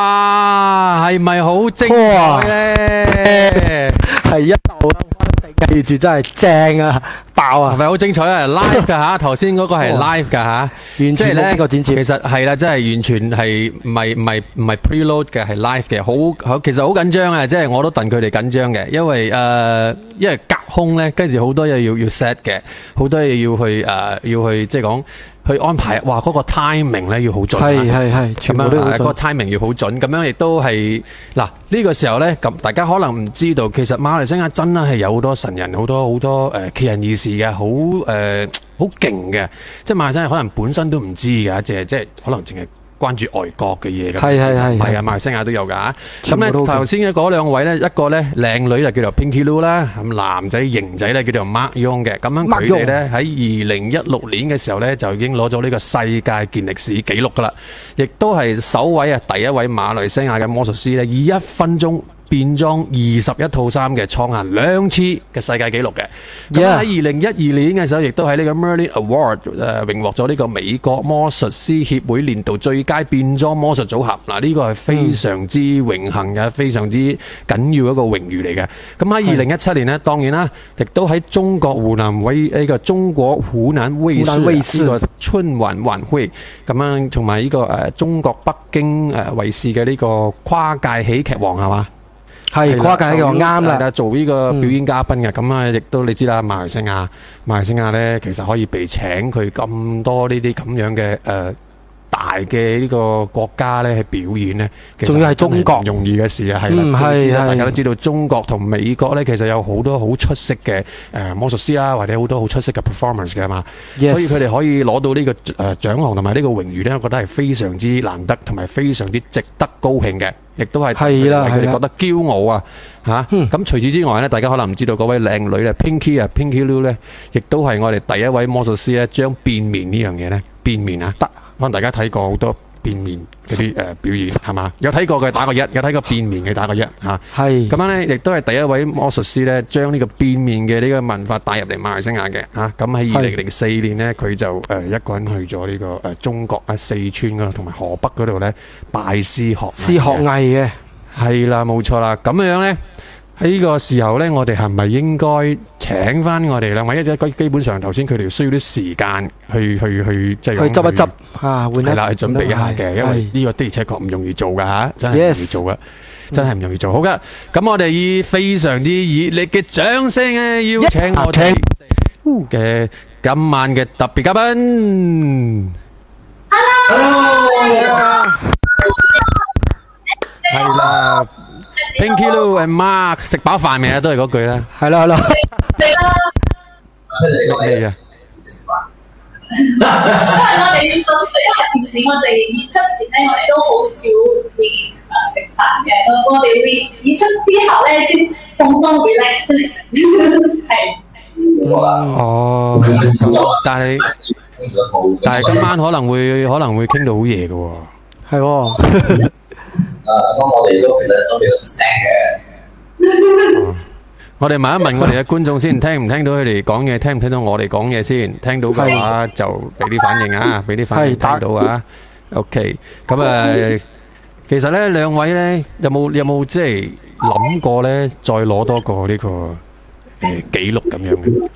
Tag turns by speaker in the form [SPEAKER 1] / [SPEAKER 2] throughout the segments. [SPEAKER 1] 哇，系咪好精彩咧？
[SPEAKER 2] 係一路頂住真係正啊，爆
[SPEAKER 1] 系
[SPEAKER 2] 啊，
[SPEAKER 1] 咪好精彩啊？live 噶 吓，頭先嗰個係 live 噶吓，
[SPEAKER 2] 完
[SPEAKER 1] 即係
[SPEAKER 2] 全
[SPEAKER 1] 咧
[SPEAKER 2] 冇經過剪
[SPEAKER 1] 其
[SPEAKER 2] 接，嗯
[SPEAKER 1] 實係啦，真係完全係唔係唔係唔係 preload 嘅，係 live 嘅，好好其實好緊張啊！即係我都戥佢哋緊張嘅，因為誒、呃因為隔空咧，跟住好多嘢要要 set 嘅，好多嘢要去誒、呃要去即係講去安排，哇！嗰、個 timing 咧要好準啊。
[SPEAKER 2] 係係係，全
[SPEAKER 1] 咁
[SPEAKER 2] 部都
[SPEAKER 1] 樣
[SPEAKER 2] 好
[SPEAKER 1] 啊，嗰個
[SPEAKER 2] 準，
[SPEAKER 1] timing 要好準，咁樣亦都係嗱呢個時候呢，咁大家可能唔知道，其實馬來西亞真係有好多神人，好多好多誒奇人異事嘅，好誒好勁嘅，即係馬來西亞可能本身都唔知㗎，即係即係可能淨係關注外國嘅嘢咁。
[SPEAKER 2] 係係係
[SPEAKER 1] 係啊，
[SPEAKER 2] 係
[SPEAKER 1] 馬來西亞都有㗎。咁
[SPEAKER 2] 全
[SPEAKER 1] 咧
[SPEAKER 2] 部都好
[SPEAKER 1] 頭
[SPEAKER 2] 準，
[SPEAKER 1] 先嘅嗰兩位呢，一個呢靚女就叫做 Pinky Lou 啦，咁男仔型仔呢叫做 Mark Yong 嘅。咁樣
[SPEAKER 2] Mark
[SPEAKER 1] 佢哋呢，喺二零一六年嘅時候呢，就已經攞咗呢個世界健力士紀錄㗎啦，亦都係首位啊第一位馬來西亞嘅魔術師呢，以一分鐘變裝二十一套衫嘅創下兩次嘅世界紀錄嘅。咁啊喺二
[SPEAKER 2] Yeah
[SPEAKER 1] 零一二年嘅時候，亦都喺呢個 Merlin Award 誒、呃、榮獲咗呢個美國魔術師協會年度最佳變裝魔術組合。嗱，呢個係非常之榮幸嘅，非常之緊要一個榮譽嚟嘅。咁喺二零一七年呢，當然啦，亦都喺中國湖南衛呢、個中國湖南衛
[SPEAKER 2] 湖南衛
[SPEAKER 1] 視
[SPEAKER 2] 視
[SPEAKER 1] 呢個春晚晚會咁樣，同埋呢個誒、呃中國北京誒衛視嘅呢個跨界喜劇王係嘛？
[SPEAKER 2] 係跨界嘅話啱
[SPEAKER 1] 係
[SPEAKER 2] 啦，
[SPEAKER 1] 做呢個表演嘉賓嘅，咁啊，亦都你知啦，馬來西亞，馬來西亞咧，其實可以被請佢咁多呢啲咁樣嘅誒、呃大嘅呢個國家咧去表演咧，其實
[SPEAKER 2] 仲要係中國
[SPEAKER 1] 真係唔容易嘅事啊，係啦，
[SPEAKER 2] 嗯係
[SPEAKER 1] 你知啦
[SPEAKER 2] 係
[SPEAKER 1] 大家都知道中國同美國咧，其實有好多好出色嘅誒、呃魔術師啦，或者好多好出色嘅 performance 嘅嘛。所以佢
[SPEAKER 2] Yes
[SPEAKER 1] 哋可以攞到呢個誒獎項同埋呢個榮譽咧，我覺得係非常之難得，同埋非常之值得高興嘅，亦都係
[SPEAKER 2] 係啦
[SPEAKER 1] 為佢哋
[SPEAKER 2] 係啦嗯
[SPEAKER 1] 覺得驕傲啊嚇。咁除此之外咧，大家可能唔知道嗰位靚女咧，Pinky 啊，Pinky Lou 咧，亦都係我哋第一位魔術師咧，將變面呢樣嘢咧，變面啊，
[SPEAKER 2] 得
[SPEAKER 1] 可能大家睇過好多變面嗰啲誒呃表演係嘛？有睇過嘅打個一，有睇過變面嘅打個一嚇。
[SPEAKER 2] 係
[SPEAKER 1] 咁。樣咧，亦都係第一位魔術師咧，將呢個變面嘅呢個文化帶入嚟馬來西亞嘅
[SPEAKER 2] 啊
[SPEAKER 1] 嚇。咁喺二零零四年呢，佢就誒、呃一個人去咗呢、個誒、呃中國啊四川嗰度同埋河北嗰度咧拜師學藝嘅
[SPEAKER 2] 是學藝嘅，
[SPEAKER 1] 係啦，冇錯啦。咁樣呢，喺呢個時候呢，我哋係咪應該請翻我哋兩位？因為基本上頭先佢哋需要啲時間去去去即係
[SPEAKER 2] 去執一執啊，換一
[SPEAKER 1] 係啦，去準備一下嘅，因為
[SPEAKER 2] 係
[SPEAKER 1] 呢個的而且確唔容易做噶嚇，真係唔容易
[SPEAKER 2] Yes
[SPEAKER 1] 做噶，真係唔容易做。好噶，咁我哋以非常之熱烈嘅掌聲咧，邀請我哋嘅今晚嘅特別嘉賓。Hello，係啦，Pinky Lou and Mark 食飽飯未啊？都係嗰句啦，
[SPEAKER 2] 係啦係啦，
[SPEAKER 1] 咩啊？
[SPEAKER 3] 因為我哋要準備，因為平時我哋演出前咧，我哋都好少會啊食飯嘅，咁我哋會演出之後咧先放鬆 relax 先嚟食，係
[SPEAKER 1] 哦，但係但係今晚可能會可能會傾到好夜嘅喎。
[SPEAKER 2] 係喎，
[SPEAKER 1] 我哋問一問我哋嘅觀眾先，聽唔聽到佢哋講嘢，聽唔聽到我哋講嘢先？聽到嘅話就俾啲反應啊，俾啲反應
[SPEAKER 2] 係打
[SPEAKER 1] 聽到啊。OK，咁誒，其實咧兩位咧有冇有冇即係諗過咧，再攞多個呢個誒記錄咁樣嘅？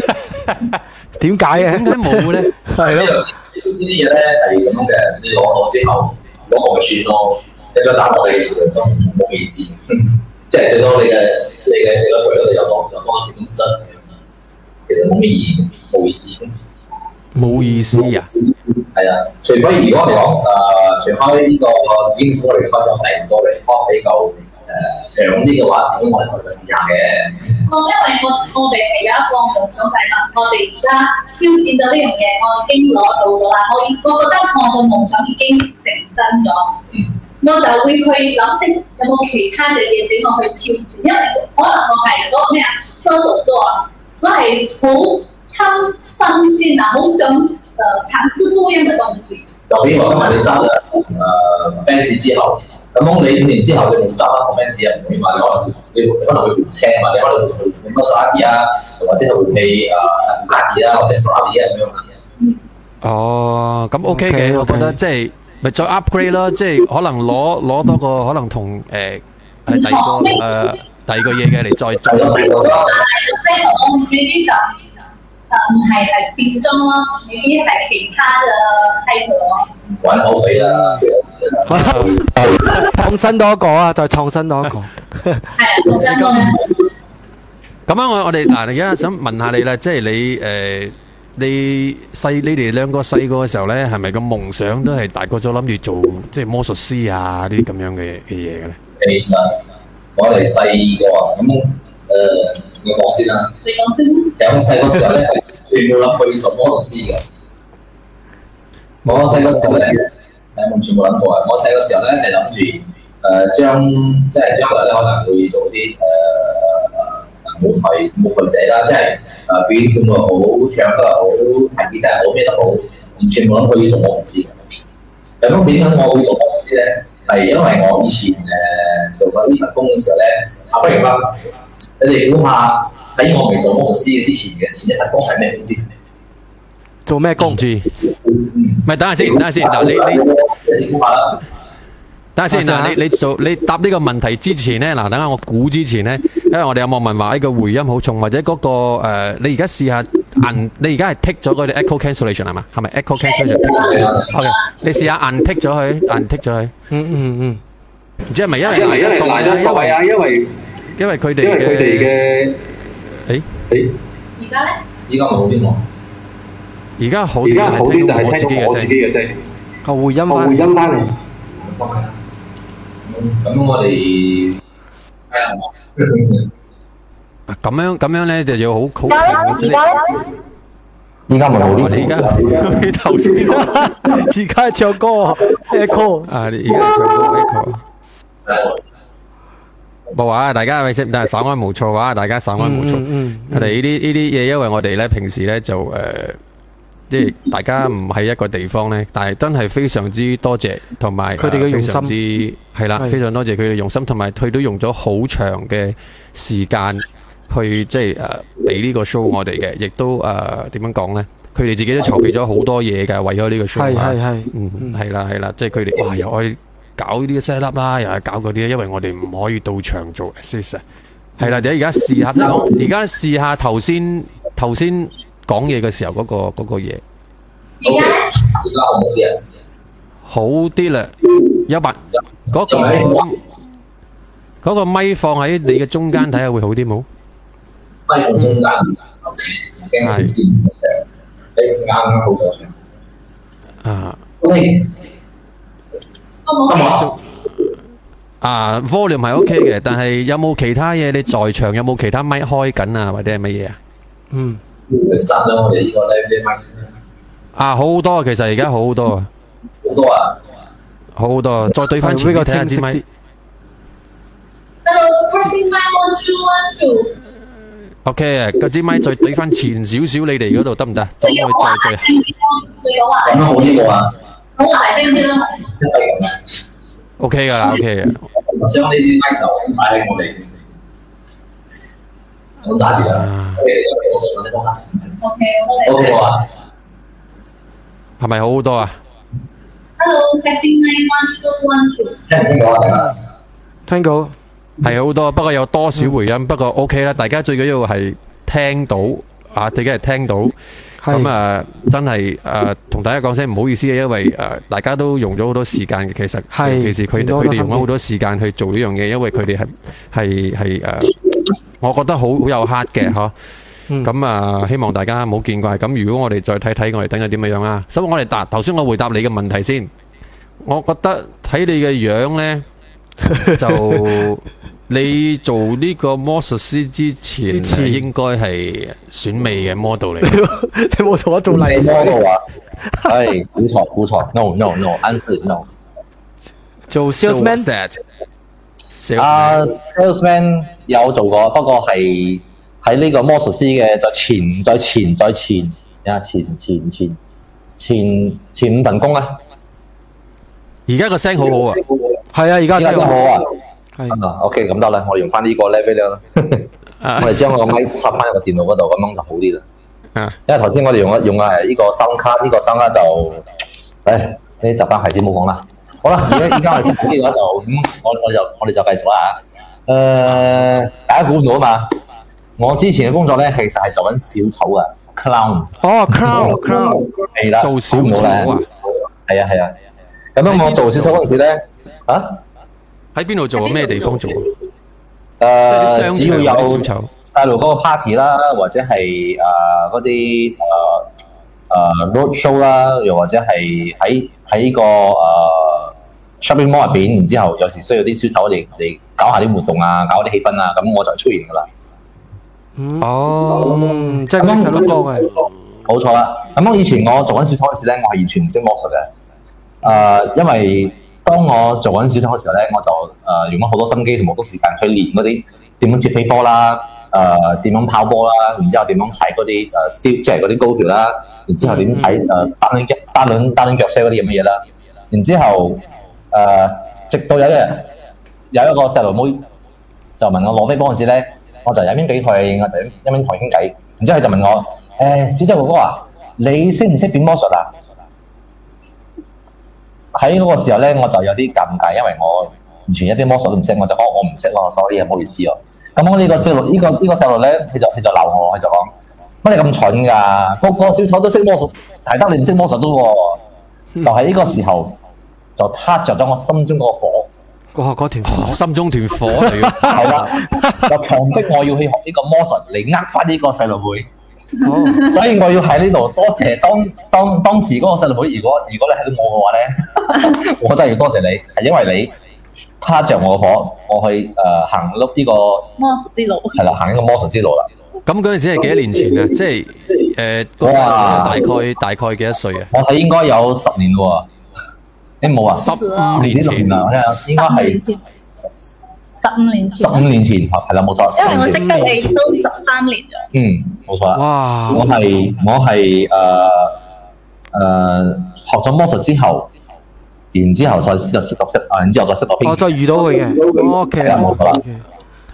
[SPEAKER 2] 點解
[SPEAKER 1] 點
[SPEAKER 2] 嘅？
[SPEAKER 1] 解冇咧？
[SPEAKER 2] 係咯，
[SPEAKER 1] 冇意思啊！
[SPEAKER 4] 係啊，除非如果你講誒，除開呢個英數我哋開放第二個 record 比較誒強啲嘅話，咁我哋可以試下嘅。
[SPEAKER 3] 我哦因為我我哋係有一個夢想就係話，我哋而家挑戰咗呢樣嘢，我已經攞到咗啦，我已我覺得我嘅夢想已經成真咗，我就會去諗清有冇其他嘅嘢俾我去挑戰，因為可能我係嗰個咩啊 p r o s e 我係好貪新鮮啊，好想誒嘗試不一樣嘅東西。
[SPEAKER 4] 就比如我今日你揸咗誒呃 fans 之後，咁你五年之後，你就揸翻 c o m m e n c e 入去嘛？你可能你你可能會換車嘛？你可能會換 m a s e r a t i 啊，或者係會去誒 b u g a 啊，或者 Ferrari 啊咁樣嘅 嘢。
[SPEAKER 1] 哦，咁 OK 嘅
[SPEAKER 2] OK，
[SPEAKER 1] 我覺得
[SPEAKER 2] OK
[SPEAKER 1] 即係咪再 upgrade 啦，即係可能攞攞多個可能同誒係第二個誒第二個嘢嘅嚟再
[SPEAKER 4] 係
[SPEAKER 1] 再
[SPEAKER 4] 咯，係咯，
[SPEAKER 3] 即係我唔知邊就就唔係係變裝咯，未必係其他嘅呃批判
[SPEAKER 4] 玩口水啦。
[SPEAKER 2] 創新多一個啊，再創新多一個。
[SPEAKER 3] 係啊，真嘅。
[SPEAKER 1] 咁啊，我我哋嗱，而家想問下你啦，即係你誒。你細你哋兩個細個嘅時候咧，係咪個夢想都係大個咗諗住做即係魔術師啊呢啲咁樣嘅嘢嘅嘢嘅咧？
[SPEAKER 4] 其實我哋細個啊咁誒，我講先啦。
[SPEAKER 3] 你講先，
[SPEAKER 4] 其實我細個時候咧，全部諗去做魔術師嘅。我細個時候咧，係完全冇諗過嘅。我細個時候咧係諗住誒將即係將來咧可能會做啲誒舞台舞台者啦，即係誒表演咁又好，唱歌又好，彈吉他又好，咩都好，完全冇諗過要做魔術師嘅。咁點解我會做魔術師咧？係因為我以前誒、呃做過呢份工嘅時候咧，啊不如啦，你哋估下喺我未做魔術師之前嘅前一份工係咩公司？
[SPEAKER 2] 做咩工
[SPEAKER 1] 唔？知，唔
[SPEAKER 4] 嗯
[SPEAKER 1] 係等下先，等下先。嗱，你你
[SPEAKER 4] 你你估下啦，
[SPEAKER 1] 等下先嗱，你你做你答呢個問題之前咧，嗱，等下我估之前咧，因為我哋有網民話呢個回音好重，或者嗰、個、呃、你而家試下硬，你而家係剔咗嗰啲 echo cancellation 係嘛？係咪 echo cancellation 剔 咗
[SPEAKER 4] 係啊，
[SPEAKER 1] ？OK，你試下硬剔咗佢，硬剔咗佢，
[SPEAKER 2] 嗯嗯
[SPEAKER 1] 唔知係咪因為
[SPEAKER 5] 因為因為難得各位啊，因為
[SPEAKER 1] 因為佢哋
[SPEAKER 5] 因為佢
[SPEAKER 1] 嘅
[SPEAKER 5] 哋
[SPEAKER 1] 誒，
[SPEAKER 5] 嘅
[SPEAKER 3] 而家咧，
[SPEAKER 4] 依家冇邊個？
[SPEAKER 1] 而家好
[SPEAKER 5] 誒，而家好啲
[SPEAKER 1] 啲
[SPEAKER 5] 就
[SPEAKER 1] 就係
[SPEAKER 5] 係
[SPEAKER 1] 聽
[SPEAKER 5] 聽
[SPEAKER 1] 到
[SPEAKER 5] 到
[SPEAKER 1] 我
[SPEAKER 5] 我
[SPEAKER 1] 自
[SPEAKER 5] 自
[SPEAKER 1] 己
[SPEAKER 5] 己
[SPEAKER 1] 嘅聲，
[SPEAKER 5] 嘅聲，
[SPEAKER 2] 嗯，個回音
[SPEAKER 5] 我
[SPEAKER 2] 翻
[SPEAKER 5] 回
[SPEAKER 2] 嚟。
[SPEAKER 5] 音翻嚟。
[SPEAKER 4] 咁我哋係啊，
[SPEAKER 1] 咁樣咁樣咧就要好好。
[SPEAKER 3] 而家咧，而家咧。
[SPEAKER 4] 依家冇
[SPEAKER 1] 哇你而家你頭先
[SPEAKER 2] 而家唱歌 echo，
[SPEAKER 1] 啊，你而家唱歌 echo。冇啊！大家咪先，但係稍安無躁啊！大家稍安無躁。
[SPEAKER 2] 嗯嗯嗯
[SPEAKER 1] 我哋呢啲呢啲嘢，因為我哋咧平時咧就誒、呃即
[SPEAKER 2] 嗯
[SPEAKER 1] 係大家唔喺一個地方咧，但係真係非常之多謝，同埋
[SPEAKER 2] 佢哋嘅
[SPEAKER 1] 呃
[SPEAKER 2] 用
[SPEAKER 1] 非
[SPEAKER 2] 心
[SPEAKER 1] 常之係啦，
[SPEAKER 2] 係
[SPEAKER 1] 非常多謝佢哋用心，同埋佢都用咗好長嘅時間去即係誒呃俾呢個 show 我哋嘅，亦都誒點樣講咧？佢哋自己都籌備咗好多嘢㗎，為咗呢個 show
[SPEAKER 2] 係
[SPEAKER 1] 啊
[SPEAKER 2] 係係。
[SPEAKER 1] 嗯，係啦係啦，即係佢哋哇又可以搞呢啲 set up 啦，又係搞嗰啲，因為我哋唔可以到場做 assist 啊。係啦，你而家試下，即係講而家試下頭先頭先講嘢嘅時候嗰、個嗰、個嘢
[SPEAKER 3] 而家咧，
[SPEAKER 4] 依家好冇啲啊？
[SPEAKER 1] 好啲啦，一百嗰個嗰個咪放喺你嘅中間睇下會好啲冇？
[SPEAKER 4] 咪到中間，驚佢先你啱啱好咗場。
[SPEAKER 1] 啊
[SPEAKER 4] OK，
[SPEAKER 3] 我冇
[SPEAKER 4] 今
[SPEAKER 3] 睇
[SPEAKER 4] 日
[SPEAKER 1] 啊，volume 係 OK 嘅，但係有冇其他嘢？你在場有冇其他咪開緊啊，或者係乜嘢啊？
[SPEAKER 2] 嗯，
[SPEAKER 4] 刪咗我哋呢個 live live 麥，
[SPEAKER 1] 啊，好多，其實而家好多啊，
[SPEAKER 4] 好多啊！
[SPEAKER 1] 好多，再對翻
[SPEAKER 2] 係
[SPEAKER 1] 前
[SPEAKER 2] 比
[SPEAKER 1] 面
[SPEAKER 2] 較
[SPEAKER 1] 睇下
[SPEAKER 2] 清
[SPEAKER 1] 支
[SPEAKER 2] 晰
[SPEAKER 1] 咪
[SPEAKER 2] 啲。。
[SPEAKER 3] Hello, pressing my one two one two，
[SPEAKER 1] OK，嗰支咪再對翻前少少你哋嗰度得唔得？再
[SPEAKER 3] 你
[SPEAKER 1] 再
[SPEAKER 3] 要話大
[SPEAKER 1] 再
[SPEAKER 3] 聲啲咯，你要話
[SPEAKER 4] 咁樣好啲冇啊？
[SPEAKER 3] 好大聲啲咯。
[SPEAKER 4] 真係咁啊！
[SPEAKER 1] OK 噶啦，OK 嘅。
[SPEAKER 4] 將呢支咪就咁擺喺我哋。好打住啊！我哋我想揾啲方法先
[SPEAKER 3] OK，我
[SPEAKER 4] O
[SPEAKER 3] 哋
[SPEAKER 4] K 啊！
[SPEAKER 1] 係咪好好多啊？
[SPEAKER 3] Hello, pressing my one two one two，
[SPEAKER 4] 聽唔聽到啊？大家？
[SPEAKER 2] 聽到
[SPEAKER 1] 係好多，不過有多少回音，不過 OK 啦。大家最緊要係聽到啊，最緊係聽到。咁
[SPEAKER 2] 係
[SPEAKER 1] 啊，真係誒，同大家講聲唔好意思嘅，因為誒大家都用咗好多時間嘅，其實
[SPEAKER 2] 係
[SPEAKER 1] 尤其是佢
[SPEAKER 2] 用
[SPEAKER 1] 哋佢
[SPEAKER 2] 咗好多
[SPEAKER 1] 哋
[SPEAKER 2] 心
[SPEAKER 1] 用咗好多時間去做呢樣嘢，因為佢哋係係係誒，我覺得好好有 heart 嘅嗬。
[SPEAKER 2] 嗯
[SPEAKER 1] 咁啊，希望大家唔好見怪。咁如果我哋再睇睇，我哋等咗點樣樣啦。所以我哋答頭先，我回答你嘅問題先。我覺得睇你嘅樣呢， 就你做呢個魔術師之前，
[SPEAKER 2] 之前
[SPEAKER 1] 應該係選美嘅 model 嚟嘅。
[SPEAKER 2] 你冇同我做例
[SPEAKER 6] 你
[SPEAKER 2] 子，
[SPEAKER 6] 摸到我，哎，苦草苦草，no no no，answer is no。
[SPEAKER 2] 做
[SPEAKER 1] So what's
[SPEAKER 2] salesman
[SPEAKER 1] that?
[SPEAKER 6] 啊
[SPEAKER 1] Salesman
[SPEAKER 6] ，salesman 有做過，不過係喺呢個魔術師嘅再前再前再前啊前前前前前五份工啊，
[SPEAKER 1] 而家個聲好好啊！
[SPEAKER 2] 系啊，而家
[SPEAKER 4] 依家
[SPEAKER 2] 真
[SPEAKER 4] 都好啊。
[SPEAKER 2] 系
[SPEAKER 4] 啊，OK，咁得啦，我用翻呢個 level 啦，
[SPEAKER 1] 啊
[SPEAKER 4] 我哋將個咪插翻入個電腦嗰度，咁樣就好啲啦。
[SPEAKER 1] 啊
[SPEAKER 4] 因為頭先我哋用咗用嘅係呢個三卡，呢個三卡就，誒呢集班孩子冇講啦。好啦，而家而家我哋講呢個就 咁，我我就我哋就繼續啦嚇。誒、大家估唔到啊嘛！我之前嘅工作咧，其實係做緊小丑啊，clown。嗯
[SPEAKER 2] 哦，crown crown，
[SPEAKER 4] 係啦，
[SPEAKER 1] 啊做小
[SPEAKER 4] 估唔到啦
[SPEAKER 1] 丑啊！
[SPEAKER 4] 係啊係啊，咁樣我做小丑嗰陣時咧，啊
[SPEAKER 1] 喺邊度做啊？咩地方做啊？
[SPEAKER 4] 誒，
[SPEAKER 1] 即
[SPEAKER 4] 呃只
[SPEAKER 1] 係啲商場
[SPEAKER 4] 要
[SPEAKER 1] 嗰啲小
[SPEAKER 4] 有
[SPEAKER 1] 丑。
[SPEAKER 4] 細路嗰個 party 啦，或者係誒呃嗰啲誒誒 road show 啦，又或者係喺喺個誒、呃 shopping mall 入邊，然之後有時需要啲小丑嚟嚟搞下啲活動啊，搞下啲氣氛啊，咁我就出現㗎啦。
[SPEAKER 1] 哦，
[SPEAKER 2] 嗯，即系嗰啲細佬幫嘅，
[SPEAKER 4] 冇錯啦。咁我以前我做緊小丑嗰時咧，我係完全唔識魔術嘅。誒、因為當我做緊小丑嘅時候咧，我就誒、用咗好多心機同好多時間去練嗰啲點樣接飛波啦，誒、點樣跑波啦，然之後點樣踩嗰啲誒 step，即係嗰啲高橋啦，然之後點睇誒單輪腳單輪單輪腳車嗰啲咁嘅嘢啦。然之後誒、直到有一日有一個細路妹就問我攞飛波嗰陣時咧，我就一邊俾佢，我就一邊同佢傾偈。然之後佢就問我：誒、小周哥哥啊，你識唔識變魔術啊？喺嗰個時候咧，我就有啲尷尬，因為我完全一啲魔術都唔識，我就講我唔識咯，sorry 啊，唔好意思哦。咁我呢個細路，呢、個呢、個細路咧，佢就佢就鬧我，佢就講：乜你咁蠢㗎？個個小丑都識魔術，係得你唔識魔術啫喎。就喺呢個時候，就撻着咗我心中嗰個火。
[SPEAKER 2] 嗰嗰條
[SPEAKER 1] 哦心中團火嚟嘅。
[SPEAKER 4] 係 啦，就強迫我要去學呢個魔術嚟呃翻呢個細 路妹，
[SPEAKER 2] 哦，
[SPEAKER 4] 所以我要喺呢度多謝當當當時嗰個細路妹。如果如果你睇到我嘅 話咧，我真係要多謝你，係因為你他着我火，我去誒、呃行碌呢、個
[SPEAKER 7] 魔術之路。
[SPEAKER 4] 係啦，行呢個魔術之路啦。
[SPEAKER 1] 咁嗰陣時係幾多年前啊？即係誒個細路女大概大概幾多歲啊？
[SPEAKER 4] 我睇應該有十年喎，你冇啊？
[SPEAKER 1] 十
[SPEAKER 4] 唔
[SPEAKER 1] 五
[SPEAKER 4] 止
[SPEAKER 1] 年
[SPEAKER 4] 十
[SPEAKER 1] 前
[SPEAKER 4] 年啦，我睇下應該
[SPEAKER 7] 十五年
[SPEAKER 4] 係
[SPEAKER 7] 前，十五年
[SPEAKER 4] 十
[SPEAKER 7] 前，
[SPEAKER 4] 五年前，係啦，冇錯，
[SPEAKER 7] 因為我
[SPEAKER 4] 十
[SPEAKER 7] 識
[SPEAKER 4] 年
[SPEAKER 7] 得你都十三年咗。
[SPEAKER 4] 嗯，冇錯啦。
[SPEAKER 2] 哇，
[SPEAKER 4] 我係我係誒誒學咗魔術之後，然之後再就識到識，啊然之後再識到
[SPEAKER 2] 我
[SPEAKER 4] Pinky，
[SPEAKER 2] 再遇到佢嘅，OK
[SPEAKER 4] 係啊冇錯啦
[SPEAKER 2] OK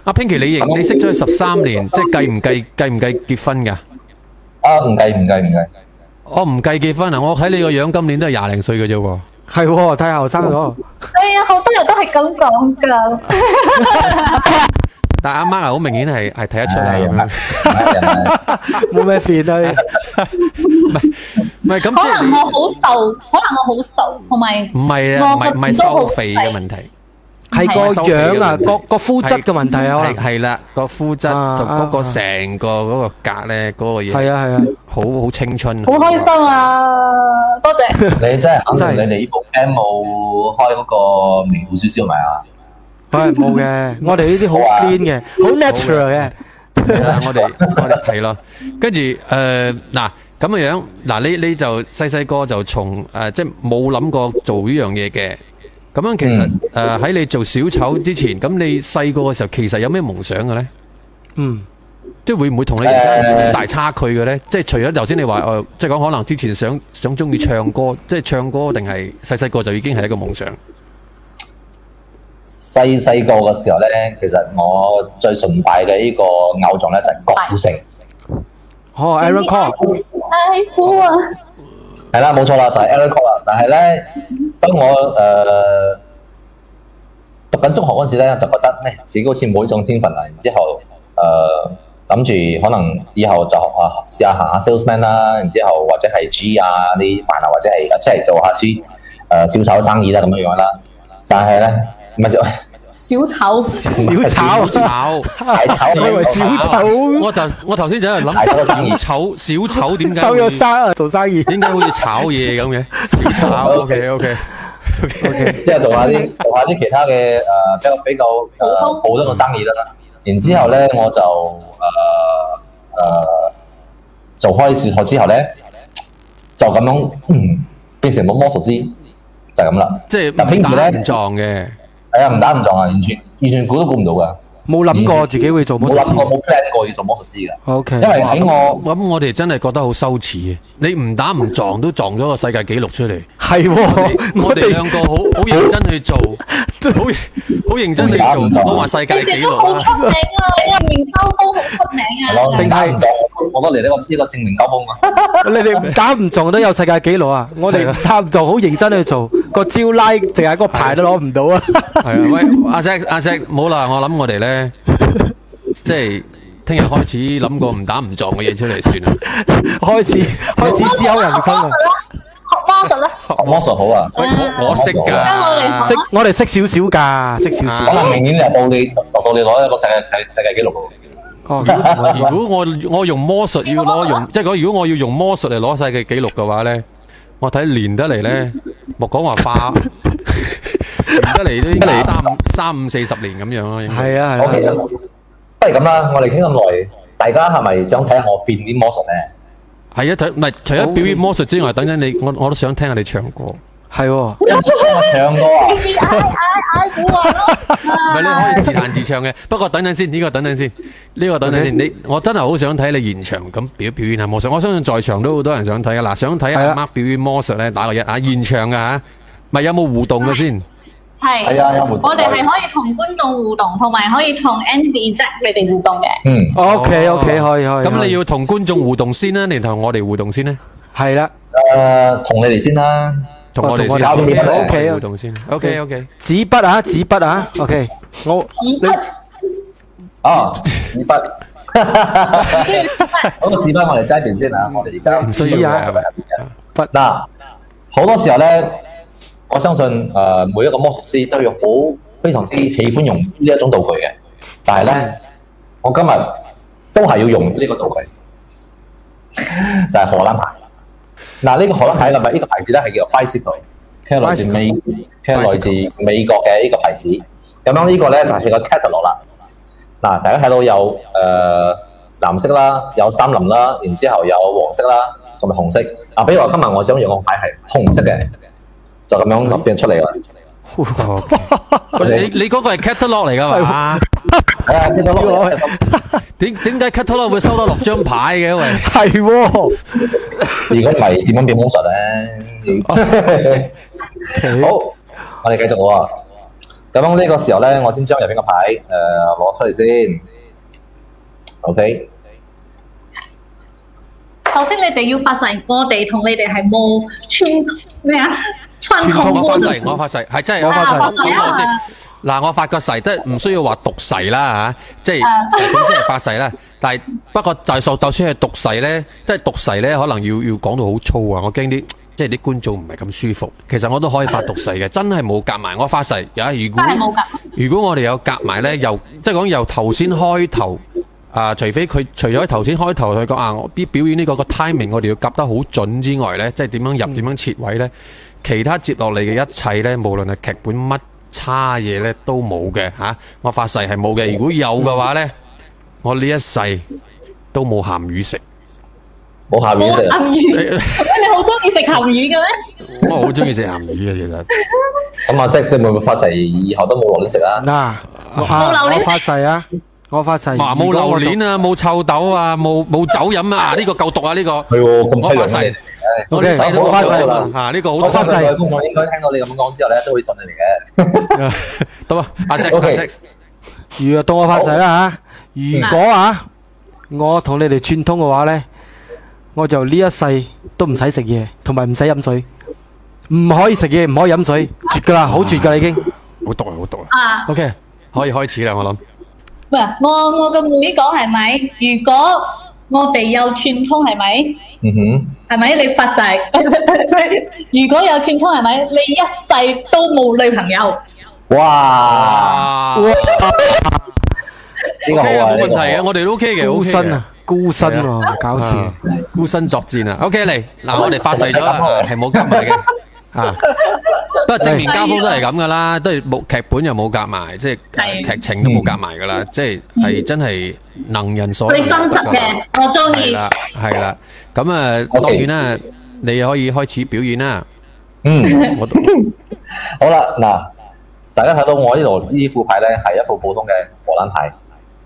[SPEAKER 1] 阿 Pinky，你認你識咗佢十三年，即係計唔計計唔計結婚㗎？
[SPEAKER 4] 啊唔計唔計 唔計，
[SPEAKER 1] 我唔計結婚啊！我睇你個樣，今年都係廿零歲嘅啫喎。
[SPEAKER 2] 係喎，太後生咗，
[SPEAKER 7] 哎呀，好多人都係咁講㗎。
[SPEAKER 1] 但阿媽啊，好明顯係係睇得出
[SPEAKER 4] 係啊
[SPEAKER 1] 啦。
[SPEAKER 2] 冇咩 fit 啊，
[SPEAKER 1] 唔係咁，即
[SPEAKER 7] 可能
[SPEAKER 1] 係
[SPEAKER 7] 我
[SPEAKER 1] 你
[SPEAKER 7] 好瘦，可能我好瘦，同埋
[SPEAKER 1] 唔係啊，唔係唔
[SPEAKER 7] 我
[SPEAKER 1] 係
[SPEAKER 7] 個
[SPEAKER 1] 收
[SPEAKER 7] 都好
[SPEAKER 1] 肥嘅問題，
[SPEAKER 2] 係個樣啊，個個膚質嘅問題啊，可
[SPEAKER 1] 係
[SPEAKER 2] 能
[SPEAKER 1] 係啦，個膚質
[SPEAKER 2] 啊
[SPEAKER 1] 同嗰個
[SPEAKER 2] 啊
[SPEAKER 1] 成個嗰個格咧，嗰個嘢
[SPEAKER 2] 係啊係啊，
[SPEAKER 1] 好好青春。
[SPEAKER 7] 好開心啊！多謝。
[SPEAKER 4] 你真 係肯
[SPEAKER 2] 真係
[SPEAKER 4] 定你哋呢部 M 冇開嗰個微少少咪啊？
[SPEAKER 2] 係冇嘅， 我哋呢啲好 clean 嘅，好 natural 嘅，
[SPEAKER 1] 係啦，我哋我哋係咯，跟住诶嗱咁嘅樣嗱，你你就細細個就從诶、呃即係冇諗過做呢樣嘢嘅。咁樣其實诶
[SPEAKER 4] 嗯
[SPEAKER 1] 喺、你做小丑之前，咁你細個嘅時候其實有咩夢想嘅咧？
[SPEAKER 2] 嗯。
[SPEAKER 1] 即係會唔會同你而家有大差距嘅咧？即係除咗頭先你話诶、呃即係講可能之前想想中意唱歌，即係唱歌定係細細個就已經係一個夢想。
[SPEAKER 4] 細細個嘅時候咧，其實我最崇拜嘅呢個偶像咧就係郭富城，
[SPEAKER 2] 哦，Aaron
[SPEAKER 4] 啊
[SPEAKER 2] Cole，
[SPEAKER 7] 哎，苦啊！
[SPEAKER 4] 係啦冇錯啦，就係 Aaron Cole 啦。但係咧，當我誒、呃讀緊中學嗰陣時咧，就覺得咧自己好似冇呢種天分啊。然之後誒諗住可能以後就啊試下行下 salesman 啦，然之後或者係 G 啊呢啲飯啊，或者係即係做下啲誒、呃、小丑生意啦咁樣樣啦。但係咧唔係
[SPEAKER 7] 小丑，
[SPEAKER 2] 小
[SPEAKER 1] 好
[SPEAKER 2] 丑，
[SPEAKER 1] 炒，
[SPEAKER 4] 大炒
[SPEAKER 2] 我以為小丑
[SPEAKER 1] 我就我頭先就喺度
[SPEAKER 4] 係嗰個生意
[SPEAKER 1] 諗小丑小丑點解
[SPEAKER 2] 收咗
[SPEAKER 1] 會
[SPEAKER 2] 生啊，做生意，
[SPEAKER 1] 點解好似炒嘢咁嘅？小炒，OK OK OK，
[SPEAKER 4] 即係做下啲 做下啲其他嘅誒、呃比較比較誒普通嘅生意啦。然之後咧，我就誒誒、呃呃做開小學之後咧，就咁樣、嗯、變成個魔術師，就係咁啦。哎
[SPEAKER 1] 即係
[SPEAKER 4] 但
[SPEAKER 1] 唔
[SPEAKER 4] Pinky
[SPEAKER 1] 打
[SPEAKER 4] 咧
[SPEAKER 1] 唔撞嘅，
[SPEAKER 4] 係啊，唔打唔撞啊，完全完全估都估唔到㗎。
[SPEAKER 2] 冇諗過自己會做魔
[SPEAKER 4] 冇
[SPEAKER 2] 術
[SPEAKER 4] 諗過
[SPEAKER 2] 師。嗯
[SPEAKER 4] 冇 plan 過要做魔術師嘅，
[SPEAKER 2] O K，
[SPEAKER 4] 因為喺我
[SPEAKER 1] 咁我哋真係覺得好羞恥嘅，你唔打唔撞都撞咗個世界紀錄出嚟。
[SPEAKER 2] 係喎，
[SPEAKER 1] 我
[SPEAKER 2] 我
[SPEAKER 1] 哋兩個
[SPEAKER 2] 哋
[SPEAKER 1] 好好認真去做，好好認真去做，唔好話世界
[SPEAKER 7] 你
[SPEAKER 1] 紀
[SPEAKER 7] 哋都
[SPEAKER 1] 錄
[SPEAKER 7] 好
[SPEAKER 1] 啦。
[SPEAKER 7] 出名啊！你個面包都好出名
[SPEAKER 4] 係
[SPEAKER 7] 啊！
[SPEAKER 4] 咯，
[SPEAKER 2] 定
[SPEAKER 4] 打
[SPEAKER 2] 係
[SPEAKER 4] 唔到，我都嚟呢個呢個正面交鋒啊！
[SPEAKER 2] 你哋打唔中都有世界紀錄啊！我哋打唔中好認真去做，個招拉淨係嗰個牌都攞唔到啊！
[SPEAKER 1] 係啊，喂，阿 Ờ, à, Jack，阿 Jack，冇啦，我諗我哋咧，即係聽日開始諗個唔打唔撞嘅嘢出嚟算啦。
[SPEAKER 2] 開始開始思考人生啊！
[SPEAKER 7] 學魔術啦，
[SPEAKER 4] 學魔術好啊，
[SPEAKER 2] 嗯
[SPEAKER 1] 喂，
[SPEAKER 3] À.
[SPEAKER 1] 我我識
[SPEAKER 7] 啊跟我嚟
[SPEAKER 1] 㗎
[SPEAKER 7] 學，
[SPEAKER 2] 識我哋識少少㗎，識少
[SPEAKER 4] 可
[SPEAKER 2] 少。
[SPEAKER 4] 能明年又到你到你攞一個世界世世界紀錄喎。
[SPEAKER 2] 哦，
[SPEAKER 1] 如果我我用魔術要攞用，即係講如果我要用魔術嚟攞世界紀錄嘅話咧，我睇練得嚟咧，莫講話化， 練得嚟都應該三五三五四十年咁樣咯，應該。
[SPEAKER 2] 係啊
[SPEAKER 4] 我其
[SPEAKER 2] 係啊，
[SPEAKER 4] 實不如咁啦，我哋傾咁耐，大家係咪想睇下我變啲魔術咧？
[SPEAKER 1] 係啊，除唔係除咗表演魔術之外，等陣你我我都想聽下你唱歌。唔
[SPEAKER 2] 係喎。
[SPEAKER 4] 因為我唱歌啊！
[SPEAKER 7] 你嗌嗌嗌估啊！
[SPEAKER 1] 係你可以自彈自唱嘅，不過等陣先，呢、個等陣先，呢、個等陣先。你我真係好想睇你現場咁表表演下魔術，我相信在場都好多人想睇嘅。嗱，想睇
[SPEAKER 2] 係
[SPEAKER 1] 阿
[SPEAKER 2] 啊
[SPEAKER 1] Mark 表演魔術咧，打個一啊！現場嘅嚇，咪有冇互動嘅先？
[SPEAKER 4] 係
[SPEAKER 7] 係，
[SPEAKER 4] 啊，有活動
[SPEAKER 7] 我哋係可以同觀眾互動，同埋可以同 Andy Jack 你哋互動嘅。
[SPEAKER 4] 嗯，
[SPEAKER 2] O K O K，可以可以。
[SPEAKER 1] 咁你要同觀眾互動先啦，定同我哋互動先呢？
[SPEAKER 2] 係啦，
[SPEAKER 4] 誒，呃同你哋先啦。
[SPEAKER 1] 同我哋
[SPEAKER 2] 哦
[SPEAKER 1] 先
[SPEAKER 2] 同我
[SPEAKER 4] 哋
[SPEAKER 1] ，OK，
[SPEAKER 2] 先
[SPEAKER 1] 我哋
[SPEAKER 2] OK，
[SPEAKER 1] 互動先。OK OK，
[SPEAKER 2] 紙筆啊，紙筆啊，O K，我
[SPEAKER 7] 紙
[SPEAKER 2] 你
[SPEAKER 7] 筆，
[SPEAKER 4] 啊，紙筆。嗰個紙啊筆我哋揸住先啊！我哋而家
[SPEAKER 1] 唔需要
[SPEAKER 2] 紙
[SPEAKER 1] 嘅
[SPEAKER 2] 啊
[SPEAKER 1] 係咪？
[SPEAKER 4] 嗱，好多時候咧，我相信誒、呃每一個魔術師都有好非常之喜歡用呢一種道具嘅，但係咧，我今日都係要用呢個道具，就係、荷蘭牌。嗱，呢個荷蘭牌嘅咪呢個牌子咧係叫做 bicycle，佢係來自美，佢係來自美國嘅呢個牌子。咁樣呢個咧就係佢個 catalog 啦。嗱，大家睇到有誒、呃、藍色啦，有三林啦，然之後有黃色啦，同埋紅色。啊，比如話今日我想用個牌係紅色嘅，就咁樣就變出嚟啦。
[SPEAKER 1] 喂你你嗰個係 catalog 嚟㗎嘛？
[SPEAKER 4] 係啊，見到咯，
[SPEAKER 1] 點點解 catalog 會收得落張牌嘅？喂！
[SPEAKER 2] 係喎，
[SPEAKER 4] 如果唔係點樣變魔術咧？好，我哋繼續喎。咁樣呢個時候咧，我先將入邊個牌誒攞出嚟先。OK，
[SPEAKER 7] 首先你哋要發誓，我哋同你哋係冇串咩啊？串
[SPEAKER 2] 串通
[SPEAKER 7] 通
[SPEAKER 1] 我
[SPEAKER 7] 關
[SPEAKER 1] 發
[SPEAKER 7] 係
[SPEAKER 1] 誓，我發誓，係真係啊
[SPEAKER 2] 我發誓
[SPEAKER 1] 講講我先。
[SPEAKER 7] 啊
[SPEAKER 1] 嗱，我發個誓，都係唔需要話毒誓啦嚇，即係
[SPEAKER 7] 啊
[SPEAKER 1] 總之係發誓啦。但係不過就就就算係毒誓咧，即係毒誓咧，可能要要講到好粗啊！我驚啲即係啲觀眾唔係咁舒服。其實我都可以發毒誓嘅，真係冇夾埋。我發誓，啊如果
[SPEAKER 7] 真係冇夾
[SPEAKER 1] 如果我哋有夾埋咧，由即係講由頭先開頭。啊！除非佢除咗頭先開頭佢講啊，我啲表演呢個個 timing 我哋要夾得好準之外呢，即係點樣入點樣切位呢？其他接落嚟嘅一切呢，無論係劇本乜差嘢呢，都冇嘅嚇。我發誓係冇嘅，如果有嘅話呢，我呢一世都冇鹹魚食。
[SPEAKER 4] 冇下面
[SPEAKER 7] 冇
[SPEAKER 4] 先。
[SPEAKER 7] 鹹 魚，你好中意食鹹魚嘅咩？
[SPEAKER 1] 我好中意食鹹魚嘅，其實
[SPEAKER 4] 咁啊，Sex 你會唔會發誓以後都冇榴蓮食啊？
[SPEAKER 2] 嗱，啊，
[SPEAKER 7] 榴蓮
[SPEAKER 2] 我發誓啊，我發誓，
[SPEAKER 1] 嗱冇榴蓮啊，冇臭豆啊，冇冇酒飲啊，呢個夠毒啊！ 呢個
[SPEAKER 4] 係喎，咁
[SPEAKER 1] 我發
[SPEAKER 4] 淒涼嘅
[SPEAKER 1] 誓
[SPEAKER 4] 你哋。，
[SPEAKER 1] 我呢世都冇
[SPEAKER 4] 我發誓
[SPEAKER 1] 毒啊啊！呢個好
[SPEAKER 4] 我
[SPEAKER 1] 毒
[SPEAKER 4] 相
[SPEAKER 1] 啊
[SPEAKER 4] 信佢公眾應該聽到你咁講之後咧，都會信你哋嘅。
[SPEAKER 1] Ờ, 得啊！阿 Sir，阿
[SPEAKER 4] OK
[SPEAKER 1] Sir，
[SPEAKER 2] 如果到我發誓啦嚇，如果啊，我同你哋串通嘅話咧，我就呢一世都唔使食嘢，同埋唔使飲水，唔可以食嘢，唔可以飲水，絕㗎啦，好絕㗎啦已經。
[SPEAKER 1] 好毒啊！好毒啊！
[SPEAKER 7] 啊！
[SPEAKER 1] OK，可以開始啦，我諗。
[SPEAKER 7] 喂，我我個妹講係咪？如果我哋有串通係咪？
[SPEAKER 4] 嗯哼，
[SPEAKER 7] 係咪？你發誓， 如果有串通係咪？你一世都冇女朋友。
[SPEAKER 4] 哇！
[SPEAKER 1] 啊
[SPEAKER 2] 哇，
[SPEAKER 4] 呢個好
[SPEAKER 1] OK 啊，
[SPEAKER 4] 啊，
[SPEAKER 1] 冇問
[SPEAKER 4] 呢個好
[SPEAKER 1] 題啊，我哋都 OK 嘅 Ờ,
[SPEAKER 2] 孤
[SPEAKER 1] ，OK Dạ. Ờ,
[SPEAKER 2] 身
[SPEAKER 1] 嘅
[SPEAKER 2] 啊，孤身喎，搞事。
[SPEAKER 1] 啊孤身作戰啊，OK 嚟，嗱我哋發誓咗啦，啊係冇夾埋嘅，啊，不過正面交鋒都係咁噶啦，都係冇劇本又冇夾埋，即係
[SPEAKER 7] 係
[SPEAKER 1] 劇情都冇夾埋噶啦，即係係真係能人所
[SPEAKER 7] 你真實
[SPEAKER 1] 不
[SPEAKER 7] 嘅
[SPEAKER 1] 得，
[SPEAKER 7] 我中
[SPEAKER 1] 係
[SPEAKER 7] 意。
[SPEAKER 1] 啦係啦，咁啊
[SPEAKER 4] OK
[SPEAKER 1] 當然啦，你可以開始表演啦，
[SPEAKER 4] 嗯，
[SPEAKER 1] 我
[SPEAKER 4] 好啦，嗱，大家睇到我呢度呢副牌咧係一副普通嘅荷蘭牌，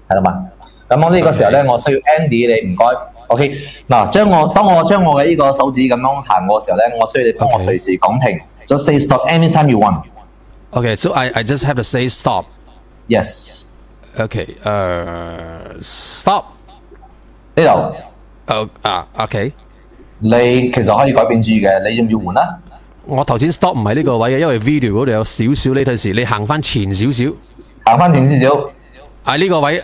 [SPEAKER 4] 睇到嘛？咁我呢個時候咧，我需要 Andy 你唔該，OK 嗱，將我當我將我嘅呢個手指咁樣行過嘅時候咧，我需要你幫我
[SPEAKER 1] OK
[SPEAKER 4] 隨時講停，just say stop anytime you want。
[SPEAKER 1] Okay, so I, I just have to say stop.
[SPEAKER 4] Yes，
[SPEAKER 1] Okay, uh, stop.
[SPEAKER 4] 呢度
[SPEAKER 1] Oh, 啊，okay.
[SPEAKER 4] 你其實可以改變主意嘅，你要唔要換啊啦？
[SPEAKER 1] 我頭先 stop 唔係呢個
[SPEAKER 4] 嗯
[SPEAKER 1] 位嘅，因為 video 嗰度有少少呢陣時，你行翻前少少。
[SPEAKER 4] 行翻前少少，
[SPEAKER 1] 啊，呢、個位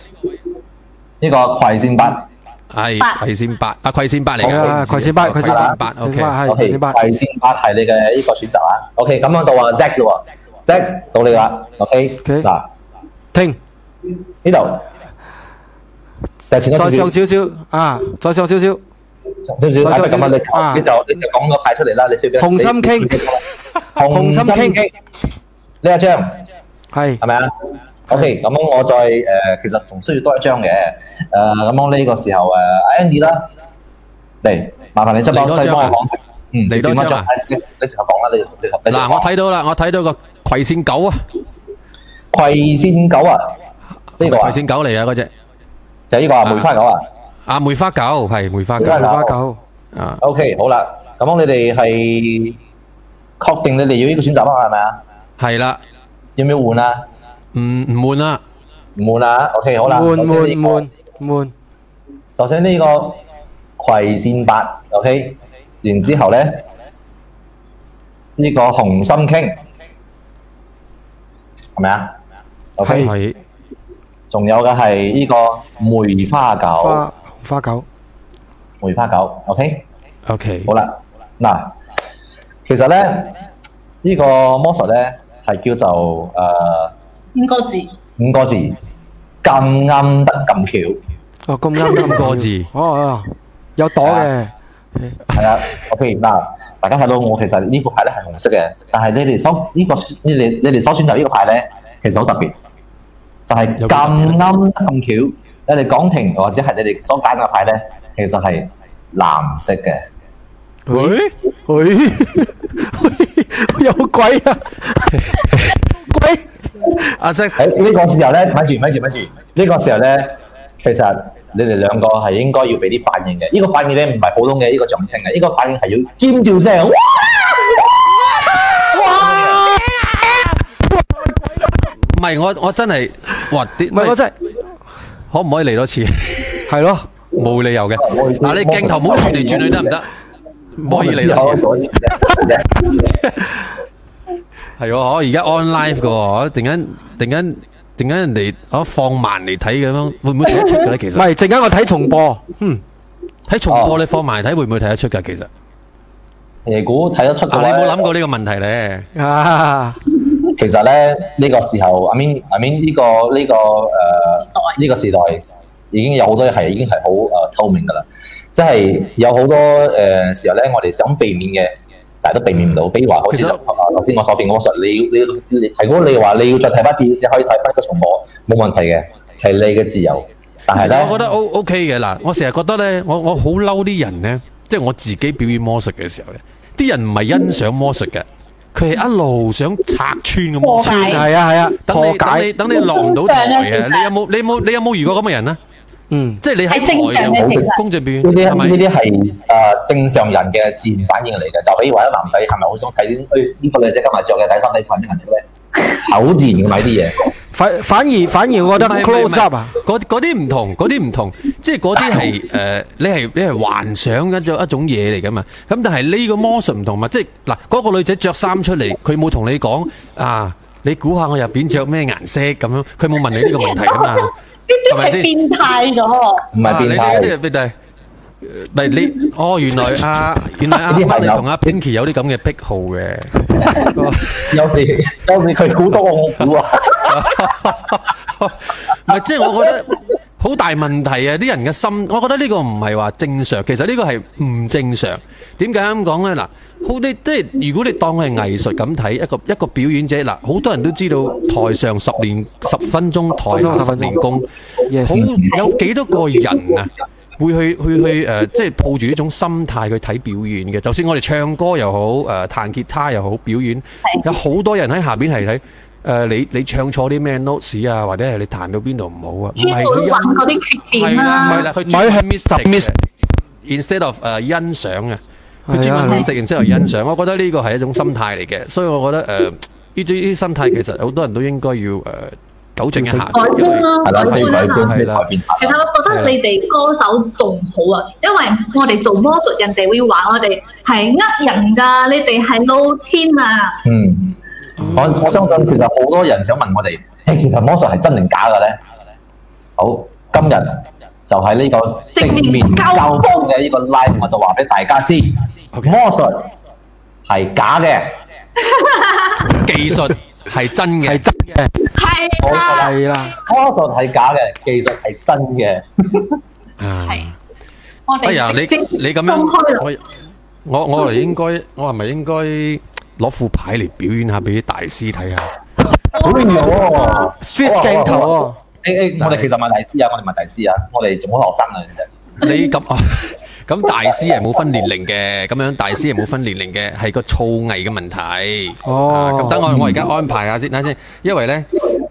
[SPEAKER 4] 呢個葵扇八。
[SPEAKER 1] 係
[SPEAKER 7] 八
[SPEAKER 1] 葵扇八，啊葵扇八嚟
[SPEAKER 2] 係啊
[SPEAKER 1] 嘅。
[SPEAKER 2] 葵扇八
[SPEAKER 1] 葵
[SPEAKER 2] 葵
[SPEAKER 1] 扇
[SPEAKER 2] 扇
[SPEAKER 1] 八
[SPEAKER 2] 八
[SPEAKER 1] ，OK。
[SPEAKER 2] 係
[SPEAKER 4] O K，
[SPEAKER 2] 葵扇八
[SPEAKER 4] 葵扇八係你嘅呢個選擇啊。O K，咁樣到啊 Zack 啫喎，Zack 到你啦。O K，
[SPEAKER 2] OK
[SPEAKER 4] 嗱
[SPEAKER 2] 停，
[SPEAKER 4] 呢度，再前
[SPEAKER 2] 再
[SPEAKER 4] 多
[SPEAKER 2] 上
[SPEAKER 4] 少少，
[SPEAKER 2] 少少啊，再上少少，
[SPEAKER 4] 少少，啊
[SPEAKER 2] 再
[SPEAKER 4] 不
[SPEAKER 2] 上
[SPEAKER 4] 咁啊，你
[SPEAKER 2] 少少啊
[SPEAKER 4] 就你就你就講個牌出嚟啦，你少嘅。
[SPEAKER 2] 紅心傾
[SPEAKER 4] 你，紅
[SPEAKER 2] 紅心
[SPEAKER 4] 心傾
[SPEAKER 2] 傾，
[SPEAKER 4] 呢一張。
[SPEAKER 2] 係
[SPEAKER 4] 係咪啊？OK，咁
[SPEAKER 1] 嗯
[SPEAKER 4] 樣我再誒、呃其實仲需要多一張嘅。誒、咁樣呢個時候誒、呃、，Andy 啦，嚟，麻煩你執
[SPEAKER 1] 嚟
[SPEAKER 4] 幫
[SPEAKER 1] 多
[SPEAKER 4] 再
[SPEAKER 1] 張
[SPEAKER 4] 幫我
[SPEAKER 1] 啊
[SPEAKER 4] 講。嗯，
[SPEAKER 1] 嚟多
[SPEAKER 4] 你點樣
[SPEAKER 1] 張啊
[SPEAKER 4] 做你你直頭講啦，你直頭你直頭
[SPEAKER 1] 嗱，
[SPEAKER 4] 講
[SPEAKER 1] 我睇到啦，我睇到個葵扇九啊，
[SPEAKER 4] 葵扇九啊，呢個啊
[SPEAKER 1] 葵，扇九嚟嘅嗰只。
[SPEAKER 4] 就呢個
[SPEAKER 1] 啊
[SPEAKER 4] 啊，梅花九啊。
[SPEAKER 1] 啊，梅花九係梅花九
[SPEAKER 4] 梅花
[SPEAKER 2] 梅花九，
[SPEAKER 1] 啊，
[SPEAKER 4] OK，好啦，咁樣你哋係確定你哋要呢個選擇啦，係咪啊？
[SPEAKER 1] 係啦，
[SPEAKER 4] 要唔要換啊？
[SPEAKER 1] 唔唔悶啦，
[SPEAKER 4] 唔換啊？OK，好啦。
[SPEAKER 2] 換
[SPEAKER 4] 首先呢
[SPEAKER 2] 換
[SPEAKER 4] 個
[SPEAKER 2] 換換，
[SPEAKER 4] 首先呢個葵扇八，OK，然之後咧呢、個紅心傾，係咪啊？OK，
[SPEAKER 2] 係
[SPEAKER 1] 係
[SPEAKER 4] 仲有嘅係呢個梅花九，
[SPEAKER 2] 花花九，
[SPEAKER 4] 梅花九，OK，
[SPEAKER 1] OK
[SPEAKER 4] 好。啦，嗱，其實咧呢、個魔術咧係叫做誒、呃
[SPEAKER 7] 五個字，
[SPEAKER 4] 五個字，咁啱得咁巧。
[SPEAKER 2] 哦咁啱咁
[SPEAKER 1] 個字
[SPEAKER 2] 哦哦，有朵嘅，
[SPEAKER 4] 係啦，OK 嗱，大家睇到我其實呢副牌咧係紅色嘅，但係你哋所呢、個你哋你哋所選擇呢個牌咧，其實好特別，就係
[SPEAKER 1] 有幾特別
[SPEAKER 4] 咁啱得咁巧，你哋港停或者係你哋所揀嘅牌咧，其實係藍色嘅。
[SPEAKER 2] 喂喂喂，有鬼啊，鬼！
[SPEAKER 1] 阿 s
[SPEAKER 4] 喺呢個時候咧，咪住咪住咪住，呢、個時候咧，其實你哋兩個係應該要俾啲反應嘅。呢、個反應咧唔係普通嘅呢、個掌聲嘅，呢、個反應係要尖叫聲，哇！
[SPEAKER 1] 唔係我我真係，哇啲，
[SPEAKER 2] 唔係我真係
[SPEAKER 1] 可唔可以嚟多次？
[SPEAKER 2] 係咯，
[SPEAKER 1] 冇理由嘅。
[SPEAKER 4] 唔好意思
[SPEAKER 1] 嗱，你鏡頭唔好轉嚟轉去得唔得？唔可以嚟多次。
[SPEAKER 4] 多謝。
[SPEAKER 1] 係喎，我而家 on live 嘅喎，我突然間突然間突然間人哋我放慢嚟睇咁樣，會唔會睇得出嘅咧？其
[SPEAKER 2] 唔
[SPEAKER 1] 實
[SPEAKER 2] 係陣間我睇重播，嗯，
[SPEAKER 1] 睇重播
[SPEAKER 4] 哦
[SPEAKER 1] 你放慢睇會唔會睇得出㗎？其實
[SPEAKER 4] 如果睇得出嘅
[SPEAKER 1] 啊，
[SPEAKER 4] 話
[SPEAKER 1] 你
[SPEAKER 4] 呢
[SPEAKER 1] 冇諗過呢個問題咧？
[SPEAKER 2] 啊，
[SPEAKER 4] 其實咧，呢、個時候，I mean I mean 呢、個呢、個誒呢、個時代已經有好多嘢係已經係好誒透明㗎啦，即係有好多誒、呃、時候咧，我哋想避免嘅，但係都避免唔到。比如話，好似
[SPEAKER 1] 其實
[SPEAKER 4] 頭頭先我所變嗰個術，你要你你，如果你話你要再睇翻字，你可以睇翻個重播，冇問題嘅，係你嘅自由。但係
[SPEAKER 1] 其實我覺
[SPEAKER 4] 咧，
[SPEAKER 1] 得 O O K 嘅嗱，我成日覺得咧，我我好嬲啲人咧，即係我自己表演魔術嘅時候咧，啲人唔係欣賞魔術嘅，佢係一路想拆穿個魔
[SPEAKER 7] 破
[SPEAKER 1] 術。
[SPEAKER 7] 解
[SPEAKER 2] 係啊係啊，
[SPEAKER 1] 等你
[SPEAKER 2] 破
[SPEAKER 1] 等
[SPEAKER 2] 解
[SPEAKER 1] 你，等你落唔到台啊！你
[SPEAKER 7] 正常啊
[SPEAKER 1] 有冇你有冇你有冇遇過咁嘅人啊？
[SPEAKER 2] 嗯。
[SPEAKER 1] 即係你
[SPEAKER 7] 係正常
[SPEAKER 1] 喺台上
[SPEAKER 7] 嘅其
[SPEAKER 1] 冇
[SPEAKER 7] 實
[SPEAKER 1] 公眾表演
[SPEAKER 4] 呢啲
[SPEAKER 1] 係
[SPEAKER 4] 呢
[SPEAKER 1] 咪？
[SPEAKER 4] 啲係誒正常人嘅自然反應嚟嘅，就比如話啲男仔係咪好想睇啲誒呢個女仔今日着嘅底衫底裙啲顏色 咧，好自然嘅買啲嘢。
[SPEAKER 2] 反反而反而，我覺
[SPEAKER 1] 唔係唔
[SPEAKER 2] 得
[SPEAKER 1] 係唔係
[SPEAKER 2] close up à? 啊，
[SPEAKER 1] 嗰嗰啲唔同，嗰啲唔同，即係嗰啲係誒，你係你係幻想一種一種嘢嚟噶嘛。咁但係呢個魔術唔同嘛，即係嗱嗰個女仔着衫出嚟，佢冇同你講啊，你估下我入邊着咩顏色咁樣，佢冇問你呢個問題啊嘛。
[SPEAKER 7] 呢
[SPEAKER 1] 係
[SPEAKER 7] 啲
[SPEAKER 1] 咪
[SPEAKER 7] 係
[SPEAKER 1] 先
[SPEAKER 7] 變態咗。
[SPEAKER 4] 唔係變
[SPEAKER 1] 啊你呢
[SPEAKER 4] 態，
[SPEAKER 1] 啲係變態。誒唔係你，哦，原來啊，原來阿
[SPEAKER 4] 呢啲係
[SPEAKER 1] 媽你
[SPEAKER 4] 有
[SPEAKER 1] 同阿 Pinky 有啲咁嘅癖好嘅。
[SPEAKER 4] 有時有時佢估到我估 啊，
[SPEAKER 1] 唔係，即係我覺得好大問題啊！啲人嘅心，我覺得呢個唔係話正常，其實呢個係唔正常。點解咁講呢？嗱，好啲即係如果你當佢係藝術咁睇一個一個表演者，嗱，好多人都知道台上十年十分鐘，台下十年功。好
[SPEAKER 2] Yes
[SPEAKER 1] 有幾多個人啊？會去去去誒、呃即係抱住呢種心態去睇表演嘅。就算我哋唱歌又好，誒、彈吉他又好，表演有好多人喺下邊係睇誒你你唱錯啲咩 notes 啊，或者係你彈到邊度唔好啊，唔係
[SPEAKER 3] 專
[SPEAKER 1] 佢
[SPEAKER 3] 門
[SPEAKER 1] 欣
[SPEAKER 3] 揾嗰啲缺點
[SPEAKER 1] 係啦，唔係
[SPEAKER 3] 啦
[SPEAKER 1] 啦，。佢
[SPEAKER 2] 咪
[SPEAKER 1] 專
[SPEAKER 2] 係
[SPEAKER 1] 係 mistake 嘅
[SPEAKER 2] miss-
[SPEAKER 1] instead of 誒欣賞啊，
[SPEAKER 2] 係啊
[SPEAKER 1] 佢專
[SPEAKER 2] 係啊
[SPEAKER 1] 門 mistake 然之後欣賞，我覺得呢個係一種心態嚟嘅，所以我覺得誒呢啲呢啲心態其實好多人都應該要誒糾正一下，
[SPEAKER 3] 改
[SPEAKER 1] 因
[SPEAKER 3] 觀
[SPEAKER 1] 為
[SPEAKER 3] 咯，
[SPEAKER 4] 係啦，
[SPEAKER 3] 改
[SPEAKER 4] 可以
[SPEAKER 3] 觀
[SPEAKER 4] 改
[SPEAKER 1] 啊
[SPEAKER 3] 啦
[SPEAKER 4] 觀，可以改變下。
[SPEAKER 3] 其實我覺得你哋歌手仲好啊，因為我哋做魔術，人哋會話我哋係呃人㗎，你哋係老千啊！
[SPEAKER 4] 嗯，
[SPEAKER 1] 哦
[SPEAKER 4] 我我相信其實好多人想問我哋， 誒其實魔術係真定假嘅咧？好，今日就喺呢個正面交鋒嘅呢個 live，我就話俾大家知，魔術係假嘅。
[SPEAKER 1] 技術係真嘅，
[SPEAKER 2] 係真嘅，
[SPEAKER 3] 係啊，
[SPEAKER 2] 係啦，
[SPEAKER 4] 魔術係假嘅，技術係真嘅。
[SPEAKER 1] 啊
[SPEAKER 3] 係我哋
[SPEAKER 1] 哎呀，你
[SPEAKER 3] 直接
[SPEAKER 1] 你咁
[SPEAKER 3] 公開啦
[SPEAKER 1] 樣，我我我嚟應該，我係咪應該攞副牌嚟表演下俾啲大師睇下？
[SPEAKER 4] 好有喎
[SPEAKER 2] Street à? 鏡頭喎
[SPEAKER 4] 誒誒，我哋其實唔係大師啊，我哋唔係大師啊，我哋仲好學生啊，其實。
[SPEAKER 1] 你咁咁大師係冇分年齡嘅，咁樣大師係冇分年齡嘅，係個造詣嘅問題。
[SPEAKER 2] 哦
[SPEAKER 1] 啊咁等我我而家安排下先，等下先，因為咧，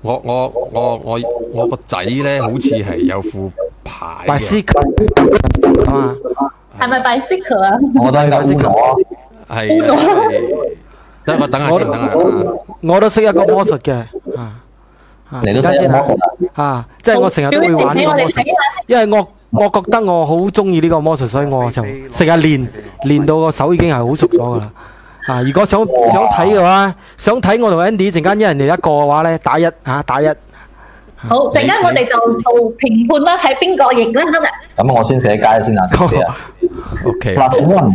[SPEAKER 1] 我我我我我個仔咧，好似係有副牌
[SPEAKER 2] 大
[SPEAKER 1] 嘅，
[SPEAKER 2] 師級啊嘛，
[SPEAKER 3] 係咪 bicycle 啊？
[SPEAKER 4] 我覺得呢個烏羅
[SPEAKER 1] 係係等我等下
[SPEAKER 2] 我
[SPEAKER 1] 先，等下等下。
[SPEAKER 2] 我都識一個魔術嘅，啊啊，
[SPEAKER 4] 嚟到
[SPEAKER 2] 陣間
[SPEAKER 4] 西
[SPEAKER 2] 先
[SPEAKER 4] 魔
[SPEAKER 2] 啊
[SPEAKER 4] 術啦。
[SPEAKER 2] 啊，即係我成日都會玩呢個魔術
[SPEAKER 3] 表演俾我哋睇。下
[SPEAKER 2] 因為我我覺得我好中意呢個魔術，所以我就成日練練到個手已經係好熟咗噶啦。啊，如果想想睇嘅話，想睇我同 Andy 陣間一人嚟一個嘅話咧，打一嚇打一。
[SPEAKER 3] 好，陣間我哋就做評判啦，睇邊個贏啦今日。
[SPEAKER 4] 咁我先寫街先啊，姐啊
[SPEAKER 1] OK。
[SPEAKER 4] ，plus one。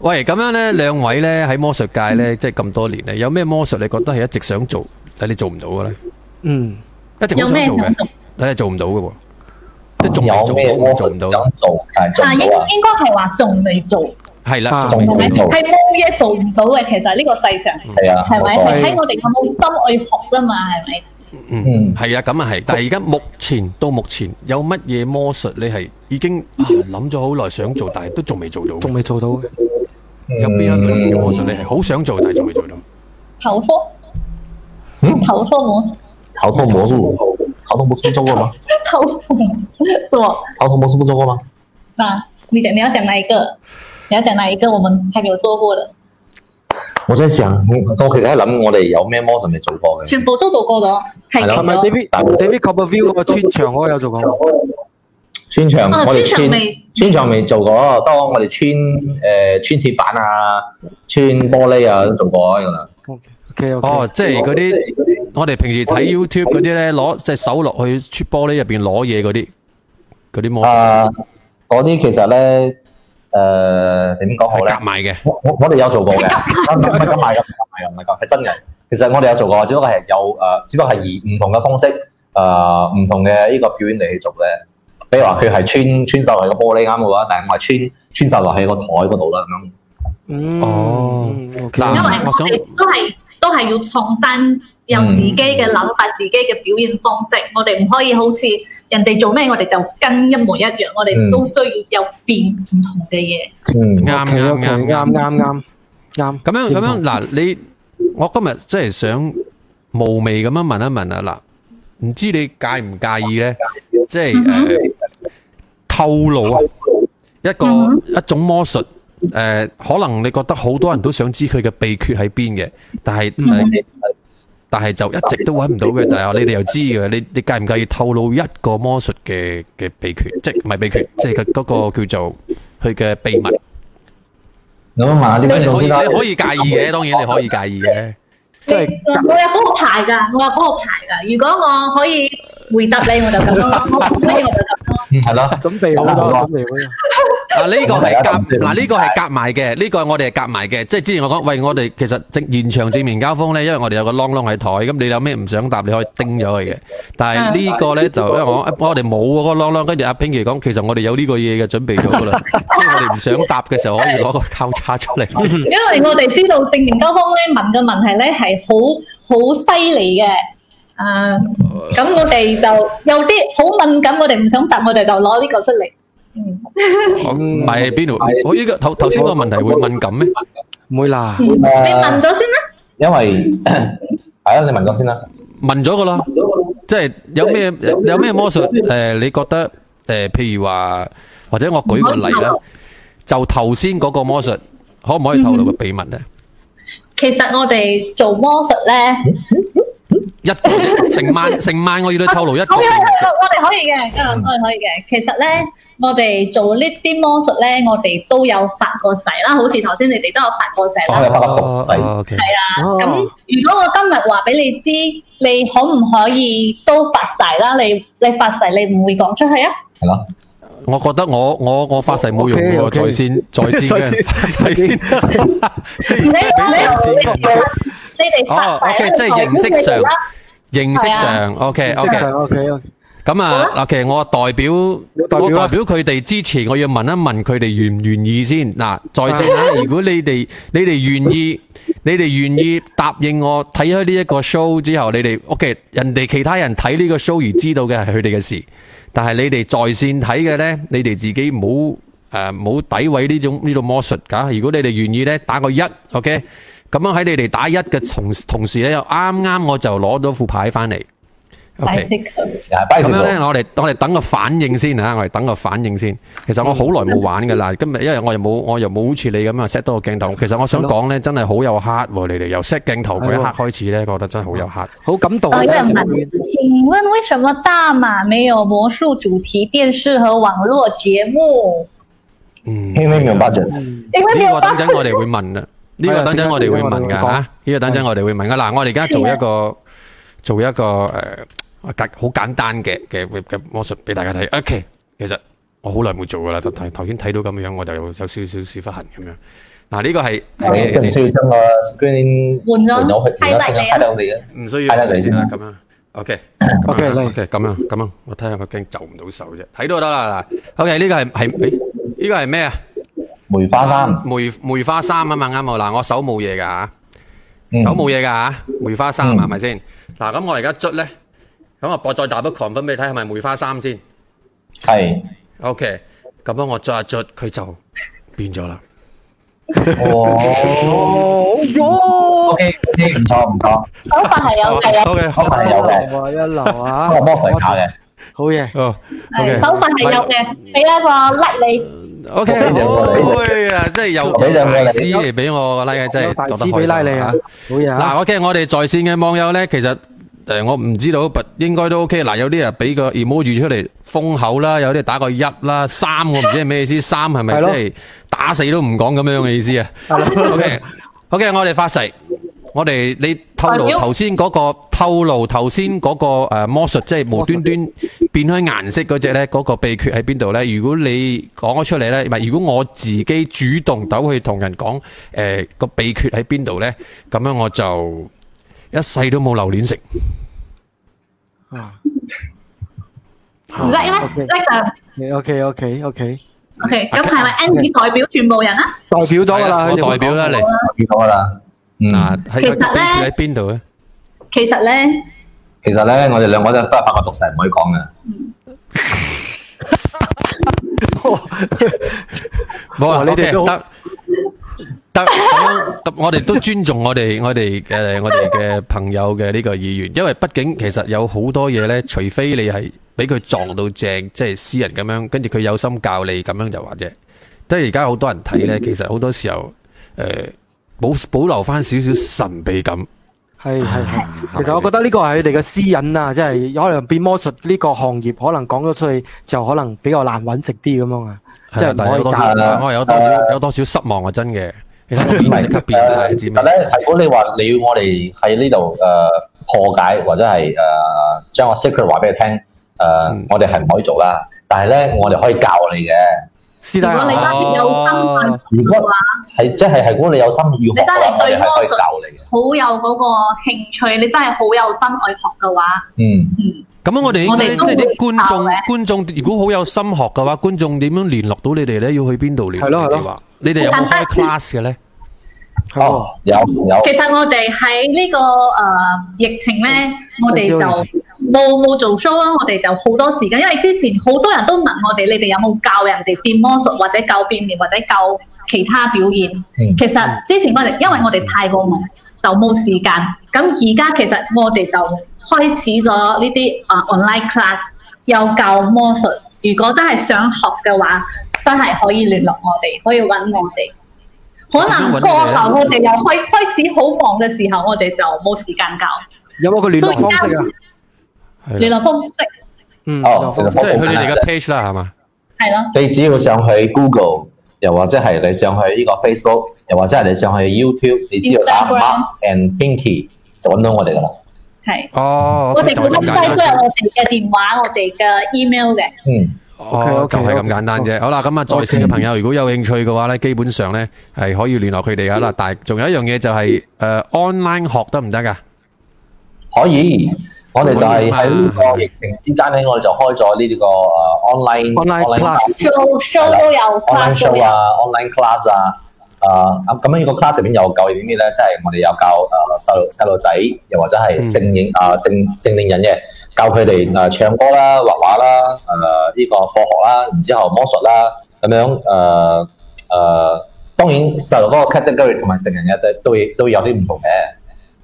[SPEAKER 1] 喂，咁樣咧，兩位咧喺魔術界咧，即係咁多年咧，有咩魔術你覺得係一直想做，但係你做唔到嘅咧？
[SPEAKER 2] 嗯，
[SPEAKER 1] 一直好想做
[SPEAKER 3] 啊
[SPEAKER 1] 嘅，但係做唔到嘅喎，即係仲未
[SPEAKER 4] 有咩
[SPEAKER 1] 做到，
[SPEAKER 4] 魔
[SPEAKER 1] 做唔
[SPEAKER 4] 術
[SPEAKER 1] 到，
[SPEAKER 4] 想做，但係做
[SPEAKER 3] 但係
[SPEAKER 4] 唔
[SPEAKER 3] 應
[SPEAKER 4] 到啊？
[SPEAKER 3] 應該係話仲未做，
[SPEAKER 1] 係啦，
[SPEAKER 2] 啊
[SPEAKER 1] 仲未
[SPEAKER 4] 仲未
[SPEAKER 1] 做到
[SPEAKER 4] 做。
[SPEAKER 3] 係冇嘢做唔到嘅。其實呢個世上
[SPEAKER 4] 係啊，
[SPEAKER 3] 係咪？
[SPEAKER 4] 冇錯
[SPEAKER 3] 係睇我哋有冇心去學啫嘛，係咪？
[SPEAKER 1] 嗯
[SPEAKER 4] 嗯，
[SPEAKER 1] 係啊，咁啊係。但係而家目前到目前有乜嘢魔術你係已經啊諗咗好耐想做，但係都仲未做到嘅？
[SPEAKER 2] 仲未做到嘅。
[SPEAKER 1] 有邊一類嘅魔術
[SPEAKER 4] 嗯
[SPEAKER 1] 你係好想做，但係仲未做到？
[SPEAKER 3] 頭科
[SPEAKER 4] 嗯，
[SPEAKER 3] 頭科冇，
[SPEAKER 4] 頭痛魔術，頭痛魔術不做過嗎？
[SPEAKER 3] 頭科 冇，是我。
[SPEAKER 4] 頭痛魔術不做過嗎？
[SPEAKER 3] 那你讲你要讲哪一个？你要讲哪一个？我们还没有做过的，
[SPEAKER 4] 我真係想，我其實喺諗，我哋有咩魔術未做過嘅？
[SPEAKER 3] 全部都做过的哦，太
[SPEAKER 4] 係
[SPEAKER 3] 勁
[SPEAKER 4] 啦
[SPEAKER 2] 係咪
[SPEAKER 3] 咗。
[SPEAKER 2] David David Copperfield 嗰個穿牆嗰個有做過？
[SPEAKER 4] 穿牆，
[SPEAKER 3] 啊
[SPEAKER 4] 我哋
[SPEAKER 3] 穿牆
[SPEAKER 4] 穿
[SPEAKER 3] 未
[SPEAKER 4] 穿牆未做過。當我哋穿誒穿鐵板啊、穿玻璃啊都做過㗎啦。
[SPEAKER 2] OK OK。
[SPEAKER 1] 哦，即係嗰啲我哋平時睇 YouTube 嗰啲咧，攞隻手落去出玻璃入邊攞嘢嗰啲，嗰啲魔術
[SPEAKER 4] 啊，嗰啲其實咧誒點講好
[SPEAKER 1] 係
[SPEAKER 4] 咧
[SPEAKER 1] 夾？埋嘅。
[SPEAKER 4] 我我我哋有做過嘅， 啊唔係唔係咁賣嘅，唔係咁賣嘅，唔係咁，係真嘅。其實我哋有做過，只不過係有誒、呃只不過係以唔同嘅方式誒呃唔、同嘅呢個表演嚟去做嘅。比如話佢係穿穿晒落去個玻璃啱嘅話，但係我係穿穿晒落去個台嗰度啦咁樣。
[SPEAKER 2] 嗯
[SPEAKER 1] 哦
[SPEAKER 2] 嗯，OK
[SPEAKER 1] 嗱
[SPEAKER 3] 因為
[SPEAKER 1] 我
[SPEAKER 3] 我
[SPEAKER 1] 想
[SPEAKER 3] 哋都係都係要創新，有自己嘅諗法、自己嘅表現方式。我哋唔可以好似人哋做咩，我哋就跟一模一樣。我哋
[SPEAKER 4] 嗯
[SPEAKER 3] 都需要有變唔同嘅嘢。
[SPEAKER 4] 嗯
[SPEAKER 1] 啱
[SPEAKER 2] OK，
[SPEAKER 1] 啱
[SPEAKER 2] OK，
[SPEAKER 1] 啱
[SPEAKER 2] 啱啱啱啱。
[SPEAKER 1] 咁樣
[SPEAKER 2] 認
[SPEAKER 1] 咁樣
[SPEAKER 2] 同
[SPEAKER 1] 嗱，你我今日真係想冒昧咁樣問一問啊嗱，唔知你介唔介意咧？即係
[SPEAKER 3] 嗯
[SPEAKER 1] 誒透露啊，一個
[SPEAKER 3] 嗯
[SPEAKER 1] 一種魔術誒、呃可能你覺得好多人都想知佢嘅秘訣喺邊嘅，但係、呃但係就一直都揾唔到嘅。但係你哋又知嘅，你你介唔介意透露一個魔術嘅嘅秘訣？即係唔係秘訣，即係佢嗰個叫做佢嘅秘密。
[SPEAKER 4] 咁樣問下啲
[SPEAKER 1] 你
[SPEAKER 4] 觀眾
[SPEAKER 1] 可以
[SPEAKER 4] 先啦。
[SPEAKER 1] 你可以介意嘅，當然你可以介意嘅。
[SPEAKER 2] 即係
[SPEAKER 3] 你我有嗰個牌㗎，我有嗰個牌㗎。如果我可以回答你，我就咁咯；我唔可以我就咁咯。
[SPEAKER 4] 嗯係咯，
[SPEAKER 2] 準備好
[SPEAKER 4] 好
[SPEAKER 2] 啦，
[SPEAKER 4] 啊
[SPEAKER 2] 準備好
[SPEAKER 1] 嗱
[SPEAKER 2] 啦。
[SPEAKER 1] 啊呢個係夾，嗱呢個係
[SPEAKER 4] 係
[SPEAKER 1] 夾埋嘅，呢個我哋係夾埋嘅。即係之前我講，喂，我哋其實正現場正面交鋒咧，因為我哋有個啷啷喺台，咁你有咩唔想答，你可以叮咗佢嘅。但係呢個咧 就因為我我哋冇嗰個啷啷，跟住阿 Pinky 講，其實我哋有呢個嘢嘅準備咗 噶啦，即係我哋唔想答嘅時候，可以攞個交叉出 嚟。
[SPEAKER 3] 因為我哋知道正面交鋒咧問嘅問題咧係好好犀利嘅。啊，咁我哋就有啲好敏感，我哋唔想答，我哋就攞呢個出嚟。嗯，
[SPEAKER 1] 唔係邊度？我呢個頭頭先個問題會敏感咩？
[SPEAKER 2] 唔會啦。
[SPEAKER 3] 嗯你問咗先啦。
[SPEAKER 4] 因為係係啊，你問咗先啦。
[SPEAKER 1] 問咗噶啦，即係有咩
[SPEAKER 8] 有咩
[SPEAKER 1] 有咩魔術誒、呃你覺得誒、呃譬如話，或者我舉個例啦，就頭先嗰個魔術，可唔可以透露個秘密咧？
[SPEAKER 3] 其實我哋做魔術咧，
[SPEAKER 1] 一個一成 萬成萬，我要你透露一個
[SPEAKER 3] 我
[SPEAKER 1] 秘
[SPEAKER 3] 哋
[SPEAKER 1] 密。
[SPEAKER 3] 我哋可以嘅，啊我哋可以嘅。其實咧，我哋做呢啲魔術咧，我哋都有發過誓啦，好似頭先你哋都有發過誓
[SPEAKER 4] 我
[SPEAKER 3] 啦。
[SPEAKER 4] 係發覺毒誓。
[SPEAKER 1] O K，
[SPEAKER 3] 咁如果我今日話俾你知，你可唔可以都發誓啦？你你發誓，你唔會講出去啊？
[SPEAKER 4] 係咯，
[SPEAKER 1] 我覺得我我我發誓冇用喎，在
[SPEAKER 2] OK，OK
[SPEAKER 1] 線 在 線嘅人發誓先。
[SPEAKER 3] 你你你
[SPEAKER 1] 哦，OK，即係形式上
[SPEAKER 3] 哋發誓啦你講出嚟啦，
[SPEAKER 1] 形式上，OK OK。咁啊，嗱，其實我代表
[SPEAKER 2] 你代表啊
[SPEAKER 1] 我代表佢哋支持，我要問一問佢哋願唔願意先。嗱，在線啦，如果你哋你哋願意，你哋願意答應我睇開呢一個 show 之後，你哋 OK，人哋其他人睇呢個 show 而知道嘅係佢哋嘅事，但係你哋在線睇嘅呢，你哋自己唔好誒唔好詆毀呢種呢種魔術㗎。如果你哋願意呢，打個一，OK。咁樣喺你哋打一嘅同同時呢，又啱啱我就攞咗副牌翻嚟。
[SPEAKER 3] 解
[SPEAKER 1] OK。
[SPEAKER 3] 釋佢。
[SPEAKER 4] 又係拜
[SPEAKER 1] 咁
[SPEAKER 4] 神
[SPEAKER 1] 樣咧，
[SPEAKER 4] 道。
[SPEAKER 1] 我哋我哋等個反應先嚇，我哋等個反應先。其實我好耐冇玩噶啦，今日因為我又冇我又冇好似你咁啊 set 多個鏡頭。其實我想講咧，真係好有 heart 喎，你哋由 set 鏡頭嗰一刻開始咧，覺得真係好有 heart。
[SPEAKER 3] 哦，有人問，请问为什么大马没有魔术主题电视和网络节目？
[SPEAKER 1] 嗯，
[SPEAKER 4] 輕微明白人，
[SPEAKER 3] 因为没
[SPEAKER 1] 呢
[SPEAKER 3] 有
[SPEAKER 1] 個
[SPEAKER 3] 八
[SPEAKER 1] 等
[SPEAKER 3] 寸
[SPEAKER 1] 陣我哋會問啦，呢個等陣我哋會問噶嚇，呢個等陣我哋會問噶。嗱，我哋而家做一個做一個誒簡好簡單嘅嘅嘅魔術俾大家睇。OK，其實我好耐冇做噶啦，但係頭先睇到咁樣，我就有有少少屎忽痕咁樣。嗱，呢個係係你
[SPEAKER 4] 你
[SPEAKER 1] 哋
[SPEAKER 4] 唔
[SPEAKER 1] 先。
[SPEAKER 4] 需要將個 screen
[SPEAKER 3] 換咗
[SPEAKER 4] 換咗去，換咗聲音，睇到你嘅。
[SPEAKER 1] 唔需
[SPEAKER 4] 係
[SPEAKER 1] 要
[SPEAKER 4] 啦你先
[SPEAKER 1] 係啦咁樣。OK，
[SPEAKER 2] OK，
[SPEAKER 1] 咁樣
[SPEAKER 2] 嚟
[SPEAKER 1] OK，咁樣咁樣，我睇下我驚就唔到手啫，睇到就得啦嗱。OK，呢個係係誒呢個係咩啊？
[SPEAKER 4] 梅花三，
[SPEAKER 1] 梅梅花三啊嘛，啱我嗱，我手冇嘢㗎嚇，
[SPEAKER 4] 嗯
[SPEAKER 1] 手冇嘢㗎嚇，梅花三
[SPEAKER 4] 嗯
[SPEAKER 1] 係咪先？嗱，咁我而家捽咧，咁我再再打 confirm 俾你睇係咪梅花三先
[SPEAKER 4] 係。
[SPEAKER 1] ？OK，咁樣我捽一捽，佢就變咗啦。
[SPEAKER 4] 哦，OK，唔錯唔錯，
[SPEAKER 3] 手法系有嘅，
[SPEAKER 1] OK，
[SPEAKER 4] 我
[SPEAKER 2] Ờ,
[SPEAKER 4] 係有嘅，不過魔術係假嘅。
[SPEAKER 1] 哦
[SPEAKER 3] 係手法系有嘅，俾一個 like 你，
[SPEAKER 1] ，OK，
[SPEAKER 4] 俾兩個你
[SPEAKER 1] 哎呀，真係有
[SPEAKER 4] 俾兩個你
[SPEAKER 1] 大師嚟俾我個 like，真係覺得開心啊！嗱，OK，我哋在線嘅網友咧，其實誒我唔知道，不應該都 OK。嗱，有啲人啊俾個 emoji 出嚟封口啦，有啲打個一啦，三我唔知係咩意思，三係咪
[SPEAKER 2] 係
[SPEAKER 1] 即
[SPEAKER 2] 咯
[SPEAKER 1] 係打死都唔講咁樣嘅意思啊？OK，OK，我哋發誓，我哋你透露
[SPEAKER 3] 代表
[SPEAKER 1] 頭先嗰個透露頭先嗰個誒魔術，即係無端端變開顏色嗰只咧，嗰個秘訣喺邊度咧？如果你講咗出嚟咧，唔係如果我自己主動走去同人講誒個秘訣喺邊度咧，咁樣我就一世都冇榴蓮食。
[SPEAKER 3] 唔 like 咧
[SPEAKER 2] Ờ. OK
[SPEAKER 3] ，like 就哦 OK。咁係咪 Andy 代表全部人啊？
[SPEAKER 1] 係我代表啦，你
[SPEAKER 4] 見到噶啦。嗯，
[SPEAKER 1] 嗱喺
[SPEAKER 3] 其實呢
[SPEAKER 1] 喺邊度咧？
[SPEAKER 3] 其實咧，
[SPEAKER 4] 其實咧，我哋兩個都都係發覺毒誓唔可以講嘅。
[SPEAKER 1] 冇啊，
[SPEAKER 2] 哇
[SPEAKER 1] 你
[SPEAKER 2] 你
[SPEAKER 1] 哋
[SPEAKER 2] 哋
[SPEAKER 1] 都
[SPEAKER 2] 都
[SPEAKER 1] 得得咁樣，咁我哋都尊重我哋我哋嘅我哋嘅朋友嘅呢個意願，因為畢竟其實有好多嘢咧，除非你係俾佢撞到正，即係私人咁樣，跟住佢有心教你咁樣就話啫。即係而家好多人睇咧，其實好多時候誒保保留翻少少神秘感。
[SPEAKER 2] 係係係，其實我覺得呢個係佢哋嘅私隱啊，即係可能變魔術呢個行業，可能講咗出去就可能比較難揾食啲咁樣啊，即係
[SPEAKER 1] 係
[SPEAKER 2] 唔
[SPEAKER 1] 但係有
[SPEAKER 2] 可以
[SPEAKER 1] 多
[SPEAKER 2] 教
[SPEAKER 1] 少
[SPEAKER 4] 假啦
[SPEAKER 1] 我有多少有多少失望啊！真嘅，你睇我面即刻變晒，知
[SPEAKER 4] 其
[SPEAKER 1] 咩
[SPEAKER 4] 實
[SPEAKER 1] 事
[SPEAKER 4] 咧，？如果你話你要我哋喺呢度誒破解或者係誒呃將個 secret 話俾你聽，誒我哋係唔可以做啦。但係咧，我哋可以教你嘅。
[SPEAKER 2] 師弟
[SPEAKER 3] 如果你真
[SPEAKER 2] 啊，
[SPEAKER 3] 係有心去
[SPEAKER 4] 如
[SPEAKER 3] 嘅
[SPEAKER 4] 果
[SPEAKER 3] 話，
[SPEAKER 4] 係即係係，如果你有心要學嘅話，我哋係可以教你嘅。
[SPEAKER 3] 好有嗰個興趣，你真係好有心去學嘅話，
[SPEAKER 4] 嗯，
[SPEAKER 3] 嗯，
[SPEAKER 1] 咁我哋應
[SPEAKER 3] 我
[SPEAKER 1] 該
[SPEAKER 3] 哋都
[SPEAKER 1] 即係啲
[SPEAKER 3] 會
[SPEAKER 1] 觀眾
[SPEAKER 3] 教嘅，
[SPEAKER 1] 觀眾如果好有心學嘅話，觀眾點樣聯絡到你哋咧？要去邊度聯絡
[SPEAKER 2] 係咯
[SPEAKER 1] 你
[SPEAKER 2] 係咯
[SPEAKER 1] 哋話？你哋有冇開
[SPEAKER 3] 簡單
[SPEAKER 1] class 嘅咧？
[SPEAKER 2] 係
[SPEAKER 4] 哦
[SPEAKER 2] 喎，，
[SPEAKER 4] 有有
[SPEAKER 3] 其。實我哋喺呢個誒、呃疫情咧，我哋就
[SPEAKER 2] 嗯我知我
[SPEAKER 3] 冇冇做 show 啊，我哋就好多時間，因為之前好多人都問我哋，你哋有冇教人哋變魔術或者教變臉或者教其他表演？
[SPEAKER 4] 嗯
[SPEAKER 3] 其實之前我哋因為我哋太過忙，就
[SPEAKER 7] 就冇時間。咁而家其實我哋就開始咗呢啲啊 online class，又教魔術。如果真係想學嘅話，真係可以聯絡我哋，可以揾我哋。可能過
[SPEAKER 1] 啊
[SPEAKER 7] 後我哋又開開始好忙嘅時候，我哋就冇時間教。
[SPEAKER 2] 有冇個聯絡方式啊？
[SPEAKER 1] 係
[SPEAKER 7] 聯
[SPEAKER 1] 啦
[SPEAKER 7] 絡方式
[SPEAKER 2] 嗯，聯絡
[SPEAKER 4] 哦
[SPEAKER 1] 即
[SPEAKER 2] 方式
[SPEAKER 1] 係去你哋嘅 page 啦，係嘛？
[SPEAKER 7] 係咯，
[SPEAKER 4] 你只要上去 Google，又或者係你上去呢個 Facebook，又或者係你上去 YouTube，你只要打
[SPEAKER 7] Instagram
[SPEAKER 4] Mark and Pinky 就揾到我哋噶啦。
[SPEAKER 7] 係。
[SPEAKER 1] 哦，
[SPEAKER 7] 我哋
[SPEAKER 1] 就
[SPEAKER 7] 本
[SPEAKER 1] 係咁
[SPEAKER 7] 身
[SPEAKER 1] 簡
[SPEAKER 7] 都
[SPEAKER 1] 單。
[SPEAKER 7] 有我哋嘅電話，我哋嘅 email 嘅。
[SPEAKER 4] 嗯，
[SPEAKER 1] 哦，就
[SPEAKER 2] OK，OK，
[SPEAKER 1] 係咁
[SPEAKER 2] OK，
[SPEAKER 1] 簡單啫。
[SPEAKER 2] OK
[SPEAKER 1] 好啦，咁啊，在線嘅朋友如果有興趣嘅話咧，基本上咧係可以聯絡佢哋噶啦。但係仲有一樣嘢就係誒 online 學得唔得噶？
[SPEAKER 4] 可以。我哋就係
[SPEAKER 2] 啊
[SPEAKER 4] 喺呢個疫情之間咧，我哋就開咗呢個誒 online
[SPEAKER 2] Online class
[SPEAKER 7] show show 都有
[SPEAKER 4] online
[SPEAKER 7] class 都
[SPEAKER 4] show
[SPEAKER 7] 有，
[SPEAKER 4] 啊，online class 啊，誒咁咁樣呢個 class 入邊有教啲咩咧？即係我哋有教誒呃細路細路仔，又或者
[SPEAKER 2] 嗯
[SPEAKER 4] 係成年啊成成年人嘅，教佢哋誒唱歌啦、畫畫啦、誒呢個科學啦，然之後魔術啦，咁樣誒誒。呃當然，細路嗰個 category 同埋成人嘅都都都有啲唔同嘅。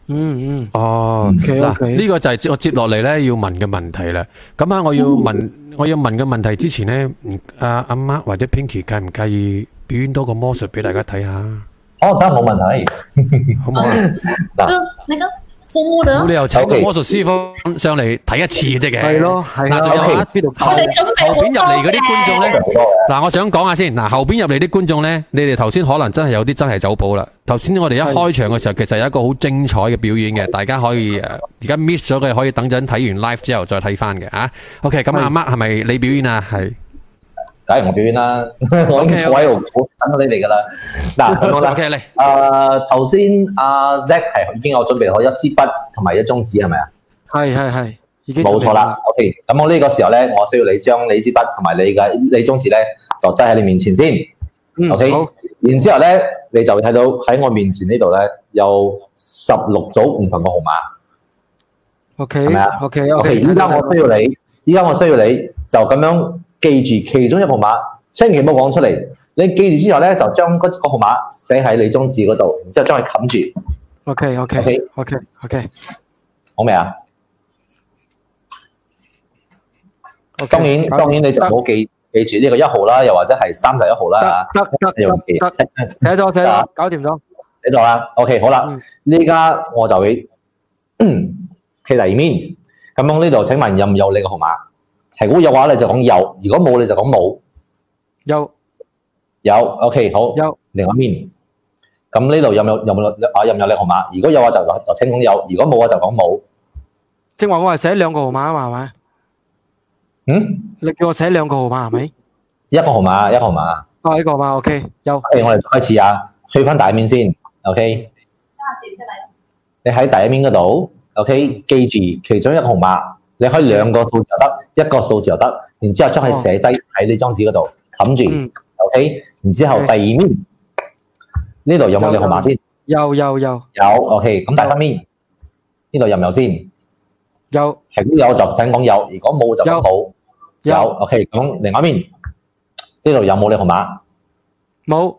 [SPEAKER 2] 嗯嗯，
[SPEAKER 1] 哦，
[SPEAKER 2] OK，
[SPEAKER 1] 嗱，
[SPEAKER 2] OK
[SPEAKER 1] 呢個就係接我接落嚟咧要問嘅問題啦。咁啊，我要問我要問嘅問題之前咧，唔啊阿阿媽或者 Pinky 介唔介意表演多個魔術俾大家睇下？
[SPEAKER 4] 哦，得冇問題。
[SPEAKER 1] 好唔好啊？
[SPEAKER 7] 嗯那個父母
[SPEAKER 1] 冇
[SPEAKER 7] 的
[SPEAKER 1] 理，由請個
[SPEAKER 4] OK
[SPEAKER 1] 魔術師傅上嚟睇一次嘅啫嘅。
[SPEAKER 2] 係咯，係
[SPEAKER 1] 嗱，仲有啊
[SPEAKER 2] 啊，邊度
[SPEAKER 1] 後
[SPEAKER 7] 我哋準備好
[SPEAKER 1] 後邊入嚟嗰啲觀眾
[SPEAKER 4] 非常
[SPEAKER 1] 咧。
[SPEAKER 4] 好多嘅。
[SPEAKER 1] 嗱，我想講下先。嗱，後邊入嚟啲觀眾呢，你哋頭先可能真係有啲真係走寶啦。頭先我哋一開場嘅時候，其實有一個好精彩嘅表演嘅，大家可以誒，呃而家 miss 咗嘅可以等陣睇完 live 之後再睇翻嘅啊。OK，咁阿 Mark 係咪你表演啊？係
[SPEAKER 4] 梗係我表 演啦， 我已經坐喺度估等到你哋噶啦。嗱，咁好啦。
[SPEAKER 1] OK 嚟，
[SPEAKER 4] 誒頭先阿 Zack 係已經有準備好一支筆同埋一張紙係咪啊？
[SPEAKER 2] 係係係，已經準
[SPEAKER 4] 冇
[SPEAKER 2] 備
[SPEAKER 4] 錯啦。OK，咁我呢個時候咧，我需要你將你支筆同埋你嘅你張紙咧，就擠喺你面前先。
[SPEAKER 2] 嗯
[SPEAKER 4] OK，
[SPEAKER 2] 好，
[SPEAKER 4] 然之後咧，你就會睇到喺我面前呢度咧有十六組唔同嘅號碼。
[SPEAKER 2] ，OK
[SPEAKER 4] 係咪啊
[SPEAKER 2] OK
[SPEAKER 4] OK，
[SPEAKER 2] OK，
[SPEAKER 4] 依家我需要你，依家我需要你就咁樣記住其中一個號碼，千祈唔好講出嚟。你記住之後咧，就將嗰個號碼寫喺你張紙嗰度，然之後將佢冚住，
[SPEAKER 2] OK OK
[SPEAKER 4] OK
[SPEAKER 2] OK OK，
[SPEAKER 4] 好未啊？當然，當然你就唔好記記住呢個一號啦，又或者係三十一號啦
[SPEAKER 2] 得得
[SPEAKER 4] 嚇，你用記
[SPEAKER 2] 得得，寫咗寫咗，搞掂咗，
[SPEAKER 4] 寫咗啦。OK，好啦
[SPEAKER 2] 嗯，
[SPEAKER 4] 呢家我就會 企第二面。咁樣呢度請問有唔有你個號碼？係如果有嘅話，你就講有；如果冇，你就講冇。
[SPEAKER 2] 有
[SPEAKER 4] 有，OK，好。
[SPEAKER 2] 有
[SPEAKER 4] 另外一面，咁呢度有冇有冇啊？有唔有你號碼？如果有嘅話就就請講有；如果冇嘅話啊就講冇。
[SPEAKER 2] 正話我係寫兩個號碼啊嘛，係咪？
[SPEAKER 4] 嗯，
[SPEAKER 2] 你叫我寫兩個號碼係咪？
[SPEAKER 4] 一個號碼，一個號碼。
[SPEAKER 2] 哦，呢個號碼 OK，有
[SPEAKER 4] OK，我哋再開始啊，去翻大面先。OK。你喺第一面嗰度，OK，記住其中一個號碼，你可以兩個數字又得，一個數字又得，然之後將佢寫低喺呢張紙嗰度冚
[SPEAKER 2] 哦嗯
[SPEAKER 4] 住，OK，然之後
[SPEAKER 2] 嗯
[SPEAKER 4] 第二面呢度有冇你號碼先？
[SPEAKER 2] 有有有
[SPEAKER 4] 有，OK，咁第三面呢度有唔有先？
[SPEAKER 2] 有
[SPEAKER 4] 係如果有就請講有，如果冇就講冇。有
[SPEAKER 2] 有
[SPEAKER 4] ，OK，咁另外一面呢度有冇你號碼？
[SPEAKER 2] 冇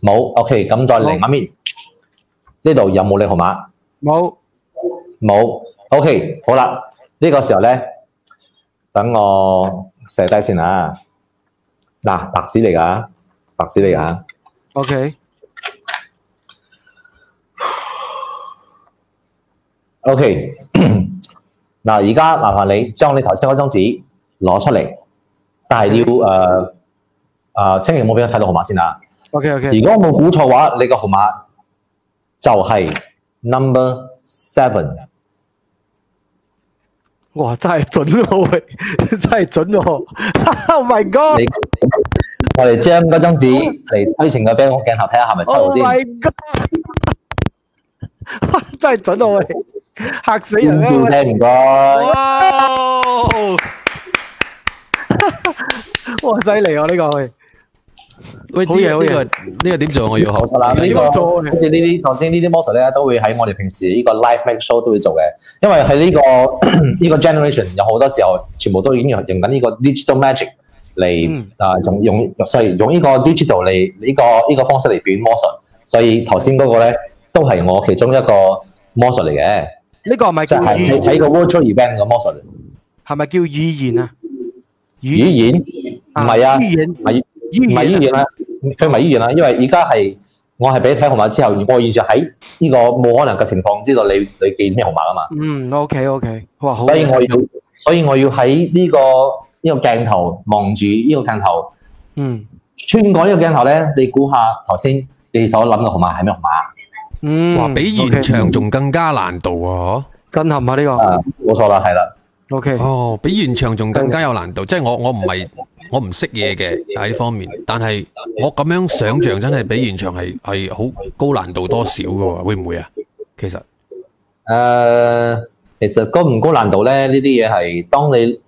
[SPEAKER 4] 冇，OK，咁再另外一面呢度有冇你號碼？
[SPEAKER 2] 冇
[SPEAKER 4] 冇，OK，好啦，呢、個時候咧，等我寫低先啊。嗱，白紙嚟噶，白紙嚟噶。
[SPEAKER 2] OK，
[SPEAKER 4] OK，嗱，而家麻煩你將你頭先嗰張紙攞出嚟，但係要誒誒、呃呃千祈唔好俾我睇到號碼先啊。
[SPEAKER 2] OK OK，
[SPEAKER 4] 如果我冇估錯嘅話，你個號碼就係 number seven。
[SPEAKER 2] 哇真係準喎 喂，真係準喎 ，Oh my
[SPEAKER 4] 你
[SPEAKER 2] God，Oh
[SPEAKER 4] 我哋將嗰張紙嚟推前個俾我鏡頭睇下係咪七號先。
[SPEAKER 2] Oh my God，真係準喎喂，嚇死人 啦喂！
[SPEAKER 4] 唔該。
[SPEAKER 1] 哇！
[SPEAKER 2] 哇，犀利啊！呢個係
[SPEAKER 1] 喂，呢
[SPEAKER 2] 好嘢好
[SPEAKER 1] 個呢
[SPEAKER 2] 嘢
[SPEAKER 1] 個呢個點做？我要學
[SPEAKER 4] 好啦，呢
[SPEAKER 2] 點
[SPEAKER 4] 個
[SPEAKER 2] 做
[SPEAKER 4] 好
[SPEAKER 2] 嘅
[SPEAKER 4] 似呢啲頭先呢啲 model 咧，都會喺我哋平時呢個 live make show 都會做嘅，因為喺呢、個呢個 generation 有好多時候全部都已經用用緊呢個 digital magic 嚟
[SPEAKER 2] 嗯
[SPEAKER 4] 啊、用用所以用呢個 digital 嚟呢、個呢、個方式嚟表演魔術，所以頭先嗰個咧都係我其中一個魔術嚟嘅，
[SPEAKER 2] 呢個係咪
[SPEAKER 4] 即
[SPEAKER 2] 叫
[SPEAKER 4] 係你
[SPEAKER 2] 語
[SPEAKER 4] 睇個 virtual event 嘅魔術。
[SPEAKER 2] 係咪叫語言啊？
[SPEAKER 4] 語
[SPEAKER 2] 語
[SPEAKER 4] 言唔係啊，
[SPEAKER 2] 語言
[SPEAKER 4] 唔係唔
[SPEAKER 2] 語
[SPEAKER 4] 係
[SPEAKER 2] 言
[SPEAKER 4] 醫
[SPEAKER 2] 啊
[SPEAKER 4] 院啦，佢唔係醫院啦，因為而家係我係俾你睇號碼之後，我現在喺呢個冇可能嘅情況知道你你記咩號碼啊嘛，
[SPEAKER 2] 嗯，OK OK，哇，好，
[SPEAKER 4] 所以我要所以我要喺呢、個呢、個鏡頭望住呢個鏡頭，
[SPEAKER 2] 嗯
[SPEAKER 4] 穿過呢個鏡頭咧，你估下頭先你所諗嘅號碼係咩啊號碼
[SPEAKER 2] 嗯，
[SPEAKER 1] 哇，比現
[SPEAKER 2] Ừ. OK，
[SPEAKER 1] 場仲更加難度啊！
[SPEAKER 2] 震撼啊呢
[SPEAKER 4] 啊
[SPEAKER 2] 個？
[SPEAKER 4] 冇錯啦，係啦，
[SPEAKER 2] ，OK，
[SPEAKER 1] 哦，比現場仲更加有難度，即係我我唔係我唔識嘢嘅喺呢方面，但係我咁樣想像真係比現場係係好高難度多少嘅喎，會唔會啊？其實
[SPEAKER 4] 誒、呃其實高唔高難度咧？呢啲嘢係當你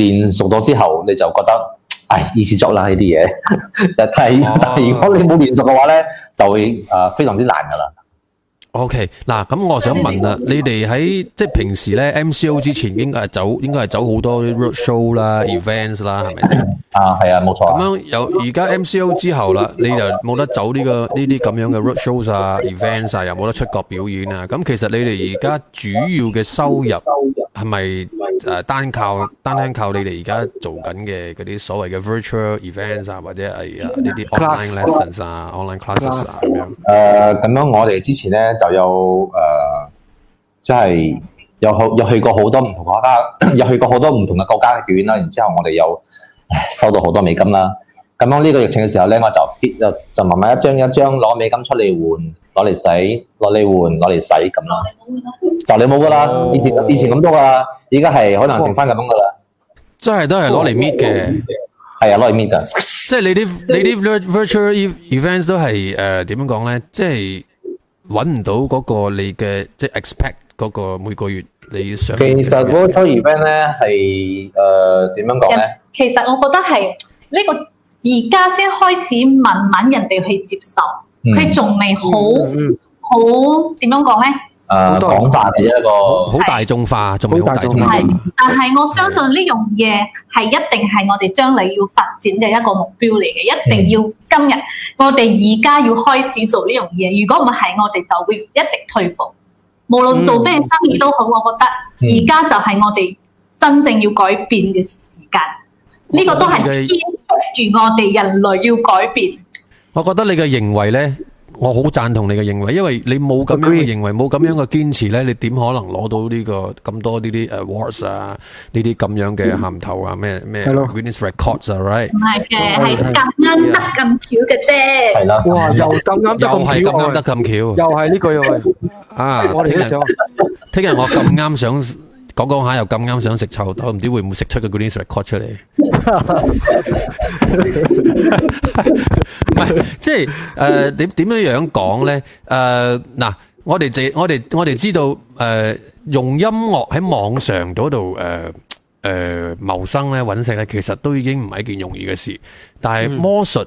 [SPEAKER 4] 練熟咗之後，你就覺得。唉，二次作啦呢啲嘢， 就係
[SPEAKER 1] 哦
[SPEAKER 4] 但 係如果你冇練熟嘅話咧，就會誒、呃非常之難噶啦。
[SPEAKER 1] OK 嗱，咁我想問啦，你哋喺即係平時咧 MCO 之前應該係走應該係走好多啲 road show 啦、events 啦，係咪先？
[SPEAKER 4] 啊，係啊，冇錯
[SPEAKER 1] 咁
[SPEAKER 4] 啊。
[SPEAKER 1] 樣有而家 MCO 之後啦，你就冇得走呢、個呢啲咁樣嘅 road shows 啊、events 啊，又冇得出國表演啊。咁其實你哋而家主要嘅收入係咪誒單靠單單靠你哋而家做緊嘅嗰啲所謂嘅 virtual events 啊，或者係啊呢啲 online
[SPEAKER 2] Class
[SPEAKER 1] lessons 啊、online classes 啊咁樣？
[SPEAKER 4] 誒、呃咁樣我哋之前咧就有誒、即係有好有去過好多唔同國家， 有去過好多唔同嘅國家嘅表演啦。然之後我哋又唉收到好多美金啦。咁樣呢個疫情嘅時候咧，我就必就就慢慢一張一張攞美金出嚟換，攞嚟使，攞嚟換，攞嚟使咁啦。就你冇噶啦，
[SPEAKER 2] 哦
[SPEAKER 4] 以前以前咁多噶啦，而家係可能剩翻咁樣噶啦。
[SPEAKER 1] 真係都係攞嚟 meet 嘅，
[SPEAKER 4] 係啊，攞嚟搣噶。
[SPEAKER 1] 即係你啲你啲 virtual ev- events 都係誒點樣講咧？即係揾唔到嗰個你嘅即係 expect 嗰個每個月你想要
[SPEAKER 4] 其
[SPEAKER 1] 嘅
[SPEAKER 4] 實
[SPEAKER 1] 收入
[SPEAKER 4] virtual event 咧係誒點樣講咧？
[SPEAKER 3] 其實我覺得係呢、個而家先開始慢慢人哋去接受，
[SPEAKER 4] 嗯
[SPEAKER 3] 佢仲未好
[SPEAKER 2] 嗯
[SPEAKER 3] 好點樣講咧？
[SPEAKER 4] 誒
[SPEAKER 2] 好多人
[SPEAKER 4] 呃講法嘅一個。
[SPEAKER 1] 好大眾化，仲未好大眾化
[SPEAKER 2] 好大
[SPEAKER 3] 眾。但係我相信呢樣嘢係一定係我哋將來要發展嘅一個目標嚟嘅，一定要今日我哋而家要開始做呢樣嘢。如果唔係，我哋就會一直退步。無論做咩生意都好，我覺得而家就係我哋真正要改變嘅時間。呢、個都係牽引住我哋人類要改變。
[SPEAKER 1] 我覺得你嘅認為呢，我好贊同你嘅認為，因為你冇咁樣嘅
[SPEAKER 2] Agree
[SPEAKER 1] 認為，冇咁樣嘅堅持呢，你點可能攞到呢、個咁多呢啲誒 awards 啊，呢啲咁樣嘅銜頭啊，咩咩
[SPEAKER 2] 係咯
[SPEAKER 1] Guinness Records 啊，right？
[SPEAKER 3] 唔係嘅，係咁啱得咁巧嘅啫。
[SPEAKER 4] 係啦，
[SPEAKER 2] 哇，又咁啱得
[SPEAKER 1] 又係咁啱
[SPEAKER 2] 咁
[SPEAKER 1] 得
[SPEAKER 2] 巧，
[SPEAKER 1] 咁
[SPEAKER 2] 又係呢句啊喂，
[SPEAKER 1] 巧啊！
[SPEAKER 2] 我哋
[SPEAKER 1] 聽
[SPEAKER 2] 都
[SPEAKER 1] 日
[SPEAKER 2] 想，
[SPEAKER 1] 聽日我咁啱想講講下，又咁啱想食臭豆，唔知會唔會食出個 Green Record 出嚟？唔係，即係誒、呃你點樣樣講咧？誒、嗱，我哋自我哋我哋知道誒、呃用音樂喺網上嗰度誒誒謀生咧揾食咧，其實都已經唔係一件容易嘅事。但係魔術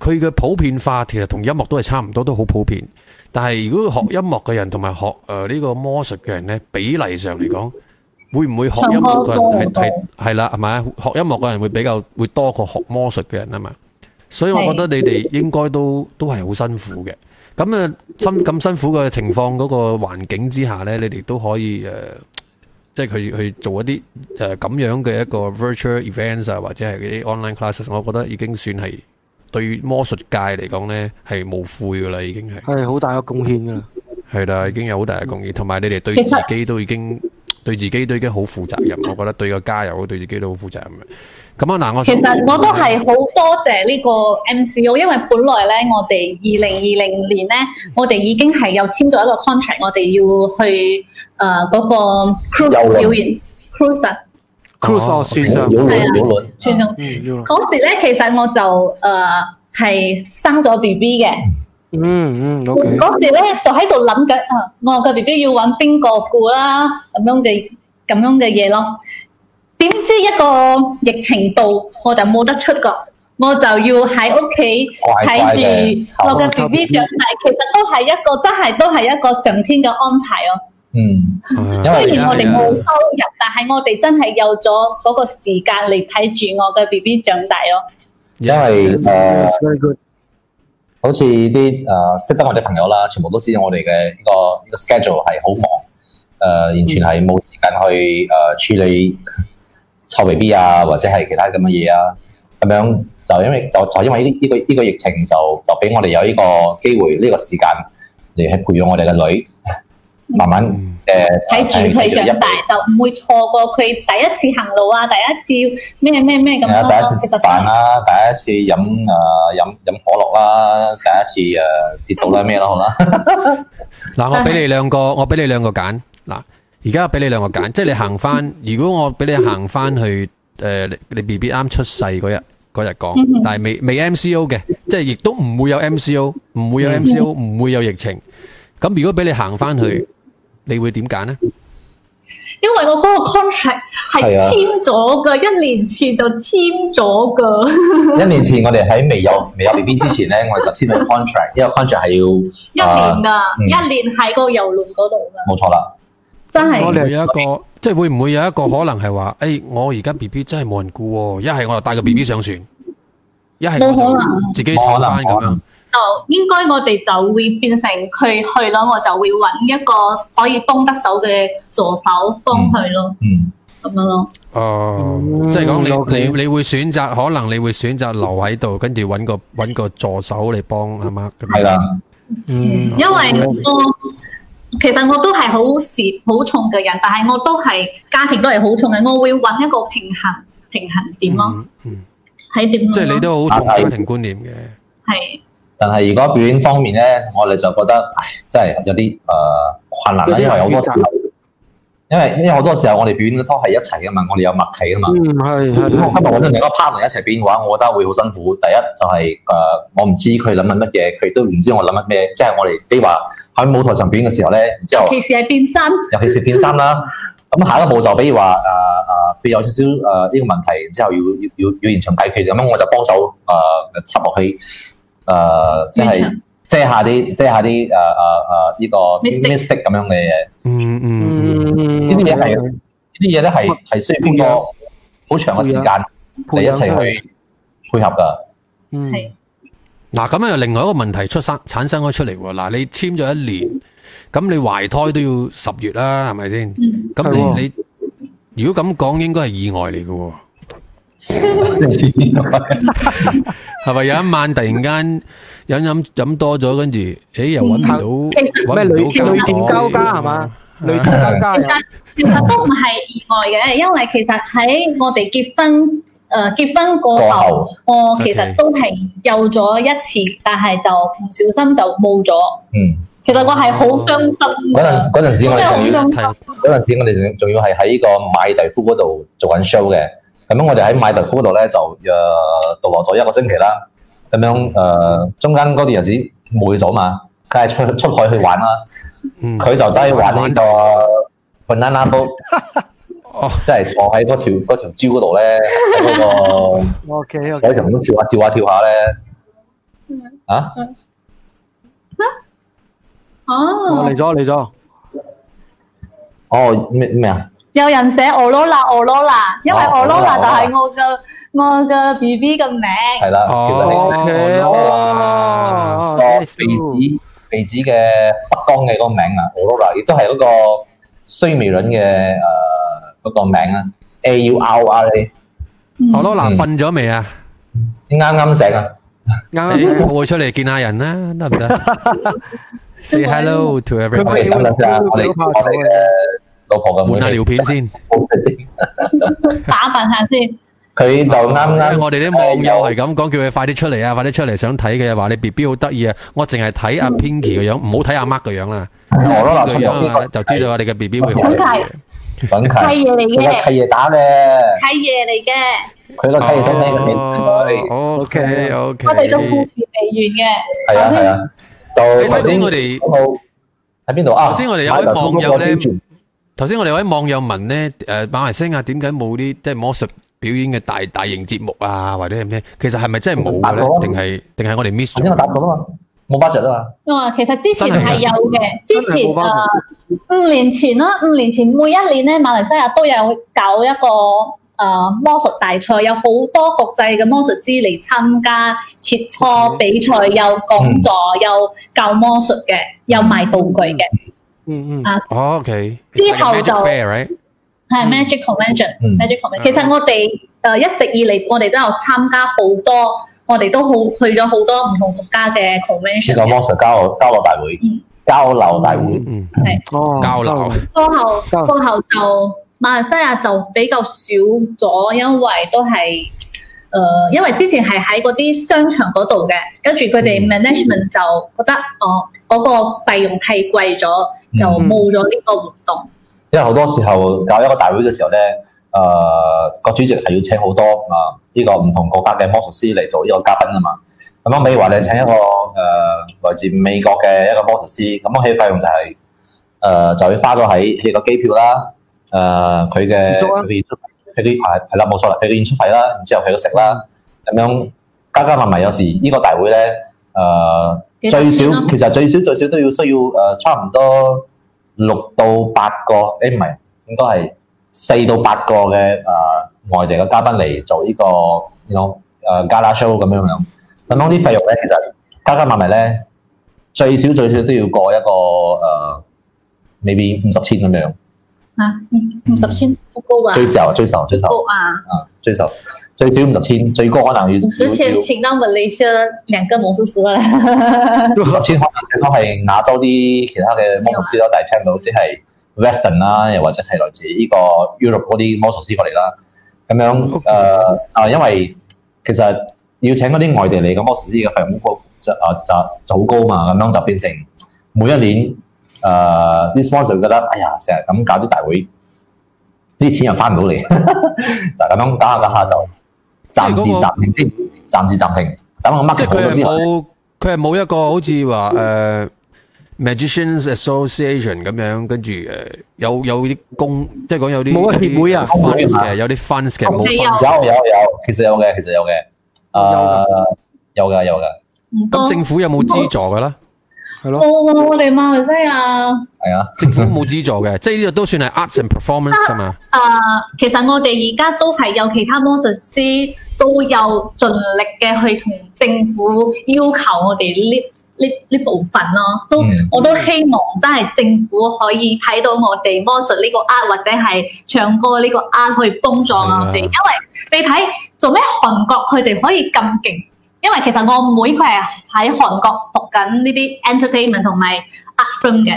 [SPEAKER 1] 佢嘅普遍化其實同音樂都係差唔多，都好普遍。但係如果學音樂嘅人同埋學誒呢個魔術嘅人咧，比例上嚟講，會唔會學音樂嘅人係係係啦，係咪啊？學音樂嘅人會比較會多過學魔術嘅人啊嘛。所以我覺得你哋應該都都係好辛苦嘅。咁啊，辛咁辛苦嘅情況嗰個環境之下咧，你哋都可以誒、呃即係佢去做一啲誒咁樣嘅一個 virtual events 啊，或者係嗰啲 online classes，我覺得已經算係對魔術界嚟講咧係無悔噶啦，已經係。嗯
[SPEAKER 2] 係好大嘅貢獻㗎啦，
[SPEAKER 1] 係啦，已經有好大嘅貢獻，同埋你哋對
[SPEAKER 3] 其
[SPEAKER 1] 自
[SPEAKER 3] 實
[SPEAKER 1] 己都已經對自己都已經好負責任，我覺得對個家又好，對自己都好負責任嘅。咁啊嗱，我想
[SPEAKER 3] 其實我都係好多謝呢個 MCO，因為本來咧我哋二零二零年咧，我哋已經係有簽咗一個 contract，我哋要去誒嗰個
[SPEAKER 4] 遊
[SPEAKER 3] cruise
[SPEAKER 4] 輪
[SPEAKER 3] 表演 cruise 啊
[SPEAKER 2] cruise
[SPEAKER 1] 哦
[SPEAKER 2] 我算上，
[SPEAKER 4] 有
[SPEAKER 3] 係
[SPEAKER 4] 輪
[SPEAKER 3] 啊
[SPEAKER 4] 有輪，
[SPEAKER 3] 轉動
[SPEAKER 2] 嗯，要啦，
[SPEAKER 3] 嗰時咧，其實我就誒係生咗 B B 嘅，
[SPEAKER 2] 嗯嗯，OK，
[SPEAKER 3] 嗰時咧就喺度諗緊啊，我嘅 B B 要揾邊個顧啦，咁樣嘅咁樣嘅嘢咯。點知一個疫情度，我就冇得出國，我就要喺屋企。
[SPEAKER 4] 怪
[SPEAKER 3] 睇
[SPEAKER 4] 怪嘅，
[SPEAKER 3] 住
[SPEAKER 4] 炒
[SPEAKER 3] 我嘅 B B 長大，其實都係一個真係都係一個上天嘅安排哦。
[SPEAKER 4] 嗯，因為
[SPEAKER 3] 雖然我哋冇收
[SPEAKER 1] 係啊
[SPEAKER 3] 入，但係我哋真係有咗嗰個時間嚟睇住我嘅 B B 長大哦。
[SPEAKER 4] 因為誒
[SPEAKER 2] Yes，very good，
[SPEAKER 4] 好似啲誒識得我哋朋友啦，全部都知道我哋嘅呢個呢、個 schedule 係好忙，誒、完全係冇時間去誒、處理湊 B B 啊，或者係其他咁嘅嘢啊，咁樣就因為就就因為呢呢、個呢、個疫情就就俾我哋有呢個機會呢、個時間嚟去培養我哋嘅女，慢慢
[SPEAKER 1] 嗯
[SPEAKER 4] 誒
[SPEAKER 3] 睇住佢長大，就唔會錯過佢第一次行路啊，第一次咩咩咩咁
[SPEAKER 4] 係
[SPEAKER 3] 咯。
[SPEAKER 4] 啊，第一次
[SPEAKER 3] 其
[SPEAKER 4] 食
[SPEAKER 3] 實
[SPEAKER 4] 飯啦，第一次飲誒飲飲可樂啦，第一次誒、呃跌倒啦 咩啦，好啦。
[SPEAKER 1] 嗱，我俾你兩個，我俾你兩個揀。嗱，而家俾你兩個
[SPEAKER 3] 嗯
[SPEAKER 1] 揀，即係你行翻。如果我俾你行翻去诶、誒你你 B B 啱出世嗰日嗰日
[SPEAKER 3] 嗯
[SPEAKER 1] 講，但係未未 M C O 嘅，即係亦都唔會有 M C O，唔
[SPEAKER 3] 嗯
[SPEAKER 1] 會有 M C O，唔會有疫情。咁如果俾你行翻去，你會點揀呢？
[SPEAKER 3] 因為我嗰個 contract 係
[SPEAKER 4] 係啊
[SPEAKER 3] 簽咗嘅，一年前就簽咗嘅。
[SPEAKER 4] 一年前我哋喺未有未有 B B 之前咧， 我哋就簽咗 contract，因為 contract 係
[SPEAKER 3] 一
[SPEAKER 4] 要呃
[SPEAKER 3] 年啊，
[SPEAKER 4] 嗯
[SPEAKER 3] 一年喺個遊輪嗰度噶，
[SPEAKER 4] 冇錯啦，
[SPEAKER 3] 真係
[SPEAKER 1] 我
[SPEAKER 2] 我哋
[SPEAKER 1] 哋有一個，即係會唔會有一個可能係話，诶、我而家 B B 真係冇人顧喎，一係我就帶個 B B 上船，一係
[SPEAKER 3] 冇可
[SPEAKER 1] 我
[SPEAKER 3] 能
[SPEAKER 1] 就自己湊翻
[SPEAKER 4] 冇
[SPEAKER 1] 咁
[SPEAKER 4] 可能
[SPEAKER 1] 樣。
[SPEAKER 3] 就應該我哋就會變成佢去咯，我就會揾一個可以幫得手嘅助手幫佢咯，
[SPEAKER 4] 嗯，
[SPEAKER 3] 咁樣咯。
[SPEAKER 1] 哦，
[SPEAKER 2] 嗯
[SPEAKER 1] 即係講你
[SPEAKER 2] OK
[SPEAKER 1] 你你會選擇，可能你會選擇留喺度，跟住揾個揾個助手嚟幫阿媽咁樣。
[SPEAKER 4] 係啦，
[SPEAKER 2] 嗯，
[SPEAKER 3] 因為我其實我都係好事好重嘅人，但係我都係家庭都係好重嘅，我會揾一個平衡平衡點咯，
[SPEAKER 1] 嗯，嗯
[SPEAKER 3] 睇點咯。
[SPEAKER 1] 即係你都好重
[SPEAKER 4] 啊係
[SPEAKER 1] 家庭觀念嘅。
[SPEAKER 3] 係
[SPEAKER 4] 但係如果表演方面咧，我哋就覺得唉真係有啲誒、呃困難啦，因為好多時候，因為因為好多時候我哋表演都係一齊噶嘛，我哋有默契噶嘛。
[SPEAKER 2] 嗯，係，係，
[SPEAKER 4] 如果我今日揾到另一個 partner 一齊變嘅話，我覺得會好辛苦。第一就係、誒、我唔知佢諗緊乜嘢，佢都唔知我諗緊咩。即係我哋比如話喺舞台上表演 嘅時候咧，然之後。
[SPEAKER 3] 其實係變身，
[SPEAKER 4] 尤其是變衫啦。咁下一個步驟，比如話誒誒，呃佢、有少少誒呢個問題，然之後要要要要現場解決，咁我就幫手誒插落去誒，即
[SPEAKER 3] 現
[SPEAKER 4] 係
[SPEAKER 3] 場
[SPEAKER 4] 遮下啲遮下啲誒誒誒呃呢個
[SPEAKER 3] Mistake
[SPEAKER 4] mistake 咁樣嘅嘢。
[SPEAKER 1] 嗯嗯嗯，
[SPEAKER 2] 嗯，
[SPEAKER 4] 呢啲嘢係呢啲嘢咧係係需要經過好長嘅時間嚟一齊去配合㗎。
[SPEAKER 2] 嗯，
[SPEAKER 3] 係。
[SPEAKER 1] 嗱咁又另外一個問題出生產生咗出嚟喎。嗱，你簽咗一年，咁你懷胎都要十月啦，係咪先？
[SPEAKER 3] 嗯，
[SPEAKER 1] 咁
[SPEAKER 2] 係
[SPEAKER 1] 你你如果咁講，應該係意外嚟嘅喎。係咪有一晚突然間 飲飲飲多咗，跟住誒又揾唔到
[SPEAKER 2] 咩
[SPEAKER 1] 揾
[SPEAKER 2] 女
[SPEAKER 1] 唔到
[SPEAKER 2] 女店交加係
[SPEAKER 1] À.
[SPEAKER 2] 嘛？女店交加
[SPEAKER 3] 其實其實都唔係意外嘅，因為其實喺我哋結婚誒、呃、結婚過
[SPEAKER 4] 過
[SPEAKER 3] 後，
[SPEAKER 4] 後
[SPEAKER 3] 我其實
[SPEAKER 1] OK
[SPEAKER 3] 都係有咗一次，但係就唔小心就冇咗。
[SPEAKER 4] 嗯，
[SPEAKER 3] 其實我係好傷心
[SPEAKER 4] 嗰
[SPEAKER 3] 㗎，
[SPEAKER 4] 陣嗰陣時我
[SPEAKER 3] 真係 好
[SPEAKER 4] 哋仲要。
[SPEAKER 3] 傷心。
[SPEAKER 1] 睇
[SPEAKER 4] 嗰陣時我哋仲仲要係喺呢個買地夫嗰度做緊 show 嘅，咁樣我哋喺買地夫嗰度咧就誒逗留咗一個星期啦，咁樣誒、呃中間嗰段日子冇咗嘛，梗 係出出海去玩啦，
[SPEAKER 1] 嗯
[SPEAKER 4] 佢就低玩呢個 banana boat，
[SPEAKER 1] 哦
[SPEAKER 4] 即係坐喺嗰條嗰條蕉嗰度咧，喺 嗰
[SPEAKER 2] ，OK，OK，
[SPEAKER 4] 個海上咁跳下跳下跳下咧，
[SPEAKER 1] 嗯
[SPEAKER 4] 啊！
[SPEAKER 2] Ờ,
[SPEAKER 3] 哦，
[SPEAKER 2] 我嚟咗，我嚟咗。
[SPEAKER 4] 哦咩咩啊？
[SPEAKER 3] 有人寫 Olola Olola，因為
[SPEAKER 4] 哦
[SPEAKER 3] Olola
[SPEAKER 4] Olola，
[SPEAKER 3] 就係我嘅我嘅 B B 嘅名。
[SPEAKER 4] 係啦，其實呢
[SPEAKER 1] 哦
[SPEAKER 2] OK，ờ,
[SPEAKER 1] 好啦。
[SPEAKER 2] 哦，
[SPEAKER 4] 個
[SPEAKER 2] very
[SPEAKER 4] 地
[SPEAKER 2] smooth。
[SPEAKER 4] 址地址嘅北江嘅嗰個名啊 o r o r a 亦都係嗰個衰微輪嘅誒嗰個名啊，A U R R A，
[SPEAKER 3] Ừ,
[SPEAKER 1] 我攞嗱
[SPEAKER 4] 嗯
[SPEAKER 1] 瞓咗未啊？
[SPEAKER 4] 啱啱醒啊，
[SPEAKER 2] 啱啱，
[SPEAKER 1] 誒我會出嚟見下人啦，得唔 得？Say hello to
[SPEAKER 4] 不如
[SPEAKER 1] everybody。
[SPEAKER 4] 等兩陣我哋我哋嘅老婆嘅妹
[SPEAKER 1] 換下尿片先，
[SPEAKER 3] 打扮下先，
[SPEAKER 4] 佢就啱
[SPEAKER 1] 因為
[SPEAKER 4] 啱
[SPEAKER 1] 我哋啲網友係咁講，叫佢快啲出嚟啊，快啲出嚟，想睇嘅話，你 B B 好得意啊！我淨係睇阿 Pinky 個樣，唔好睇阿 Mark 個樣啦。
[SPEAKER 4] 我
[SPEAKER 1] Mark
[SPEAKER 4] 攞啦，
[SPEAKER 1] 個
[SPEAKER 4] 出
[SPEAKER 1] 樣啊
[SPEAKER 4] 入
[SPEAKER 1] 就知道我哋嘅 B B 會好得意嘅。
[SPEAKER 4] 揾
[SPEAKER 3] 契
[SPEAKER 4] 契，
[SPEAKER 3] 嘢嚟
[SPEAKER 4] 佢個
[SPEAKER 3] 嘅，
[SPEAKER 4] 契爺打嘅，
[SPEAKER 3] 契嘢嚟嘅，
[SPEAKER 4] 佢個契爺真係佢，
[SPEAKER 1] OK OK。
[SPEAKER 3] 我哋嘅故事未
[SPEAKER 4] 係啊
[SPEAKER 3] 完嘅。
[SPEAKER 4] 係啊，就
[SPEAKER 1] 頭先我哋
[SPEAKER 4] 講到喺邊度啊？
[SPEAKER 1] 頭先我哋有位網友呢
[SPEAKER 4] 買咗嗰個
[SPEAKER 1] 頭先我哋有位網友問咧，誒、馬來西亞點解冇啲即係魔術表演嘅大大型節目啊，或者係咩？其實係咪真係冇嘅咧？定係定係我哋 miss
[SPEAKER 4] 頭先我
[SPEAKER 1] 咗？
[SPEAKER 4] 答過啊嘛，冇 budget 啊嘛。
[SPEAKER 3] 啊，其實之前係有嘅，之
[SPEAKER 2] 真係
[SPEAKER 3] 前呃
[SPEAKER 2] 冇包
[SPEAKER 3] 啊五年前啦，五年前每一年咧，馬來西亞都有搞一個誒魔術大賽，有好多國際嘅魔術師嚟參加切磋比賽，又講座，又教魔術嘅，又賣道具嘅，
[SPEAKER 2] 嗯嗯，
[SPEAKER 3] 啊
[SPEAKER 1] OK，
[SPEAKER 3] 之後就
[SPEAKER 1] fair right？
[SPEAKER 3] 係 Magic Convention、
[SPEAKER 4] 嗯
[SPEAKER 3] Magic Convention。其實我哋誒、呃一直以嚟，我哋都有參加好多，我哋都好去咗好多唔同國家嘅 convention
[SPEAKER 4] 呢個
[SPEAKER 3] 嘅。
[SPEAKER 4] 魔術交流交流大會
[SPEAKER 3] 嗯，
[SPEAKER 4] 交流大會
[SPEAKER 1] 嗯，
[SPEAKER 2] 哦，
[SPEAKER 1] 交流
[SPEAKER 3] 過後過後就馬來西亞就比較少咗，因為都係誒、呃因為之前係喺嗰啲商場嗰度嘅，跟住佢哋 management 就覺得哦嗰、個費用太貴咗，就冇咗呢個活動。
[SPEAKER 4] 因為好多時候搞一個大會嘅時候咧，誒、個主席係要請好多啊呢、個唔同國家嘅魔術師嚟做呢個嘉賓啊嘛。咁樣比如話你請一個誒、呃來自美國嘅一個魔術師，咁樣佢費用就係、誒、呃就要花咗喺佢個機票啦，誒佢嘅
[SPEAKER 2] 住宿啊
[SPEAKER 4] 佢嘅演出佢啲係係啦冇錯啦，佢嘅演出費啦，然之後佢嘅食啦，咁樣加加埋埋有時呢呃個大會咧誒。
[SPEAKER 3] 幾多
[SPEAKER 4] 最少
[SPEAKER 3] 錢啊
[SPEAKER 4] 其實最少最少都要需要誒、呃差唔多六到八個，誒唔係應該係四到八個嘅誒、呃外地嘅嘉賓嚟做呢、個呢種誒 gala show 咁樣樣。咁樣啲費用咧，其實加加埋埋咧，最少最少都要過一個誒、呃 maybe 五十千咁樣，
[SPEAKER 3] 啊，五十千好高啊，
[SPEAKER 4] 最少最少最
[SPEAKER 3] 好
[SPEAKER 4] 少
[SPEAKER 3] 高啊！
[SPEAKER 4] 啊最少最少五十千，最高可能要少
[SPEAKER 3] 之
[SPEAKER 4] 少
[SPEAKER 3] 前請到 Malaysia 兩個魔術師啦，
[SPEAKER 4] 十千可能最多係亞洲啲其他嘅魔術師咯，但係聽到即係 Western 啦，又或者係來自呢個 Europe 嗰啲魔術師過嚟啦。咁樣誒
[SPEAKER 1] OK
[SPEAKER 4] 啊、因為其實要請嗰啲外地嚟嘅魔術師嘅費用高就啊就就好高嘛，咁樣就變成每一年誒啲 sponsor 會覺得哎呀成日咁搞啲大會， 啲錢又翻唔到嚟，就咁樣搞下搞下就暫時
[SPEAKER 1] 即係嗰個
[SPEAKER 4] 暫停先，暫時暫停，等我 mark
[SPEAKER 1] 即係
[SPEAKER 4] 好
[SPEAKER 1] 佢
[SPEAKER 4] 咗
[SPEAKER 1] 係
[SPEAKER 4] 之後。
[SPEAKER 1] 冇佢係冇一個好似話誒 Magicians Association 咁樣，跟住誒有有啲公，即係講有啲
[SPEAKER 2] 冇啊協會啊
[SPEAKER 1] 有啲 funds 嘅，有啲 funds 嘅冇
[SPEAKER 3] 係啊
[SPEAKER 1] funds。
[SPEAKER 4] 有有有，其實有嘅，其實有嘅，Ờ, 誒有嘅有嘅，
[SPEAKER 3] 唔多
[SPEAKER 1] 咁。政府有冇資助㗎啦？
[SPEAKER 2] 係咯，
[SPEAKER 3] 我哦我哋馬來西亞。
[SPEAKER 4] 係啊，
[SPEAKER 1] 政府冇資助嘅，即係呢度都算係 arts and performance 㗎嘛。
[SPEAKER 3] 誒、啊其實我哋而家都係有其他魔術師都有盡力嘅去同政府要求我哋呢呢呢部分咯，都、
[SPEAKER 4] 嗯
[SPEAKER 3] 我都希望真係政府可以睇到我哋魔術呢個 art 或者係唱歌呢個 art 去幫助我
[SPEAKER 1] 係啊
[SPEAKER 3] 哋，因為你睇做咩韓國佢哋可以咁勁？因為其實我妹佢係喺韓國讀緊呢啲 entertainment 同埋 art film 嘅。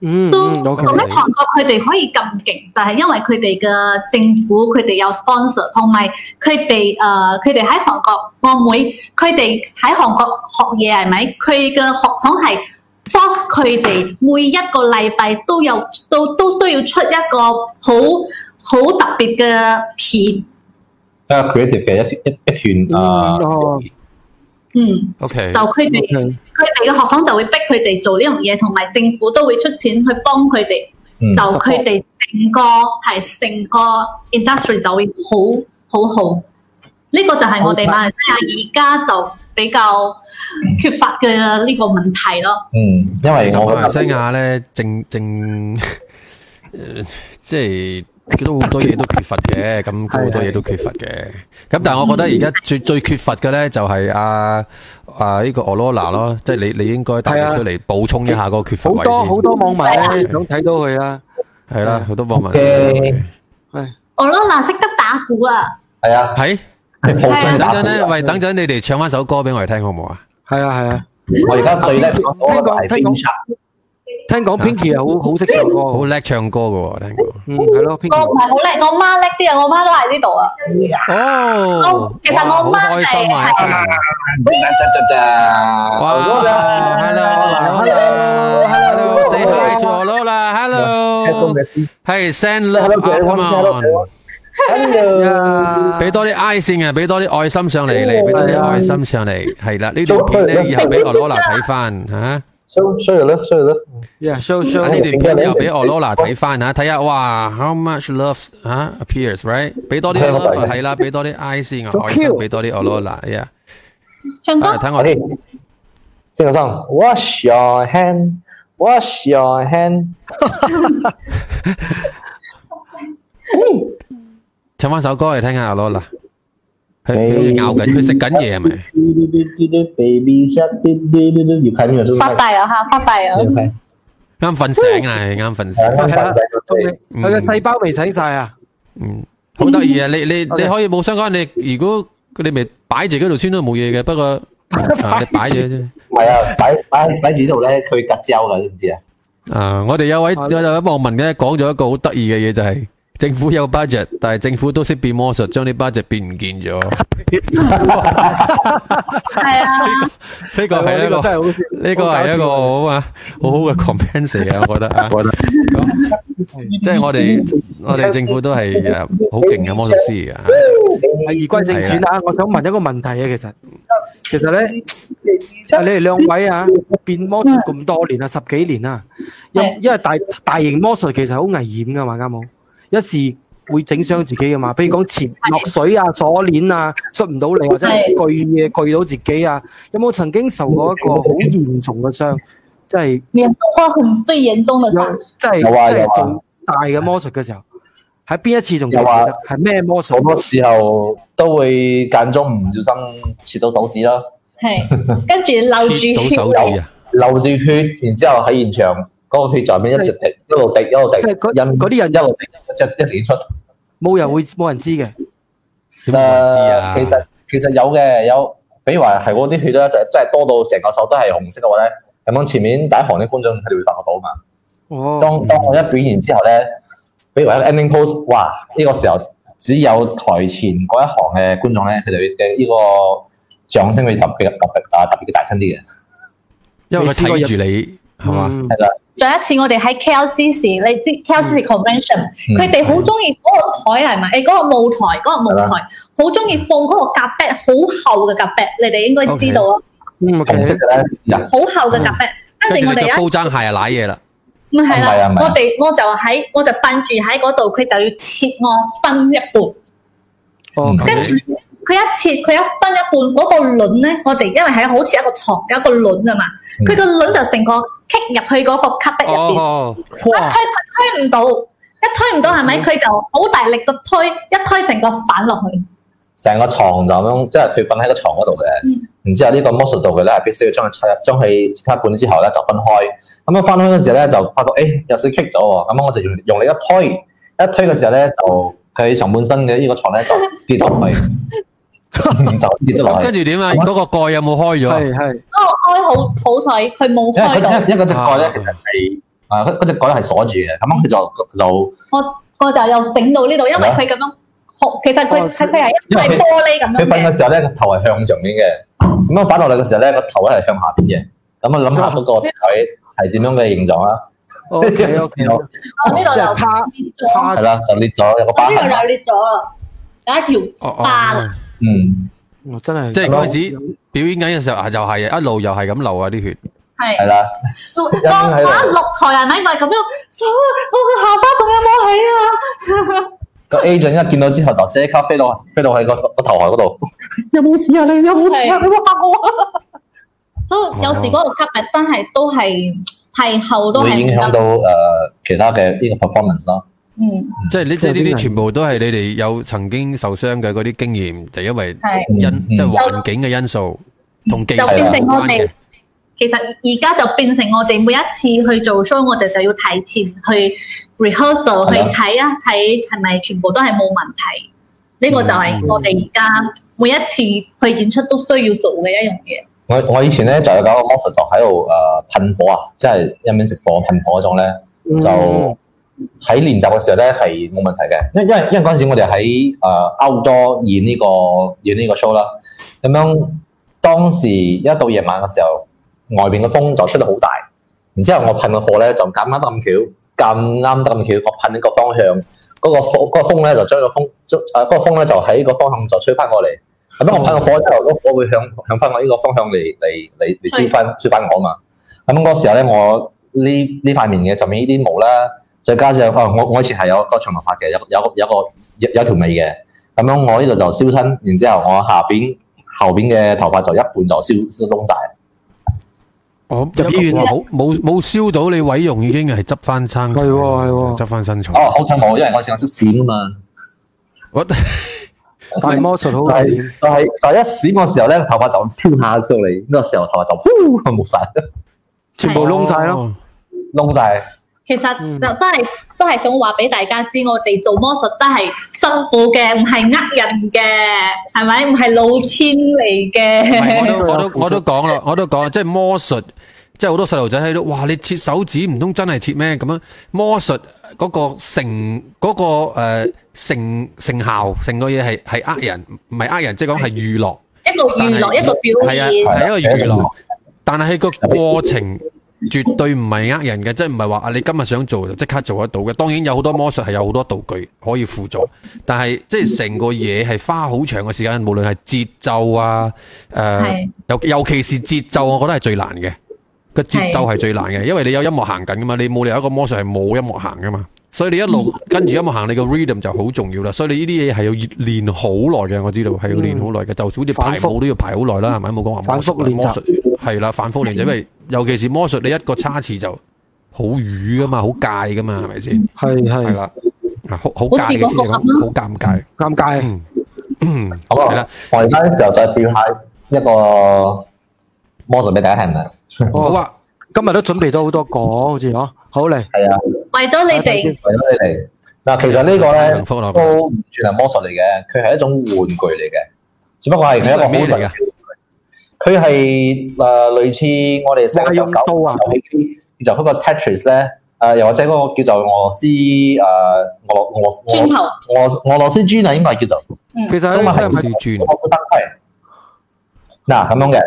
[SPEAKER 2] 嗯
[SPEAKER 3] 都
[SPEAKER 2] 嗯
[SPEAKER 3] 咁
[SPEAKER 2] Ừ, ，OK，
[SPEAKER 3] 喺韓國佢哋可以咁勁，就係、因為佢哋嘅政府佢哋有 sponsor，同埋佢哋誒佢哋喺韓國，我妹佢哋喺韓國學嘢係咪？佢嘅學堂係 force 佢哋每一個禮拜都有都都需要出一個好好特別嘅片，
[SPEAKER 4] 比較 creative 嘅一一一段啊，
[SPEAKER 2] 哦
[SPEAKER 3] 嗯，
[SPEAKER 1] OK，
[SPEAKER 3] 就佢哋。
[SPEAKER 2] ，OK，
[SPEAKER 3] 佢哋嘅學堂就會逼佢哋做呢樣嘢，同埋政府都會出錢去幫佢哋，
[SPEAKER 4] 嗯
[SPEAKER 3] 就佢哋成個係成個 industry 就會好好好。呢、個就係我哋馬來西亞而家就比較缺乏嘅呢個問題咯。
[SPEAKER 4] 嗯，因為
[SPEAKER 1] 其實
[SPEAKER 4] 我
[SPEAKER 1] 馬來西
[SPEAKER 4] 覺得
[SPEAKER 1] 亞咧，正 正呃即係都好多嘢都缺乏嘅，咁好多嘢都缺乏嘅。咁但係我覺得而家最最缺乏嘅咧，就係阿阿呢個 Olona 咯，即係你你應該帶佢出嚟補充一下嗰個缺乏
[SPEAKER 2] 好
[SPEAKER 1] 位
[SPEAKER 2] 多好
[SPEAKER 1] 先。
[SPEAKER 2] 多網民咧想睇到佢啊，
[SPEAKER 1] 係啦，好多網民
[SPEAKER 4] OK
[SPEAKER 3] 我咯嗱，識得打鼓啊！
[SPEAKER 4] 係啊，
[SPEAKER 1] 係
[SPEAKER 4] 係好中
[SPEAKER 1] 等
[SPEAKER 4] 意打
[SPEAKER 1] 陣
[SPEAKER 4] 鼓
[SPEAKER 1] 咧，喂，等陣你哋唱翻首歌俾我哋聽好唔好啊？
[SPEAKER 2] 係啊係啊，
[SPEAKER 4] 我而家最叻嗰個係
[SPEAKER 2] 聽講聽講
[SPEAKER 4] Finch
[SPEAKER 2] 聽講 Pinky 係好好識唱歌
[SPEAKER 1] 好
[SPEAKER 2] 喎，
[SPEAKER 1] 叻唱歌嘅喎，聽過。
[SPEAKER 2] 嗯係咯
[SPEAKER 3] 我唔
[SPEAKER 2] ，Pinky
[SPEAKER 3] 係好叻，我媽叻啲啊！我媽都喺呢度啊！
[SPEAKER 1] 哦
[SPEAKER 3] 我，其實我
[SPEAKER 1] 哇
[SPEAKER 3] 媽
[SPEAKER 1] 好開心啊！dạ,
[SPEAKER 4] 哇
[SPEAKER 1] 哇，hello，hello，hello，hello，say hi to Lola，hello，係 send love up，come on，
[SPEAKER 4] ờ,
[SPEAKER 2] Dạ. 呀
[SPEAKER 1] 俾多啲 I 線啊，俾多啲愛心上嚟，嚟俾多啲愛心上嚟，係啦，呢段片咧以後俾 Lola 睇翻吓，啊
[SPEAKER 2] 呀 show show，
[SPEAKER 1] 呢段片又俾 Lola 睇翻吓，睇下哇，how à, much love 吓 appears，right？俾多啲 love à? 啊係啦，俾多啲 I 線啊，愛心俾多啲 Lola，呀，
[SPEAKER 3] 唱歌
[SPEAKER 1] 啊睇我
[SPEAKER 4] your hand, wash your hand。
[SPEAKER 1] 唱翻首歌嚟聽下咯嗱，佢佢好似咬緊，佢食緊嘢係咪？
[SPEAKER 4] Baby shark，要看那个
[SPEAKER 3] 发呆了哈，发呆了
[SPEAKER 4] 要。看。
[SPEAKER 1] 啱瞓醒啊，係啱瞓醒。嗯。
[SPEAKER 2] à?
[SPEAKER 1] 嗯，好得意啊！你你你可以冇相干，你如果你咪擺住嗰條村都冇嘢嘅， 不過啊你擺住啫。
[SPEAKER 4] 唔係啊，擺擺擺住呢度咧，佢隔焦噶，知唔知啊？
[SPEAKER 1] 啊！我哋有位
[SPEAKER 2] 啊
[SPEAKER 1] 有有位網民咧講咗一個好得意嘅嘢，就係政府有 budget，但係政府都識變魔術，將啲 budget 變唔見咗。
[SPEAKER 3] 系啊，
[SPEAKER 1] 呢個係一個呢個係一個好啊好好嘅 comment 嚟嘅，我覺得 啊，咁即係我哋我哋政府都係誒好勁嘅魔術師嚟啊嘅。
[SPEAKER 2] 言歸正傳啊，我想問一個問題啊，其實其實咧，啊你哋兩位啊變魔術咁多年啊，十幾年啊，因
[SPEAKER 3] 係
[SPEAKER 2] 因為大大型魔術其實好危險噶嘛，啱冇？一時會整傷自己噶嘛，譬如講潛落水啊、鎖鏈啊、出唔到嚟或者係
[SPEAKER 3] 係
[SPEAKER 2] 鋸嘢鋸到自己啊，有冇曾經受過一個好嚴重嘅傷？即係
[SPEAKER 3] 免得花很最严重的
[SPEAKER 2] 有
[SPEAKER 3] 伤。
[SPEAKER 2] 即係
[SPEAKER 4] 有啊
[SPEAKER 2] 即
[SPEAKER 4] 有啊
[SPEAKER 2] 係做大嘅魔術嘅時候，喺邊一次仲記唔記
[SPEAKER 4] 有啊
[SPEAKER 2] 得？係咩魔術
[SPEAKER 4] 好？多時候都會間中唔小心切到手指啦，
[SPEAKER 3] 系，跟住漏嗯住
[SPEAKER 1] 切到手
[SPEAKER 3] 血，
[SPEAKER 1] 指啊！
[SPEAKER 4] 流住血，然之後喺現場嗰個血在面一直滴，一路滴一路滴，
[SPEAKER 2] 即係嗰
[SPEAKER 4] 印
[SPEAKER 2] 嗰啲人
[SPEAKER 4] 一路滴一直一直出。
[SPEAKER 2] 冇人會冇人知嘅。
[SPEAKER 1] 點會唔知啊？
[SPEAKER 4] 呃誒其實其實有嘅有，比如話係嗰啲血咧，就真係多到成個手都係紅色嘅話咧，咁樣前面第一行啲觀眾佢哋會發覺到嘛。
[SPEAKER 2] 哦，
[SPEAKER 4] 當當我一表現之後咧，比如話一個 ending pose，哇！呢、個時候只有台前嗰一行嘅觀眾咧，佢哋嘅呢個掌聲會特別特別啊特別大聲啲嘅。
[SPEAKER 1] 因為佢睇住你係嘛？
[SPEAKER 2] 嗯？
[SPEAKER 3] 仲有一次我哋喺 KLCC，你知 KLCC convention，
[SPEAKER 4] 嗯
[SPEAKER 3] 佢哋好中意嗰個台係咪？誒嗰個舞台，嗰個舞台好中意放嗰個夾 b 好厚嘅夾 b 你哋應該知道啊，
[SPEAKER 2] 嗯，OK，
[SPEAKER 4] 紅色嘅咧，人
[SPEAKER 3] 好厚嘅夾 b 跟
[SPEAKER 1] 跟
[SPEAKER 3] 住
[SPEAKER 1] 住
[SPEAKER 3] 我
[SPEAKER 1] 你着
[SPEAKER 3] 哋一
[SPEAKER 1] 高踭鞋啊，舐嘢啦！
[SPEAKER 3] 唔係
[SPEAKER 4] 唔係啊
[SPEAKER 3] 啦
[SPEAKER 4] 唔係，啊
[SPEAKER 3] 我哋我就喺我就瞓住喺嗰度，佢就要切我分一半。
[SPEAKER 2] 哦，
[SPEAKER 3] 跟住佢一切佢一分一半嗰個輪咧，我哋因為係好似一個床有一個輪啊噶嘛，
[SPEAKER 4] 嗯
[SPEAKER 3] 佢個輪就成個棘入去嗰個吸壁入
[SPEAKER 1] Ờ,
[SPEAKER 3] 邊，
[SPEAKER 1] 哦，
[SPEAKER 3] 一推佢推唔到，一推唔到係
[SPEAKER 4] 嗯
[SPEAKER 3] 咪？佢就好大力咁推，一推成個反落去。
[SPEAKER 4] 成個床就咁樣，即係佢瞓喺個床嗰度嘅
[SPEAKER 3] 嗯。
[SPEAKER 4] 然之後呢個魔術道具咧，必須要將佢切將佢切開一半之後咧就分開。咁樣分開嗰陣時咧，就發覺誒、欸有少棘咗喎。咁我就用用力一推，一推嘅時候咧就佢上半身嘅呢個床咧就跌咗 落去，就跌咗落
[SPEAKER 1] 咁
[SPEAKER 4] 去
[SPEAKER 1] 跟。住點啊？嗰個蓋有冇開咗？
[SPEAKER 2] 係係
[SPEAKER 3] 嗰個哦開好好彩，佢冇
[SPEAKER 4] 因為
[SPEAKER 3] 開
[SPEAKER 4] 嗰
[SPEAKER 3] 到，
[SPEAKER 4] 因因為嗰只蓋咧其實係啊嗰嗰只蓋係鎖住嘅，咁樣佢就就
[SPEAKER 3] 我就又整到呢度，因為佢咁樣，其實佢
[SPEAKER 2] 哦
[SPEAKER 3] 佢佢係一
[SPEAKER 4] 因為
[SPEAKER 3] 塊
[SPEAKER 4] 佢
[SPEAKER 3] 玻璃咁樣嘅
[SPEAKER 4] 佢瞓
[SPEAKER 3] 哦
[SPEAKER 4] 嘅時候咧個頭係向上面嘅，咁樣反落嚟嘅時候咧個頭咧係向下邊嘅。咁啊諗下嗰個位係點樣嘅形狀啊啦。
[SPEAKER 2] ，OK OK，
[SPEAKER 4] 哦
[SPEAKER 3] 我呢度
[SPEAKER 2] 即
[SPEAKER 3] 就
[SPEAKER 2] 係趴
[SPEAKER 3] 裂咗，哦
[SPEAKER 2] 趴
[SPEAKER 4] 係啦，就裂咗有個疤
[SPEAKER 3] 啊我呢
[SPEAKER 4] 痕
[SPEAKER 3] 度
[SPEAKER 4] 啦。
[SPEAKER 3] 就裂咗，有一條
[SPEAKER 1] 哦
[SPEAKER 3] 疤啦
[SPEAKER 1] 哦，。
[SPEAKER 4] 嗯，
[SPEAKER 2] 我真係
[SPEAKER 1] 即係嗰陣時表演緊嘅時候，啊又係一路又係咁流啊啲血。
[SPEAKER 3] 係
[SPEAKER 4] 係。啦，
[SPEAKER 3] 我我一落台係咪咪咁樣？我個下巴仲有冇起啊？
[SPEAKER 4] 個 agent 一見到之後就即刻飛到飛到喺個個頭殼嗰度。
[SPEAKER 2] 有冇事啊？你
[SPEAKER 4] 嗯
[SPEAKER 2] 有冇
[SPEAKER 3] 事啊你
[SPEAKER 2] 嚇我啊！
[SPEAKER 4] 哦
[SPEAKER 3] 所以有時嗰個吸力真係都係太厚都係
[SPEAKER 4] 會影響到誒、呃其他嘅呢個 performance 咯。
[SPEAKER 3] 嗯
[SPEAKER 1] 即係呢，即係呢
[SPEAKER 2] 有啲
[SPEAKER 1] 啲
[SPEAKER 2] 人
[SPEAKER 1] 全部都係你哋有曾經受傷嘅嗰啲經驗，就因為
[SPEAKER 3] 係。
[SPEAKER 1] 因
[SPEAKER 4] 嗯
[SPEAKER 1] 即係
[SPEAKER 4] 嗯
[SPEAKER 1] 環境嘅因素同技
[SPEAKER 3] 就
[SPEAKER 1] 術有
[SPEAKER 3] 變成我
[SPEAKER 1] 關嘅
[SPEAKER 3] 哋。其實而家就變成我哋每一次去做 show，我哋就要提前去 rehearsal
[SPEAKER 4] 係啊
[SPEAKER 3] 去睇啊，睇係咪全部都係冇問題。呢個就係我哋而家每一次去演出都需要做嘅一樣嘢。
[SPEAKER 4] 我我以前咧就有搞個魔術，就喺度誒噴火啊，即係一面食火噴火嗰種咧。就喺練習嘅時候咧係冇問題嘅，因因為因為嗰陣時我哋喺誒呃 outdoor 演呢、個演呢個 show 啦，咁樣當時一到夜晚嘅時候，外邊嘅風就吹得好大，然之後我噴嘅火咧就咁啱得咁巧，咁啱得咁巧，我噴一個方向，嗰、個火嗰、個風咧就將個風將誒嗰個風咧就喺個方向就吹翻過嚟，咁樣我噴個火之後，嗰火會向向翻我呢個方向嚟嚟嚟嚟燒翻燒翻我啊嘛，咁嗰時候咧我呢呢塊面嘅上面呢啲毛啦。再加上哦，我我以前係有個長頭髮嘅，有有有個有有條尾嘅，咁樣我呢度就燒親，然之後我下邊後邊嘅頭髮就一半就燒燒窿晒。
[SPEAKER 1] 我
[SPEAKER 2] 入醫院
[SPEAKER 1] 哇好冇冇燒到你毀容已經係執翻生，
[SPEAKER 2] 係喎係喎
[SPEAKER 1] 執翻身材。
[SPEAKER 4] 哦，好彩冇，因為我試過出線啊嘛。
[SPEAKER 1] 我
[SPEAKER 2] 但魔術好
[SPEAKER 4] 就係
[SPEAKER 2] 危險。
[SPEAKER 4] 就係就係一閃嘅時候咧，頭髮就飄下出嚟，呢個時候頭髮就呼冇晒，
[SPEAKER 2] 全部窿晒
[SPEAKER 1] Ờ.
[SPEAKER 2] 咯。
[SPEAKER 4] 窿晒。
[SPEAKER 7] 其
[SPEAKER 2] 嗯
[SPEAKER 7] 實就真係都係想話俾大家知，我哋做魔術都係辛苦嘅，唔係呃人嘅，係咪？唔係老千嚟
[SPEAKER 1] 唔係我
[SPEAKER 7] 嘅。
[SPEAKER 1] 都我都我都講啦，我都講，即係魔術，即係好多細路仔喺度，哇！你切手指唔通真係切咩咁樣？魔術嗰個成嗰、個呃成成效成個嘢係係呃人，唔係呃人，即係講係娛樂，
[SPEAKER 7] 一個娛樂，一個表
[SPEAKER 1] 係啊，
[SPEAKER 7] 演。
[SPEAKER 1] 係一個娛樂，但係個過程。絕對唔係呃人嘅，即係唔係話啊你今日想做就即刻做得到嘅。當然有好多魔術係有好多道具可以輔助，但係即係成個嘢係花好長嘅時間，無論係節奏啊，誒、
[SPEAKER 7] 係
[SPEAKER 1] 尤尤其是節奏，我覺得係最難嘅。個節奏係最難嘅，因為你有音樂行緊噶嘛，你冇理由一個魔術係冇音樂行噶嘛，所以你一路
[SPEAKER 7] 嗯
[SPEAKER 1] 跟住音樂行，你個 rhythm 就好重要啦。所以你呢啲嘢係要練好耐嘅，我知道係要練好耐嘅，就好似
[SPEAKER 2] 反
[SPEAKER 1] 排
[SPEAKER 2] 覆
[SPEAKER 1] 舞都要排好耐啦，係咪？冇講話魔術
[SPEAKER 2] 反覆練習
[SPEAKER 1] 魔術係啦，反覆
[SPEAKER 7] 嗯
[SPEAKER 1] 練習，因為尤其是魔術，你一個差池就好瘀噶嘛，好界噶嘛，係咪先？
[SPEAKER 2] 係
[SPEAKER 1] 係
[SPEAKER 2] 係，
[SPEAKER 1] 啦，啊好好界嘅先
[SPEAKER 7] 好似嗰個咁
[SPEAKER 1] 講，
[SPEAKER 7] 啦
[SPEAKER 1] 好尷尬。
[SPEAKER 2] 尷尬。
[SPEAKER 1] 嗯嗯，
[SPEAKER 4] 好
[SPEAKER 1] 係啦
[SPEAKER 4] 啊，我而家嘅時候再表下一個魔術俾大家聽啦。
[SPEAKER 2] 嗯
[SPEAKER 1] 好啊，
[SPEAKER 2] 今日都準備咗好多個，好似嗬。好嚟，
[SPEAKER 4] 係啊，
[SPEAKER 7] 為咗你哋，
[SPEAKER 4] 為咗你哋嗱，其實呢個
[SPEAKER 1] 幸
[SPEAKER 4] 咧
[SPEAKER 1] 福啊啦
[SPEAKER 4] 都唔算係魔術嚟嘅，佢係一種玩具嚟嘅，只不過係佢一個好神奇嘅玩具佢係誒類似我哋細個時候
[SPEAKER 2] 用刀啊
[SPEAKER 4] 遊戲機，就嗰個 Tetris 咧，誒又或者嗰個叫做俄羅斯誒俄羅俄羅斯
[SPEAKER 7] 磚頭
[SPEAKER 4] 俄羅斯俄羅斯磚啊，應該係叫做。
[SPEAKER 2] 其實
[SPEAKER 4] 中
[SPEAKER 2] 咧
[SPEAKER 4] 文係
[SPEAKER 2] 真係
[SPEAKER 1] 師尊
[SPEAKER 4] 我覺得係嗱咁樣嘅。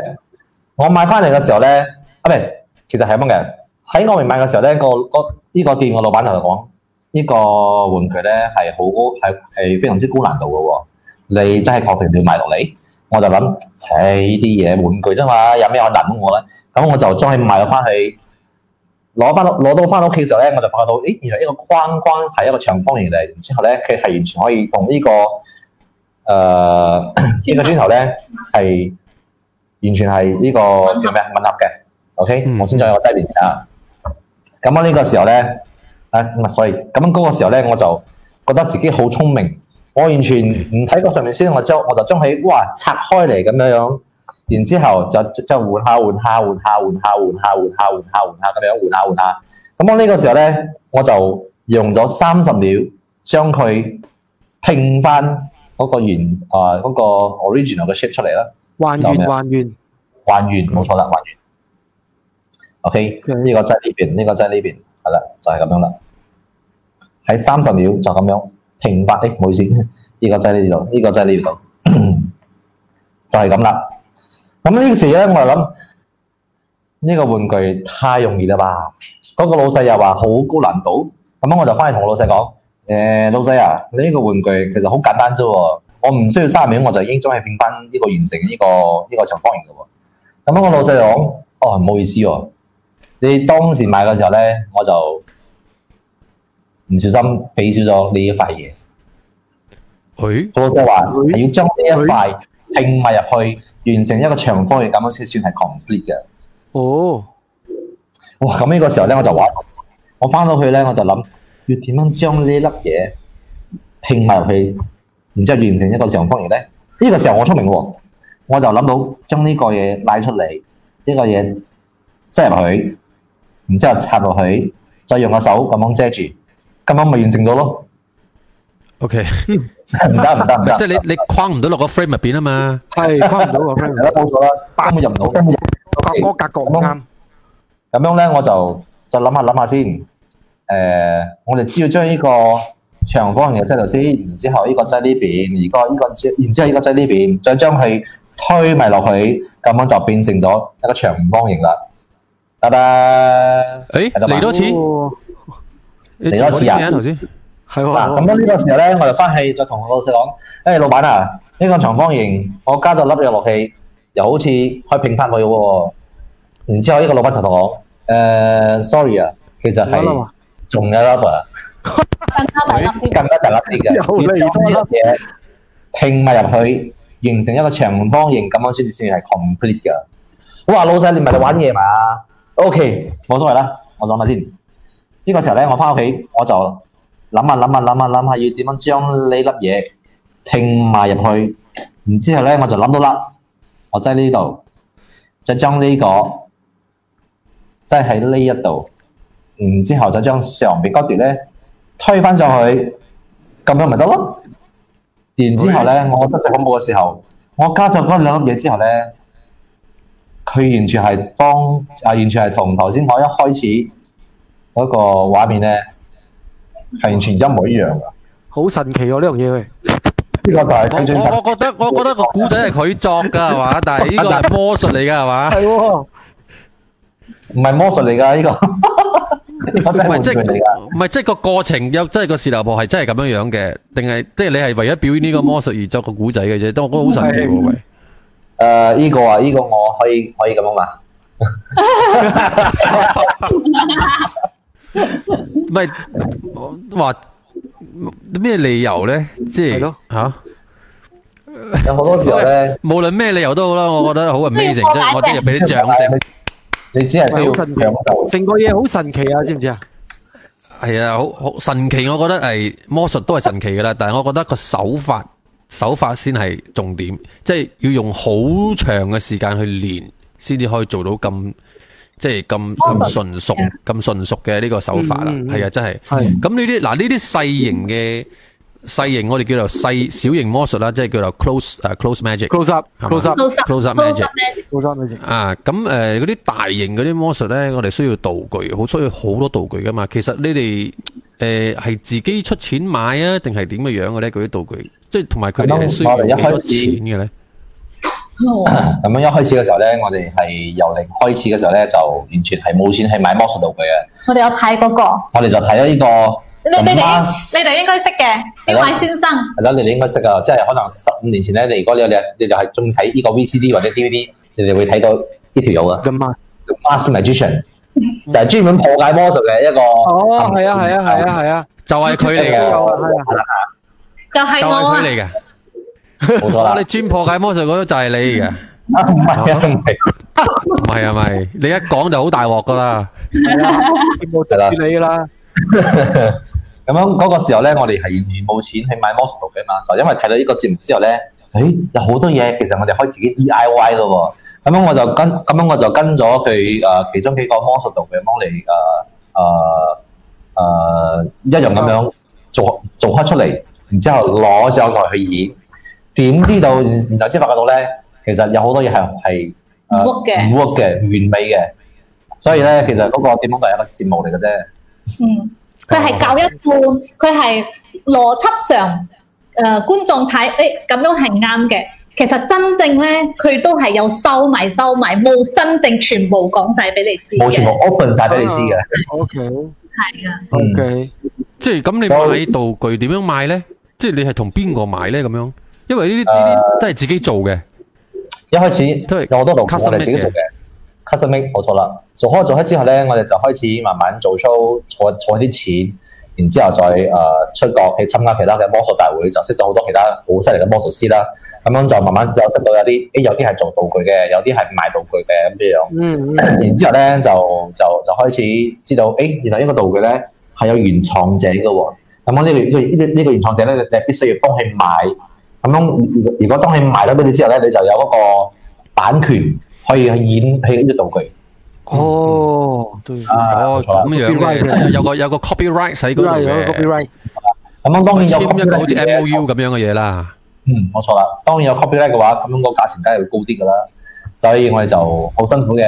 [SPEAKER 4] 我買翻嚟嘅時候咧，啊唔係，其實係咁樣嘅。喺我未買嘅時候咧，個個呢個店個老闆同我講，呢、個玩具咧係好高，係係非常之高難度嘅喎。你真係確定你要買落嚟？我就諗，切呢啲嘢玩具啫嘛，有咩可能難到我咧？咁我就將佢買咗翻去，攞翻攞到翻屋企嘅時候咧，我就發覺到，咦，原來呢個框框係一個長方形嚟，然之後咧，佢係完全可以同呢、個誒呃呢、個磚頭咧係完全係呢、個
[SPEAKER 7] 合
[SPEAKER 4] 叫咩吻合嘅。OK，、
[SPEAKER 1] 嗯
[SPEAKER 4] 我先再有個低面啊。咁我呢個時候咧，啊唔係，sorry，咁嗰個時候咧，我就覺得自己好聰明。我完全唔睇個上面先，我將我就將佢哇拆開嚟咁樣樣，然之後就就就換下換下換下換下換下換下換下換下咁樣換下換下。咁我呢個時候咧，我就用咗三十秒將佢拼翻嗰個原啊嗰、個 original 嘅 shape 出嚟啦，
[SPEAKER 2] 還原還原。
[SPEAKER 4] 還原冇錯啦，還原。OK，呢個擠呢邊，呢、個擠呢邊，係啦，就係、咁樣啦。喺三十秒就咁樣平白，誒、唔好意思， 呢、個擠呢度，呢、個擠呢度， 就係咁啦。咁呢個時咧，我就諗呢、個玩具太容易啦吧？嗰、個老細又話好高難度，咁我就翻去同我老細講：誒、老細啊，呢、個玩具其實好簡單啫喎，我唔需要三十秒我就已經將佢拼翻呢個完成呢、個呢、個長方形嘅喎。咁我老細就講：哦，唔好意思喎、你當時買嘅時候咧，我就唔小心俾少咗呢一塊嘢。
[SPEAKER 1] 誒
[SPEAKER 4] 老細話係要將呢一塊拼埋入去，完成一個長方形咁樣先算係 complete 嘅。
[SPEAKER 2] 哦，
[SPEAKER 4] 哇！咁呢個時候咧，我就玩，我翻到去咧，我就諗要點樣將呢粒嘢拼埋入去，然之後完成一個長方形咧。呢、個時候我聰明喎，我就諗到將呢個嘢拉出嚟，呢、個嘢擠入去，然之後插落去，再用個手咁樣遮住，咁樣咪完成咗咯。
[SPEAKER 1] ，OK，
[SPEAKER 4] 唔得唔得唔得，
[SPEAKER 1] 即係你你框唔到落個 frame 入邊啊嘛，
[SPEAKER 2] 係框唔到個 friend，
[SPEAKER 4] 係啦冇咗啦，根本入唔到，根本入唔到
[SPEAKER 2] 格角格角唔啱。
[SPEAKER 4] 咁樣咧，我就再諗下諗下先。誒、我哋只要將呢個長方形嘅擠度先，然之後呢個擠呢邊，而個呢個擠然之後呢個擠呢邊，再將佢推埋落去，咁樣就變成咗一個長方形啦。得啦，
[SPEAKER 1] 誒嚟多次，
[SPEAKER 2] 哦
[SPEAKER 1] 你
[SPEAKER 4] 嚟多次啊
[SPEAKER 1] 做咗啲咩頭先
[SPEAKER 2] 係
[SPEAKER 4] 嗱，咁
[SPEAKER 2] 喎。
[SPEAKER 4] 樣呢個時候咧，我就翻去再同老細講：，誒、老闆啊，呢、個長方形我加咗粒嘢落去，又好似可以拼翻佢喎。然之後呢個老闆就同我講：，誒、s o r r y 啊，其實
[SPEAKER 2] 仲有粒啊
[SPEAKER 4] 係仲有一粒啊。
[SPEAKER 7] 更加埋啦，
[SPEAKER 4] 更加大粒啲 嘅，
[SPEAKER 2] 又嚟
[SPEAKER 4] 將
[SPEAKER 2] 多
[SPEAKER 4] 呢
[SPEAKER 2] 粒
[SPEAKER 4] 粒嘢拼埋入去，形成一個長方形咁樣先至先係 complete 嘅。我話老細，你唔係嚟玩嘢嘛？OK，冇所謂啦，我諗下先。呢、個時候咧，我翻屋企我就諗下諗下諗下諗下要點樣將呢粒嘢拼埋入去，然之後咧我就諗到啦，我擠呢度，再將呢、個擠喺呢一度，然之後再將上邊嗰段咧推翻上去，咁樣咪得咯。然之後咧，我覺得最恐怖嘅時候，我加咗嗰兩粒嘢之後咧，佢完全係幫啊，完全係同頭先我一開始嗰個畫面咧係完全一模一樣嘅。
[SPEAKER 2] 好神奇喎呢樣嘢喂，
[SPEAKER 4] 呢個就係
[SPEAKER 1] 我
[SPEAKER 4] 佢最神
[SPEAKER 1] 我我覺得我覺得個古仔係佢作㗎係 嘛，但係呢個係魔術嚟㗎係嘛，
[SPEAKER 2] 係喎，
[SPEAKER 4] 唔係魔術嚟㗎，呢個呢個
[SPEAKER 1] 唔
[SPEAKER 4] 真係
[SPEAKER 1] 係
[SPEAKER 4] 玩
[SPEAKER 1] 即
[SPEAKER 4] 具嚟
[SPEAKER 1] 係
[SPEAKER 4] 㗎。
[SPEAKER 1] 唔係即係個過程有即係個士頭婆係真係咁樣樣嘅，定係即係你係為咗表演呢個魔術而作個古仔嘅啫，但我覺得好神奇喎喂。
[SPEAKER 4] 誒呢個啊，呢個我可以可以咁樣啊嘛？
[SPEAKER 1] 唔係話咩理由咧？即
[SPEAKER 2] 係
[SPEAKER 1] 係
[SPEAKER 2] 咯
[SPEAKER 1] 嚇，
[SPEAKER 4] 有好多時候咧，
[SPEAKER 1] 無論咩理由都好啦，我覺得好 amazing，即係我都要 俾啲掌聲。
[SPEAKER 4] 你只係需要
[SPEAKER 2] 好神奇
[SPEAKER 4] 享受。
[SPEAKER 2] 成個嘢好神奇啊，知唔知啊？
[SPEAKER 1] 係啊，好好神奇，我覺得係魔術都係神奇噶啦，但係我覺得個手法手法先係重點，即係要用好長嘅時間去練，先至可以做到咁即係咁咁純熟、咁純熟嘅呢個手法啦。
[SPEAKER 2] 嗯嗯嗯
[SPEAKER 1] 係啊，真係。
[SPEAKER 2] 係
[SPEAKER 1] 咁呢啲嗱呢啲細型嘅細型，我哋叫做細小型魔術啦，即係叫做 close 誒 close magic。
[SPEAKER 2] close up，close up，
[SPEAKER 7] close
[SPEAKER 1] Close up magic
[SPEAKER 2] close up 你
[SPEAKER 1] 啊，咁誒嗰啲大型嗰啲魔術咧，我哋需要道具，好需要好多道具噶嘛。其實你哋誒係自己出錢買啊，定係點嘅樣嘅咧？嗰啲道具，即係同埋佢哋係需要幾多錢嘅咧？
[SPEAKER 4] 啊咁樣一開始嘅時候咧，我哋係由零開始嘅時候咧，就完全係冇錢去買魔術道具嘅。
[SPEAKER 3] 我哋有派嗰個，
[SPEAKER 4] 我哋就睇咗呢個
[SPEAKER 7] 你哋
[SPEAKER 4] 咁啦，
[SPEAKER 7] 你哋應該識嘅呢位先生。
[SPEAKER 4] 係啦，你哋應該識噶，即係可能十五年前咧，你如果你你你就係中意睇呢個 VCD 或者 DVD，你哋會睇到呢條友啊
[SPEAKER 2] 咁啊，
[SPEAKER 4] 叫，Mask Magician 就係專門破解魔術嘅一個。
[SPEAKER 2] 哦，係啊，係啊，係啊，係啊，
[SPEAKER 1] 就係佢嚟
[SPEAKER 2] 都
[SPEAKER 1] 嘅，
[SPEAKER 2] 有啊，係啊，
[SPEAKER 7] 就係
[SPEAKER 1] 就係
[SPEAKER 7] 我啊
[SPEAKER 1] 佢！嚟嘅。
[SPEAKER 4] 冇錯啦
[SPEAKER 1] 我哋，專破解魔術嗰個就係你嘅，
[SPEAKER 4] 啊唔係啊，唔係，
[SPEAKER 1] 唔係係咪？你一講就好大鑊噶啦。
[SPEAKER 2] 佢冇得住你㗎啦，
[SPEAKER 4] 咁樣嗰個時候咧，我哋係完全冇錢去買魔術道具嘛，就因為睇到呢個節目之後咧，誒有好多嘢其實我哋可以自己 D I Y 咯喎。咁樣我就跟，咁樣我就跟咗佢誒其中幾個魔術道具幫你誒誒誒一樣咁樣做做開出嚟，然之後攞上台去演。點知道，然然後先發覺到咧，其實有好多嘢係係誒
[SPEAKER 7] 唔 work 嘅
[SPEAKER 4] 唔 work 嘅，完美嘅。所以咧，其實嗰個點講都係一個節目嚟嘅啫。
[SPEAKER 7] 嗯，佢係教一半，佢係邏輯上誒、呃、觀眾睇，誒、咁樣係啱嘅。其實真正咧，佢都係有收埋收埋，冇真正全部講晒俾你知嘅。
[SPEAKER 4] 冇全部 open 晒俾你知嘅。嗯
[SPEAKER 2] ，OK，OK，
[SPEAKER 7] 係啊，
[SPEAKER 2] 嗯
[SPEAKER 1] 即係咁，你買道具點樣買咧？即係你係同邊個買咧？咁樣，因為呢啲呢啲都係自己做嘅。
[SPEAKER 4] 一開始
[SPEAKER 1] 都係
[SPEAKER 4] 有好多道具
[SPEAKER 1] custom
[SPEAKER 4] 我哋自己做嘅，custom make 冇錯啦。做開做開之後咧，我哋就開始慢慢做 show，儲儲啲錢，然之後再誒、呃出國去參加其他嘅魔術大會，就識到好多其他好犀利嘅魔術師啦。咁樣就慢慢就識到有啲，哎誒有啲係做道具嘅，有啲係賣道具嘅咁樣。
[SPEAKER 2] 嗯嗯，
[SPEAKER 4] 然之後咧就就就開始知道，誒、原來呢個道具咧係有原創者嘅喎。咁我呢個呢個呢個呢個原創者咧，你你必須要幫佢買。咁樣如果如果當佢買咗俾你之後咧，你就有嗰個版權可以去演戲呢個道具。
[SPEAKER 2] 哦，對，
[SPEAKER 4] 啊
[SPEAKER 1] 哦，
[SPEAKER 4] 冇錯啦
[SPEAKER 1] 咁樣
[SPEAKER 2] Copyright
[SPEAKER 1] 嘅，
[SPEAKER 2] 嘅
[SPEAKER 1] 即係有個有個 copyright 喺嗰度
[SPEAKER 2] 有
[SPEAKER 1] 嘅。
[SPEAKER 2] copyright。
[SPEAKER 4] 咁樣當然有
[SPEAKER 1] 簽一個好似
[SPEAKER 4] copyright 嘅
[SPEAKER 1] M O U 咁樣嘅嘢啦。
[SPEAKER 4] 嗯，冇錯啦。當然有 copyright 嘅話，咁樣個價錢梗係會高啲㗎啦。所以我哋就好辛苦嘅，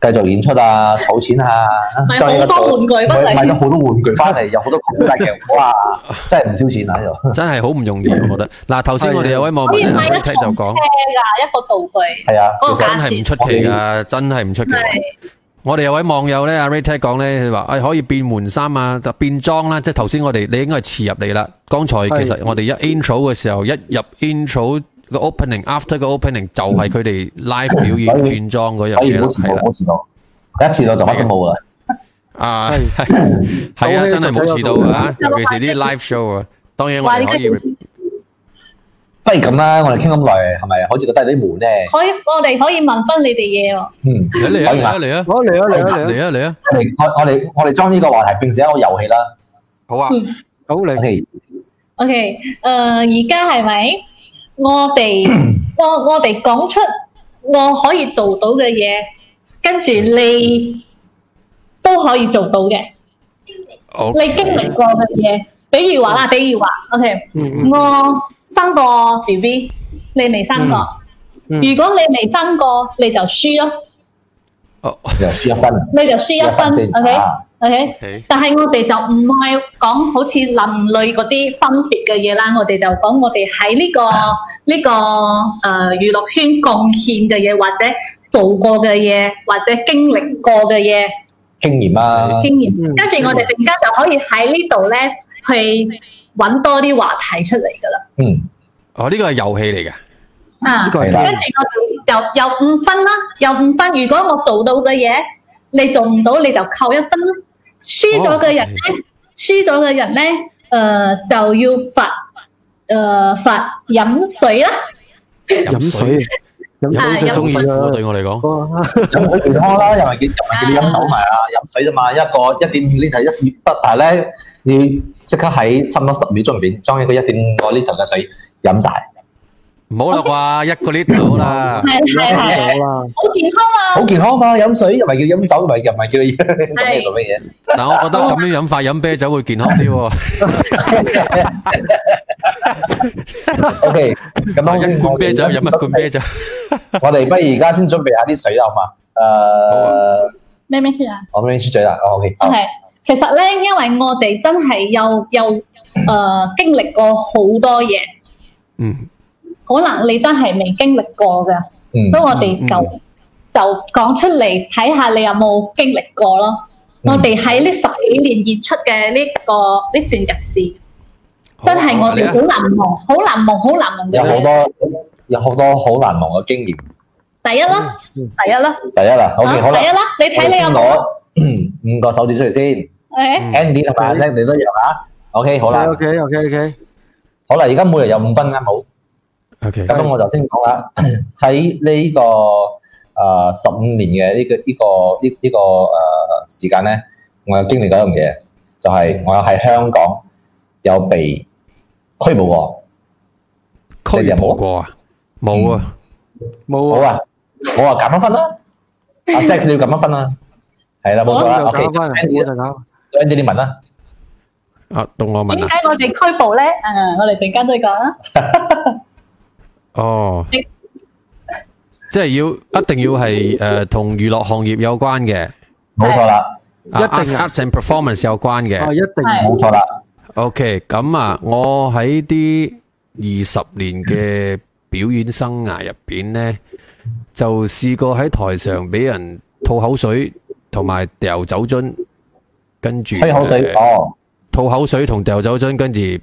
[SPEAKER 4] 繼續演出啊，儲錢啊，
[SPEAKER 7] 買
[SPEAKER 4] 再有
[SPEAKER 7] 好
[SPEAKER 4] 一個
[SPEAKER 7] 多玩具不
[SPEAKER 4] 買買咗
[SPEAKER 7] 嚟。
[SPEAKER 4] 好多玩具翻嚟，有好多 copyright 嘅， 哇，真係唔少錢啊喺度。
[SPEAKER 1] 真係好唔容易，我覺得。嗱，頭先我哋有位網
[SPEAKER 7] 可以
[SPEAKER 1] 民
[SPEAKER 7] 買一
[SPEAKER 1] 喺
[SPEAKER 7] 堂車
[SPEAKER 1] 睇就
[SPEAKER 7] 㗎
[SPEAKER 1] 講，
[SPEAKER 7] 一個道具，
[SPEAKER 4] 係啊，
[SPEAKER 7] 嗰
[SPEAKER 4] 其
[SPEAKER 7] 個
[SPEAKER 4] 實
[SPEAKER 1] 真
[SPEAKER 7] 哦價
[SPEAKER 1] 係唔
[SPEAKER 7] 錢
[SPEAKER 1] 出奇噶，真係唔出奇。
[SPEAKER 7] 係
[SPEAKER 1] 我哋有位網友咧，阿 Ray Tech 講咧，佢話：，誒可以變換衫啊，就變裝啦。即係頭先我哋，你應該係遲入嚟啦。剛才其實
[SPEAKER 2] 係
[SPEAKER 1] 我哋一 intro 嘅時候，一入 intro 個 opening，after 個 opening 就係佢哋 live 表演
[SPEAKER 4] 所以
[SPEAKER 1] 變裝嗰樣
[SPEAKER 4] 可以
[SPEAKER 1] 嘢
[SPEAKER 4] 唔
[SPEAKER 1] 啦
[SPEAKER 4] 好，遲
[SPEAKER 1] 係啊
[SPEAKER 4] 到，
[SPEAKER 1] 啦
[SPEAKER 4] 唔好，遲到，一遲到就乜都冇啦。
[SPEAKER 1] 啊
[SPEAKER 2] 係，
[SPEAKER 1] 係啊，
[SPEAKER 2] 早起
[SPEAKER 1] 真係冇遲
[SPEAKER 2] 就
[SPEAKER 1] 到
[SPEAKER 2] 走
[SPEAKER 1] 啊，尤其是啲 live show à. 啊。當然我
[SPEAKER 7] 話
[SPEAKER 1] 哋
[SPEAKER 7] 你
[SPEAKER 1] 可以
[SPEAKER 7] 真。
[SPEAKER 4] 不如咁啦，我哋傾咁耐，係咪好似覺得有啲悶咧？
[SPEAKER 7] 可以，我哋可以問翻你哋嘢喎。
[SPEAKER 4] 嗯，
[SPEAKER 1] 嚟啊嚟啊嚟啊
[SPEAKER 2] 好嚟啊嚟啊嚟啊，
[SPEAKER 1] 嚟啊嚟啊！
[SPEAKER 4] 我哋我我哋我哋將呢個話題變成一個遊戲啦。
[SPEAKER 1] 好啊，
[SPEAKER 7] 嗯
[SPEAKER 2] 好嚟，
[SPEAKER 4] OK，
[SPEAKER 3] OK，誒、ờ, 而家係咪我哋我我哋講出我可以做到嘅嘢，跟住你都可以做到嘅，
[SPEAKER 1] 好，
[SPEAKER 3] 你經歷過嘅嘢，比如話啦，比如話，OK，
[SPEAKER 1] 嗯
[SPEAKER 2] Ừ.
[SPEAKER 1] 嗯
[SPEAKER 3] 我生過 B B，你未生過，
[SPEAKER 2] 嗯嗯
[SPEAKER 3] 如果你未生過，你就輸咯，
[SPEAKER 1] 哦
[SPEAKER 4] 又輸一分，
[SPEAKER 3] 你就輸一分
[SPEAKER 4] 一分先
[SPEAKER 3] ，OK，OK。
[SPEAKER 4] 啊
[SPEAKER 1] ，OK，
[SPEAKER 3] 但係我哋就唔係講好似人類嗰啲分別嘅嘢啦，我哋就講我哋喺呢個呢、個誒、呃、娛樂圈貢獻嘅嘢，或者做過嘅嘢，或者經歷過嘅嘢
[SPEAKER 4] 經驗啦，
[SPEAKER 3] 經驗
[SPEAKER 2] 嗯，
[SPEAKER 3] 跟住我哋陣間就可以喺呢度咧去揾多啲話題出嚟噶啦。
[SPEAKER 4] 嗯，
[SPEAKER 1] 哦呢個係遊戲嚟嘅，
[SPEAKER 3] 啊，
[SPEAKER 2] 個係
[SPEAKER 3] 跟住我哋又又五分啦，又五分。如果我做到嘅嘢，你做唔到，你就扣一分啦。輸咗嘅人咧，輸咗嘅人咧，誒、就要罰誒、罰飲水啦。
[SPEAKER 2] 飲水，飲
[SPEAKER 3] 啊
[SPEAKER 1] 飲
[SPEAKER 2] 水都中
[SPEAKER 1] 水好
[SPEAKER 2] 意
[SPEAKER 1] 辛苦
[SPEAKER 2] 啦。
[SPEAKER 1] 對我嚟講，
[SPEAKER 2] 哇
[SPEAKER 4] 飲水健康啦，又係幾又係叫你飲酒埋啊，飲水啫嘛，一個一點五 liter 一點得，但係咧你即刻喺差唔多十秒鐘入邊將呢個一點五個 liter 嘅水飲晒，
[SPEAKER 1] 唔好啦啩，一個 lift 好啦，
[SPEAKER 3] 係係係，
[SPEAKER 2] 好啦，
[SPEAKER 3] 好健康
[SPEAKER 4] 好
[SPEAKER 3] 啊！
[SPEAKER 4] 健康嘛！飲水又唔係叫飲酒，唔係又唔係叫 你做咩做咩嘢，
[SPEAKER 1] 但我覺得咁樣飲法飲啤酒會健康啲喎。
[SPEAKER 4] O K，咁當 然
[SPEAKER 1] 一罐啤酒飲一罐 啤酒，
[SPEAKER 4] 我哋不如而家先準備下啲水啦，好嘛？誒，
[SPEAKER 3] 咩咩先啊
[SPEAKER 4] 我已經出嘴啦，O K，
[SPEAKER 3] ？OK，其實咧，因為我哋真係又又誒經歷過好多嘢，
[SPEAKER 1] 嗯，
[SPEAKER 3] 可能你真係未經歷過嘅。
[SPEAKER 4] 嗯
[SPEAKER 3] 咁我哋就
[SPEAKER 1] 嗯
[SPEAKER 3] 就講出嚟睇下你有冇經歷過咯。
[SPEAKER 4] 嗯
[SPEAKER 3] 我哋喺呢十幾年演出嘅呢個呢段日子，
[SPEAKER 1] 好
[SPEAKER 3] 真係我
[SPEAKER 1] 嚟
[SPEAKER 3] 哋
[SPEAKER 1] 啊
[SPEAKER 3] 好難忘，好難忘，好難忘嘅
[SPEAKER 4] 有好
[SPEAKER 3] 嘢。
[SPEAKER 4] 多有好多好難忘嘅經驗。
[SPEAKER 3] 第一啦，
[SPEAKER 2] 嗯
[SPEAKER 3] 第一啦，
[SPEAKER 4] 第一啦，O
[SPEAKER 3] 啊
[SPEAKER 4] K，好啦
[SPEAKER 3] 第一，啦，你
[SPEAKER 4] Ờ,
[SPEAKER 3] 睇你有冇？
[SPEAKER 4] 我哋先攞五個手指出嚟先。
[SPEAKER 3] 誒，
[SPEAKER 4] Andy 同埋 Alex 你都有啊。OK，好啦，
[SPEAKER 2] OK，OK，OK，OK，
[SPEAKER 4] 好啦，而家每人有五分啱好。
[SPEAKER 1] ，OK，
[SPEAKER 4] 咁我就先講啦， 喺呢個誒十五年嘅呢個呢個呢呢個誒時間咧，我有經歷過一樣嘢，就係我有喺香港有被拘捕過。
[SPEAKER 1] 區冇過啊，冇啊，
[SPEAKER 4] 好
[SPEAKER 2] 冇啊，
[SPEAKER 4] 啊，我話減一分啦，阿 Alex 你要減一分啦，係啦，冇錯啦。
[SPEAKER 2] 我就搞翻，我
[SPEAKER 4] OK，Andy
[SPEAKER 2] 就搞。
[SPEAKER 4] Andy 你問啦。
[SPEAKER 1] 啊，到我問
[SPEAKER 3] 點
[SPEAKER 1] 啊，
[SPEAKER 3] 解我哋拘捕咧？誒，我哋陣間再講啦。
[SPEAKER 1] 哦
[SPEAKER 3] 你，
[SPEAKER 1] 即係要一定要係诶同娛樂行業有關嘅，
[SPEAKER 4] 冇錯啦，
[SPEAKER 1] 啊
[SPEAKER 2] 一定啊
[SPEAKER 1] arts and performance 有關嘅。
[SPEAKER 2] 啊，一定。
[SPEAKER 3] 係
[SPEAKER 4] 冇錯啦，
[SPEAKER 1] OK，咁啊，我喺啲二十年嘅表演生涯入邊呢，就試過喺台上俾人吐口水，同埋掉酒樽，跟住
[SPEAKER 4] 吹口
[SPEAKER 1] 呃
[SPEAKER 4] 水哦，
[SPEAKER 1] 吐口水同掉酒樽，跟住誒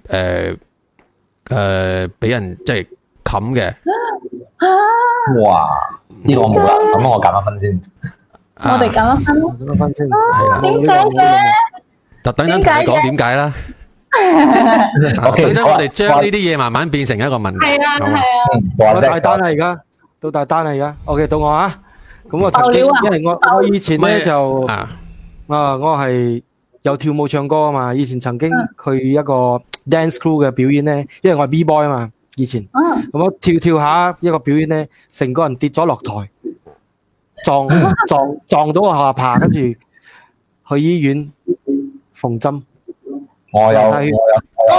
[SPEAKER 1] 誒俾人即係冚嘅。
[SPEAKER 4] 哇！呢個我冇啦，咁我減一分先。
[SPEAKER 3] 我哋
[SPEAKER 1] 啊
[SPEAKER 3] 咁樣分啦
[SPEAKER 2] 我諗翻先。
[SPEAKER 1] 係啦。
[SPEAKER 3] 點
[SPEAKER 2] 冇呢個，
[SPEAKER 3] 解
[SPEAKER 2] 冇呢個，
[SPEAKER 3] 嘅？
[SPEAKER 1] 特等等同你講點解啦。
[SPEAKER 4] O
[SPEAKER 1] 等
[SPEAKER 4] K，
[SPEAKER 1] 陣啊我哋將呢啲嘢慢慢變成一個問題。
[SPEAKER 3] 係啊，
[SPEAKER 1] 好嘛
[SPEAKER 3] 係啊。
[SPEAKER 4] 話
[SPEAKER 2] 冇。我大單
[SPEAKER 4] 啫，
[SPEAKER 2] 啦，而家到大單啦，而家。OK，到我啊。咁我
[SPEAKER 3] 爆
[SPEAKER 2] 曾經-
[SPEAKER 3] 料啊！
[SPEAKER 2] 因為我-我以前呢，
[SPEAKER 1] 咩？
[SPEAKER 2] 就
[SPEAKER 1] 啊，
[SPEAKER 2] 啊，我係有跳舞唱歌啊嘛，以前曾經
[SPEAKER 3] 嗯
[SPEAKER 2] 去一個 dance crew 嘅表演咧，因為我係 B boy 啊嘛，以前
[SPEAKER 3] 嗯，
[SPEAKER 2] 咁我跳跳下一個表演咧，成個人跌咗落台， 撞撞撞到個下巴，跟住去醫院縫針。
[SPEAKER 4] 我有，我有，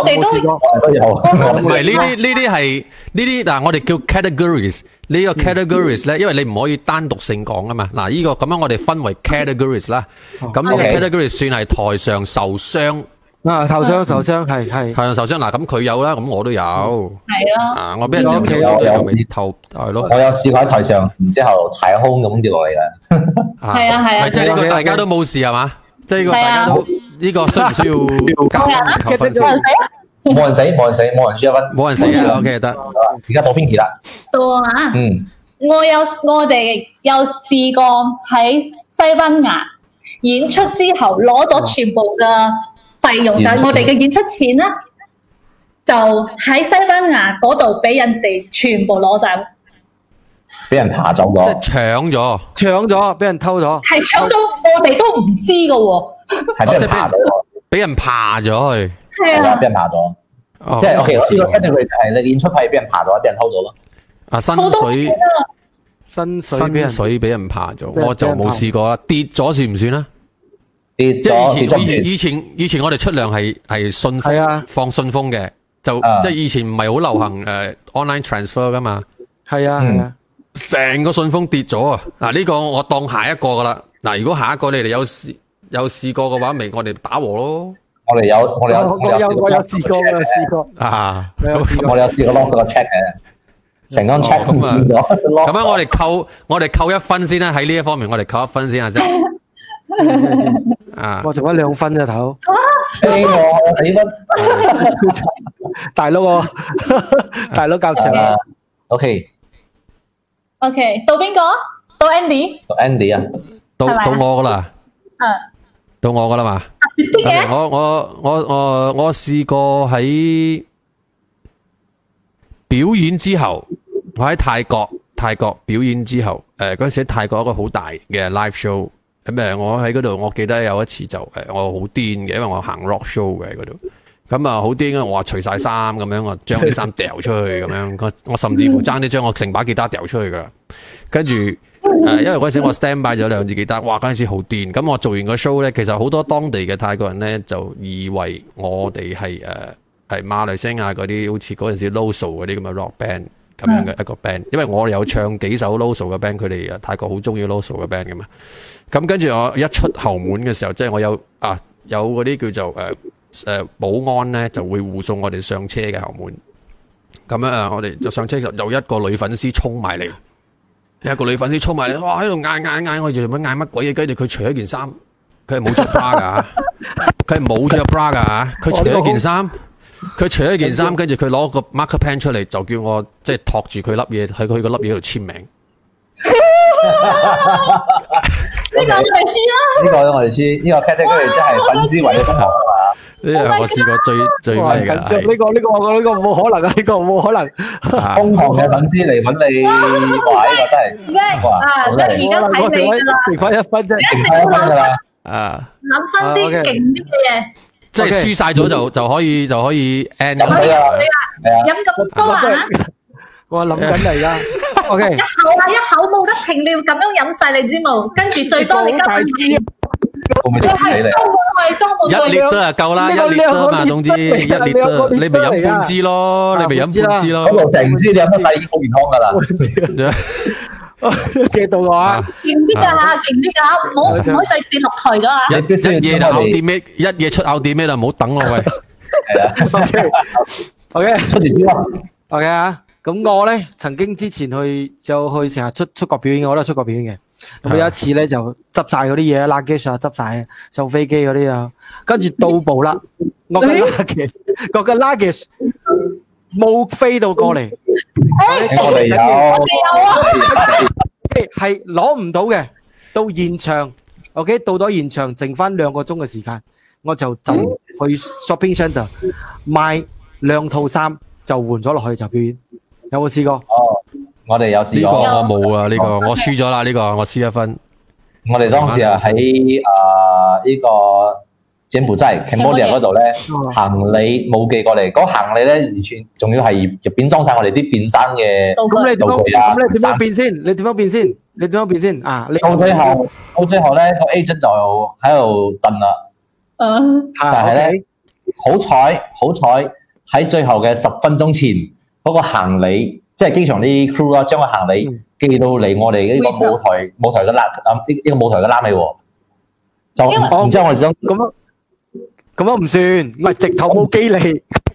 [SPEAKER 3] 我哋都
[SPEAKER 2] 冇試過
[SPEAKER 4] 我都有。
[SPEAKER 1] 唔係呢啲呢啲係呢啲嗱，我哋叫 categories。呢個 categories 咧，因為你唔可以單獨性講啊嘛。嗱，呢個咁樣我哋分為 categories 啦。咁呢個
[SPEAKER 4] OK
[SPEAKER 1] categories 算係台上受傷，
[SPEAKER 3] 嗯
[SPEAKER 2] 啊，受傷受傷係
[SPEAKER 4] 嗯
[SPEAKER 2] 係
[SPEAKER 1] 台上受傷嗱，咁佢有啦，咁我都有。
[SPEAKER 3] 係咯。
[SPEAKER 1] 啊，我俾人掉酒
[SPEAKER 4] 有
[SPEAKER 1] 樽嘅時候
[SPEAKER 4] 有啊
[SPEAKER 1] 咪頭係咯。
[SPEAKER 4] 我有試過喺台上，然之後踩空咁跌落嚟嘅。
[SPEAKER 1] 啊
[SPEAKER 3] 係啊係啊
[SPEAKER 1] 咪即係呢個
[SPEAKER 2] 係啊
[SPEAKER 1] 大家都冇事係嘛？即係呢個
[SPEAKER 3] 係啊
[SPEAKER 1] 大家都呢個需唔需要交分定扣分
[SPEAKER 3] 有人
[SPEAKER 1] 先？
[SPEAKER 3] 睇
[SPEAKER 4] 冇人死，冇人死，冇人輸一分。
[SPEAKER 1] 冇人死啊，OK 得。
[SPEAKER 4] 而家到邊期啦？
[SPEAKER 3] 到啊！
[SPEAKER 4] 嗯，
[SPEAKER 3] 我有我哋有試過喺西班牙演出之後攞咗全部嘅費用，
[SPEAKER 4] 演
[SPEAKER 3] 但
[SPEAKER 4] 出
[SPEAKER 3] 係我哋嘅演出錢咧，就喺西班牙嗰度俾人哋全部攞走，
[SPEAKER 4] 俾人爬走
[SPEAKER 1] 即
[SPEAKER 4] 咗
[SPEAKER 1] 係。搶咗，
[SPEAKER 2] 搶咗，俾人偷咗。
[SPEAKER 3] 係搶到我哋都唔知嘅喎。
[SPEAKER 4] 係俾人爬咗，
[SPEAKER 1] 俾人爬咗去。
[SPEAKER 3] 係
[SPEAKER 4] 係啦，
[SPEAKER 3] 啊
[SPEAKER 4] 俾，人爬咗。
[SPEAKER 1] 哦
[SPEAKER 4] 即係 OK，
[SPEAKER 1] 我試
[SPEAKER 4] 呢個
[SPEAKER 1] 過
[SPEAKER 4] category 就係你演出費俾人爬咗，俾人偷咗咯。
[SPEAKER 1] 啊，薪
[SPEAKER 7] 好多
[SPEAKER 1] 水
[SPEAKER 7] 錢啊！
[SPEAKER 2] 薪水俾
[SPEAKER 1] 薪
[SPEAKER 2] 人
[SPEAKER 1] 水俾人爬咗，
[SPEAKER 2] 俾人
[SPEAKER 1] 我就冇試過啦。跌咗算唔算啦？
[SPEAKER 4] 跌
[SPEAKER 1] 即係
[SPEAKER 4] 咗
[SPEAKER 1] 以
[SPEAKER 4] 跌
[SPEAKER 1] 前
[SPEAKER 4] 咗
[SPEAKER 1] 以
[SPEAKER 4] 唔
[SPEAKER 1] 前
[SPEAKER 4] 算
[SPEAKER 1] 以前以前我哋出糧係係信
[SPEAKER 2] 係啊
[SPEAKER 1] 封放信封嘅，就
[SPEAKER 4] 啊
[SPEAKER 1] 即係以前唔係好流行誒 online transfer 噶嘛。
[SPEAKER 2] 係
[SPEAKER 4] 嗯
[SPEAKER 2] 啊係啊，
[SPEAKER 1] 成個信封跌咗啊！嗱，呢個我當下一個噶啦。嗱，如果下一個你哋有試有試過嘅話，咪我哋打和咯。
[SPEAKER 4] 我哋有我哋有
[SPEAKER 2] 我我有我有試過，我有試過，
[SPEAKER 1] 啊，
[SPEAKER 2] 我有試過
[SPEAKER 4] 我哋有試過 lock 咗個 check 嘅，成張 check 唔
[SPEAKER 1] 咁啊
[SPEAKER 4] 見咗 lock 咗。
[SPEAKER 1] 咁啊，我哋扣我哋扣一分先啦。喺呢一方面，我哋扣一分先啊，啫。啊，
[SPEAKER 2] 我剩翻兩分啫啊頭，
[SPEAKER 4] 俾我我睇翻。
[SPEAKER 2] 大佬我大佬教場啊，
[SPEAKER 4] 啊 OK，
[SPEAKER 7] OK，到邊個？到 Andy，
[SPEAKER 4] 到 Andy 啊，
[SPEAKER 1] 到
[SPEAKER 7] 係咪啊
[SPEAKER 1] 到我噶啦，
[SPEAKER 7] 嗯，
[SPEAKER 1] 到我噶啦嘛。
[SPEAKER 7] 特別啲
[SPEAKER 1] OK，
[SPEAKER 7] 嘅，
[SPEAKER 1] 我我我我我試過喺表演之後，我喺泰國泰國表演之後，誒嗰陣時喺泰國一個好大嘅 live show，咁誒我喺嗰度，我記得有一次就誒我好癲嘅，因為我行 rock show 嘅喺嗰度，咁啊好癲嘅，我話除晒衫咁樣，我將啲衫掉出去咁樣，我我甚至乎爭啲將我成把吉他掉出去噶啦。跟住誒，因為嗰陣時我 stand by 咗兩支吉他，哇！嗰陣時好癲。咁我做完個 show 咧，其實好多當地嘅泰國人咧就以為我哋係誒呃係馬來西亞嗰啲，好似嗰陣時 Loso 嗰啲咁嘅 rock band 咁樣嘅一個 band，因為我有唱幾首 Loso 嘅 band，佢哋誒泰國好中意 Loso 嘅 band 嘅嘛。咁跟住我一出後門嘅時候，即係我有啊有嗰啲叫做誒誒、呃保安咧就會護送我哋上車嘅後門。咁樣啊，我哋就上車就有一個女粉絲衝埋嚟。有一個女粉絲衝埋嚟，哇喺度嗌嗌嗌，我以為乜嗌乜鬼嘢，跟住佢除咗件衫，佢係冇着 bra 噶，佢係冇着 bra 噶，佢除咗件衫，佢除咗件衫，跟住佢攞個 marker pen 出嚟，就叫我即係托住佢粒嘢喺佢個粒嘢度簽名。
[SPEAKER 7] 呢個我哋輸啦。
[SPEAKER 4] 呢個我哋知，呢個 category 即係粉絲圍嘅風頭啊嘛。
[SPEAKER 1] 呢個我試過最最
[SPEAKER 2] 哇
[SPEAKER 1] 咩
[SPEAKER 2] 緊張呢
[SPEAKER 1] 㗎？
[SPEAKER 2] 個呢個我呢個冇可能啊，呢個冇可能。
[SPEAKER 1] 係啊
[SPEAKER 4] 瘋狂嘅粉絲嚟揾你，哇！呢個
[SPEAKER 7] 而
[SPEAKER 4] 真係，
[SPEAKER 7] 家
[SPEAKER 4] 哇！
[SPEAKER 7] 啊
[SPEAKER 4] 好真係
[SPEAKER 7] 而家睇你㗎啦
[SPEAKER 2] 剩翻一分啫。
[SPEAKER 4] 剩翻一分㗎啦。
[SPEAKER 1] 啊，
[SPEAKER 7] 諗翻啲
[SPEAKER 2] 啊，OK
[SPEAKER 7] 勁啲嘅嘢，
[SPEAKER 1] 即係
[SPEAKER 2] OK
[SPEAKER 1] 輸晒咗就就可以就可以 end
[SPEAKER 4] 飲
[SPEAKER 1] 啦
[SPEAKER 4] 水啊，係啊，
[SPEAKER 7] 飲咁多啊，
[SPEAKER 2] 我諗緊啊嚟噶。O K，
[SPEAKER 7] 一口啊一口冇得停，你要咁樣飲晒你知冇？跟住最多你今
[SPEAKER 2] 大
[SPEAKER 7] 日
[SPEAKER 2] 啲，
[SPEAKER 4] 會唔會
[SPEAKER 7] 你
[SPEAKER 4] 整死
[SPEAKER 7] 係
[SPEAKER 4] 你？
[SPEAKER 7] 中滿係中
[SPEAKER 1] 一
[SPEAKER 7] 滿喎，
[SPEAKER 2] 你
[SPEAKER 1] 列都係夠啦，
[SPEAKER 2] 呢
[SPEAKER 1] 一
[SPEAKER 2] 個
[SPEAKER 1] 列都嘛，
[SPEAKER 2] 呢個
[SPEAKER 1] 總之一列
[SPEAKER 2] 呢個呢個
[SPEAKER 1] 都，你咪飲半支咯，
[SPEAKER 2] 啊
[SPEAKER 1] 你咪飲半支咯
[SPEAKER 4] 嗰。度成支你飲得曬已經好健康㗎啦。
[SPEAKER 2] 嘅到我 啊。
[SPEAKER 7] 勁啲㗎嚇，勁啲㗎嚇，唔好唔好再跌落台咗
[SPEAKER 3] à?
[SPEAKER 7] 啊！
[SPEAKER 1] 一
[SPEAKER 4] 你必須要
[SPEAKER 1] 一嘢就
[SPEAKER 4] 將我
[SPEAKER 1] out
[SPEAKER 4] 哋
[SPEAKER 1] 啲咩，一嘢出 out 啲咩啦，唔好等 我喂。
[SPEAKER 2] O K，O K，
[SPEAKER 4] 出住啲咯，
[SPEAKER 2] O K 啊。咁我咧曾經之前去就去成日出出國表演，我都係出國表演嘅。咁有一次咧就執晒嗰啲嘢啦，luggage 啊執晒，上飛機嗰啲啊，跟住到步啦，我嘅 luggage，我嘅 luggage 冇飛到過嚟。
[SPEAKER 4] 我哋有。
[SPEAKER 7] 有啊，
[SPEAKER 2] 系攞唔到嘅。到現場，OK，到咗現場，剩翻兩個鐘嘅時間，我就走去 shopping centre 買兩套衫，就換咗落去就表演。有冇試過？
[SPEAKER 4] 哦，我哋有哦
[SPEAKER 1] 呢
[SPEAKER 4] 試
[SPEAKER 1] 個
[SPEAKER 4] 過。
[SPEAKER 1] 我冇啊，呢個我輸咗啦，呢個我輸一分。
[SPEAKER 4] 我哋當時啊喺誒呢個柬埔寨 Cambodia 嗰度咧，行李冇寄過嚟，嗰行李咧完全仲要係入邊裝晒我哋啲變身嘅。
[SPEAKER 7] 道
[SPEAKER 2] 咁
[SPEAKER 7] 具
[SPEAKER 2] 你點
[SPEAKER 4] 道
[SPEAKER 2] 樣？
[SPEAKER 4] 具啊
[SPEAKER 2] 咁你點樣變先？你點樣變先？你點樣變先？啊，你
[SPEAKER 4] 到最後，到最後咧，個 agent 就喺度震啦。
[SPEAKER 3] ờ,
[SPEAKER 7] 嗯，
[SPEAKER 2] 啊
[SPEAKER 4] 但係
[SPEAKER 2] À, ，OK，
[SPEAKER 4] 好彩，好彩喺最後嘅十分鐘前，嗰、個行李即係機場啲 crew 啦，將個行李
[SPEAKER 2] 嗯
[SPEAKER 4] 寄到嚟我哋呢個舞台舞台嘅拉啊呢呢個舞台嘅拉尾喎。就
[SPEAKER 7] 因為
[SPEAKER 4] 然之後我哋將
[SPEAKER 2] 咁樣咁樣唔算，唔係直頭冇機嚟。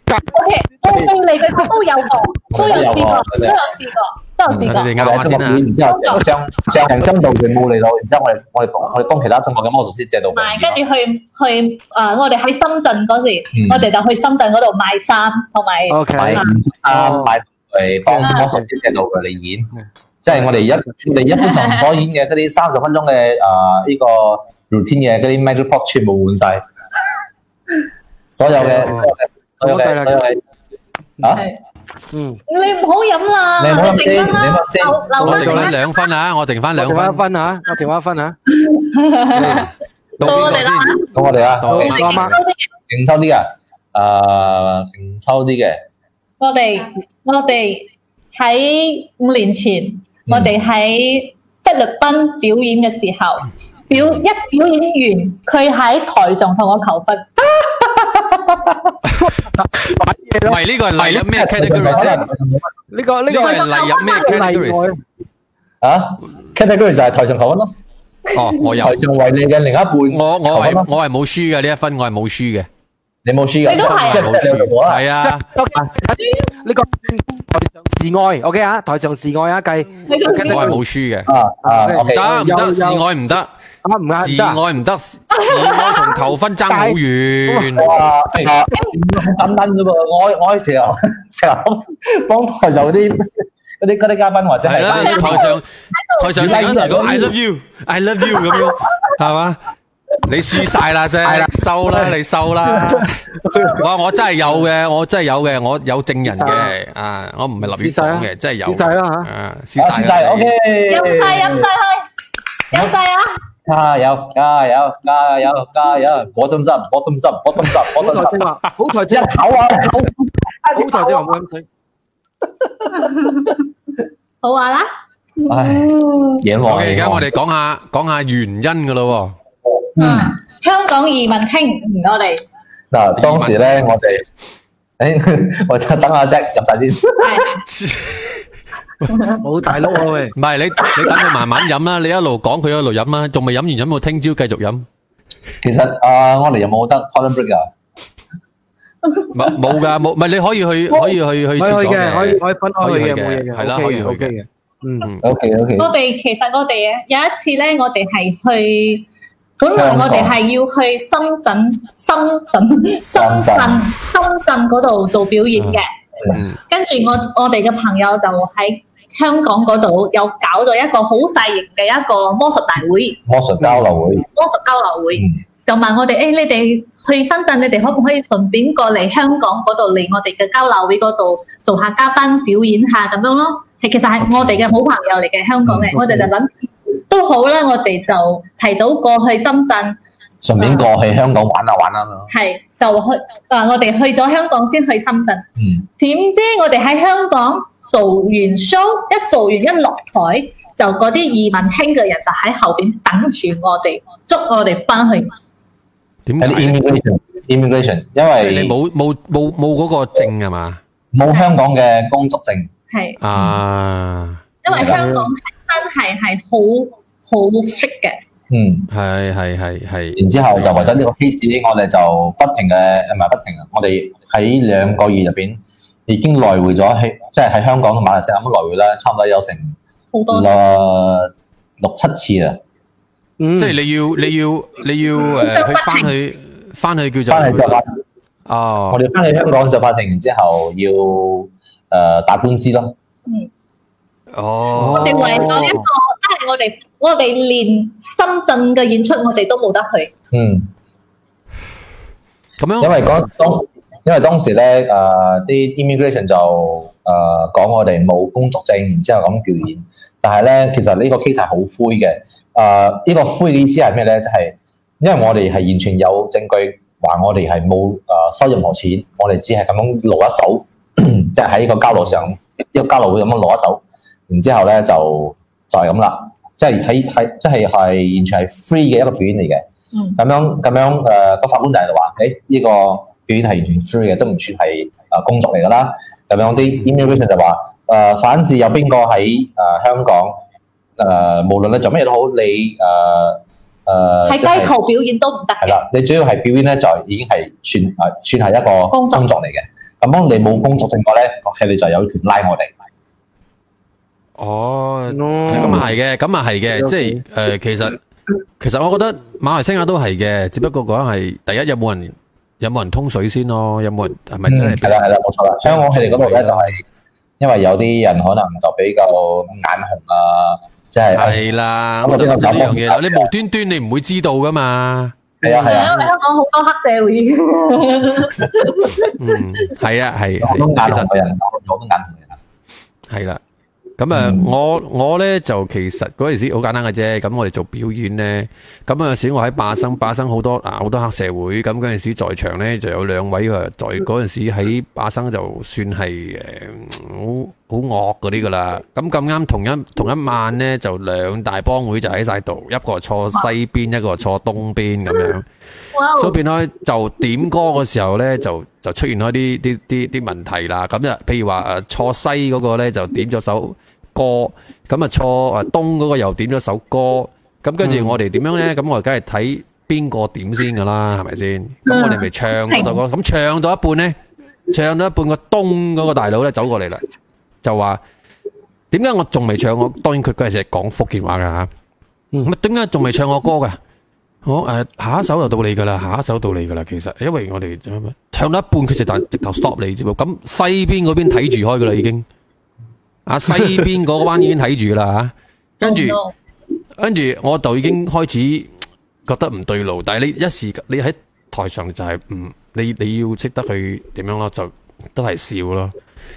[SPEAKER 7] OK，我對你嘅都有過，都有試過，都有試過，都有
[SPEAKER 1] 你
[SPEAKER 7] 試過。
[SPEAKER 1] 哋
[SPEAKER 4] 我
[SPEAKER 1] 拗下
[SPEAKER 4] 哋
[SPEAKER 1] 先啊。
[SPEAKER 4] 中國片，然之後將將成身道具冇嚟到，然之後我哋我哋幫我哋幫其他中國嘅魔術師借道
[SPEAKER 7] 同埋
[SPEAKER 4] 具
[SPEAKER 7] 跟。住去去誒、
[SPEAKER 3] ờ,
[SPEAKER 7] 呃我哋喺深圳嗰時，
[SPEAKER 4] 嗯
[SPEAKER 7] 我哋就去深圳嗰度買衫同埋
[SPEAKER 2] OK，
[SPEAKER 4] 買啊買嚟幫魔術師借道具嚟演，即係我哋一我哋一般上所演嘅嗰啲三十分鐘嘅誒呢個 routine 嘅嗰啲 magic pop 全部換晒，所有嘅所有嘅所有嘅所有嘅啊！
[SPEAKER 3] Ờ.
[SPEAKER 2] 嗯，
[SPEAKER 7] 你唔好飲啦，
[SPEAKER 4] 你唔好飲先
[SPEAKER 7] 陣間啦
[SPEAKER 4] 你唔好飲先
[SPEAKER 7] 留留
[SPEAKER 1] 我
[SPEAKER 7] 翻
[SPEAKER 1] 剩翻
[SPEAKER 7] 陣間
[SPEAKER 1] 兩分啊，我剩翻
[SPEAKER 2] 我
[SPEAKER 1] 兩
[SPEAKER 2] 剩翻
[SPEAKER 1] 分
[SPEAKER 2] 一。分嚇，我剩翻一分嚇。
[SPEAKER 1] 到邊個先？
[SPEAKER 4] 咁我哋啊，
[SPEAKER 1] 到
[SPEAKER 7] 我哋
[SPEAKER 1] 媽
[SPEAKER 7] 勁
[SPEAKER 1] 媽
[SPEAKER 7] 多啲嘢，
[SPEAKER 4] 勁抽啲啊！誒勁抽啲嘅，
[SPEAKER 3] 我哋我哋喺五年前，
[SPEAKER 1] 嗯
[SPEAKER 3] 我
[SPEAKER 4] 嗯
[SPEAKER 3] 哋喺菲律賓表演嘅時候，表
[SPEAKER 1] 嗯
[SPEAKER 3] 一表演完，佢喺台上同我求婚，
[SPEAKER 1] 唔係呢個係嚟入咩 category 先？呢
[SPEAKER 2] 呢個-呢個
[SPEAKER 1] 個係嚟入咩 category？先
[SPEAKER 4] 啊 category 就係台上求婚咯，
[SPEAKER 1] 哦，我有
[SPEAKER 4] 台，上為你嘅另一半
[SPEAKER 1] 我我係
[SPEAKER 4] 求婚咯，
[SPEAKER 1] 我係冇輸嘅呢一分，我係冇輸嘅，
[SPEAKER 4] 你冇輸㗎，
[SPEAKER 3] 你都係啊
[SPEAKER 4] 即
[SPEAKER 1] 冇
[SPEAKER 4] 係你
[SPEAKER 1] 輸，
[SPEAKER 4] 有我啦，
[SPEAKER 1] 係啊，
[SPEAKER 2] 例外。呢個台上示愛，OK啊，台上示愛啊，計。
[SPEAKER 3] 你都
[SPEAKER 1] 我係冇輸嘅。
[SPEAKER 4] 啊啊
[SPEAKER 2] 嗯
[SPEAKER 4] OK，
[SPEAKER 1] 得唔得？
[SPEAKER 2] 有
[SPEAKER 1] 示愛唔得，
[SPEAKER 2] 啊，唔啱，
[SPEAKER 1] 示
[SPEAKER 2] 得啊？
[SPEAKER 1] 愛唔得，示愛同求婚爭好遠。
[SPEAKER 4] 哇，譬如好簡單啫噃，我我可以成日 成日幫台上嗰啲嗰啲嗰啲嘉賓或者
[SPEAKER 1] 係
[SPEAKER 4] 係
[SPEAKER 1] 啦，
[SPEAKER 4] 嗰啲
[SPEAKER 1] 台上台上上緊台講 I love you，I love you 咁樣，係嘛？你輸晒啦啫，收啦，你收啦。我話我真係有嘅，我真係有嘅，我有證人嘅啊，我唔係立亂講嘅，真係有。
[SPEAKER 2] 輸晒啦嚇
[SPEAKER 1] 啊，輸晒
[SPEAKER 4] 啊
[SPEAKER 1] 啦。
[SPEAKER 4] Ờ, ，OK，
[SPEAKER 3] 飲
[SPEAKER 1] 嗯
[SPEAKER 3] 晒飲晒去，飲晒啊！
[SPEAKER 4] 加油加油加油加油，我中心我中心我中心我中
[SPEAKER 2] 好彩
[SPEAKER 4] 心，一
[SPEAKER 2] 正話，好彩正話，
[SPEAKER 4] 口啊一口
[SPEAKER 2] 好彩正話冇咁水。
[SPEAKER 3] 好玩啦！嗯
[SPEAKER 4] 唉，眼望
[SPEAKER 1] OK，而家我哋講下講下原因噶咯
[SPEAKER 4] Ừ.
[SPEAKER 3] 嗯，香港移民興，嗯我 哋
[SPEAKER 4] 嗱，當時咧我哋， 誒，我等下 Jack 入晒先，
[SPEAKER 3] 係
[SPEAKER 1] 喎。
[SPEAKER 2] 冇大碌啊，喂。
[SPEAKER 1] 唔係你你等佢慢慢飲啦，你一路講佢一路飲啦，仲未飲完飲到聽朝繼續飲，
[SPEAKER 4] 其實啊，我哋有冇得 toilet break 啊？
[SPEAKER 1] 冇冇㗎冇，唔係你可以去可以去去廁所
[SPEAKER 2] 可以去嘅，
[SPEAKER 1] 嘅，
[SPEAKER 2] 可以-可以分開去嘅，
[SPEAKER 1] 可以去嘅，
[SPEAKER 2] 冇嘢嘅，
[SPEAKER 1] 係啦，
[SPEAKER 2] OK
[SPEAKER 1] 可
[SPEAKER 2] 嘅，
[SPEAKER 1] 以去嘅。
[SPEAKER 2] OK嘅，嗯。
[SPEAKER 4] OK OK，
[SPEAKER 3] 我哋其實我哋啊有一次咧，我哋係去，本來我哋係要去深圳、深圳、深
[SPEAKER 4] 深圳
[SPEAKER 3] 圳、深圳嗰度做表演嘅。
[SPEAKER 1] 嗯
[SPEAKER 3] 跟住我我哋嘅朋友就喺香港嗰度又搞咗一個好細型嘅一個魔術大會、
[SPEAKER 4] 魔術交流會，
[SPEAKER 3] 魔術交流會，
[SPEAKER 4] 嗯
[SPEAKER 3] 就問我哋：誒、你哋去深圳，你哋可唔可以順便過嚟香港嗰度嚟我哋嘅交流會嗰度做下嘉賓表演下咁樣咯？係其實係我哋嘅好朋友嚟嘅香港嘅，我哋就諗都好啦，我哋就提早過去深圳。
[SPEAKER 4] 順便過去香港玩下玩下咯。
[SPEAKER 3] 係就去啊！我哋去咗香港先去深圳。
[SPEAKER 4] 嗯
[SPEAKER 3] 點知我哋喺香港做完 show，一做完一落台，就嗰啲移民興嘅人就喺後邊等住我哋，捉我哋翻去。
[SPEAKER 1] 點解
[SPEAKER 4] 有啲
[SPEAKER 1] 咧？
[SPEAKER 4] immigration immigration，
[SPEAKER 1] 即係
[SPEAKER 4] 因
[SPEAKER 1] 你
[SPEAKER 4] 為
[SPEAKER 1] 冇冇冇冇嗰個證係嘛？
[SPEAKER 4] 冇香港嘅工作證，
[SPEAKER 3] 係
[SPEAKER 1] À, 啊，
[SPEAKER 3] 因為香港真係係好好 strict 嘅，
[SPEAKER 4] 嗯，
[SPEAKER 1] 係係係係，
[SPEAKER 4] 然之後就為咗呢個 case，我哋就不停嘅唔係不停啊，我哋喺兩個月入邊已經來回咗喺即係喺香港同馬來西亞咁來回啦，差唔多有成
[SPEAKER 3] 好多
[SPEAKER 4] 六六七次啦。啊
[SPEAKER 2] 嗯。
[SPEAKER 1] 即係你要你要你要誒去翻去翻去叫
[SPEAKER 4] 翻嚟之後
[SPEAKER 1] 做，哦
[SPEAKER 4] 我。哋翻嚟香港就法庭，然之後要誒、呃打官司咯。
[SPEAKER 1] Ờ. 哦，
[SPEAKER 3] 我哋為咗一個，即係我哋我哋連深圳嘅演出我哋都冇得去。
[SPEAKER 4] 嗯，
[SPEAKER 1] 咁
[SPEAKER 4] 因
[SPEAKER 1] 樣
[SPEAKER 4] 為嗰當因為當時咧誒啲、immigration 就誒、呃、講我哋冇工作證，然之後咁表演。但係咧，其實呢個 case 係好灰嘅。誒、呢、個灰嘅意思係咩咧？就係、因為我哋係完全有證據話我哋係冇誒收任何錢，我哋只係咁樣露一手， 即係喺個交流上一個交流會咁樣露一手，然之後咧就就係咁啦，即係喺喺即係係完全係 free 嘅一個表演嚟嘅。
[SPEAKER 3] 嗯
[SPEAKER 4] 咁樣咁樣誒，呃個、法官就係話：，誒、呢、個表演係完全 free 嘅，都唔算係誒工作嚟㗎啦。咁樣啲 immigration 就話：，誒、反至有邊個喺誒香港誒、呃，無論你做咩都好，你誒誒，呃
[SPEAKER 3] 喺
[SPEAKER 4] 即係
[SPEAKER 3] 街頭表演都唔得
[SPEAKER 4] 係
[SPEAKER 3] 嘅。
[SPEAKER 4] 啦，你主要係表演咧，就已經係算誒算係一個
[SPEAKER 3] 工
[SPEAKER 4] 工
[SPEAKER 3] 作
[SPEAKER 4] 作嚟嘅。咁當你冇工作證據咧，係你就有權拉我哋。
[SPEAKER 1] 哦，
[SPEAKER 2] 哦。
[SPEAKER 1] 咁啊係嘅，咁啊係嘅，即係诶，其實其實我覺得馬來西亞都係嘅，只不過講係第一有冇人有冇人通水先咯，有冇人係咪真
[SPEAKER 4] 嗯，
[SPEAKER 1] 係
[SPEAKER 4] 係啦係啦，冇錯啦。香港佢哋嗰度咧就係因為有啲人可能就比較眼紅啊，即係係
[SPEAKER 1] 係啦，
[SPEAKER 4] 咁
[SPEAKER 1] 我
[SPEAKER 4] 啊
[SPEAKER 1] 就覺得呢樣嘢啦，
[SPEAKER 4] 邊個搞
[SPEAKER 1] 你無端端你唔會知道噶嘛，
[SPEAKER 4] 啊係啊
[SPEAKER 3] 因，為香港好多黑 社會。
[SPEAKER 1] 嗯，係啊係，
[SPEAKER 4] 好多眼
[SPEAKER 1] 係其實
[SPEAKER 4] 紅嘅人，好多眼紅嘅
[SPEAKER 1] 係
[SPEAKER 4] 人。
[SPEAKER 1] 啦，咁啊，我我咧就其實嗰陣時好簡單嘅啫。咁我哋做表演咧，咁嗰陣時我喺霸生，霸生好多啊好多黑社會。咁嗰陣時在場咧就有兩位啊，在嗰陣時喺霸生就算係誒好好惡嗰啲噶啦。咁咁啱同一同一晚咧，就兩大幫會就喺晒度，一個坐西邊，一個坐東邊咁樣。
[SPEAKER 3] 哇！
[SPEAKER 1] 所以變開就點歌嘅時候咧，就就出現開啲啲啲啲問題啦。咁就譬如話誒錯西嗰個咧就點咗首歌，咁啊錯誒東嗰個又點咗首歌，咁跟住我哋點樣咧？咁我梗係睇邊個點先噶啦，係咪先？咁我哋咪唱嗰首歌，咁唱到一半咧，唱到一半個東嗰個大佬咧走過嚟啦，就話點解我仲未唱我？當然佢嗰陣時係講福建話㗎嚇。
[SPEAKER 2] 嗯
[SPEAKER 1] 咁啊點解仲未唱我歌㗎？好誒、下一首就到你噶啦，下一首到你噶啦。其實，因為我哋唱到一半，佢就但直頭 stop 你啫喎。咁西邊嗰邊睇住開噶啦，已經。啊，西邊嗰彎已經睇住啦嚇。跟住，跟住我就已經開始覺得唔對路。但係你一時，你喺台上就係唔，你你要識得去點樣咯，就都係笑咯。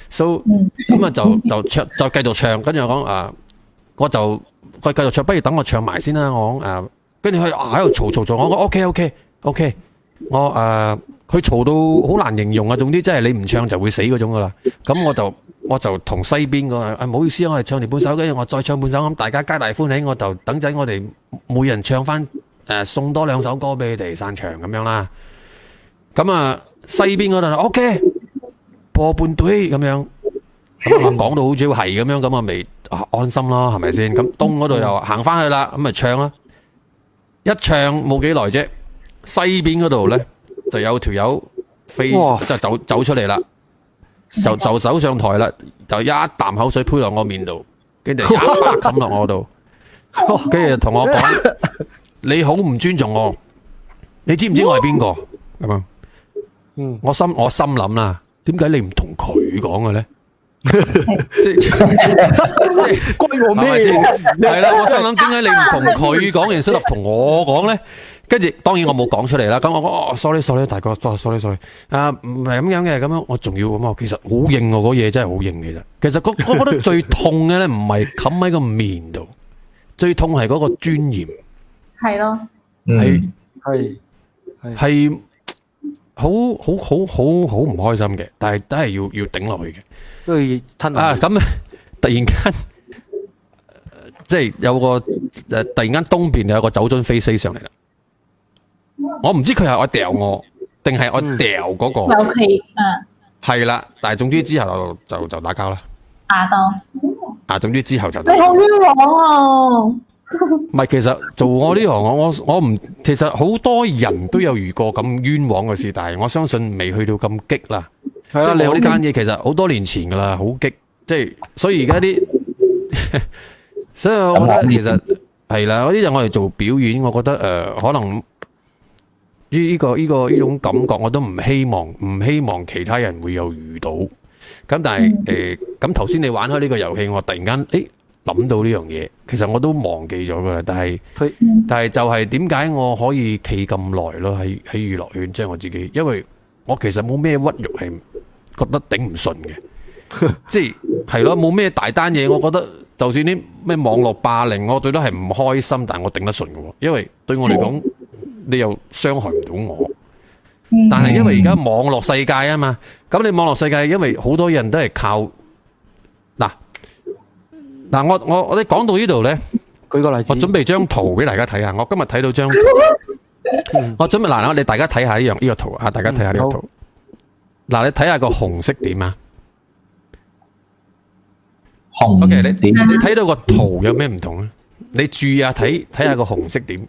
[SPEAKER 1] so 咁啊就就唱就繼續唱，跟住我講啊，我就佢繼續唱，不如等我唱埋先啦。我講啊，跟住佢啊喺度嘈嘈嘈，我講 OK OK OK，我誒佢嘈到好難形容啊，總之真係你唔唱就會死嗰種噶啦。咁我就我就同西邊個啊唔好意思，我哋唱完半首，跟住我再唱半首，咁大家皆大歡喜。我就等陣我哋每人唱翻誒、呃送多兩首歌俾佢哋散場咁樣啦。咁啊西邊嗰陣 OK 播半隊咁樣。咁啊講到好似係咁樣，咁啊咪啊安心咯，係咪先？咁東嗰度又行翻去啦，咁咪唱啦。一唱冇幾耐啫，西邊嗰度咧就有條友飛
[SPEAKER 2] 哇
[SPEAKER 1] 就走走出嚟啦，就就走上台啦，就一啖口水潑落我面度，跟住一巴冚落我度，跟住就同我講：你好唔尊重我，你知唔知我係邊個？咁啊！
[SPEAKER 2] 嗯，
[SPEAKER 1] 我心我心諗啦，點解你唔同佢講 嘅咧？即即
[SPEAKER 2] 关我
[SPEAKER 1] 係咪
[SPEAKER 2] 咩
[SPEAKER 1] 先
[SPEAKER 2] 事？
[SPEAKER 1] 係啦，我心諗點解你唔同佢講，然之後同我講咧？跟住當然我冇講出嚟啦。咁我講哦，sorry sorry，大哥，sorry sorry，啊唔係咁樣嘅，咁樣我仲要咁啊，其實好硬喎，嗰嘢真係好硬其實。其實嗰我覺得最痛嘅咧，唔係冚喺個面度，最痛係嗰個尊嚴。
[SPEAKER 3] 係咯，
[SPEAKER 1] 係
[SPEAKER 2] 系
[SPEAKER 1] 係好好好好好唔開心嘅，但係都係要要頂落去嘅。
[SPEAKER 2] 都要吞
[SPEAKER 1] 啊，
[SPEAKER 2] 落去
[SPEAKER 1] 咁突然間，呃即係有個诶，突然間東邊有個酒樽飛飛上嚟啦。我唔知佢係我掉我，定係我
[SPEAKER 2] 嗯
[SPEAKER 1] 掉嗰、個
[SPEAKER 3] 尤其嗯
[SPEAKER 1] 係啦、但係總之之後就就就打交啦。
[SPEAKER 3] 下到，
[SPEAKER 1] 啊，總之之後就打
[SPEAKER 3] 你
[SPEAKER 2] 嗯
[SPEAKER 3] 好冤枉啊！
[SPEAKER 1] 唔係，其實做我呢行，我我我唔，其實好多人都有遇過咁冤枉嘅事，但係我相信未去到咁激啦。
[SPEAKER 2] 系啊，
[SPEAKER 1] 即係
[SPEAKER 2] 你
[SPEAKER 1] 我
[SPEAKER 2] 好
[SPEAKER 1] 呢單嘢其實好多年前㗎啦，好激，即係所以而家啲， 所以我覺得其實係啦，嗰啲就我哋做表演，我覺得誒、呃可能呢呢、個呢、個呢種感覺，我都唔希望唔希望其他人會有遇到。咁但係誒，咁頭先你玩開呢個遊戲，我突然間誒諗到呢樣嘢，其實我都忘記咗㗎啦，但係。
[SPEAKER 2] 推
[SPEAKER 1] 但係就係點解我可以企咁耐咯？喺喺娛樂圈，即係我自己，因為我其實冇咩屈辱係覺得頂唔順嘅，即係係咯，冇咩大單嘢，我覺得就算啲咩網絡霸凌，我對得係唔開心，但我頂得順嘅喎，因為對我嚟講，你又傷害唔到我。
[SPEAKER 3] 嗯
[SPEAKER 1] 但係因為而家網絡世界啊嘛，咁你網絡世界，因為好多人都係靠嗱嗱，我我我哋講到呢度呢。
[SPEAKER 2] 举个例子，
[SPEAKER 1] 我準備張圖俾大家睇下，我今日睇到張圖， 我準備嗱，我哋大家睇下呢樣呢個圖啊，大家睇下呢個圖。嗱，你睇下個紅色點啊
[SPEAKER 4] 紅
[SPEAKER 1] ？OK，你你
[SPEAKER 4] 點
[SPEAKER 1] 你睇到個圖有咩唔同啊？你注意下睇睇下個紅色點，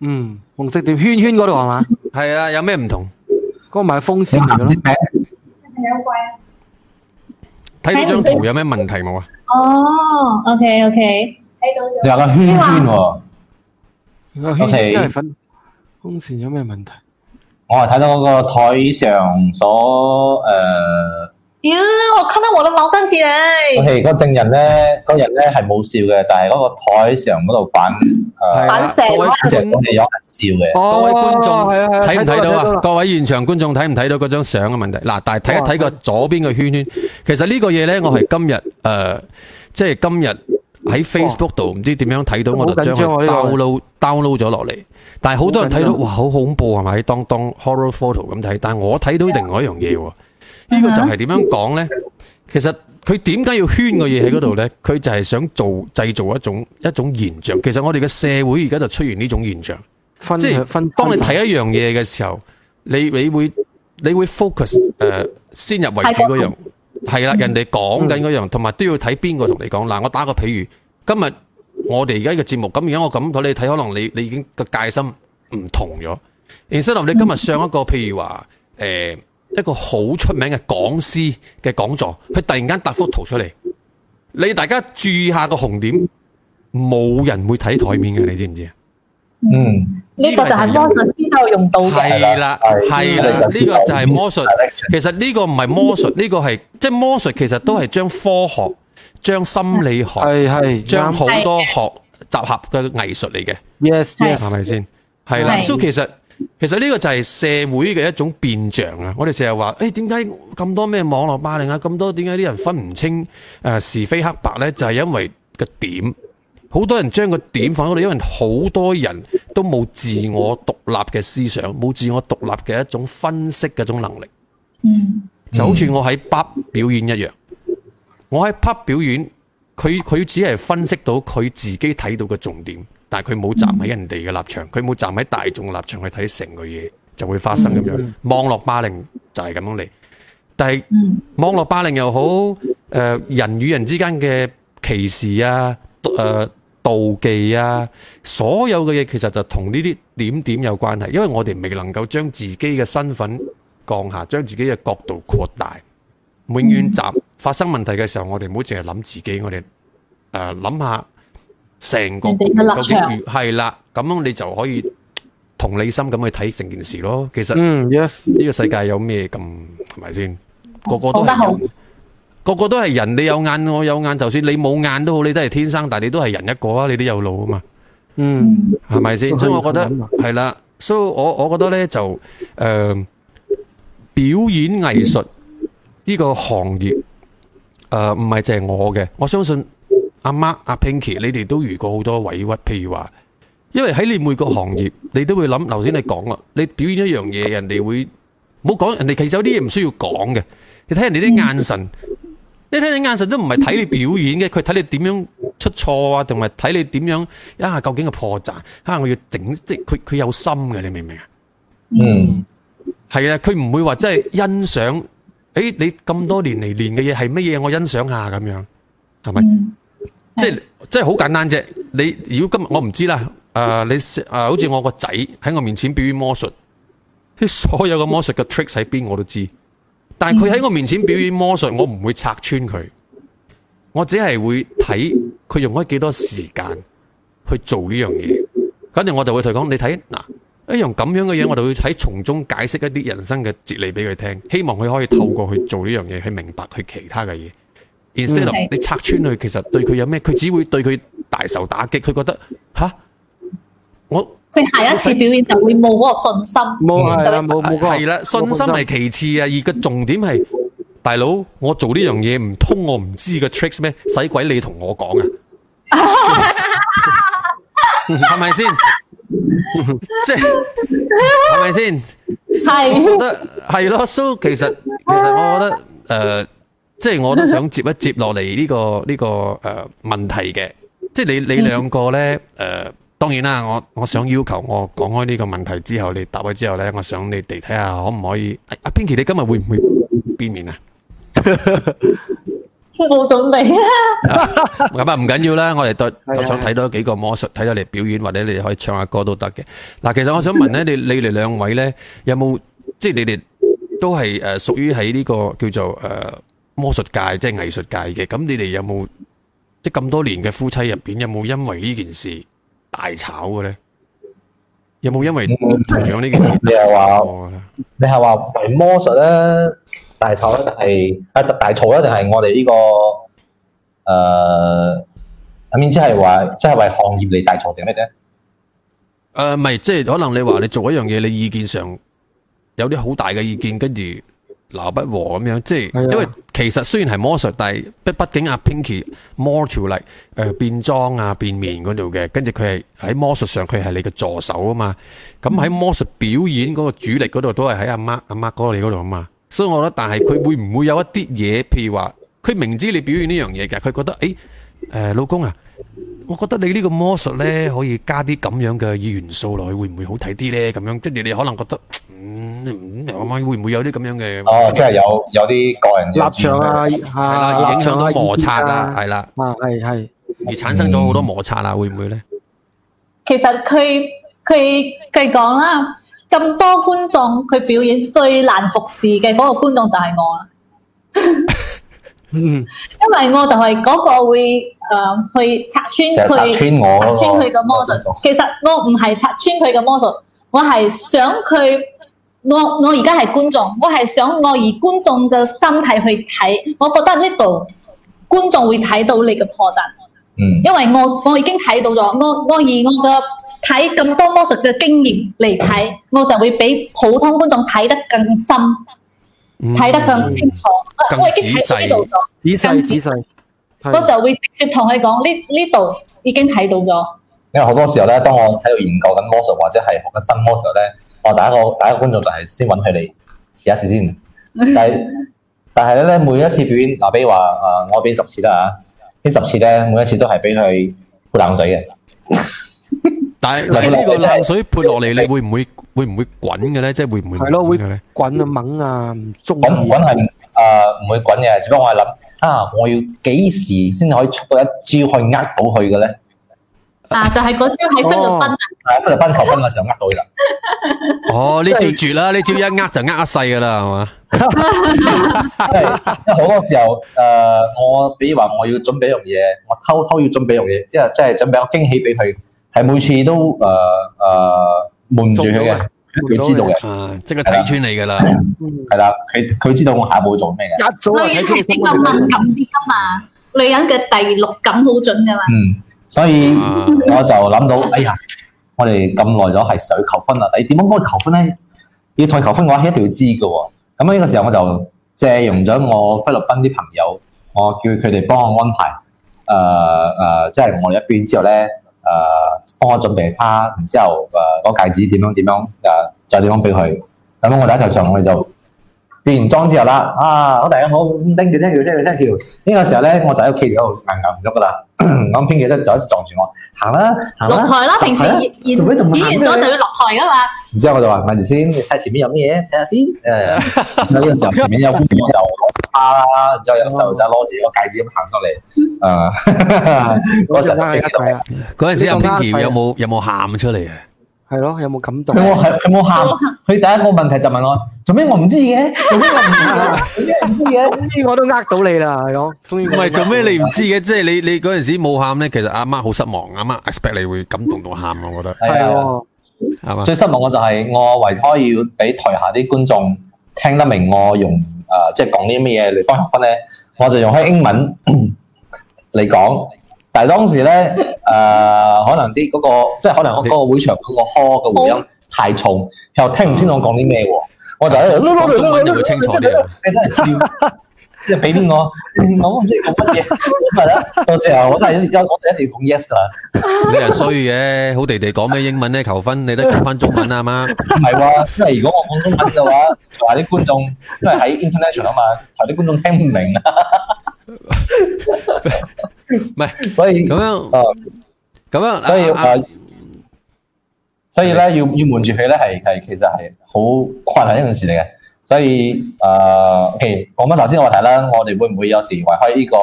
[SPEAKER 2] 嗯，红色点圈圈嗰度系嘛？
[SPEAKER 1] 係啊，有咩唔同？
[SPEAKER 2] 嗰個咪係風扇嚟
[SPEAKER 4] 點
[SPEAKER 2] 嘅
[SPEAKER 4] 顏
[SPEAKER 2] 咯
[SPEAKER 4] 色，咩？
[SPEAKER 1] 睇到張圖有咩問題冇啊？
[SPEAKER 3] 哦，OK OK，
[SPEAKER 4] 你有個圈圈喎，
[SPEAKER 2] 個圈
[SPEAKER 4] OK
[SPEAKER 2] 真係粉。風扇有咩問題？
[SPEAKER 4] 我係睇到嗰個台上所誒。
[SPEAKER 3] 呀，我看到我的毛站起来，
[SPEAKER 4] 我哋嗰證人咧，嗰人咧係冇笑嘅，但係嗰個台上嗰度反
[SPEAKER 1] 係啦
[SPEAKER 4] 誒，
[SPEAKER 3] 反射
[SPEAKER 1] 各位
[SPEAKER 3] 啦
[SPEAKER 4] 即係我
[SPEAKER 1] 觀
[SPEAKER 4] 哋有人笑嘅。
[SPEAKER 1] 各位觀眾
[SPEAKER 2] 哦係啊係啊
[SPEAKER 1] 睇唔睇到
[SPEAKER 2] 啦
[SPEAKER 1] 啊？
[SPEAKER 2] 啦
[SPEAKER 1] 各位現場觀眾睇唔睇到嗰張相嘅問題？嗱，但係睇一睇個左邊嘅圈圈，其實呢個嘢呢，我係今日誒呃即係今日喺 Facebook 度唔知點樣睇到，我就將
[SPEAKER 2] 好
[SPEAKER 1] 佢
[SPEAKER 2] 緊張啊呢
[SPEAKER 1] download download 咗落嚟。但係好多人睇到
[SPEAKER 2] 好緊張啊
[SPEAKER 1] 哇，好恐怖係咪？當當 horror photo 咁睇，但係我睇到另外一樣嘢喎。呢個就係點樣講呢？其實佢點解要圈個嘢喺嗰度呢？佢就係想做製造一種一種現象。其實我哋嘅社會而家就出現呢種現象。
[SPEAKER 2] 分
[SPEAKER 1] 即係
[SPEAKER 2] 分
[SPEAKER 1] 當你睇一樣嘢嘅時候，你你會你會 focus 誒、先入為主嗰樣，係啦，人哋講緊嗰樣，同埋都要睇邊個同你講。嗱，我打個譬如，今日我哋而家呢個節目，咁而家我感覺你睇，可能你你已經個戒心唔同咗。instead of 你今日上一個譬如話誒、一個好出名嘅講師嘅講座，佢突然間搭幅圖出嚟，你大家注意下個紅點，冇人會睇台面嘅，你知唔知啊？
[SPEAKER 4] Ừ. 嗯，
[SPEAKER 3] 呢個就係魔術師都有用到嘅。
[SPEAKER 1] 係啦，係啦，呢個就係魔術。其實呢個唔係魔術，呢個係即係魔術，其實都係將科學、將心理學、
[SPEAKER 2] 係係
[SPEAKER 1] 將好
[SPEAKER 2] 啱
[SPEAKER 1] 多學集合嘅藝術嚟嘅，
[SPEAKER 2] ，yes
[SPEAKER 3] 係
[SPEAKER 2] yes，
[SPEAKER 1] 係咪先？係啦，
[SPEAKER 3] 係
[SPEAKER 1] 所以其實其實呢個就係社會嘅一種變象啊！我哋成日話，誒點解咁多咩網絡霸凌啊？咁多點解啲人分唔清誒、呃是非黑白呢？就係、因為個點。好多人將個點放喺度，因為好多人都冇自我獨立嘅思想，冇自我獨立嘅一種分析嘅一種能力。
[SPEAKER 3] 嗯，
[SPEAKER 1] 就好似我喺 pub 表演一樣，我喺 pub 表演，佢佢只係分析到佢自己睇到嘅重點，但係佢冇站喺人哋嘅立場，佢冇站喺大眾嘅立場去睇成個嘢，就會發生咁樣。網絡霸凌就係咁樣嚟，但係
[SPEAKER 3] 嗯
[SPEAKER 1] 網絡霸凌又好，誒、人與人之間嘅歧視啊，誒、妒忌啊，所有嘅嘢其實就同呢啲點點有關係，因為我哋未能夠將自己嘅身份降下，將自己嘅角度擴大，永遠集發生問題嘅時候，我哋唔好淨係諗自己，我哋誒諗下成個
[SPEAKER 3] 人哋嘅立
[SPEAKER 1] 究竟
[SPEAKER 3] 場
[SPEAKER 1] 如係啦，咁樣你就可以同理心咁去睇成件事咯。其實。
[SPEAKER 2] 嗯 Ừ, yes，
[SPEAKER 1] 呢個世界有咩咁係咪先？個個都
[SPEAKER 3] 講得
[SPEAKER 1] 係
[SPEAKER 3] 好
[SPEAKER 1] 人，個個都係人。你有眼，我有眼，就算你冇眼都好，你都係天生，但係你都係人一個啊！你都有腦啊嘛，
[SPEAKER 2] 嗯
[SPEAKER 3] 嗯，
[SPEAKER 1] 係咪先？
[SPEAKER 2] 都可
[SPEAKER 1] 所
[SPEAKER 2] 以
[SPEAKER 1] 以我覺得
[SPEAKER 2] 咁諗啊
[SPEAKER 1] 係啦，所以我我覺得咧就誒、呃表演藝術呢個行業誒唔係淨係我嘅，我相信阿 Mark、阿 Pinky 你哋都遇過好多委屈，譬如話。因為喺你每個行業，你都會諗。頭先你講啦，你表演一樣嘢，人哋會唔好講人哋。其實有啲嘢唔需要講嘅，你睇人哋啲眼神，你睇你眼神都唔係睇你表演嘅，佢睇你點樣出錯啊，同埋睇你點樣啊，究竟嘅破綻啊，我要整即係佢佢有心嘅，你明唔明啊？
[SPEAKER 4] 嗯，
[SPEAKER 1] 係啊，佢唔會話真係欣賞。誒，你咁多年嚟練嘅嘢係乜嘢？我欣賞下咁樣，係咪？
[SPEAKER 3] 嗯
[SPEAKER 1] 即係即係好簡單啫。你如果今日我唔知啦，誒、你誒、呃好似我個仔喺我面前表演魔術，啲所有嘅魔術嘅 tricks 喺邊我都知，但係佢喺我面前表演魔術，我唔會拆穿佢，我只係會睇佢用咗幾多時間去做呢樣嘢，跟住我就會同佢講：你睇嗱。一樣咁樣嘅嘢，我就會喺從中解釋一啲人生嘅哲理俾佢聽，希望佢可以透過去做呢樣嘢，去明白佢其他嘅嘢。instead of
[SPEAKER 3] 嗯
[SPEAKER 1] 你拆穿佢，其實對佢有咩？佢只會對佢大受打擊。佢覺得吓，我
[SPEAKER 3] 佢下一次表演就會冇嗰個信心。
[SPEAKER 2] 冇係啦冇冇個
[SPEAKER 1] 係啦，信心係其次啊，而個重點係大佬，我做呢樣嘢唔通我唔知嘅 tricks 咩？使鬼你同我 講啊，係咪先？即係係咪先？我覺
[SPEAKER 3] 係，
[SPEAKER 1] 得係咯，所以其實其實我覺得誒、呃即係我都想接一接落嚟呢個呢、個誒、呃、問題嘅，即係你你兩個咧誒、呃，當然啦，我我想要求我講開呢個問題之後，你答咗之後咧，我想你哋睇下可唔可以？阿、啊、Pinky，你今日會唔會變面啊？
[SPEAKER 3] 冇準備 啊！
[SPEAKER 1] 咁啊，唔緊要啦，我哋都
[SPEAKER 2] 係
[SPEAKER 1] 都想睇多幾個魔術，睇到你表演或者你哋可以唱下歌都得嘅。嗱，其實我想問咧，你你哋兩位咧有冇即係你哋都係誒屬於喺呢個叫做誒、呃魔術界，即係藝術界嘅。咁你哋有冇即係咁多年嘅夫妻入邊，有冇因為呢件事大炒嘅咧？有冇因為同樣呢件事
[SPEAKER 4] 你係
[SPEAKER 1] 大
[SPEAKER 4] 話
[SPEAKER 1] 炒過咧？
[SPEAKER 4] 你係話為魔術咧大吵咧，定係啊大吵咧，定係我哋呢、個誒？下啊面即係話，即係為行業嚟大嘈定咩啫？
[SPEAKER 1] 誒，唔係，即係可能你話你做一樣嘢，你意見上有啲好大嘅意見，跟住鬧不和咁樣，即
[SPEAKER 2] 係啊
[SPEAKER 1] 係因為其實雖然係魔術，但係畢畢竟阿 Pinky 魔條例誒、呃、變裝啊變面嗰度嘅，跟住佢係喺魔術上佢係你嘅助手啊嘛。咁
[SPEAKER 2] 嗯
[SPEAKER 1] 喺魔術表演嗰個主力嗰度都係喺阿 Mark 阿 Mark 嗰度嗰度啊嘛。所以我覺得，但係佢會唔會有一啲嘢，譬如話佢明知你表演呢樣嘢嘅，佢覺得誒誒、呃老公啊，我覺得你呢個魔術呢，可以加啲咁樣嘅元素落去，會唔會好睇啲呢？咁樣跟住你可能覺得。嗯，咁樣會唔會有啲咁樣嘅？
[SPEAKER 4] 哦，即係有有啲個人意見
[SPEAKER 2] 立場啊，
[SPEAKER 1] 係
[SPEAKER 2] 啊，
[SPEAKER 1] 啦，而影
[SPEAKER 2] 立
[SPEAKER 1] 響
[SPEAKER 2] 場啊
[SPEAKER 1] 到摩擦啦，
[SPEAKER 2] 意見啊
[SPEAKER 1] 係啦，
[SPEAKER 2] 啊，係係。
[SPEAKER 1] 而產生咗好多摩擦啦，會唔會咧？
[SPEAKER 3] 其實佢佢佢講啦，咁多觀眾佢表演最難服侍嘅嗰個觀眾就係我啦，
[SPEAKER 2] 嗯，
[SPEAKER 3] 因為我就係嗰個會誒去拆穿
[SPEAKER 4] 成
[SPEAKER 3] 佢
[SPEAKER 4] 日拆。穿我
[SPEAKER 3] 拆
[SPEAKER 4] 嗰個
[SPEAKER 3] 穿佢嘅魔術。其實我唔係拆穿佢嘅魔術，我係想佢。我我而家係觀眾，我係想我以觀眾嘅心態去睇，我覺得呢度觀眾會睇到你嘅破綻，
[SPEAKER 4] 嗯
[SPEAKER 3] 因為我我已經睇到咗，我我以我嘅睇咁多魔術嘅經驗嚟睇，我就會比普通觀眾睇得更深，睇得更清楚，
[SPEAKER 1] 嗯更
[SPEAKER 3] 我已經睇到呢度咗。
[SPEAKER 2] 仔細
[SPEAKER 3] 跟
[SPEAKER 2] 仔
[SPEAKER 3] 住
[SPEAKER 2] 細，
[SPEAKER 3] 我
[SPEAKER 2] 係
[SPEAKER 3] 就會直接同佢講呢呢度已經睇到咗，
[SPEAKER 4] 因為好多時候咧，當我喺度研究緊魔術或者係學緊新魔術咧，我第一個第一個觀眾就係先揾佢哋試一試先。但係但係咧，每一次表演，嗱，比如話誒、呃我俾十次啦嚇，呢十次咧，每一次都係俾佢潑冷水嘅。
[SPEAKER 1] 但係但係呢個冷水潑落嚟，你會唔會會唔會滾嘅咧？即係會唔會
[SPEAKER 2] 係咯，會
[SPEAKER 1] 滾嘅咧？
[SPEAKER 2] 滾啊猛啊，唔中
[SPEAKER 4] 滾唔
[SPEAKER 2] 意
[SPEAKER 4] 滾係啊誒唔會滾嘅，只不過我係諗啊，我要幾時先可以出到一招去呃到佢嘅咧？
[SPEAKER 3] 啊就係嗰招喺菲律賓
[SPEAKER 4] 哦
[SPEAKER 3] 啊
[SPEAKER 4] 喺菲律賓求婚嘅時候呃到佢啦。
[SPEAKER 1] 哦，呢招絕啦！呢招一呃就呃一世噶啦，係嘛？
[SPEAKER 4] 即係因為好多時候，誒、我比如話我要準備一樣嘢，我偷偷要準備一樣嘢，因為即係準備個驚喜俾佢，係每次都誒誒、瞞住
[SPEAKER 2] 做
[SPEAKER 4] 佢
[SPEAKER 2] 到嘅
[SPEAKER 4] 嘅，佢知道嘅，
[SPEAKER 1] 啊，即係佢睇穿你噶啦。
[SPEAKER 4] 係啦，佢佢知道我下一步會做咩嘅，
[SPEAKER 2] 一早啊
[SPEAKER 3] 女人
[SPEAKER 2] 睇出
[SPEAKER 3] 係
[SPEAKER 2] 你
[SPEAKER 3] 比
[SPEAKER 2] 心
[SPEAKER 3] 較敏感啲噶嘛，女人嘅第六感好準噶嘛。
[SPEAKER 4] 嗯，所以
[SPEAKER 1] 啊
[SPEAKER 4] 我就諗到，哎呀，我哋咁耐咗係想求婚啦，哎你點樣幫佢求婚咧？要同佢求婚嘅話，係一定要知嘅喎。咁呢個時候我就借用咗我菲律賓啲朋友，我叫佢哋幫我安排，誒、誒，即、係、我哋一邊之後咧，誒、幫我準備花，然之後誒個戒指點樣點樣誒，再點樣俾佢。咁我哋喺頭上我哋就變完妝之後啦，啊，我大家好，拎住拎住拎住拎住，呢、個時候咧我就喺屋企喺度硬硬咗噶啦，咁編劇咧就一直撞住我，行啦行
[SPEAKER 3] 落
[SPEAKER 4] 啦。
[SPEAKER 3] 台啦，平時
[SPEAKER 4] 係啊
[SPEAKER 3] 演演
[SPEAKER 4] 做咩仲唔行
[SPEAKER 3] 演完咗就要落台噶嘛。
[SPEAKER 4] 然之後我就話咪住先，睇下前面有咩嘢，睇下先。誒，咁呢個時候前面有觀眾就攞花啦，然之後有細路仔攞住個戒指咁行上嚟。啊，
[SPEAKER 2] 嗰
[SPEAKER 4] 嗰陣
[SPEAKER 2] 陣啦，
[SPEAKER 4] 我
[SPEAKER 2] 一
[SPEAKER 4] 記得
[SPEAKER 2] 睇啦，
[SPEAKER 1] 嗰陣時阿
[SPEAKER 2] 呢個呃
[SPEAKER 1] Pinky
[SPEAKER 2] 係
[SPEAKER 1] 有冇有冇喊出嚟啊？
[SPEAKER 2] 係咯，有冇感動
[SPEAKER 4] 佢？冇係佢冇喊，佢第一個問題就問我做咩我唔知嘅，做咩我唔知嘅，做咩我唔知嘅。
[SPEAKER 2] 呢我都呃到你啦，係咯，終於
[SPEAKER 1] 唔係做咩你唔知嘅？即係你你嗰陣時冇喊咧，其實阿媽好失望，阿媽 expect 你會感動到喊，我覺得
[SPEAKER 2] 係
[SPEAKER 4] 係啊。
[SPEAKER 2] 喎，
[SPEAKER 1] 係嘛？
[SPEAKER 4] 最失望我就係我為開要俾台下啲觀眾聽得明我用誒、呃即係講啲咩嘢嚟幫人分咧，我就用開英文 嚟講。但係當時咧誒、呃可能啲嗰、個即係可能嗰個會場嗰個呵嘅回音太重，又聽唔清楚我講啲咩喎，我就 喺度
[SPEAKER 1] 講中文就會清楚啲啊。
[SPEAKER 4] 你真係笑，即係俾面我，我唔知講乜嘢，係啦，到最後我都係一我哋一定要講 yes 㗎啦。
[SPEAKER 1] 你係衰嘅，好地地講咩英文咧？求婚你都講翻中文啊，阿媽。
[SPEAKER 4] 唔係喎，因為如果我講中文嘅話，同埋啲觀眾，因為喺 international 啊嘛，同埋啲觀眾聽唔明啊，
[SPEAKER 1] 唔係
[SPEAKER 4] 所以
[SPEAKER 1] 咁樣，
[SPEAKER 4] 啊，
[SPEAKER 1] 咁樣，
[SPEAKER 4] 所以
[SPEAKER 1] 啊啊
[SPEAKER 4] 啊，所以咧要要瞞住佢咧係係其實係好困難一件事嚟嘅。所以誒、呃譬如講翻頭先個話題啦，我哋會唔會有時為開呢個誒、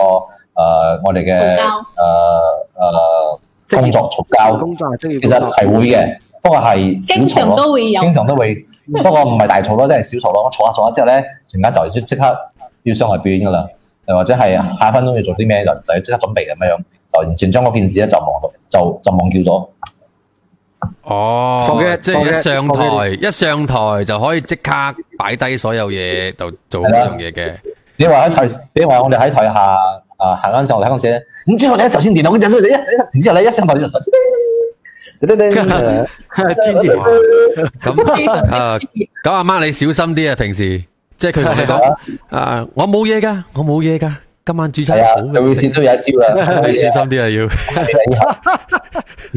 [SPEAKER 4] 呃我哋嘅
[SPEAKER 3] 嘈
[SPEAKER 4] 呃誒誒工作嘈交？
[SPEAKER 2] 工作係職業
[SPEAKER 4] 其實
[SPEAKER 2] 工作，
[SPEAKER 4] 係會 嘅，不過係少
[SPEAKER 3] 經
[SPEAKER 4] 嘈
[SPEAKER 3] 常
[SPEAKER 4] 咯。
[SPEAKER 3] 都 會有。
[SPEAKER 4] 經常都會，不過唔係大嘈咯，都係小嘈咯。我嘈下嘈下之後咧，陣間就即刻要上台表演噶啦，又或者係
[SPEAKER 3] 嗯
[SPEAKER 4] 下一分鐘要做啲咩，就就要即刻準備咁樣樣，就完全將嗰件事咧就忘到，就就忘叫咗。
[SPEAKER 1] 哦
[SPEAKER 2] Forget，
[SPEAKER 1] 即係一
[SPEAKER 2] forget，
[SPEAKER 1] 上台，一上台就可以即刻擺低所有嘢，就做嗰樣嘢嘅。
[SPEAKER 4] 你話喺台，你話我哋喺台下啊行緊上台嗰陣時咧，咁之後咧首先電腦嗰陣時，然之後咧一 上台就。
[SPEAKER 2] 專業
[SPEAKER 1] 咁啊，咁阿媽你小心啲啊，平時。即係佢同你講啊，我冇嘢㗎，我冇嘢㗎，今晚煮餐
[SPEAKER 4] 係啊
[SPEAKER 1] 好，
[SPEAKER 4] 佢會
[SPEAKER 1] 嘅
[SPEAKER 4] 先
[SPEAKER 1] 食，
[SPEAKER 4] 都有一招 啦。
[SPEAKER 1] 你小心啲啊要。
[SPEAKER 4] 以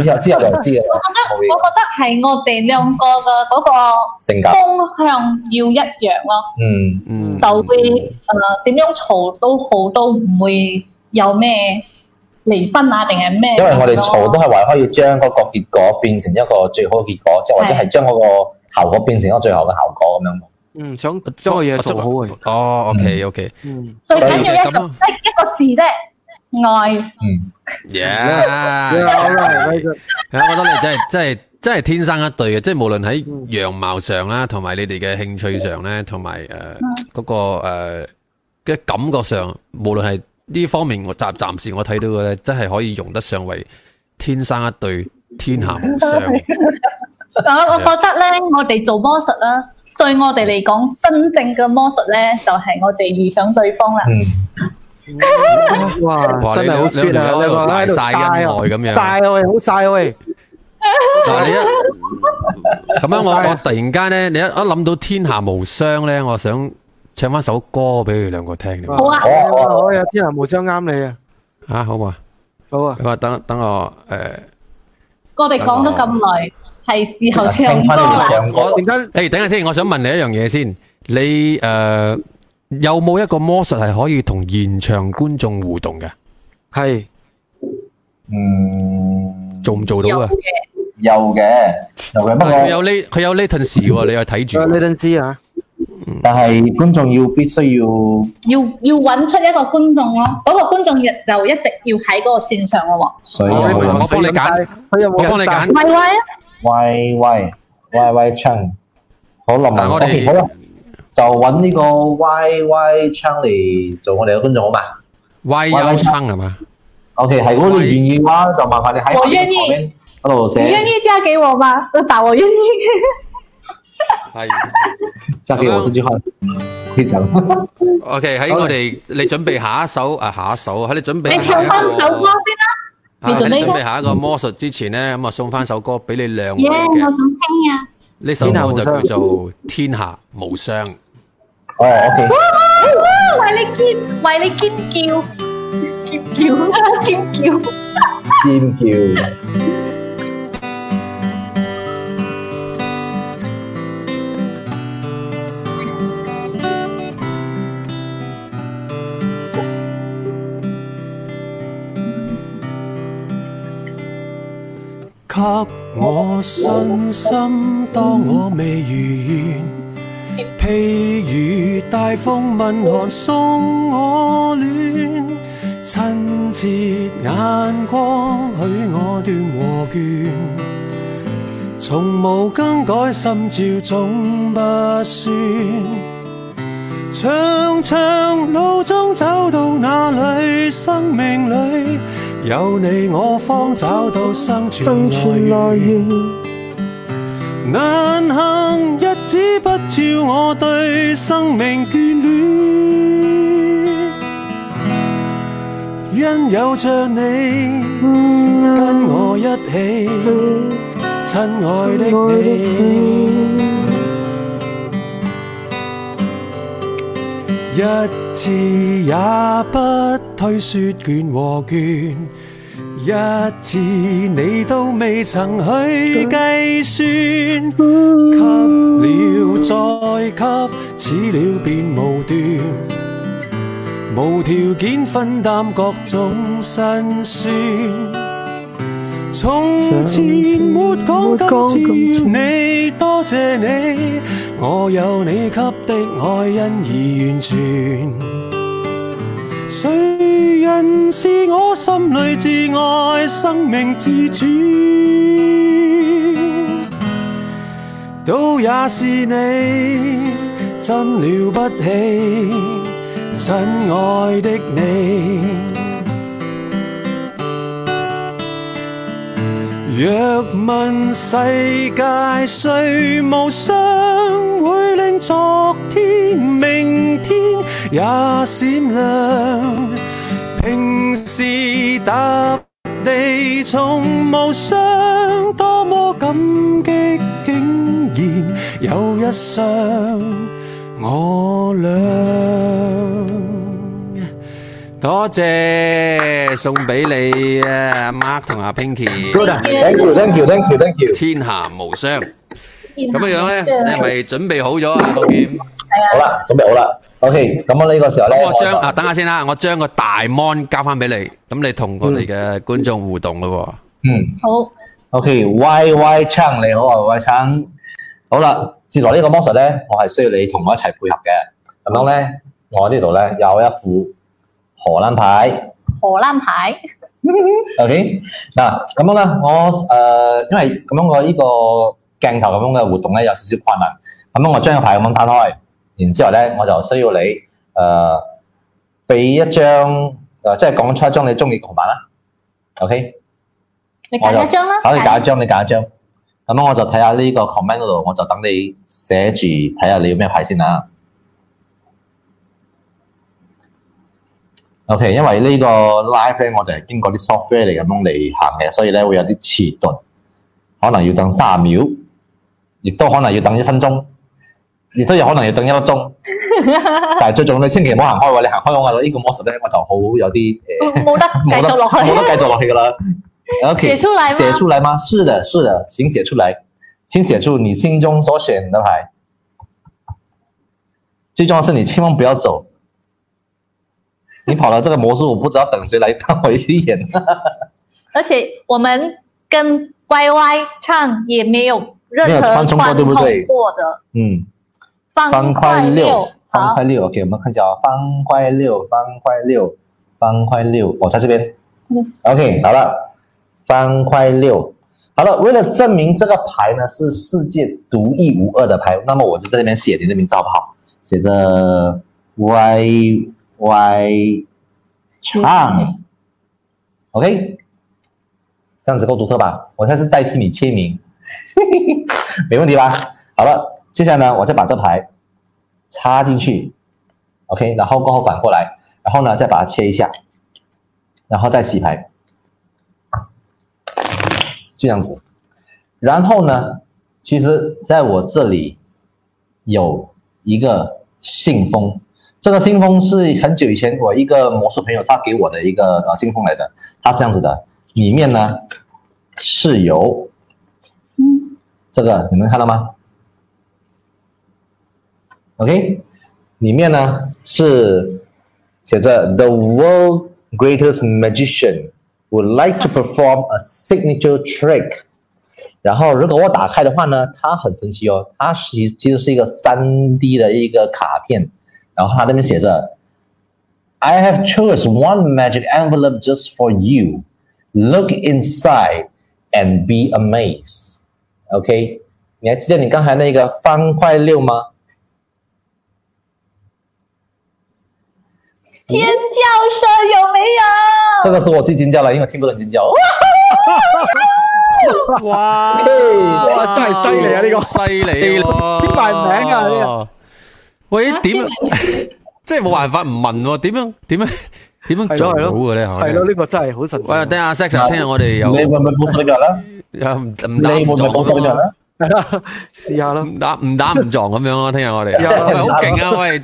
[SPEAKER 4] 後之後就知 啦，冇
[SPEAKER 3] 我
[SPEAKER 4] 嘢
[SPEAKER 3] 覺得係我哋兩個嘅嗰個
[SPEAKER 4] 性格，
[SPEAKER 3] 方向要一樣咯，
[SPEAKER 4] 嗯，
[SPEAKER 1] 嗯，
[SPEAKER 3] 就會誒點樣嘈都好，都唔會有咩離婚啊定係咩
[SPEAKER 4] 因
[SPEAKER 3] 咁咯。
[SPEAKER 4] 為我哋嘈都係為可以將嗰個結果變成一個最好嘅結果，即係或者係將嗰個效果變成一個最後嘅效果咁樣。
[SPEAKER 2] 嗯，想將個嘢做好佢。
[SPEAKER 1] 哦，OK OK，
[SPEAKER 2] 嗯，
[SPEAKER 3] 最緊要一
[SPEAKER 1] 咁
[SPEAKER 3] 個
[SPEAKER 1] 啊
[SPEAKER 3] 一一個字啫，愛。
[SPEAKER 4] 嗯，
[SPEAKER 1] yeah，係啊，我覺得你真係真係真係天生一對嘅，即係無論喺樣貌上啦，同埋你哋嘅興趣上咧，同埋誒
[SPEAKER 3] 嗯
[SPEAKER 1] 嗰個誒嘅、感覺上，無論係呢方面，我暫暫時我睇到嘅咧，真係可以用得上為天生一對，天下無雙。
[SPEAKER 3] 我我覺得咧，我哋做魔術啦，對我哋嚟講，真正嘅魔術咧，就係、我哋遇上對方啦。
[SPEAKER 4] 嗯，
[SPEAKER 2] 哇，
[SPEAKER 1] 哇！你
[SPEAKER 2] 真係好
[SPEAKER 1] 兩
[SPEAKER 2] sweet 啊！
[SPEAKER 1] 兩
[SPEAKER 2] 你
[SPEAKER 1] 兩
[SPEAKER 2] 個
[SPEAKER 1] 大
[SPEAKER 2] 喺度
[SPEAKER 1] 晒恩愛咁樣，
[SPEAKER 2] 晒喂，好晒喂，
[SPEAKER 1] 嗱你一咁樣我我突然間咧，你一一諗到天下無雙咧，我想唱翻首歌俾佢兩個聽。
[SPEAKER 3] 好啊，
[SPEAKER 4] 好啊好啊好啊
[SPEAKER 2] 我有天人無雙啱你啊！
[SPEAKER 1] 啊，好嘛？
[SPEAKER 2] 好啊，
[SPEAKER 1] 咁啊，等等我誒，
[SPEAKER 3] 我哋講咗咁耐，係時候唱
[SPEAKER 4] 聽
[SPEAKER 3] 歌
[SPEAKER 4] 翻你
[SPEAKER 3] 啦
[SPEAKER 4] 哋。兩個
[SPEAKER 1] 我
[SPEAKER 2] 突然間
[SPEAKER 1] 誒，等下先，我想問你一樣嘢先，你誒有冇一個魔術係可以同現場觀眾互動嘅？
[SPEAKER 2] 係
[SPEAKER 4] 嗯，
[SPEAKER 1] 做唔做到
[SPEAKER 3] 有
[SPEAKER 1] 啊？
[SPEAKER 3] 嘅，
[SPEAKER 4] 有嘅，有嘅，不
[SPEAKER 1] 佢
[SPEAKER 4] 過
[SPEAKER 1] 有呢佢有呢陣時喎，你又睇住
[SPEAKER 2] 啊，你
[SPEAKER 1] 喎。
[SPEAKER 2] 等知啊，
[SPEAKER 4] 但係觀眾要必須要。
[SPEAKER 3] 要要揾出一個觀眾咯，嗰、個觀眾亦就一直要喺嗰個線上嘅喎。
[SPEAKER 4] 水
[SPEAKER 1] 我
[SPEAKER 4] 有
[SPEAKER 1] 幫你
[SPEAKER 4] 冇？
[SPEAKER 1] 揀，
[SPEAKER 2] 佢有冇
[SPEAKER 1] 我幫你
[SPEAKER 2] 飲晒
[SPEAKER 1] 揀。
[SPEAKER 3] 喂喂啊，
[SPEAKER 4] 喂喂喂喂唱，好林文，
[SPEAKER 1] 嗱我哋
[SPEAKER 4] 好啦，就揾呢個 Y Y 唱嚟做我哋嘅觀眾好嘛
[SPEAKER 1] 喂，有
[SPEAKER 4] 喂喂
[SPEAKER 1] 撐係嘛？
[SPEAKER 4] ？OK，係如果你願意嘅話，就麻煩你喺
[SPEAKER 3] 我
[SPEAKER 4] 下面
[SPEAKER 3] 願意
[SPEAKER 4] comment 嗰度
[SPEAKER 3] 你願
[SPEAKER 4] 寫，
[SPEAKER 3] 意嫁給我嗎？呃，爸，我願 意。
[SPEAKER 1] 係。
[SPEAKER 4] 交俾我出去看，佢就
[SPEAKER 1] OK，喺我哋你準備下一首啊，下一首喺你準備
[SPEAKER 3] 你唱翻首歌先啦，
[SPEAKER 1] 啊
[SPEAKER 3] 你
[SPEAKER 1] 喺
[SPEAKER 3] 準
[SPEAKER 1] 你
[SPEAKER 3] 備
[SPEAKER 1] 準備
[SPEAKER 3] 歌。
[SPEAKER 1] 下一個魔術之前咧，咁啊送翻首歌俾你兩位
[SPEAKER 3] 耶，我想
[SPEAKER 1] 嘅。
[SPEAKER 3] 聽啊！
[SPEAKER 1] 呢首歌就叫做《天下無雙》。
[SPEAKER 4] 哦 OK，
[SPEAKER 3] 哇為你尖，為你尖叫，尖 叫，尖叫。
[SPEAKER 4] 尖叫。
[SPEAKER 1] 给我信心，当我未如愿。譬如大风吻寒送我暖，亲切眼光许我段和倦，从无更改心照总不算。長長路中找到哪裏，生命裏有你，我方找到生存來源。難行日子不照我對生命眷戀，因有着你跟我一起，親愛的你。一次也不推說倦和倦，一次你都未曾去計算，給了再給，此了便無端，無條件分擔各種辛酸。從前沒講今次要你，多謝你，我有你給的愛因而完全。誰人是我心裏至愛，生命之主，都也是你，真了不起，親愛的你。若問世界誰無雙，會令昨天、明天也閃亮。平時答你從無雙，多麼感激，竟然有一雙我俩。多謝送俾你啊阿，Mark à, 同阿 Pinky，
[SPEAKER 4] 啊 Thank you，thank you，thank you，thank you。
[SPEAKER 1] 天下無雙。咁樣樣咧，你係咪準備好咗啊？杜劍，
[SPEAKER 4] 好啦，準備好啦。OK，咁我呢個時候咧，
[SPEAKER 1] 咁我將
[SPEAKER 4] 就
[SPEAKER 1] 啊，等下先啦，我將個大 mon 交翻俾你，咁你同我哋嘅觀眾互動咯
[SPEAKER 4] 嗯
[SPEAKER 3] 好，
[SPEAKER 4] ，OK，Y Y 昌你好啊，Y Y 昌。好啦，接落呢個魔術咧，我係需要你同我一齊配合嘅。咁樣咧，我呢度咧有一副荷蘭牌。
[SPEAKER 3] 荷蘭牌，
[SPEAKER 4] OK，嗱咁樣啦，我誒、呃因為咁樣我呢個鏡頭咁樣嘅活動咧有少少困難，咁樣我將個牌咁樣攤開，然之後咧我就需要你誒俾、一張誒、呃即係講出一張你中意嘅號碼啦。OK，
[SPEAKER 3] 你揀一張啦，
[SPEAKER 4] 好，你揀一張，你揀一張。咁樣我就睇下呢個 comment 嗰度，我就等你寫住睇下你要咩牌先啦。OK，因為呢個 live 咧，我哋係經過啲 software 嚟咁樣嚟行嘅，所以咧會有啲遲鈍，可能要等三十秒，亦都可能要等一分鐘，亦都有可能要等一粒 鐘。但係最重要，你千祈唔好行開喎！你行開我話呢個魔術咧，我就好有啲誒，
[SPEAKER 3] 冇得
[SPEAKER 4] 冇
[SPEAKER 3] 繼
[SPEAKER 4] 得
[SPEAKER 3] 續落去，
[SPEAKER 4] 冇得繼續落去㗎啦。OK，
[SPEAKER 3] 寫出來
[SPEAKER 4] 写
[SPEAKER 3] 嗎？
[SPEAKER 4] 出来吗？是的，是的，请写出来，请写出你心中所选的牌。最重要是你千万不要走，你跑了这个魔术，我不知道等谁来当我去演。
[SPEAKER 3] 而且我们跟 Y Y 唱也没有任
[SPEAKER 4] 没有
[SPEAKER 3] 何
[SPEAKER 4] 穿中过对不对
[SPEAKER 3] 穿透过的
[SPEAKER 4] 嗯，
[SPEAKER 3] 方
[SPEAKER 4] 方块六
[SPEAKER 3] 六，，
[SPEAKER 4] 方
[SPEAKER 3] 好，
[SPEAKER 4] 块六，OK，我们看一下啊，方块六，方块六，方块六，我、在这边
[SPEAKER 3] 嗯。
[SPEAKER 4] OK，好了，方块六。好了，为了证明这个牌呢是世界独一无二的牌，那么我就在这边写你的名字好不好？写着 Y Y 唱，OK，这样子够独特吧？我现在是代替你签名， 没问题吧？好了，接下来呢，我再把这牌插进去，OK，然后过后反过来，然后呢再把它切一下，然后再洗牌，就这样子。然后呢，其实在我这里有一个信封，这个信封是很久以前我一个魔术朋友他给我的一个呃信封来的，它是这样子的，里面呢是有，
[SPEAKER 3] 嗯，
[SPEAKER 4] 这个你们看到吗？OK，里面呢是写着 The world's greatest magician would like to perform a signature trick。然后如果我打开的话呢，它很神奇哦，它其实其实是一个3 D 的一个卡片，然后它那边写着 I have chose one magic envelope just for you. Look inside and be amazed. OK，你还记得你刚才那个方块六吗？
[SPEAKER 3] 尖叫声有没有？
[SPEAKER 4] 这个是我自己尖叫了，因为听不懂尖叫。哇
[SPEAKER 1] 喎。哇！
[SPEAKER 2] 哇真係犀利啊呢個
[SPEAKER 1] 犀利喎，
[SPEAKER 2] 點埋名啊呢
[SPEAKER 1] 喂，點？即係冇辦法唔問喎，點樣點樣點樣做到嘅咧？
[SPEAKER 2] 係咯，呢個真係好神奇。
[SPEAKER 1] 喂，等下 Sex 聽下我哋有
[SPEAKER 4] 你會唔會冇水腳啦？
[SPEAKER 1] 有唔唔
[SPEAKER 4] 你
[SPEAKER 1] 打
[SPEAKER 4] 會
[SPEAKER 1] 唔
[SPEAKER 4] 唔會
[SPEAKER 1] 撞
[SPEAKER 4] 冇水腳
[SPEAKER 1] 咁
[SPEAKER 4] 啦？
[SPEAKER 2] 係啦，試下咯。
[SPEAKER 1] 唔打唔打唔撞咁樣咯，聽日我哋
[SPEAKER 2] 有
[SPEAKER 1] 喂好勁啊！喂，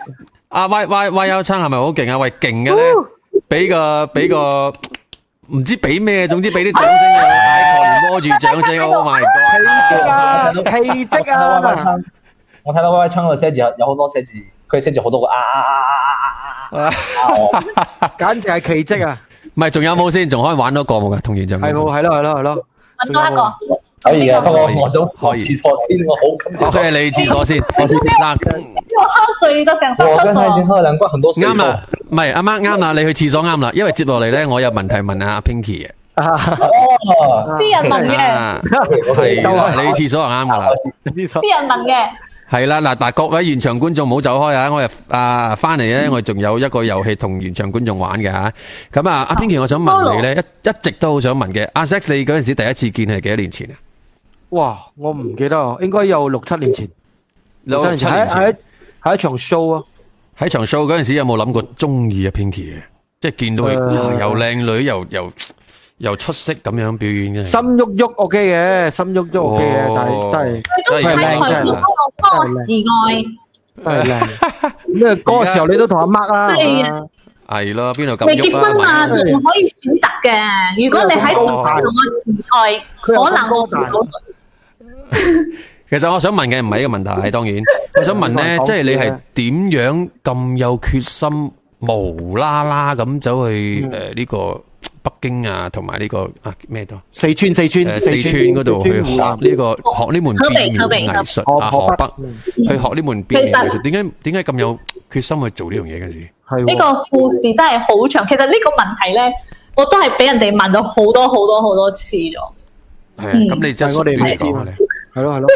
[SPEAKER 1] 阿 Y Y Y 優生係咪好勁啊？喂，勁嘅咧，俾個俾個唔知俾咩，總之俾啲掌聲啊！icon 摸住掌聲，Oh my
[SPEAKER 2] 奇
[SPEAKER 1] God！
[SPEAKER 2] 蹟啊！奇
[SPEAKER 4] 我睇
[SPEAKER 2] 蹟
[SPEAKER 4] 到 Y Y
[SPEAKER 2] 啊！
[SPEAKER 4] 唱，我睇到 Y Y 唱嘅寫字有好多寫字，佢寫住好多個啊啊啊啊啊啊啊啊！我
[SPEAKER 2] 簡直係奇蹟啊！
[SPEAKER 1] 唔係，仲有冇先？仲可以玩多個冇噶？同現象
[SPEAKER 2] 係冇，係咯，係咯，係 咯。
[SPEAKER 3] 揾多一個。
[SPEAKER 4] 可以嘅，不過我想上廁所先，我好
[SPEAKER 1] ，OK，你去廁所先。嗱，
[SPEAKER 3] 我喝哦水都成身
[SPEAKER 4] 緊。我
[SPEAKER 3] 咳
[SPEAKER 4] 剛才已經
[SPEAKER 3] 嗽。
[SPEAKER 4] 喝兩罐很多水。
[SPEAKER 1] 啱啦，唔係阿媽啱啦，你去廁所啱啦，因為接落嚟咧，我有問題問阿 à, Pinky À,
[SPEAKER 4] 哦，
[SPEAKER 3] 私人 問
[SPEAKER 1] 嘅。
[SPEAKER 3] 嘅，
[SPEAKER 1] 啊，
[SPEAKER 4] 係
[SPEAKER 1] 係
[SPEAKER 2] 走
[SPEAKER 1] 啦
[SPEAKER 2] 啊，
[SPEAKER 1] 你去廁所就啱噶啦。
[SPEAKER 2] 知錯
[SPEAKER 3] 私人問嘅，
[SPEAKER 1] 系啦，嗱，但各位現場觀眾唔好走開啊！我又啊翻嚟
[SPEAKER 3] 嗯
[SPEAKER 1] 咧，我仲有一個遊戲同現場觀眾玩嘅吓。咁
[SPEAKER 3] 哦
[SPEAKER 1] 啊，阿 Pinky，我想問你咧，一一直都好想問嘅，阿 Sex，你嗰阵时第一次見係幾多年前啊？
[SPEAKER 2] 哇！我唔記得啊，應該有六七年前。
[SPEAKER 1] 六七
[SPEAKER 2] 喺
[SPEAKER 1] 年前
[SPEAKER 2] 喺喺一場 show 啊！
[SPEAKER 1] 喺場 show 嗰阵时，有冇諗過中意阿啊 Pinky 嘅？即係見到佢
[SPEAKER 2] 誒
[SPEAKER 1] 哇又靚女又又又出色咁樣表演嘅。
[SPEAKER 2] 心喐喐 OK 嘅，心喐喐 OK 嘅，但係真係
[SPEAKER 3] 佢都唔係
[SPEAKER 2] 真係
[SPEAKER 3] 台
[SPEAKER 2] 靚真係靚
[SPEAKER 3] 前幫我幫我示愛，
[SPEAKER 2] 真系靓。因为嗰个时候你都同阿 Mark 啦，
[SPEAKER 3] 係
[SPEAKER 2] 係
[SPEAKER 3] 啊
[SPEAKER 2] 嘛
[SPEAKER 1] 系咯，边度咁
[SPEAKER 3] 未
[SPEAKER 1] 喐
[SPEAKER 3] 結婚啊，
[SPEAKER 1] 啊？
[SPEAKER 3] 仲可以選擇嘅。如果你喺同埋同個時代，
[SPEAKER 2] 佢又
[SPEAKER 3] 可能
[SPEAKER 2] 咁高
[SPEAKER 3] 我唔
[SPEAKER 2] 大
[SPEAKER 3] 好。
[SPEAKER 1] 其實我想問嘅唔係呢個問題，當然，我想問呢，即係你係點樣咁有決心，無啦啦咁走去诶呢個北京啊，同埋呢個啊咩多
[SPEAKER 2] 四川四
[SPEAKER 1] 诶
[SPEAKER 2] 川
[SPEAKER 1] 四川嗰度去學
[SPEAKER 2] 湖南
[SPEAKER 1] 呢個學呢門變形藝術啊，河北去學呢門變形藝術，點解点解咁有決心去做呢樣嘢嗰陣時？
[SPEAKER 2] 係喎
[SPEAKER 3] 呢個故事真係好長。其實呢個問題咧，我都係俾人哋問咗好多好多好多次咗。
[SPEAKER 1] 係啊
[SPEAKER 3] 嗯
[SPEAKER 1] 咁你即係
[SPEAKER 2] 係我哋唔
[SPEAKER 1] 縮短嚟
[SPEAKER 2] 知
[SPEAKER 1] 講
[SPEAKER 2] 嘛
[SPEAKER 1] 下咧，
[SPEAKER 2] 系咯系咯，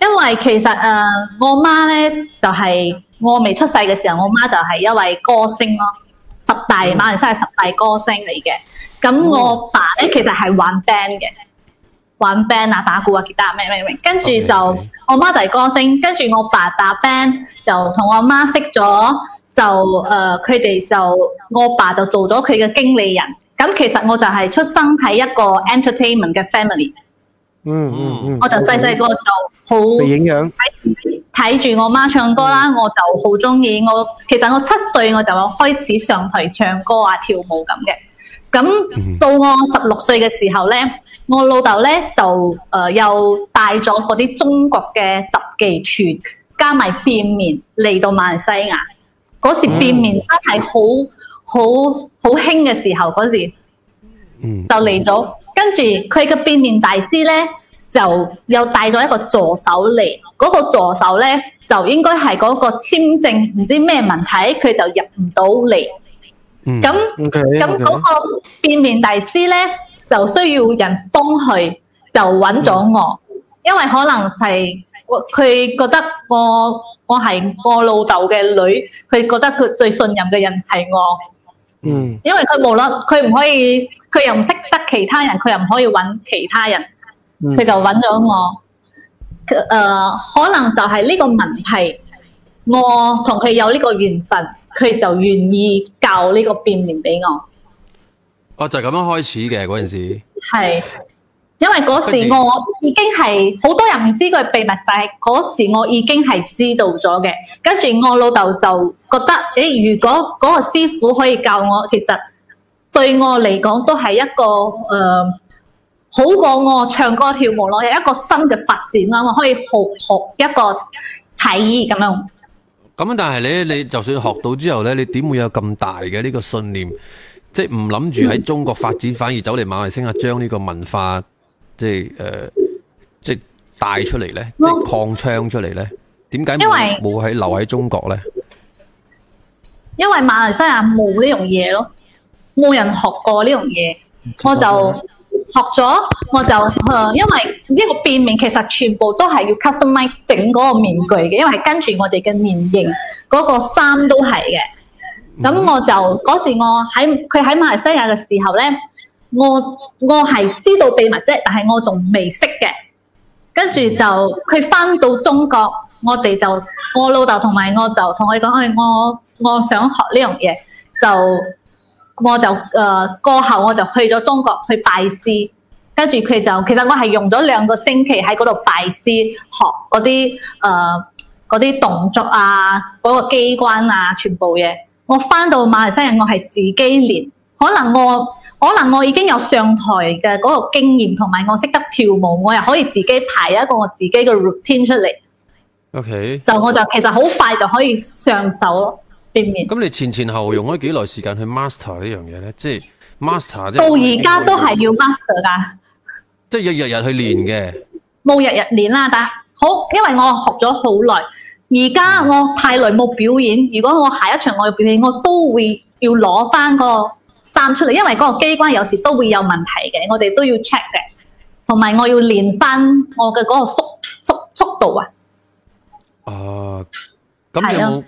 [SPEAKER 3] 因為其實誒、呃我媽咧就係、我未出世嘅時候，我媽就係一位歌星咯，十大馬來西亞十大歌星嚟嘅。咁我爸咧其實係玩 band 嘅，玩 band 啊，打鼓啊，吉他啊咩咩咩。跟住就
[SPEAKER 1] OK，OK
[SPEAKER 3] 我媽就係歌星，跟住我爸打 band 就同我媽識咗，就誒佢哋就我爸就做咗佢嘅經理人。咁其實我就係出生喺一個 entertainment 嘅 family，
[SPEAKER 2] 嗯嗯嗯，
[SPEAKER 3] 我就細
[SPEAKER 2] Ừ,
[SPEAKER 3] 細個就好
[SPEAKER 2] 哦被影响，
[SPEAKER 3] 睇住我媽唱歌啦，我就好中意。我其實我七歲我就開始上台唱歌啊、跳舞咁嘅。咁到我十六歲嘅時候咧，我老豆咧就誒、呃又帶咗嗰啲中國嘅雜技團加埋變面嚟到馬來西亞。嗰時變面真係好好好興嘅時候嗰時。
[SPEAKER 1] 嗯，
[SPEAKER 3] 就嚟咗，跟住佢嘅變面大師咧就又帶咗一個助手嚟，嗰、個助手咧就應該係嗰個簽證唔知咩問題，佢就入唔到嚟。
[SPEAKER 1] 嗯
[SPEAKER 3] 咁
[SPEAKER 2] OK，
[SPEAKER 3] 咁嗰個變面大師咧就需要人幫佢，就揾咗我，因為可能係我佢覺得我我係我老豆嘅女，佢覺得佢最信任嘅人係我。
[SPEAKER 1] Ừ.
[SPEAKER 2] 嗯
[SPEAKER 3] 因為佢無論佢唔可以，佢又唔識得其他人，佢又唔可以揾其他人，
[SPEAKER 2] 嗯
[SPEAKER 3] 佢就揾咗我。誒、呃可能就係呢個問題，我同佢有呢個緣分，佢就願意教呢個變面俾我。
[SPEAKER 1] 我哦就咁樣開始嘅嗰陣時。
[SPEAKER 3] 係，因為嗰
[SPEAKER 1] 跟
[SPEAKER 3] 時
[SPEAKER 1] 住
[SPEAKER 3] 我已經係好多人唔知佢秘密，但係嗰時我已經係知道咗嘅。跟住我老豆就覺得，誒、如果嗰個師傅可以教我，其實對我嚟講都係一個誒、呃好過我唱歌跳舞咯，有一個新嘅發展啦，我可以學學一個才藝咁樣。
[SPEAKER 1] 咁但系咧，你就算學到之後咧，你點會有咁大嘅呢個信念？即系唔諗住喺中國發展，反而走嚟馬來西亞將呢個文化，即係诶、呃即系带出嚟咧，即係擴張出嚟咧。點解
[SPEAKER 3] 嗯因為
[SPEAKER 1] 冇冇喺留喺中國咧？
[SPEAKER 3] 因為馬來西亞冇呢樣嘢咯，冇人學過呢樣嘢，我就學咗，我就呃因為呢個變面其實全部都係要 customize 整嗰個面具嘅，因為係跟住我哋嘅面型嗰、個衫都係嘅。咁我就嗰時我喺佢喺馬來西亞嘅時候咧，我我係知道秘密啫，但係我仲未識嘅。跟住就佢翻到中國，我哋就我老豆同埋我就同佢講，哎，我我想學呢樣嘢，就我就誒、呃、過後我就去咗中國去拜師，跟住佢就其實我係用咗兩個星期喺嗰度拜師學嗰啲誒嗰啲動作啊，嗰、個機關啊，全部嘢。我翻到馬來西亞，我係自己練，可能我。可能我已經有上台嘅嗰個經驗，同埋我識得跳舞，我又可以自己排一個我自己嘅 routine 出嚟，
[SPEAKER 1] o k
[SPEAKER 3] 就我就其實好快就可以上手咯，變面。
[SPEAKER 1] 咁你前前後用咗幾耐時間去 master 呢樣嘢咧？即係 master 即
[SPEAKER 3] 到而
[SPEAKER 1] 係
[SPEAKER 3] 家都係要 master 㗎。
[SPEAKER 1] 即係要日日去練嘅。
[SPEAKER 3] 冇日日練啦，但好，因為我學咗好耐，而家我太耐冇表演。如果我下一場我要表演，我都會要攞翻個衫出嚟，因為嗰個機關有時都會有問題嘅，我哋都要 check 嘅。同埋我要練翻我嘅嗰個速速速度啊！
[SPEAKER 1] 啊，咁有冇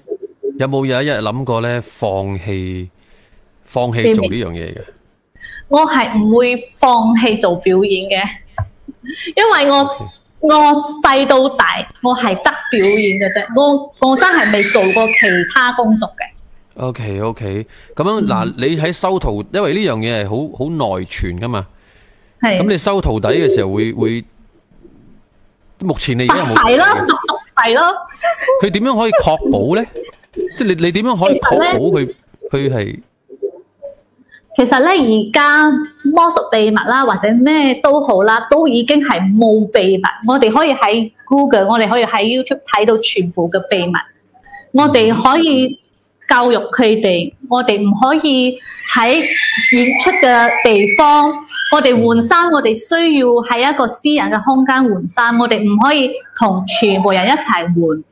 [SPEAKER 1] 有冇有一日諗過咧放棄放棄做呢樣嘢嘅？
[SPEAKER 3] 我係唔會放棄做表演嘅， 因為我我細到大我係得表演嘅啫，我我真係未做過其他工作嘅。
[SPEAKER 1] O K O K，咁樣嗱，你喺收徒，因為呢樣嘢係好好內傳噶嘛。
[SPEAKER 3] 係
[SPEAKER 1] 咁你收徒弟嘅時候會會，目前你而家有
[SPEAKER 3] 發
[SPEAKER 1] 冇
[SPEAKER 3] 誓啦，讀讀勢咯。
[SPEAKER 1] 佢點樣可以確保咧？即係你你點樣可以確保佢佢係
[SPEAKER 3] 其實咧，而家魔術秘密啦，或者咩都好啦，都已經係冇秘密。我哋可以喺 Google，我哋可以喺 YouTube 睇到全部嘅秘密。我哋可以教育佢哋，我哋唔可以喺演出嘅地方，我哋換衫，我哋需要喺一個私人嘅空間換衫，我哋唔可以同全部人一齊換。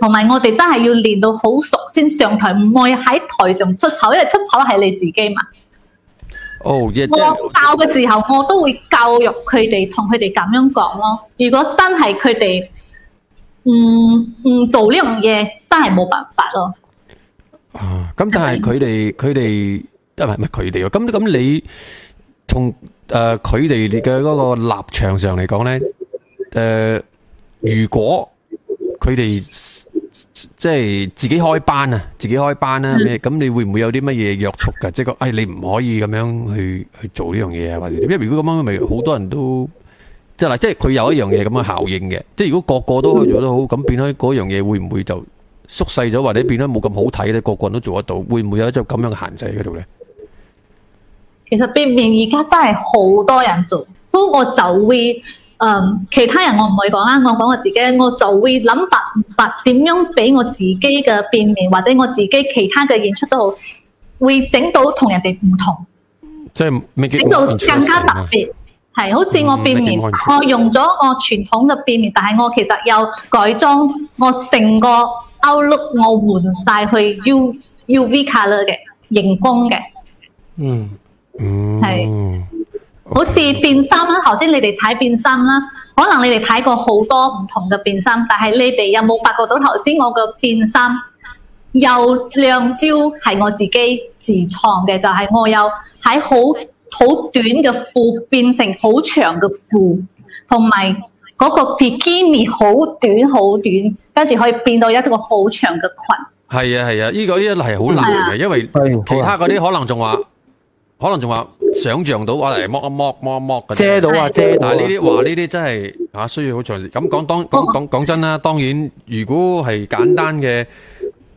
[SPEAKER 3] 同埋我哋真係要練到好熟先上台，唔可以喺台上出醜，因為出醜係你自己嘛。
[SPEAKER 1] 哦，即係
[SPEAKER 3] 我教嘅時候，我都會教育佢哋，同佢哋咁樣講咯。如果真係佢哋唔唔做呢樣嘢，真係冇辦法咯。
[SPEAKER 1] 啊！咁但係佢哋佢哋啊，唔係唔係佢哋喎。咁咁你同誒佢哋嘅嗰個立場上嚟講咧，誒、如果佢哋即係自己開班啊，自己開班啦、咩？咁你會唔會有啲乜嘢約束㗎？即係個誒，你唔可以咁樣去去做呢樣嘢啊，或者點因為如果咁樣，咪好多人都。即係嗱，即係佢有一樣嘢咁嘅效應嘅，即係如果個個都可以做得好，咁變咗嗰樣嘢會唔會就縮細咗，或者變咗冇咁好睇咧？個個人都做得到，會唔會有一種咁樣嘅限制喺嗰度咧？
[SPEAKER 3] 其實變面而家真係好多人做，所以我就會誒、嗯其他人我唔會講啦，我講我自己，我就會諗辦法點樣俾我自己嘅變面或者我自己其他嘅演出都好，會整到同人哋唔同。
[SPEAKER 1] 即係 make it
[SPEAKER 3] 整到
[SPEAKER 1] more
[SPEAKER 3] 更加
[SPEAKER 1] interesting
[SPEAKER 3] 特
[SPEAKER 1] 啊
[SPEAKER 3] 別。係，好似我變面，
[SPEAKER 1] 嗯
[SPEAKER 3] 我用咗我傳統嘅變面，但係我其實又改裝，我成個 outlook 我換晒去 U UV colour 嘅熒光嘅，
[SPEAKER 2] 嗯。
[SPEAKER 1] 嗯，
[SPEAKER 3] 好似變衫啦。頭先你哋睇變衫啦，可能你哋睇過好多唔同嘅變衫，但係你哋有冇發覺到頭先我嘅變衫有兩招係我自己自創嘅，就係、我有喺好好短嘅褲變成好長嘅褲，同埋嗰個 bikini 好短好短，跟住可以變到一個好長嘅裙。
[SPEAKER 1] 係啊係啊，呢個呢一係好難嘅，因為
[SPEAKER 2] 係
[SPEAKER 1] 其他嗰啲可能仲話，可能仲話想像到啊嚟剝一剝剝一剝嘅啫
[SPEAKER 2] 遮到啊，遮到啊
[SPEAKER 1] 但係呢啲話呢啲真係啊需要好長時咁講當講講講真啦，當然如果係簡單嘅，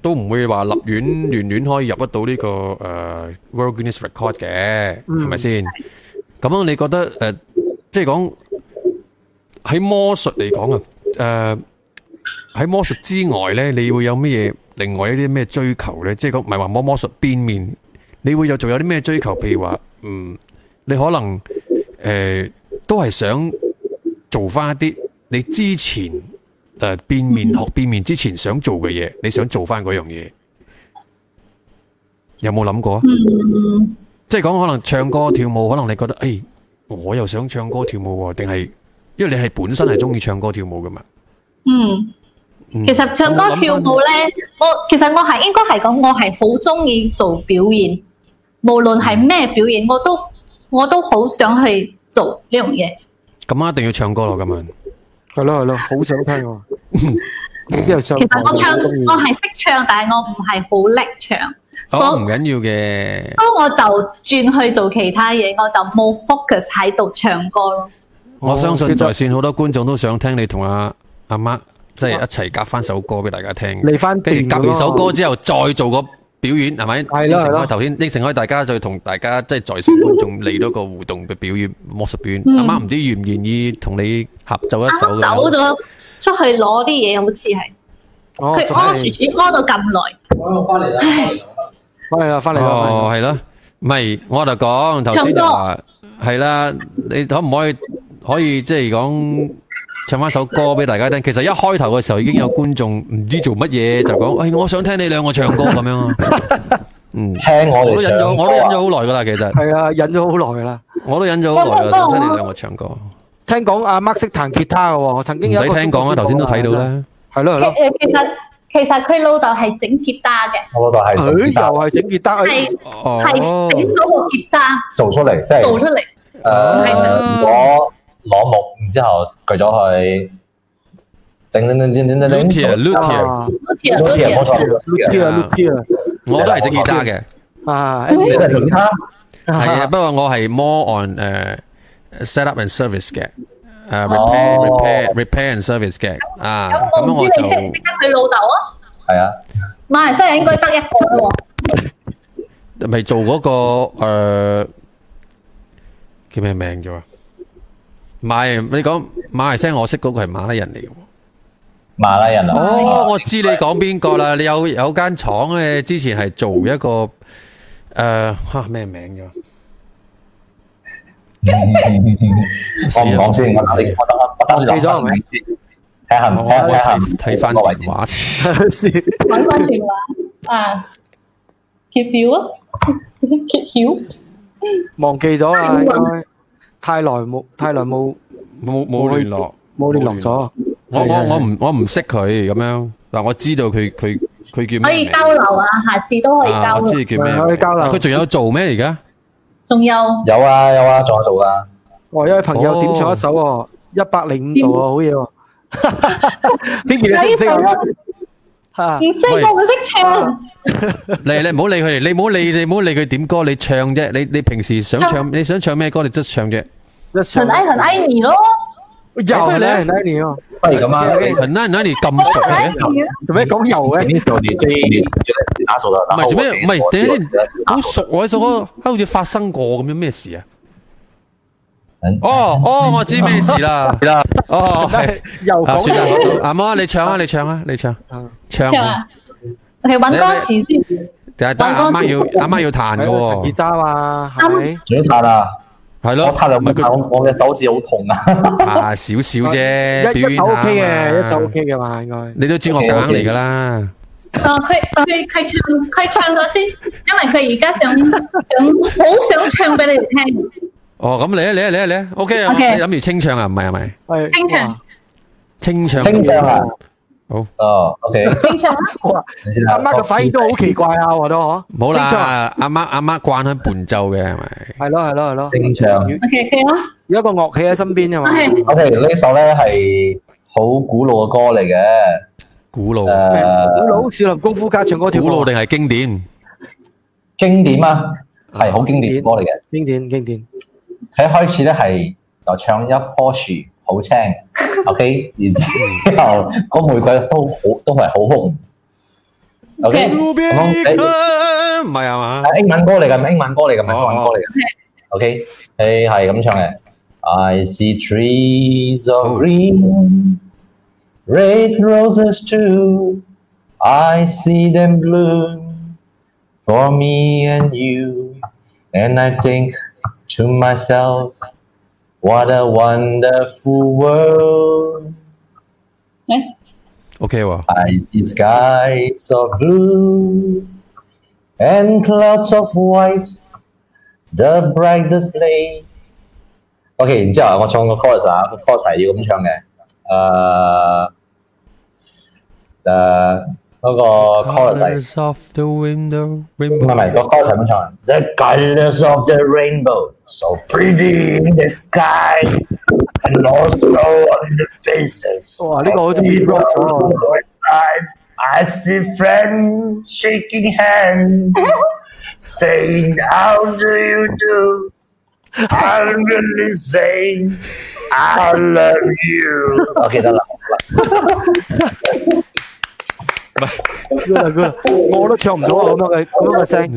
[SPEAKER 1] 都唔會話立院亂亂可以入得到呢、個誒、呃 World Guinness Record 嘅，係咪先？咁樣你覺得誒、呃即係講喺魔術嚟講啊，誒、喺魔術之外咧，你會有乜嘢另外一啲咩追求咧？即係講唔係話魔魔術邊面，你會有仲有啲咩追求？譬如話，嗯，你可能诶、呃都係想做翻一啲你之前诶、呃、变面學變面之前想做嘅嘢，你想做翻嗰樣嘢，有冇諗過啊？
[SPEAKER 3] 嗯，
[SPEAKER 1] 即係講可能唱歌跳舞，可能你覺得诶、哎我又想唱歌跳舞喎，定係因為你係本身係中意唱歌跳舞噶嘛？
[SPEAKER 3] 嗯。
[SPEAKER 1] 嗯
[SPEAKER 3] 其實唱歌跳舞咧，我其實我係應該係講，我係好中意做表演，無論
[SPEAKER 2] 嗯
[SPEAKER 3] 係咩表演，我都我都好想去做呢樣嘢。
[SPEAKER 1] 咁啊一定要唱歌咯，咁樣。
[SPEAKER 2] 系咯系咯，好想聽喎。呢度上
[SPEAKER 3] 其實我唱
[SPEAKER 2] 堂都好
[SPEAKER 3] 我係識唱，但係我唔係好叻唱，
[SPEAKER 1] 哦，
[SPEAKER 3] 所
[SPEAKER 1] 唔
[SPEAKER 3] 以
[SPEAKER 1] 緊要嘅。
[SPEAKER 3] 我就轉去做其他嘢，我就冇 focus 喺度唱歌咯。
[SPEAKER 1] 我相信
[SPEAKER 2] 哦其實
[SPEAKER 1] 在線好多觀眾都想聽你同阿阿媽即
[SPEAKER 2] 啊
[SPEAKER 1] 係一齊夾翻首歌俾大家聽。
[SPEAKER 2] 嚟返
[SPEAKER 1] 跟住
[SPEAKER 2] 段
[SPEAKER 1] 夾完首歌之後，再做個表演，係咪？
[SPEAKER 2] 係
[SPEAKER 1] 應
[SPEAKER 2] 咯
[SPEAKER 1] 承
[SPEAKER 2] 係
[SPEAKER 1] 開
[SPEAKER 2] 咯
[SPEAKER 1] 頭先應承開大家，再同大家即係在線觀眾嚟多個互動嘅表演，魔術表演。阿媽唔知願唔願意同你合奏一
[SPEAKER 3] 啱
[SPEAKER 1] 首
[SPEAKER 3] 啱走
[SPEAKER 1] 嘅？
[SPEAKER 3] 咗出去攞啲嘢，好似係
[SPEAKER 2] 哦
[SPEAKER 3] 佢，屙
[SPEAKER 2] 翻
[SPEAKER 3] 屎屎屙到咁耐，
[SPEAKER 9] 我翻嚟啦，翻嚟啦。
[SPEAKER 2] 嚟啦，翻嚟啦，返嚟
[SPEAKER 1] 哦
[SPEAKER 2] 啦，
[SPEAKER 1] 係咯，唔係我就講頭
[SPEAKER 3] 唱
[SPEAKER 1] 先
[SPEAKER 3] 歌
[SPEAKER 1] 就話係啦，你可唔可以可以即係講唱翻首歌俾大家聽？其實一開頭嘅時候已經有觀眾唔知做乜嘢就講，喂，我想聽你兩個唱歌咁樣啊。 嗯，
[SPEAKER 4] 聽我
[SPEAKER 1] 我都
[SPEAKER 4] 哋
[SPEAKER 1] 忍咗，
[SPEAKER 4] 唱歌
[SPEAKER 1] 我都
[SPEAKER 4] 啊
[SPEAKER 1] 忍咗好耐噶啦，其實。
[SPEAKER 2] 係啊，忍咗好耐㗎啦。
[SPEAKER 1] 我都忍咗好耐啦，想聽你兩個唱歌，唔
[SPEAKER 2] 聽講阿 Mark 識彈吉他嘅喎，我曾經有
[SPEAKER 1] 使
[SPEAKER 2] 一個
[SPEAKER 1] 聽講啊，頭先都睇到。啦。
[SPEAKER 2] 係咯係
[SPEAKER 3] 其
[SPEAKER 2] 咯，
[SPEAKER 3] 誒其實其實佢老豆係整吉他嘅，
[SPEAKER 4] 啊我老豆係
[SPEAKER 2] 佢
[SPEAKER 4] 做
[SPEAKER 2] 又
[SPEAKER 4] 吉他
[SPEAKER 2] 係整吉他，
[SPEAKER 3] 係
[SPEAKER 2] 哎
[SPEAKER 1] 哦
[SPEAKER 3] 係，整嗰個吉他
[SPEAKER 4] 做出嚟，即係
[SPEAKER 3] 做出嚟。
[SPEAKER 4] 誒，如果攞木然之後鋸咗佢，整整整整整整整
[SPEAKER 1] Luthier Luthier，
[SPEAKER 2] 啊
[SPEAKER 3] 好似啊，好似
[SPEAKER 4] ，Luthier
[SPEAKER 3] 啊
[SPEAKER 4] 冇錯，Luthier，
[SPEAKER 2] ，Luthier Luthier
[SPEAKER 1] 我都係整吉他嘅，
[SPEAKER 2] 啊
[SPEAKER 4] 你
[SPEAKER 2] ，Anyway，
[SPEAKER 4] 係做吉他，
[SPEAKER 1] 係啊，不過我係 more on 誒 set up and service 嘅，誒 repair
[SPEAKER 4] 哦
[SPEAKER 1] repair repair and service 嘅啊，
[SPEAKER 3] 咁
[SPEAKER 1] 咁
[SPEAKER 3] 我唔
[SPEAKER 1] 我
[SPEAKER 3] 知你識唔
[SPEAKER 1] 就
[SPEAKER 3] 識得佢老豆啊？
[SPEAKER 4] 係啊，
[SPEAKER 3] 馬來西亞應該得一個啦喎，
[SPEAKER 1] 咪做嗰個誒叫咩名咗啊？馬來你講馬來西亞，我識嗰個係馬來人嚟嘅喎。
[SPEAKER 4] 馬拉人啊，
[SPEAKER 1] 哦，我知你講邊個啦？你有有間廠咧，之前係做一個誒嚇咩名咗？
[SPEAKER 4] 我
[SPEAKER 1] 啊
[SPEAKER 4] 唔講先，我等你，我等我我等你諗
[SPEAKER 2] 記咗係咪
[SPEAKER 4] 睇下唔睇下睇下唔啊
[SPEAKER 1] 睇翻
[SPEAKER 4] 個位置
[SPEAKER 1] 電。話先。
[SPEAKER 3] 揾翻電話啊，揭表 啊，揭曉。
[SPEAKER 2] 忘記咗啦，應
[SPEAKER 3] 太耐
[SPEAKER 2] 該太耐冇太耐冇
[SPEAKER 1] 冇冇聯絡，
[SPEAKER 2] 冇聯絡咗。
[SPEAKER 1] 我
[SPEAKER 2] 係
[SPEAKER 1] 我
[SPEAKER 2] 係
[SPEAKER 1] 我唔我唔識佢咁樣，嗱我知道佢佢佢叫咩名
[SPEAKER 3] 可以交流啊，下次都可以
[SPEAKER 1] 啊
[SPEAKER 3] 交
[SPEAKER 1] 我知
[SPEAKER 3] 流。
[SPEAKER 1] 佢叫咩名？
[SPEAKER 2] 可以交流
[SPEAKER 1] 佢仲有做咩而家？
[SPEAKER 3] 仲有
[SPEAKER 4] 有啊有啊，仲有做啊，
[SPEAKER 2] 我有位哦朋友點唱一首
[SPEAKER 3] 哦
[SPEAKER 2] 喎，一百零五度啊，好嘢喎！ 天傑你識唔識啊？嚇
[SPEAKER 3] 唔識我唔識唱，
[SPEAKER 1] 你你唔好理佢哋，你唔好理你唔好理佢點歌，你唱啫。你你平時想唱你想唱咩歌，你即唱啫。
[SPEAKER 2] 一
[SPEAKER 3] 很
[SPEAKER 2] 唱
[SPEAKER 3] 愛哎很愛你咯，
[SPEAKER 2] 又係
[SPEAKER 3] 啊
[SPEAKER 2] 咧，係你喎！
[SPEAKER 4] 不如咁啊，
[SPEAKER 2] OK，OK
[SPEAKER 1] 嗱嗱你咁熟
[SPEAKER 3] 很愛
[SPEAKER 1] 嘅，
[SPEAKER 3] 你啊，
[SPEAKER 2] 做咩 講又嘅？
[SPEAKER 4] 呢度你最你覺得哪首的？
[SPEAKER 1] 唔係做咩？唔係等下先，好
[SPEAKER 4] 熟。
[SPEAKER 1] 熟喎！呢首歌好似發生過咁樣，咩事啊？
[SPEAKER 4] 嗯
[SPEAKER 1] 哦哦，我知咩事啦。
[SPEAKER 4] 啦，
[SPEAKER 1] 哦，係
[SPEAKER 2] 又
[SPEAKER 1] 啊，算啦
[SPEAKER 2] 講，
[SPEAKER 1] 我阿媽，你唱啊，你唱啊，你唱
[SPEAKER 2] 嗯，
[SPEAKER 1] 唱
[SPEAKER 3] 唱
[SPEAKER 1] 啊。
[SPEAKER 3] 啊，OK 揾歌詞先，
[SPEAKER 1] 但係得阿媽要阿媽要彈嘅
[SPEAKER 2] 啊彈吉
[SPEAKER 1] 喎，
[SPEAKER 2] 他嘛，係咪？
[SPEAKER 4] 仲要彈啊！
[SPEAKER 1] 係咯，
[SPEAKER 4] 我彈就唔
[SPEAKER 1] 咪佢
[SPEAKER 4] 彈，我我嘅手指好痛啊！
[SPEAKER 1] 啊少少啫，
[SPEAKER 2] 一
[SPEAKER 1] 表
[SPEAKER 2] 一
[SPEAKER 1] 演
[SPEAKER 2] 首
[SPEAKER 1] 下
[SPEAKER 2] OK 嘅，
[SPEAKER 1] 嘛
[SPEAKER 2] 一首 OK 嘅嘛，應該。
[SPEAKER 1] 你都知我揀嚟㗎啦，
[SPEAKER 3] 啊佢佢佢唱佢唱咗先，因為佢而家想想好想唱俾你哋聽，
[SPEAKER 1] 哦咁嚟啊嚟啊嚟啊嚟啊，OK 啊，
[SPEAKER 3] OK
[SPEAKER 1] 你諗住清唱啊，唔係係咪？
[SPEAKER 2] 係
[SPEAKER 3] 清唱
[SPEAKER 1] 清唱
[SPEAKER 4] 清唱啊！
[SPEAKER 1] 好
[SPEAKER 4] 哦，OK，
[SPEAKER 3] 清唱啊，
[SPEAKER 2] 哇！
[SPEAKER 4] 等先 啦
[SPEAKER 2] 阿媽嘅反應都好奇怪啊，我都嗬。
[SPEAKER 1] 唔好
[SPEAKER 2] 清唱
[SPEAKER 1] 啦，阿媽阿媽慣喺伴奏嘅係咪？
[SPEAKER 2] 係咯係咯係咯，
[SPEAKER 4] 清唱。
[SPEAKER 3] ，OK OK 啦，
[SPEAKER 2] 有一個樂器喺身邊啊嘛。
[SPEAKER 3] 係
[SPEAKER 4] OK，呢首咧係好古老嘅歌嚟嘅，
[SPEAKER 1] 古老
[SPEAKER 4] 誒，
[SPEAKER 2] 古老少林功夫家唱歌跳舞啊
[SPEAKER 1] 古老定係經典？
[SPEAKER 4] 經典啊，係好經典嘅歌嚟嘅。
[SPEAKER 2] 經典經典，
[SPEAKER 4] 佢一開始咧係就唱一棵樹 好青，OK，然之後個玫瑰都好都係好紅，OK，
[SPEAKER 1] 路
[SPEAKER 4] 咁
[SPEAKER 1] 邊
[SPEAKER 4] 樣
[SPEAKER 1] 一
[SPEAKER 4] 你
[SPEAKER 1] 棵唔係啊嘛？
[SPEAKER 4] 係英文歌嚟嘅，唔係英文歌嚟嘅，唔係中文歌嚟嘅。OK，誒係咁唱嘅。I see trees of green, red roses too. I see them bloom for me and you. And I think to myself, what a wonderful world.
[SPEAKER 3] 嚟
[SPEAKER 1] OK 喎，
[SPEAKER 4] I see skies of blue and clouds of white, the brightest day. OK，然之後我唱個 chorus 啊，個 chorus 係要咁唱嘅。誒誒嗰個 chorus 係
[SPEAKER 1] Colours of the window,
[SPEAKER 4] 唔係唔
[SPEAKER 1] rainbow
[SPEAKER 4] 係個 chorus 係咁唱嘅？The colors of the rainbow, so pretty in the sky, and also on the faces.
[SPEAKER 2] 哇！呢個好中意 rock 咗喎
[SPEAKER 4] I see friends shaking hands, saying, How do you do? I'm really saying, I love you. OK，得啦，
[SPEAKER 2] ，good 啦 good 啦，我都唱唔到啊咁樣嘅咁樣嘅聲，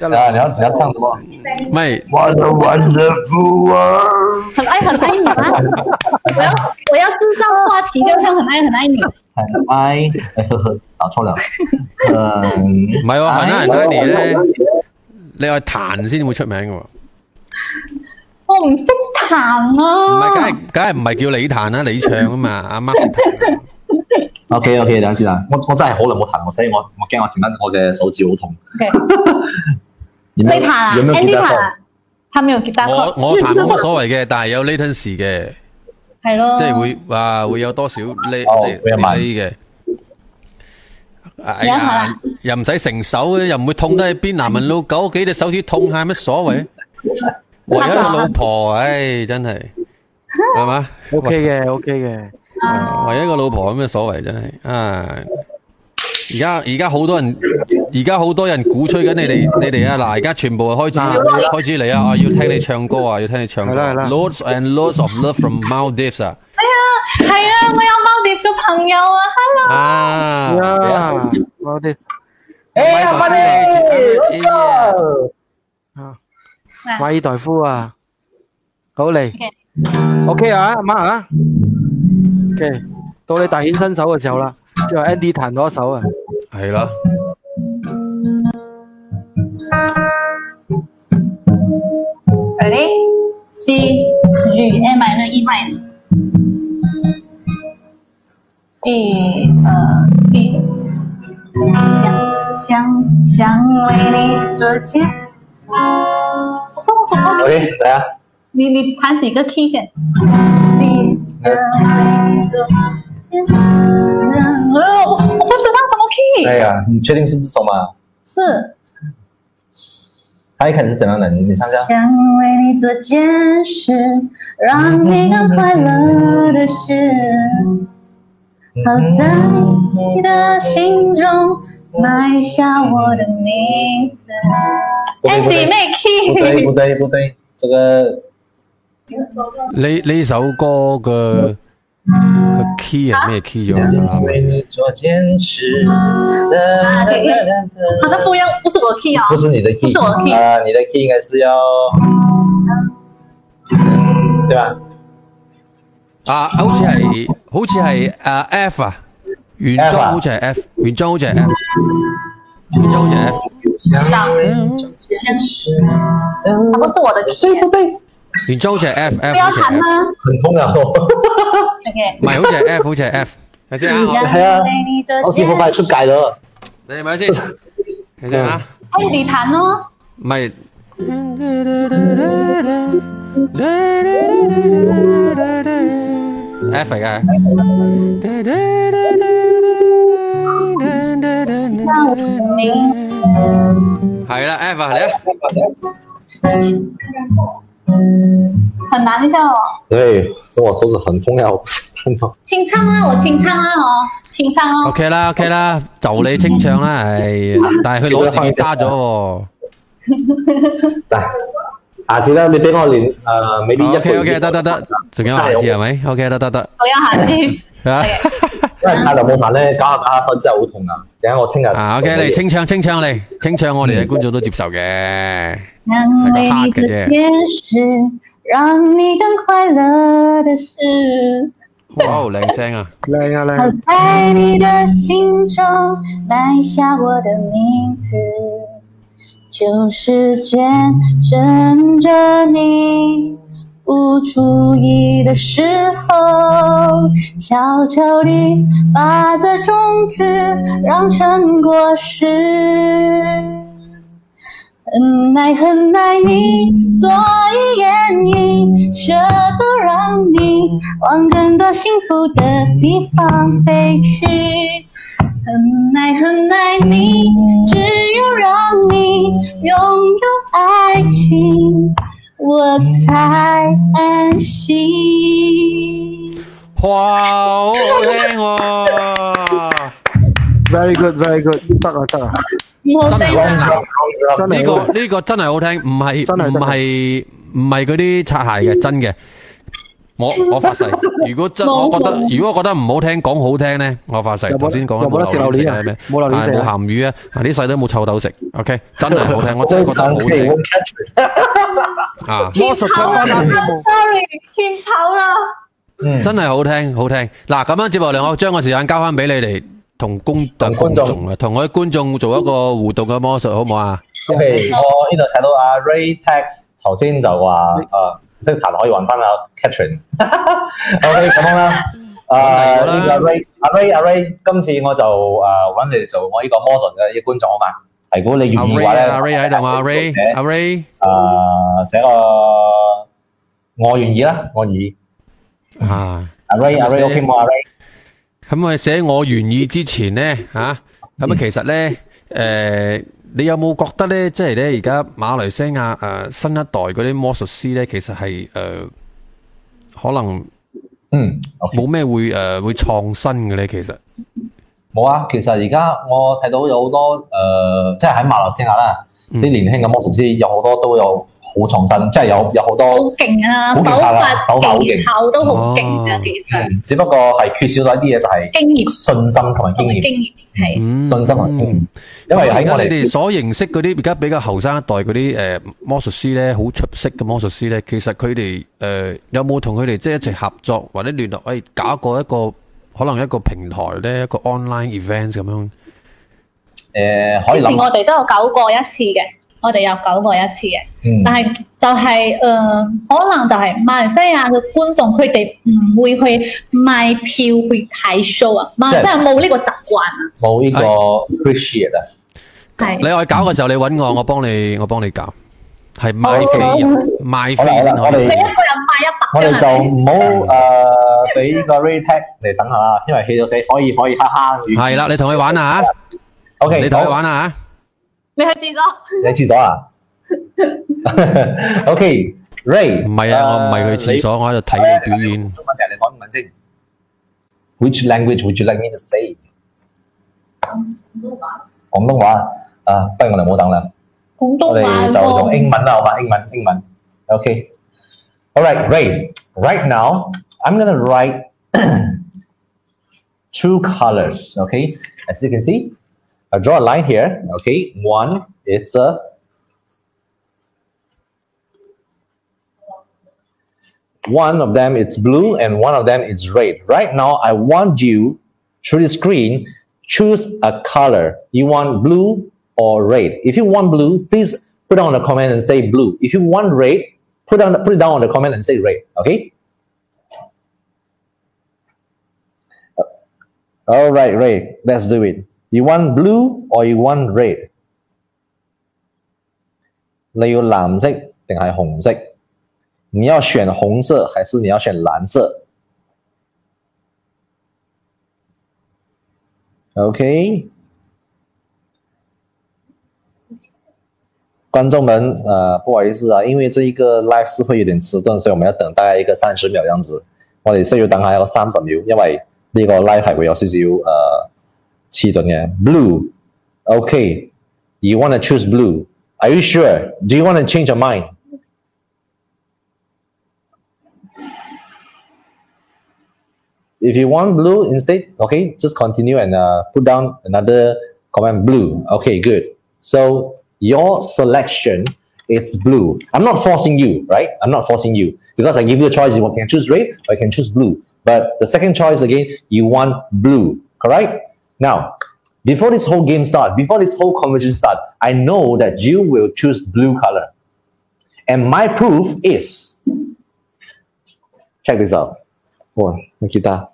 [SPEAKER 2] 得啦，
[SPEAKER 4] 啊，你要你要唱什么
[SPEAKER 1] 唔係
[SPEAKER 4] ？What a wonderful world！
[SPEAKER 3] 很愛很愛你啊，我要我要制造話題，就唱很愛很愛你，
[SPEAKER 4] 很愛，哎呵呵，打錯了。嗯，
[SPEAKER 1] 唔係喎，
[SPEAKER 4] 哎
[SPEAKER 1] 問下 Annie 咧，你係彈先會出名嘅喎，唔
[SPEAKER 3] 我唔識彈
[SPEAKER 1] 係梗
[SPEAKER 3] 啊，
[SPEAKER 1] 係梗係唔係叫你彈啦，你唱啊嘛，阿媽識彈啊。
[SPEAKER 4] OK OK，等陣先啦，我我真係好耐冇彈過，所以我我驚我陣間我嘅手指好痛。
[SPEAKER 3] OK
[SPEAKER 4] 有
[SPEAKER 3] 你
[SPEAKER 4] 冇
[SPEAKER 3] 彈啊
[SPEAKER 4] 有冇吉
[SPEAKER 3] ，Andy
[SPEAKER 4] 他
[SPEAKER 3] 彈
[SPEAKER 4] 課
[SPEAKER 3] 啊，他沒有吉他
[SPEAKER 1] 我
[SPEAKER 3] 課，
[SPEAKER 1] 我彈冇乜所謂嘅，但係有 latency 嘅，
[SPEAKER 3] 係咯，
[SPEAKER 1] 即係會啊會有多少 l a
[SPEAKER 4] 哦會有慢
[SPEAKER 1] t 嘅。哎
[SPEAKER 3] 有下
[SPEAKER 1] 呀
[SPEAKER 3] 啦，
[SPEAKER 1] 又唔使成手嘅，又唔會痛得去邊。男人老狗幾隻手指痛下有乜所謂？為咗個老婆，唉，真係係嘛
[SPEAKER 2] OK 嘅 OK 嘅，
[SPEAKER 1] 為咗個老婆有咩所謂真係啊？而家而家好多人，而家好多人鼓吹緊你哋你哋啊！嗱，而家全部開始
[SPEAKER 2] 嗱
[SPEAKER 1] 開始嚟啊！啊要聽你唱歌啊，要聽你唱歌。
[SPEAKER 2] 係啦係啦
[SPEAKER 1] Loads and loads of love from Maldives 啊！
[SPEAKER 3] 系啊，我有猫碟嘅朋友啊，hello，
[SPEAKER 4] À,
[SPEAKER 1] 啊！
[SPEAKER 2] 呀，我哋
[SPEAKER 9] 哎呀，乜你？
[SPEAKER 2] 偉大夫啊，好嚟
[SPEAKER 3] OK
[SPEAKER 2] à? ，OK 啊，阿媽啊，OK，到你大顯身手嘅時候啦，之後 Andy 彈咗一首啊，
[SPEAKER 1] 係啦，
[SPEAKER 3] Ready? C, G, A minor, E minor. E, 呃，C。想想想为你做件。我不懂什么
[SPEAKER 4] OK，嚟啊！
[SPEAKER 3] 你你弹几个 key 先？你呃我我不知道什么 key，、
[SPEAKER 4] 哎呀，你确定是这首吗？
[SPEAKER 3] 是
[SPEAKER 4] 它一开始是怎样的？你你唱一下。
[SPEAKER 3] 想为你做件事，让你更快乐的事。
[SPEAKER 4] 嗯
[SPEAKER 3] 好在你的心中埋下我的名字。
[SPEAKER 4] 不对不
[SPEAKER 3] Andy
[SPEAKER 4] 对
[SPEAKER 3] 妹
[SPEAKER 4] 不对
[SPEAKER 3] key，
[SPEAKER 4] 不对不对，这个
[SPEAKER 1] 呢呢首歌嘅嘅 key 係咩 key 啊？
[SPEAKER 4] 为你做坚持。哒哒哒
[SPEAKER 3] 好
[SPEAKER 4] 哒
[SPEAKER 3] 像不一样，不是我 key 哦。
[SPEAKER 4] 不是你的
[SPEAKER 3] 不
[SPEAKER 4] key，
[SPEAKER 3] 是我的 key
[SPEAKER 4] 啊，你的 key 应该是要，嗯，对吧？
[SPEAKER 1] 啊，好似係好似係啊 F 啊，原裝
[SPEAKER 4] F 啊
[SPEAKER 1] 好似係 F，原裝好似係 F，原裝好似係 F。
[SPEAKER 3] 它啊不是我的 key，
[SPEAKER 1] 原裝好似係 F
[SPEAKER 3] 不
[SPEAKER 1] F，
[SPEAKER 3] 要
[SPEAKER 1] 好似係
[SPEAKER 3] 弹
[SPEAKER 1] F，
[SPEAKER 3] 了。
[SPEAKER 4] 很痛啊！
[SPEAKER 3] OK。
[SPEAKER 1] 唔係好似係 F，好似係 F。睇先啊，
[SPEAKER 4] 哎呀，超级不败出改了，
[SPEAKER 1] 你咪先，睇先啊，
[SPEAKER 4] 哎
[SPEAKER 3] Andy 弹哦。
[SPEAKER 1] 唔係。F 嚟嘅，係啦，F 啊，嚟啊！
[SPEAKER 3] 很难一下哦，
[SPEAKER 4] 对，是我手指很痛呀，我不想痛到。
[SPEAKER 3] 清唱啊，我清唱啊哦，清唱哦。
[SPEAKER 1] OK 啦，OK 啦，就你清唱啦，唉，但係佢攞自己打咗喎。
[SPEAKER 4] 来，下次咧，你俾我練誒，未必一
[SPEAKER 1] O K O
[SPEAKER 4] 個
[SPEAKER 1] K，
[SPEAKER 4] 月
[SPEAKER 1] 得得得，仲有下次係咪？O K，得得得，
[SPEAKER 3] 我要喊去。
[SPEAKER 1] 啊
[SPEAKER 4] 因為太耐冇彈咧，搞下搞下手指係好痛啊！陣間我聽日
[SPEAKER 1] 啊，O K，你清唱清唱嚟，清唱我哋嘅觀眾都接受嘅。
[SPEAKER 3] 能为你做件事，让你更快乐的事。
[SPEAKER 1] 哇，靚聲啊！
[SPEAKER 2] 靚啊
[SPEAKER 3] 好
[SPEAKER 2] 靚，
[SPEAKER 3] 在你的心中埋下我的名字，就是见证着你不注意的时候，悄悄地把这种子让成果实。很爱很爱你，所以愿意舍得让你往更多幸福的地方飞去。很爱很爱你，只有让你拥有爱情，我才安心。
[SPEAKER 1] 哇，好好聽喎！
[SPEAKER 2] ，very good very good，得啊得啊，
[SPEAKER 3] 我
[SPEAKER 1] 真係好聽啊！
[SPEAKER 2] 真
[SPEAKER 1] 呢
[SPEAKER 2] 係好
[SPEAKER 1] 個呢個真係好聽，唔係
[SPEAKER 2] 真係
[SPEAKER 1] 唔係唔係嗰啲擦鞋嘅，真嘅。我我發誓，如果真我
[SPEAKER 3] 冇
[SPEAKER 1] 覺得，如果覺得唔好聽，講好聽咧，我發誓
[SPEAKER 2] 又冇得
[SPEAKER 1] 頭先講緊
[SPEAKER 2] 又冇得食榴蓮啊
[SPEAKER 1] 咩？
[SPEAKER 2] 冇榴蓮
[SPEAKER 1] 啊
[SPEAKER 2] 食啊
[SPEAKER 1] 冇鹹魚啊，啊啲細都冇臭豆食。OK，真係好聽，我真係覺得好聽啊！
[SPEAKER 2] 魔術唱單打字幕，
[SPEAKER 3] sorry，欠丑啦！
[SPEAKER 4] 嗯
[SPEAKER 1] 真係好聽，好聽。嗱，咁樣接落嚟，我將個時間交翻俾你哋同公同
[SPEAKER 4] 觀眾
[SPEAKER 1] 眾啊，同我啲觀眾做一個互動嘅魔術，好唔好啊？
[SPEAKER 4] OK，我呢度睇到阿 Ray Tech 頭先就話
[SPEAKER 1] 嗯
[SPEAKER 4] 誒，即係彈可以揾翻阿 Catherine。OK，咁樣啦。誒
[SPEAKER 1] 第二個嗯啦
[SPEAKER 4] 呢個阿 Ray，阿 Ray，阿 Ray，今次我就誒揾你哋做我呢個魔術嘅啲觀眾啊嘛。如果你願
[SPEAKER 1] 阿
[SPEAKER 4] 意
[SPEAKER 1] À, Ray
[SPEAKER 4] 嘅話咧，
[SPEAKER 1] 啊阿 Ray 喺度嘛？阿 Ray，阿 Ray
[SPEAKER 4] 誒寫個我願意啦，我願意。
[SPEAKER 1] 啊！
[SPEAKER 4] 阿 Ray，阿 Ray，OK 冇阿 Ray。
[SPEAKER 1] 咁佢寫我願意之前呢，吓、咁啊其實呢，诶、你有冇覺得呢？即係呢，而家馬來西亞诶、呃新一代嗰啲魔術師呢，其實係诶、呃可能
[SPEAKER 4] 嗯，OK，
[SPEAKER 1] 冇咩會诶、呃、会创新嘅呢？其實
[SPEAKER 4] 冇啊，其實而家我睇到有好多誒、呃即係喺馬來西亞啦，啲、
[SPEAKER 1] 嗯
[SPEAKER 4] 年輕嘅魔術師有好多都有好創新，即係有有好
[SPEAKER 3] 好
[SPEAKER 4] 多，
[SPEAKER 3] 勁啊，手
[SPEAKER 4] 好勁啊
[SPEAKER 3] 法
[SPEAKER 4] 手法好勁
[SPEAKER 3] 技巧都好勁
[SPEAKER 1] 哦
[SPEAKER 3] 啊，其實
[SPEAKER 4] 嗯只不過係缺少咗一啲嘢，就係
[SPEAKER 3] 經驗
[SPEAKER 4] 信心同埋
[SPEAKER 3] 同
[SPEAKER 4] 經
[SPEAKER 3] 埋
[SPEAKER 4] 驗，
[SPEAKER 3] 經驗係。
[SPEAKER 1] 嗯
[SPEAKER 4] 信心同埋經驗。因為
[SPEAKER 1] 而
[SPEAKER 4] 喺
[SPEAKER 1] 家
[SPEAKER 4] 我
[SPEAKER 1] 你哋
[SPEAKER 4] 哋
[SPEAKER 1] 所認識嗰啲，而家比較後生一代嗰啲誒魔術師咧，好出色嘅魔術師咧，其實佢哋誒有冇同佢哋即係一齊合作或者聯絡？誒、搞過一個可能一個平台咧，一個 online event 咁樣。
[SPEAKER 4] 誒呃可以
[SPEAKER 3] 之前
[SPEAKER 4] 諗，
[SPEAKER 3] 我哋都有搞過一次嘅，我哋有搞過一次嘅，
[SPEAKER 4] 嗯
[SPEAKER 3] 但係就係、呃可能就係馬來西亞嘅觀眾佢哋唔會去買票去睇 show 啊，馬來西亞冇呢個習慣啊，
[SPEAKER 4] 冇呢個 appreciate 啊，
[SPEAKER 1] 你
[SPEAKER 3] 係
[SPEAKER 1] 愛搞嘅時候，你揾我，我幫你，我幫你搞。係買飛
[SPEAKER 3] 好
[SPEAKER 1] 入，賣
[SPEAKER 4] 好啦
[SPEAKER 1] 飛先
[SPEAKER 4] 好啦
[SPEAKER 1] 可以
[SPEAKER 3] 佢一個
[SPEAKER 4] 我哋。我
[SPEAKER 3] 人買一百
[SPEAKER 4] 哋就
[SPEAKER 3] 張啊，
[SPEAKER 4] 唔好誒俾呢個 rate tag 嚟等下啦，因為氣到死，可以可以，哈哈。
[SPEAKER 1] 係啦，你同佢玩啊嚇，
[SPEAKER 4] O K，
[SPEAKER 1] 你同佢玩啊嚇。
[SPEAKER 3] 你去廁所。
[SPEAKER 4] 你去廁 所啊 ？O K，Ray，
[SPEAKER 1] 唔係啊，我唔
[SPEAKER 4] 呃
[SPEAKER 1] 係去廁所，我喺度睇你表演。
[SPEAKER 4] 中文啊定係你講英文先？Which language would you like me to say？廣東話啊，不如我哋唔好等啦，
[SPEAKER 3] 廣
[SPEAKER 4] 我
[SPEAKER 3] 東話
[SPEAKER 4] 哋就用英文啦，好嘛？英文英文，O K，All right，Ray，right now I'm gonna write true colors. Okay, as you can see, I draw a line here. Okay, one it's a one of them it's blue and one of them it's red. Right now, I want you through the screen choose a color. You want blue or red? If you want blue, please put down the comment and say blue. If you want red, put down put it down on the comment and say red. Okay. All right, Ray, let's do it. You want blue or you want red? 你要藍色定係紅色？你要選紅色還是你要選藍色？OK，觀眾們，呃，不好意思啊，因為這一個 live 是會有點遲鈍，所以我們要等大概一個三十秒樣子。我哋需要等下有三十秒，因為呢個 live 係會有少少誒遲鈍嘅。Blue，OK，you、wanna choose blue? Are you sure? Do you wanna change your mind? If you want blue instead, okay, just continue and uh, put down another comment blue. Okay, good. So your selection it's blue. I'm not forcing you, right? I'm not forcing you because I give you a choice. You can choose red or you can choose blue. But the second choice again, you want blue, correct? Now, before this whole game start, before this whole conversation start, I know that you will choose blue color. And my proof is check this out. Oh, Nikita.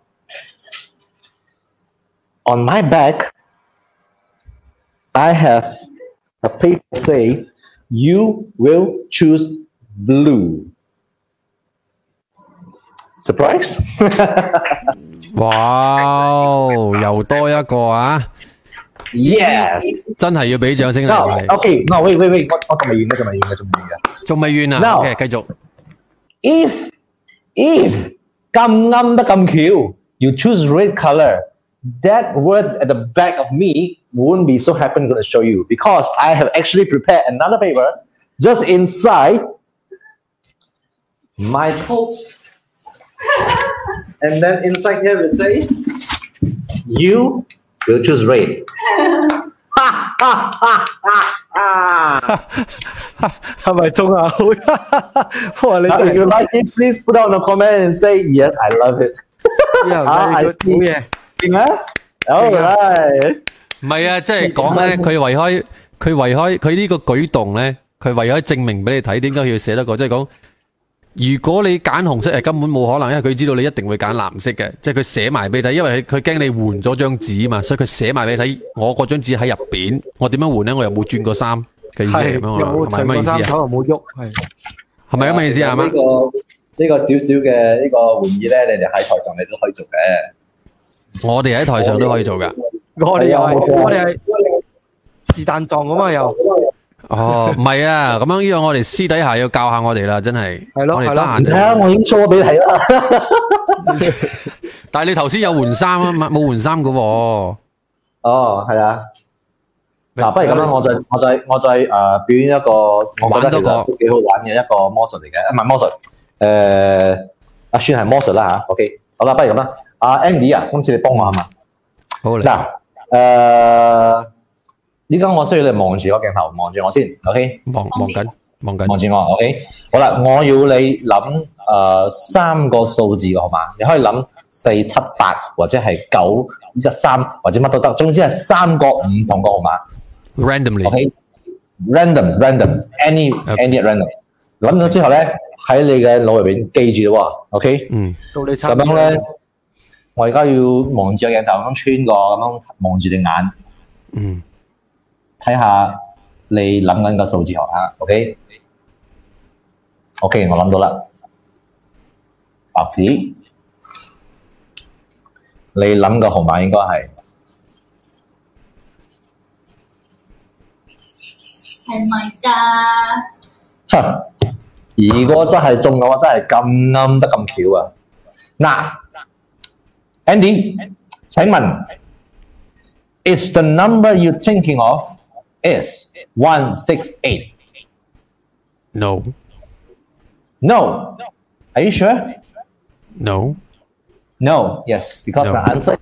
[SPEAKER 4] On my back, I have a paper say you will choose blue. Surprise?
[SPEAKER 1] 哇！又多一個啊，
[SPEAKER 4] yes.
[SPEAKER 1] 真係要俾掌聲啦！
[SPEAKER 4] Now,
[SPEAKER 1] 係
[SPEAKER 4] okay. No, wait, wait, wait. What? What am I doing? What am I doing? What am I doing?
[SPEAKER 1] 仲未完啊
[SPEAKER 4] No
[SPEAKER 1] ？OK，繼續。
[SPEAKER 4] if if 咁啱得咁巧，you choose red color. That word at the back of me won't be so happen going to show you because I have actually prepared another paper just inside my coat. And then inside here we say, you will choose red.
[SPEAKER 2] 系咪中啊？好，我話你
[SPEAKER 4] Now,
[SPEAKER 2] 真係
[SPEAKER 4] if you like it, please put down a comment and say, yes, I love it.
[SPEAKER 2] 呢人
[SPEAKER 4] 啊
[SPEAKER 2] 好
[SPEAKER 4] À, I see
[SPEAKER 2] 嘢。
[SPEAKER 4] 劲啊！All right，
[SPEAKER 1] 唔係啊，即係講咧，
[SPEAKER 4] 嗯
[SPEAKER 1] 佢為開佢為開佢呢個舉動咧，佢為開證明俾你睇，點解佢要寫得過？即係講，如果你揀紅色係根本冇可能，因為佢知道你一定會揀藍色嘅，即係佢寫埋俾你睇，因為佢佢驚你換咗張紙嘛，所以佢寫埋俾你睇。我嗰張紙喺入邊，我點樣換咧？我又冇轉過衫嘅意思係咁
[SPEAKER 2] 係
[SPEAKER 1] 樣啊？
[SPEAKER 2] 有
[SPEAKER 1] 係
[SPEAKER 2] 長
[SPEAKER 1] 咪咁嘅
[SPEAKER 2] 過
[SPEAKER 1] 意
[SPEAKER 2] 三
[SPEAKER 4] à?
[SPEAKER 1] 思啊？
[SPEAKER 2] 手又冇喐，係
[SPEAKER 1] 係咪咁嘅意思啊？係嘛
[SPEAKER 4] 呢？個呢個少少嘅呢個玩意咧，你哋喺台上你都可以做嘅。
[SPEAKER 1] 我哋喺台上都可以做噶。
[SPEAKER 2] 我哋又係
[SPEAKER 4] 係啊
[SPEAKER 2] 我哋係是但撞咁
[SPEAKER 1] 哎
[SPEAKER 2] 啊，又
[SPEAKER 1] 哦，唔係啊，咁樣呢個我哋私底下要教下我哋啦，真係。
[SPEAKER 2] 係咯
[SPEAKER 1] 我哋
[SPEAKER 2] 係
[SPEAKER 1] 得
[SPEAKER 2] 咯
[SPEAKER 1] 閒就
[SPEAKER 4] 睇下啊我已經 show 咗俾你睇啦。
[SPEAKER 1] 但系你頭先有換衫啊嘛，冇換衫噶喎。
[SPEAKER 4] 哦，係啊。嗱，不如咁啦，我再我再我再誒、呃表演一個，我覺得其實都幾好玩嘅一個魔術嚟嘅，唔係魔術，誒、啊算係魔術啦吓 OK，好啦，不如咁啦，阿 Andy 啊，今次你幫我啊嘛。
[SPEAKER 1] 好嚟，
[SPEAKER 4] 嗱，誒，依家我需要你望住個鏡頭，望住我先，OK，
[SPEAKER 1] 望望緊，望緊。
[SPEAKER 4] 望住我，OK。好啦，我要你諗誒三個數字嘅號碼，你可以諗四七八或者係九一三或者乜都得，總之係三個唔同嘅號碼。
[SPEAKER 1] randomly
[SPEAKER 4] OK random random any any random 諗咗之後咧，喺你嘅腦入邊記住喎，OK
[SPEAKER 1] 嗯
[SPEAKER 2] 到你差
[SPEAKER 4] 咁
[SPEAKER 2] 唔多
[SPEAKER 4] 樣咧，我而家要望住個鏡頭咁樣穿過，咁樣望住你眼，
[SPEAKER 1] 嗯
[SPEAKER 4] 睇下你諗緊個數字學啊，OK OK 我諗到啦，白紙，你諗嘅號碼應該係
[SPEAKER 7] 係咪㗎？
[SPEAKER 4] 哼，如果真係中嘅話，真係咁啱得咁巧啊！嗱，Andy，請問，is the number you thinking of is one six eight?
[SPEAKER 1] no
[SPEAKER 4] No. Are you sure?
[SPEAKER 1] no
[SPEAKER 4] No. Yes, because
[SPEAKER 1] No.
[SPEAKER 4] my answer.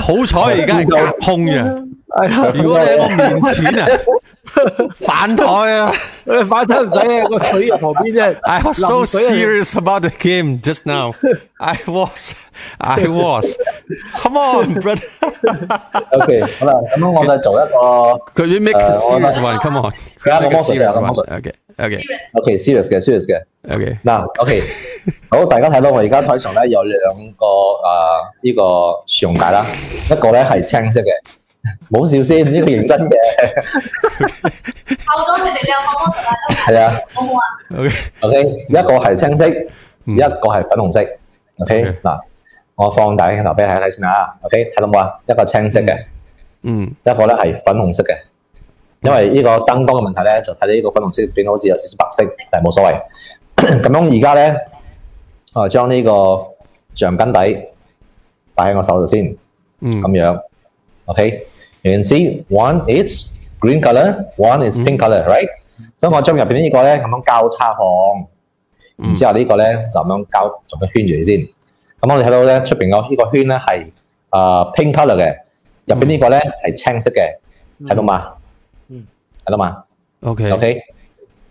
[SPEAKER 1] 好彩而家係隔空嘅，
[SPEAKER 2] 係啊，
[SPEAKER 1] 如果你喺我面前啊，反台啊
[SPEAKER 2] 反得唔使啊，個水入旁邊啫，
[SPEAKER 1] ！I was so
[SPEAKER 2] 淋水啊。
[SPEAKER 1] serious about the game just now. I was, I was. Come on, brother.
[SPEAKER 4] OK，好啦，咁樣我就做一個。
[SPEAKER 1] Could you make a
[SPEAKER 4] 誒我
[SPEAKER 1] serious one? Come on. Could you
[SPEAKER 4] 有一
[SPEAKER 1] make a
[SPEAKER 4] 個魔術有一
[SPEAKER 1] serious one.
[SPEAKER 4] 個魔術
[SPEAKER 1] Okay, okay,
[SPEAKER 4] OK serious 嘅 serious 嘅。
[SPEAKER 1] okay.
[SPEAKER 4] 嗱，OK，好，大家睇到我而家台上咧有兩個啊呢、個上架啦，一個咧係青色嘅，冇笑先，呢、個認真嘅，
[SPEAKER 7] 扣咗佢哋兩個 m o 啦，
[SPEAKER 4] 係啊
[SPEAKER 7] 都冇啊，
[SPEAKER 4] ，OK，一個係青色，一個係粉紅色，OK，
[SPEAKER 1] OK
[SPEAKER 4] 嗱，我放大鏡頭俾你睇睇先啊，OK，睇到冇啊？一個青色嘅，
[SPEAKER 1] 嗯
[SPEAKER 4] 一個咧係粉紅色嘅，因為呢個燈光嘅問題咧，就睇到呢個粉紅色變到好似有少少白色，但係冇所謂。 咁樣而家咧，我將呢個橡筋底擺喺我手度先。
[SPEAKER 1] 嗯
[SPEAKER 4] 咁樣。OK，you can see one is green color, one is pink color, right？所
[SPEAKER 2] 嗯
[SPEAKER 4] 以我將入邊呢個咧咁樣交叉項，
[SPEAKER 2] 嗯
[SPEAKER 4] 然之後呢個咧就咁樣交咁樣圈住佢先。咁我哋睇到咧出邊個呢個圈咧係誒 pink color 嘅，入邊呢個咧係青色嘅，睇到嘛？
[SPEAKER 2] 嗯
[SPEAKER 4] 睇到嘛
[SPEAKER 1] ，OK，
[SPEAKER 4] ？OK，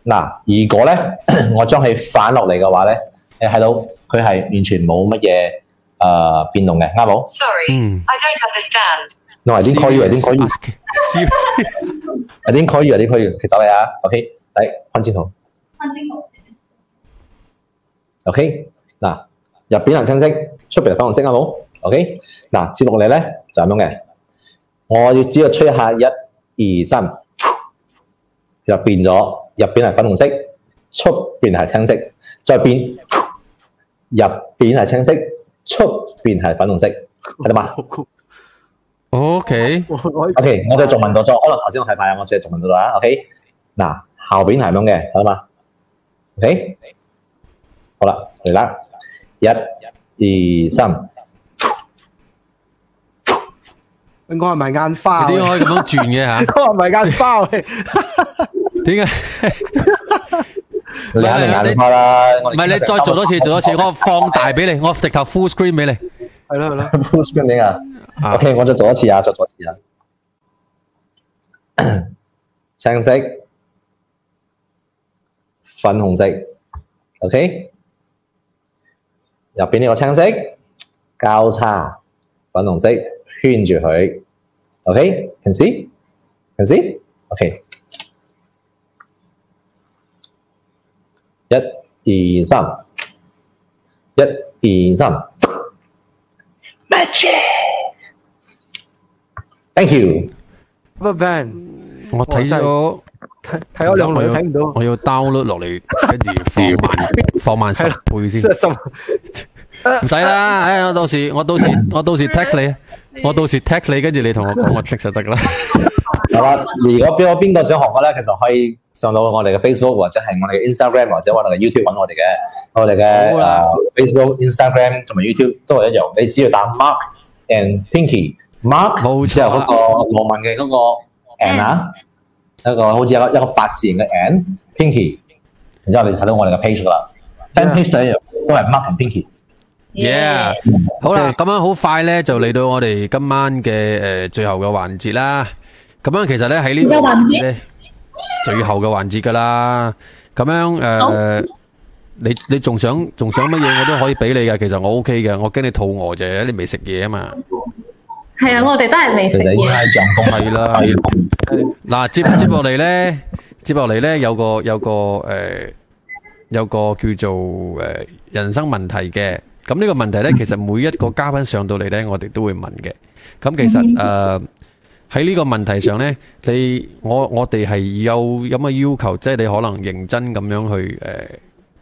[SPEAKER 4] 嗱，如果咧 我將佢反落嚟嘅話咧，你睇到佢係完全冇乜嘢誒變動嘅，啱冇？
[SPEAKER 10] Sorry,
[SPEAKER 1] 嗯
[SPEAKER 10] I don't understand.
[SPEAKER 4] 我係點 call you？係點 call
[SPEAKER 2] 啊
[SPEAKER 4] you？
[SPEAKER 1] Serious ask-
[SPEAKER 4] 有啲啊可以，有啲可以，其實你啊，OK，嚟看清楚
[SPEAKER 7] 分清楚。
[SPEAKER 4] ，OK，嗱，入邊係青色，出邊係粉紅色，啱冇？OK，嗱，接落嚟咧就咁樣嘅，我要只要吹下一、二、三，就變咗，入邊係粉紅色，出邊係青色，再變，入邊係青色，出邊係粉紅色，睇到嘛？
[SPEAKER 1] OK，
[SPEAKER 2] 我-我-
[SPEAKER 4] OK，我哋仲問到咗，可能頭先我睇牌，我只係仲問到咗啊。OK，嗱，後邊係咁嘅，睇嘛。OK，好啦，嚟啦，一、二、三，
[SPEAKER 2] 我係咪眼花啊？
[SPEAKER 1] 你點可以咁樣轉嘅 吓？
[SPEAKER 2] 我係咪眼花啊？喂，
[SPEAKER 1] 點解？
[SPEAKER 4] 你肯定眼花啦。
[SPEAKER 1] 唔係你再做多次，做多次，我放大俾你，我直頭 full screen 俾你。
[SPEAKER 2] 係咯，係咯，係咯，
[SPEAKER 4] full screen 啊。
[SPEAKER 1] 啊
[SPEAKER 4] OK，我再做一次啊，再做一次啊。 青色、粉紅色，OK，入邊呢個青色交叉粉紅色圈住佢，OK，can see，can see，OK，一、二、三，一、二、三。Thank you。
[SPEAKER 2] Rubberband，睇-
[SPEAKER 1] 我睇咗，
[SPEAKER 2] 睇咗兩輪都
[SPEAKER 1] 我要-
[SPEAKER 2] 睇唔到。
[SPEAKER 1] 我要 download 落嚟，跟住放慢，放慢十倍先。
[SPEAKER 2] 十-十-
[SPEAKER 1] 唔使啦，唉，我到時我到時我到時 text 你啊。我到時 tag 你，跟住你同我講個 trick 就得啦。
[SPEAKER 4] 係啦，如果邊個邊個想學嘅咧，其實可以上到我哋嘅 Facebook 或者係我哋嘅 Instagram 或者我哋嘅 YouTube 揾我哋嘅，我哋嘅
[SPEAKER 1] 好啦
[SPEAKER 4] 誒 Facebook、Instagram 同埋 YouTube 都係一樣，你只要打 Mark and Pinky Mark
[SPEAKER 1] 冇錯
[SPEAKER 4] 之後嗰個羅文嘅嗰個 and 啊，一個好似一個一個八字形嘅 and Pinky，然之後你睇到我哋嘅 page 噶啦，fan page 都一樣，都係 Mark and Pinky。
[SPEAKER 1] Yeah，好啦，咁樣好快咧就嚟到我哋今晚嘅诶最後嘅環節啦。咁樣其實咧喺呢個
[SPEAKER 3] 邊個環節
[SPEAKER 1] 環節咧，最後嘅環節噶啦。咁樣诶，你你仲想仲想乜嘢我都可以俾你嘅。其實我 OK 嘅，我驚你肚餓啫，你未食嘢啊嘛。
[SPEAKER 3] 系啊，我哋都係未食
[SPEAKER 4] 其實應
[SPEAKER 3] 嘢。
[SPEAKER 4] 該係陽
[SPEAKER 1] 係啦，嗱，接接落嚟咧，接落嚟咧有個有個诶、呃有個叫做诶、呃人生問題嘅。咁呢個問題咧，其實每一個嘉賓上到嚟咧，我哋都會問嘅。咁其實诶喺呢個問題上咧，你我我哋係有有乜要求？即係你可能認真咁樣去诶，呃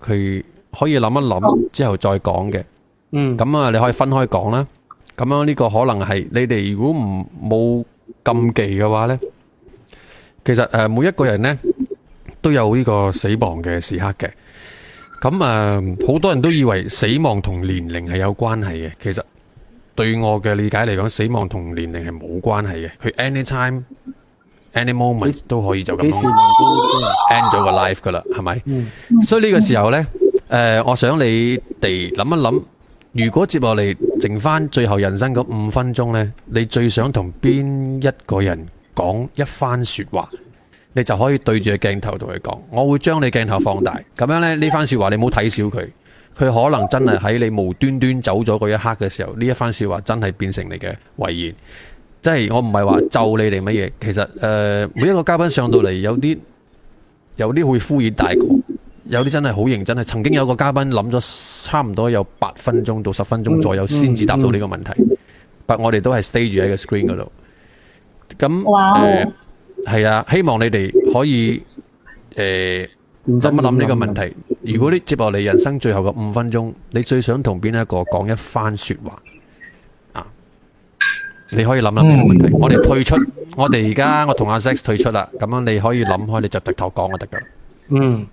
[SPEAKER 1] 佢、可以諗一諗之後再講嘅。
[SPEAKER 2] 嗯，
[SPEAKER 1] 咁啊，你可以分開講啦。咁樣呢個可能係你哋如果唔冇禁忌嘅話呢，其實诶、呃每一個人呢都有呢個死亡嘅時刻嘅。咁啊，呃好、多人都以為死亡同年齡係有關係嘅，其實對我嘅理解嚟講，死亡同年齡係冇關係嘅。佢 anytime、any moment 都可以就咁
[SPEAKER 2] 幾
[SPEAKER 1] 樣
[SPEAKER 2] 時能夠
[SPEAKER 1] end 咗個 life 噶啦，係咪？所以呢個時候呢，诶、我想你哋諗一諗，如果接落嚟剩翻最後人生嗰五分鐘呢，你最想同邊一個人講一番说話？你就可以對住個鏡頭同佢講，我會將你鏡頭放大，咁樣呢，呢番说話你唔好睇小佢，佢可能真係喺你無端端走咗嗰一刻嘅時候，呢一番说話真係變成你嘅遺言。即係我唔係話咒你哋乜嘢，其實诶、呃每一個嘉賓上到嚟有啲有啲會敷衍大局，有啲真係好認真。係曾經有個嘉賓諗咗差唔多有八分鐘到十分鐘左右先至答到呢個問題，但我哋都係 stay 住喺個 screen 嗰度。咁
[SPEAKER 3] 哇
[SPEAKER 1] 誒係啊，希望你哋可以誒
[SPEAKER 2] 認
[SPEAKER 1] 呃諗
[SPEAKER 2] 真
[SPEAKER 1] 一諗呢個問題。如果你接落嚟人生最後嘅五分鐘，你最想同邊一個講一番説話啊？你可以諗諗呢個問題。
[SPEAKER 2] 嗯
[SPEAKER 1] 我哋退出，我哋而家我同阿 Sex 退出啦。咁樣你可以諗開，你就直頭講就得㗎啦。
[SPEAKER 2] 嗯，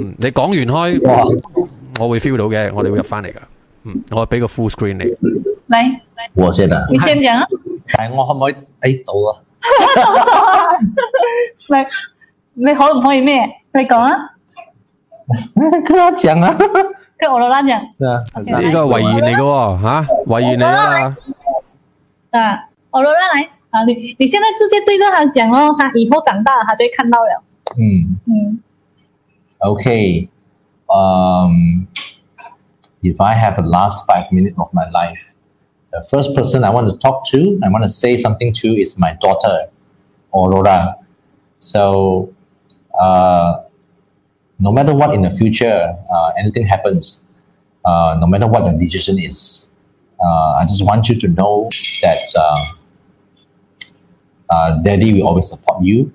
[SPEAKER 1] 嗯，你講完開，我會 feel 到嘅，我哋會入翻嚟噶。嗯，我俾個 full screen 你。
[SPEAKER 3] 嚟，
[SPEAKER 4] 我先啊，
[SPEAKER 3] 你先講啊。
[SPEAKER 4] 但係我可唔可以誒做啊？
[SPEAKER 3] 嚟，你可唔可以咩？你講啊。
[SPEAKER 4] 跟我講 啊！
[SPEAKER 3] 跟我老拉人
[SPEAKER 4] 是啊，
[SPEAKER 3] 係
[SPEAKER 1] 呢個係遺言嚟嘅喎，嚇遺言嚟啦。
[SPEAKER 3] 啊，我老拉来啊，你你現在直接對着他講咯，他以後長大了他就會看到了。
[SPEAKER 4] 嗯
[SPEAKER 3] 嗯，
[SPEAKER 4] ，OK，um, if I have the last five minutes of my life, the first person I want to talk to, I want to say something to is my daughter, Aurora. So, uh, no matter what in the future, uh, anything happens, uh, no matter what your decision is, uh, I just want you to know that uh, uh, Daddy will always support you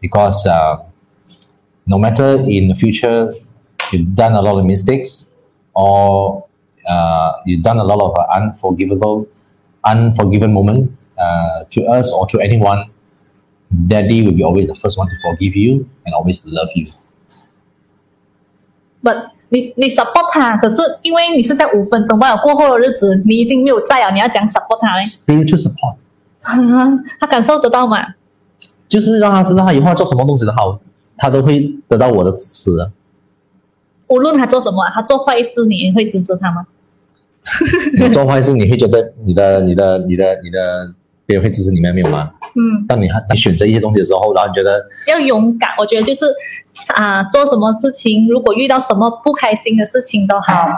[SPEAKER 4] because uh, no matter in the future you've done a lot of mistakes or uh, you've done a lot of uh, unforgivable, unforgiven moment uh, to us or to anyone, Daddy will be always the first one to forgive you and always love you.
[SPEAKER 3] 不，你你 support 他，可是因為你是在五分鐘半了過後的日子，你已經沒有在了，你要講 support 他嘞？
[SPEAKER 4] Spiritual support
[SPEAKER 3] 他感受得到嘛？
[SPEAKER 4] 就是让他知道他以后要做什么东西的好，他都会得到我的支持的。
[SPEAKER 3] 無論他做什麼，他做壞事，你也會支持他吗？
[SPEAKER 4] 你做坏事，你会觉得你的、你的、你的、你的，别人会支持你们没有吗？
[SPEAKER 3] 嗯，
[SPEAKER 4] 当你你选择一些东西的时候，然后你觉得
[SPEAKER 3] 要勇敢。我觉得就是啊、做什么事情，如果遇到什么不开心的事情都好，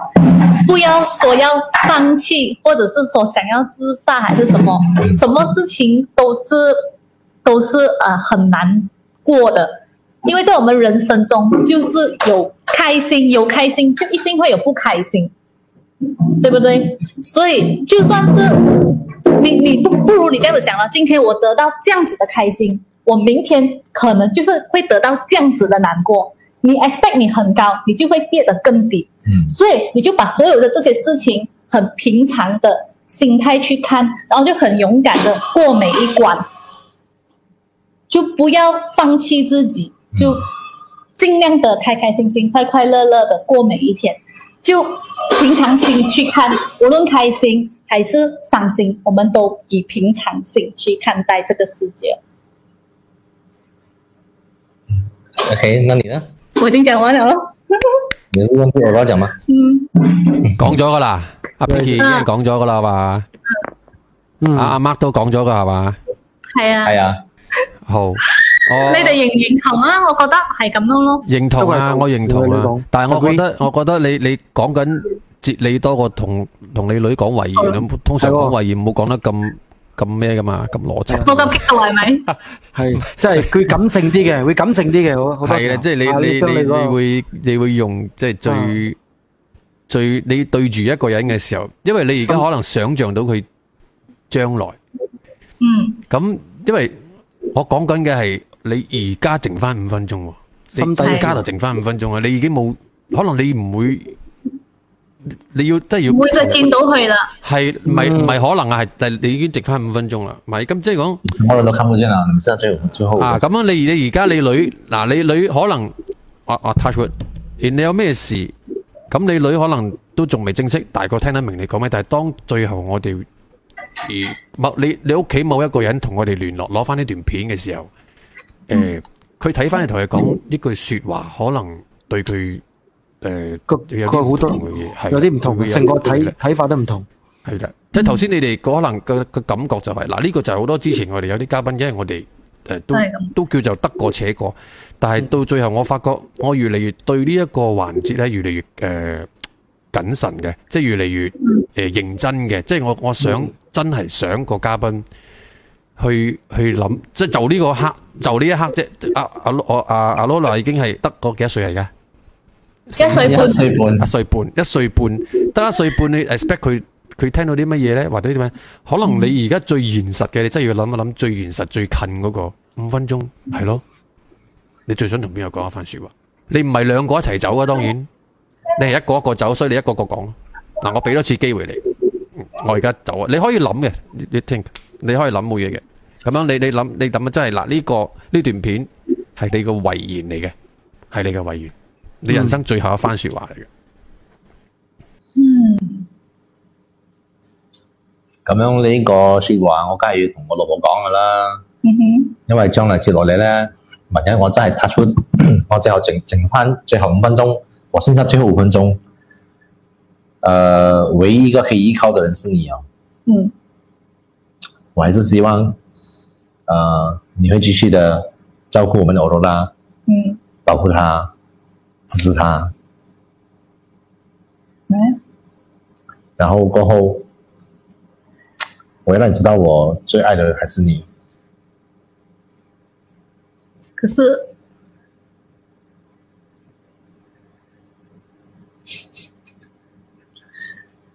[SPEAKER 3] 不要说要放弃，或者是说想要自杀还是什么，什么事情都是都是呃很难过的，因为在我们人生中就是有开心，有开心就一定会有不开心，对不对？所以就算是你你不不如你这样子想了，今天我得到这样子的开心，我明天可能就是会得到这样子的难过。你 expect 你很高，你就会跌得更低。
[SPEAKER 4] 嗯
[SPEAKER 3] 所以你就把所有的这些事情很平常的心态去看，然后就很勇敢的过每一关，就不要放弃自己，就尽量的开开心心、快快乐乐的过每一天。就平常心去看，无论开心还是伤心，我们都以平常心去看待这个世界。
[SPEAKER 4] OK，那你呢？
[SPEAKER 3] 我已经讲完了咯，
[SPEAKER 4] 你的问题我要讲吗？
[SPEAKER 3] 嗯，
[SPEAKER 1] 講咗噶啦，阿 Pinky 已經講咗噶啦係嘛，
[SPEAKER 2] 嗯
[SPEAKER 1] 阿阿 À, Mark 都講咗噶係嘛，
[SPEAKER 3] 系啊，
[SPEAKER 4] 係啊，
[SPEAKER 1] 好，我
[SPEAKER 3] 你哋认唔认同啊？我觉得系咁样咯。
[SPEAKER 1] 認同啊，
[SPEAKER 2] 都係講
[SPEAKER 1] 我認同
[SPEAKER 2] 你講
[SPEAKER 1] 啊，但係我
[SPEAKER 2] Agree
[SPEAKER 1] 覺得我覺得你你講緊哲理多過同同你女講遺言咁，通常
[SPEAKER 2] 係喎
[SPEAKER 1] 講遺言唔好講得咁咁咩噶嘛，咁邏輯。
[SPEAKER 3] 冇咁激動係咪？
[SPEAKER 2] 系，即係佢感性啲嘅，會感性啲嘅，好好多時
[SPEAKER 1] 係
[SPEAKER 2] 候
[SPEAKER 1] 啊，即係你
[SPEAKER 2] 啊
[SPEAKER 1] 你
[SPEAKER 2] 將
[SPEAKER 1] 你
[SPEAKER 2] 嗰個
[SPEAKER 1] 你會你會用即係最最你對住一個人嘅時候，因為你而家可能想像到佢將來。
[SPEAKER 3] 嗯，
[SPEAKER 1] 咁因為我講緊嘅係你而家剩翻五分鐘，喎，
[SPEAKER 2] 心底
[SPEAKER 1] 你
[SPEAKER 3] 嘅
[SPEAKER 1] 而家就剩翻五分鐘啊！你已經冇，可能你唔會，你要真係要
[SPEAKER 3] 唔會再見到佢啦。
[SPEAKER 1] 係唔係唔係可能啊？係但係你已經剩翻五分鐘啦，咪咁即係講
[SPEAKER 4] 我哋都看不見啦，你知道最後最後
[SPEAKER 1] 啊咁樣你你而家你女嗱你女可能啊啊 touch wood，你有咩事咁你女可能都仲未正式大概聽得明你講咩，但係當最後我哋而某你你屋企某一個人同我哋聯絡攞翻呢段片嘅時候，誒佢睇翻你同佢講呢句説話，可能對佢誒
[SPEAKER 2] 個
[SPEAKER 1] 有
[SPEAKER 2] 個
[SPEAKER 1] 啲
[SPEAKER 2] 好
[SPEAKER 1] 唔
[SPEAKER 2] 多
[SPEAKER 1] 同嘅嘢，係
[SPEAKER 2] 有啲唔同，
[SPEAKER 1] 會有
[SPEAKER 2] 成個
[SPEAKER 1] 啲
[SPEAKER 2] 睇
[SPEAKER 1] 嘅
[SPEAKER 2] 睇法都唔同。
[SPEAKER 1] 系啦，即系头先你哋可能嘅嘅感覺就係嗱，呢個就係好多之前我哋有啲嘉賓，因為我哋诶都
[SPEAKER 3] 都係咁嗯
[SPEAKER 1] 都叫做得過且過，但係到最後我發覺我越嚟越對呢一個環節咧越嚟越诶谨慎嘅，即係越嚟越
[SPEAKER 3] 嗯
[SPEAKER 1] 诶认真嘅，即係我我想真係想個嘉賓去去諗，即係就呢個刻就呢一刻啫。即係阿阿我阿阿 Lola 已經係得個幾多歲嚟啊㗎？
[SPEAKER 3] 一歲半
[SPEAKER 4] 一歲半
[SPEAKER 1] 一，歲半，一歲半，得一歲半，你 expect 佢佢聽到啲乜嘢咧？或者點樣？可
[SPEAKER 4] 嗯
[SPEAKER 1] 能你而家最現實嘅，你真係要諗一諗最現實最近嗰個五分鐘，係咯？你最想同邊個講一番説話？你唔係兩個一齊走啊，當然，你係一個一個走，所以你一個個講咯。嗱，我俾多次機會你，嗯我而家走啊，你可以諗嘅，你你 think，你可以諗冇嘢嘅。咁樣你你諗你諗啊，真係嗱呢個呢段片係你個遺言嚟嘅，係你嘅遺言，你人生最後一番説話嚟嘅。
[SPEAKER 3] 嗯，
[SPEAKER 4] 咁樣呢個説話我梗係要同我老婆講噶啦。
[SPEAKER 3] 嗯哼，
[SPEAKER 4] 因為將來接落嚟咧，萬一我真係 touch wood，我 最後剩剩翻最後五分鐘，我剩下最後五分鐘，呃，唯一一個可以依靠的人是你哦。
[SPEAKER 3] 嗯，
[SPEAKER 4] 我還是希望，呃，你會繼續的照顧我們的 Aurora，
[SPEAKER 3] 嗯，
[SPEAKER 4] 保護她，支持她，
[SPEAKER 3] 嗯
[SPEAKER 4] 然後過後，我要讓你知道我最愛的人還是你。
[SPEAKER 3] 可是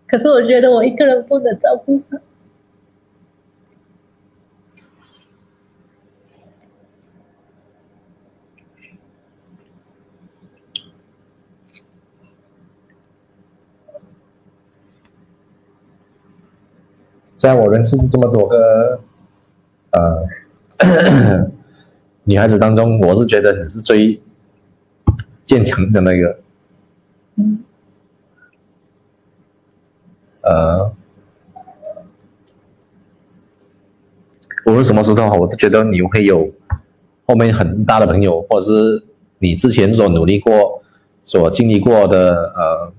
[SPEAKER 3] 可是我觉得我一个人不能照顾他。
[SPEAKER 4] 在我认识这么多个呃 女孩子当中，我是觉得你是最坚强的那个。
[SPEAKER 3] 嗯
[SPEAKER 4] 呃，无论什么时候，我都觉得你会有后面很大的朋友，或者是你之前所努力过、所经历过的呃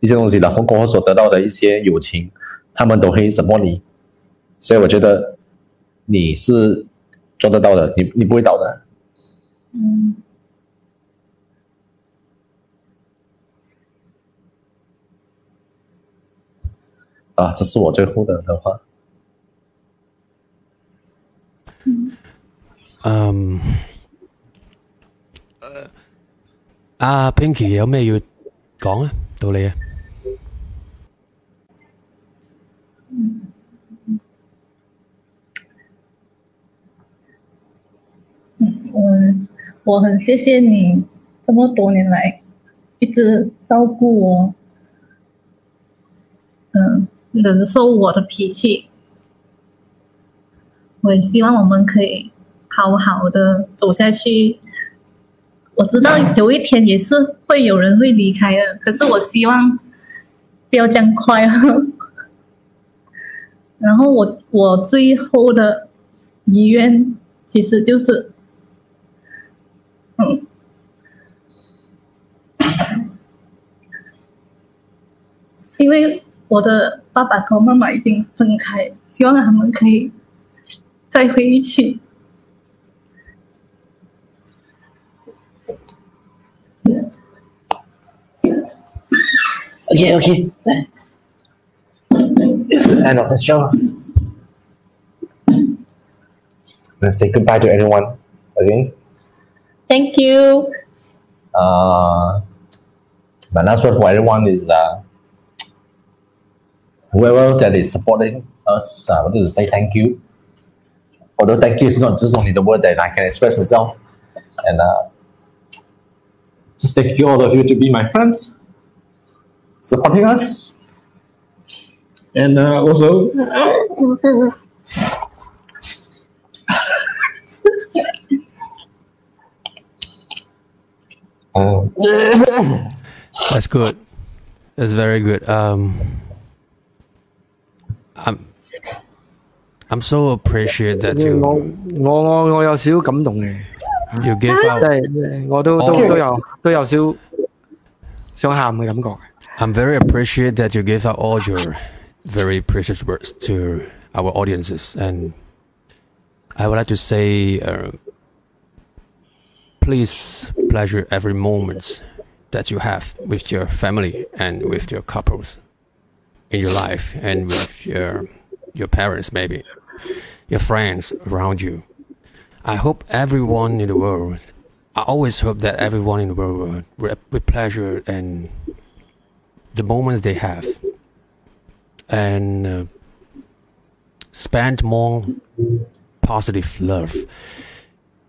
[SPEAKER 4] 一些东西，然后过后所得到的一些友情，他们都会 support 你。所以我觉得你是做得到的，你你不会倒的。
[SPEAKER 3] 嗯。
[SPEAKER 4] 啊，这是我最后的的话。
[SPEAKER 1] 嗯，阿 À, Pinky 有咩要講啊？到你啊！
[SPEAKER 3] 嗯，我很谢谢你这么多年来一直照顾我，嗯，忍受我的脾气。我也希望我们可以好好的走下去。我知道有一天也是会有人会离开的，可是我希望不要这样快 哦。然后我我最后的遗愿其实就是，嗯，因为我的爸爸和妈妈已经分开，希望他们可以再回一起。
[SPEAKER 10] OK OK，来，It's the end of the show.
[SPEAKER 4] And say goodbye to everyone again.
[SPEAKER 3] Thank you，
[SPEAKER 4] Uh, my last word for everyone is uh, whoever that is supporting us, uh, I wanted to say thank you. Although thank you is not just only the word that I can express myself. And uh, just thank you all of you to be my friends, supporting us. And uh, also, uh,
[SPEAKER 1] That's good. That's very good. Um, I'm I'm so appreciate that you
[SPEAKER 2] 我我我有少少感動嘅，
[SPEAKER 1] you give
[SPEAKER 2] 即
[SPEAKER 1] out.
[SPEAKER 2] 係我
[SPEAKER 1] 哦
[SPEAKER 2] 都都都有都有少想喊嘅感覺。
[SPEAKER 1] I'm very appreciate that you give out all your very precious words to our audiences, and I would like to say, uh, please pleasure every moment that you have with your family and with your couples in your life, and with your your parents, maybe your friends around you. I hope everyone in the world. I always hope that everyone in the world will- will, will pleasure and the moments they have and uh, spend more positive love,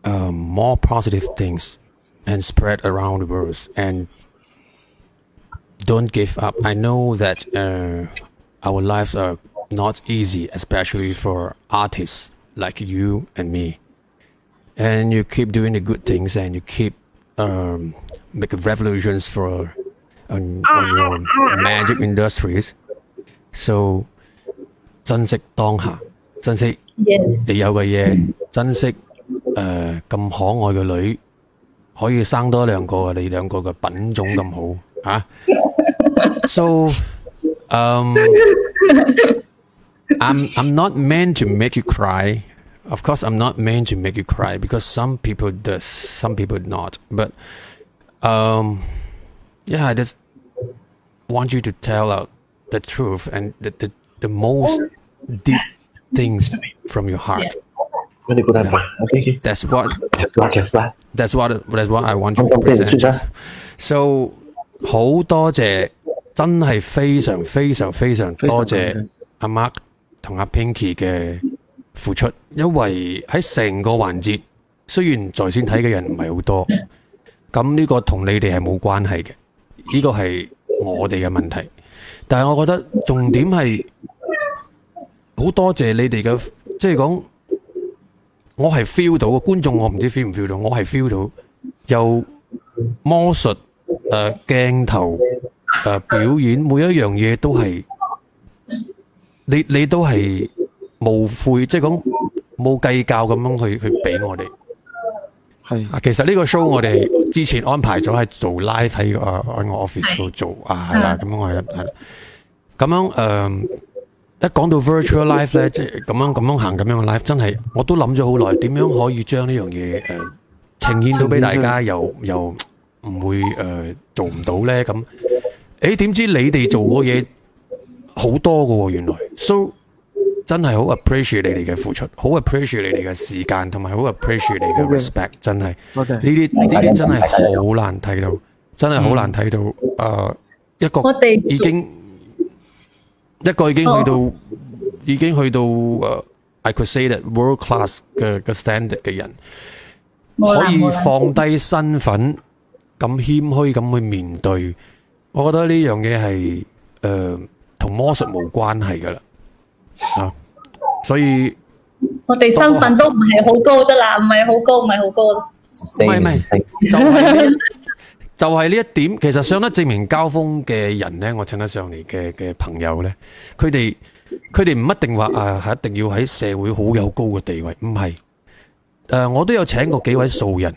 [SPEAKER 1] um, more positive things, and spread around the world. And don't give up. I know that uh, our lives are not easy, especially for artists like you and me. And you keep doing the good things, and you keep um, make revolutions for on, on your magic industries. So 珍惜當下，珍惜你有嘅嘢，珍惜诶咁、可愛嘅女，可以生多兩個嘅，你兩個嘅品種咁好吓。啊 so um I'm I'm not meant to make you cry. Of course, I'm not meant to make you cry because some people does, some people not. But um, yeah, I just want you to tell out the truth and the, the, the most deep things from your heart.
[SPEAKER 4] when you go down, okay, okay.
[SPEAKER 1] That's what
[SPEAKER 4] Fly, fly.
[SPEAKER 1] that's what that's what I want you to
[SPEAKER 4] 咁多謝
[SPEAKER 1] present.
[SPEAKER 4] 先生。
[SPEAKER 1] So 好多謝，真係非常非常非常多謝阿 Mark 同阿 Pinky 嘅付出，因為喺成個環節，雖然在線睇嘅人唔係好多，咁呢個同你哋係冇關係嘅，呢個係我哋嘅問題。但係我覺得重點係好多謝你哋嘅，即係講我係 feel 到嘅觀眾，我唔知 feel 唔 feel 到，我係 feel 到又。魔術、诶、鏡頭、诶、表演，每一樣嘢都係你你都係無悔，即係講冇計較咁樣去去俾我哋。
[SPEAKER 2] 係
[SPEAKER 1] 啊，其實呢個 show 我哋之前安排咗係做 live 喺個喺我 office 度做啊，係啦，咁我係係啦，咁樣诶、嗯一講到 virtual life 咧，即係咁樣咁樣行咁樣嘅 life，真係我都諗咗好耐，點樣可以將呢樣嘢诶呈現到俾大家，又又唔會诶、呃做唔到咧？咁诶點知你哋做嘅嘢好多噶喎，原來 so。真係好 appreciate 你哋嘅付出，好 appreciate 你哋嘅時間，同埋好 appreciate 你嘅 respect，真係。
[SPEAKER 2] 多謝
[SPEAKER 1] 呢。啲呢啲真係嗯好難睇到，真係好難睇到。誒、啊一個
[SPEAKER 3] 我哋哦
[SPEAKER 1] 已經一個已經去到、已經去到誒、呃 I could say that world class 嘅嘅 standard 嘅人，
[SPEAKER 3] 冇啦
[SPEAKER 1] 可以
[SPEAKER 3] 冇啦
[SPEAKER 1] 放低身份，咁謙虛咁去面對。我覺得呢樣嘢係誒呃同魔術冇關係噶啦，啊，所以
[SPEAKER 3] 我哋身份都唔係好高啫啦，唔係好高，唔係好高。
[SPEAKER 1] 唔係唔係，就係呢，就係呢一點。其實上得證明交鋒嘅人咧，我稱得上嚟嘅嘅朋友咧，佢哋佢哋唔一定話啊，係一定要喺社會好有高嘅地位，唔係。誒、我都有請過幾位素人，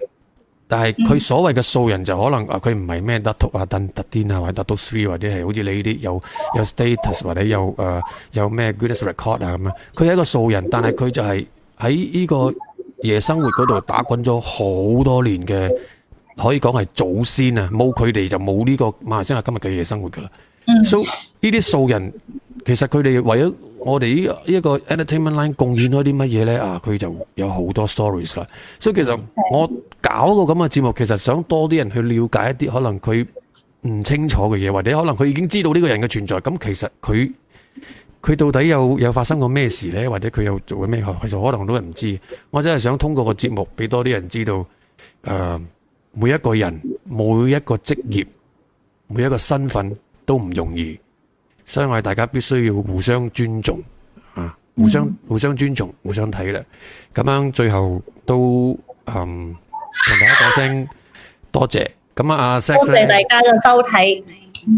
[SPEAKER 1] 但係佢所謂嘅素人就可能啊，佢唔係咩得 o 啊、登特天啊，或者得 o three 或者係好似你呢啲有有 status 或者有誒、呃有咩 goodness record 啊咁樣，佢係一個素人，但係佢就係喺呢個夜生活嗰度打滾咗好多年嘅，可以講係祖先啊，冇佢哋就冇呢個馬來西亞今日嘅夜生活噶啦。so 呢啲素人其實佢哋為咗我哋呢呢一個 entertainment line 貢獻咗啲乜嘢咧啊，佢就有好多 stories 啦。所以其實我搞個咁嘅節目，其實想多啲人去了解一啲可能佢唔清楚嘅嘢，或者可能佢已經知道呢個人嘅存在。咁其實佢佢到底有有發生過咩事呢？或者佢有做過咩？其實可能好多人唔知。我真係想通過個節目，俾多啲人知道，誒、呃每一個人、每一個職業、每一個身份都唔容易，所以我哋大家必須要互相尊重啊，互相互相尊重，互相體諒。咁樣最後都嗯同大家講聲多謝。咁啊，阿 Sex
[SPEAKER 3] 多謝
[SPEAKER 1] 呢
[SPEAKER 3] 大家嘅收睇，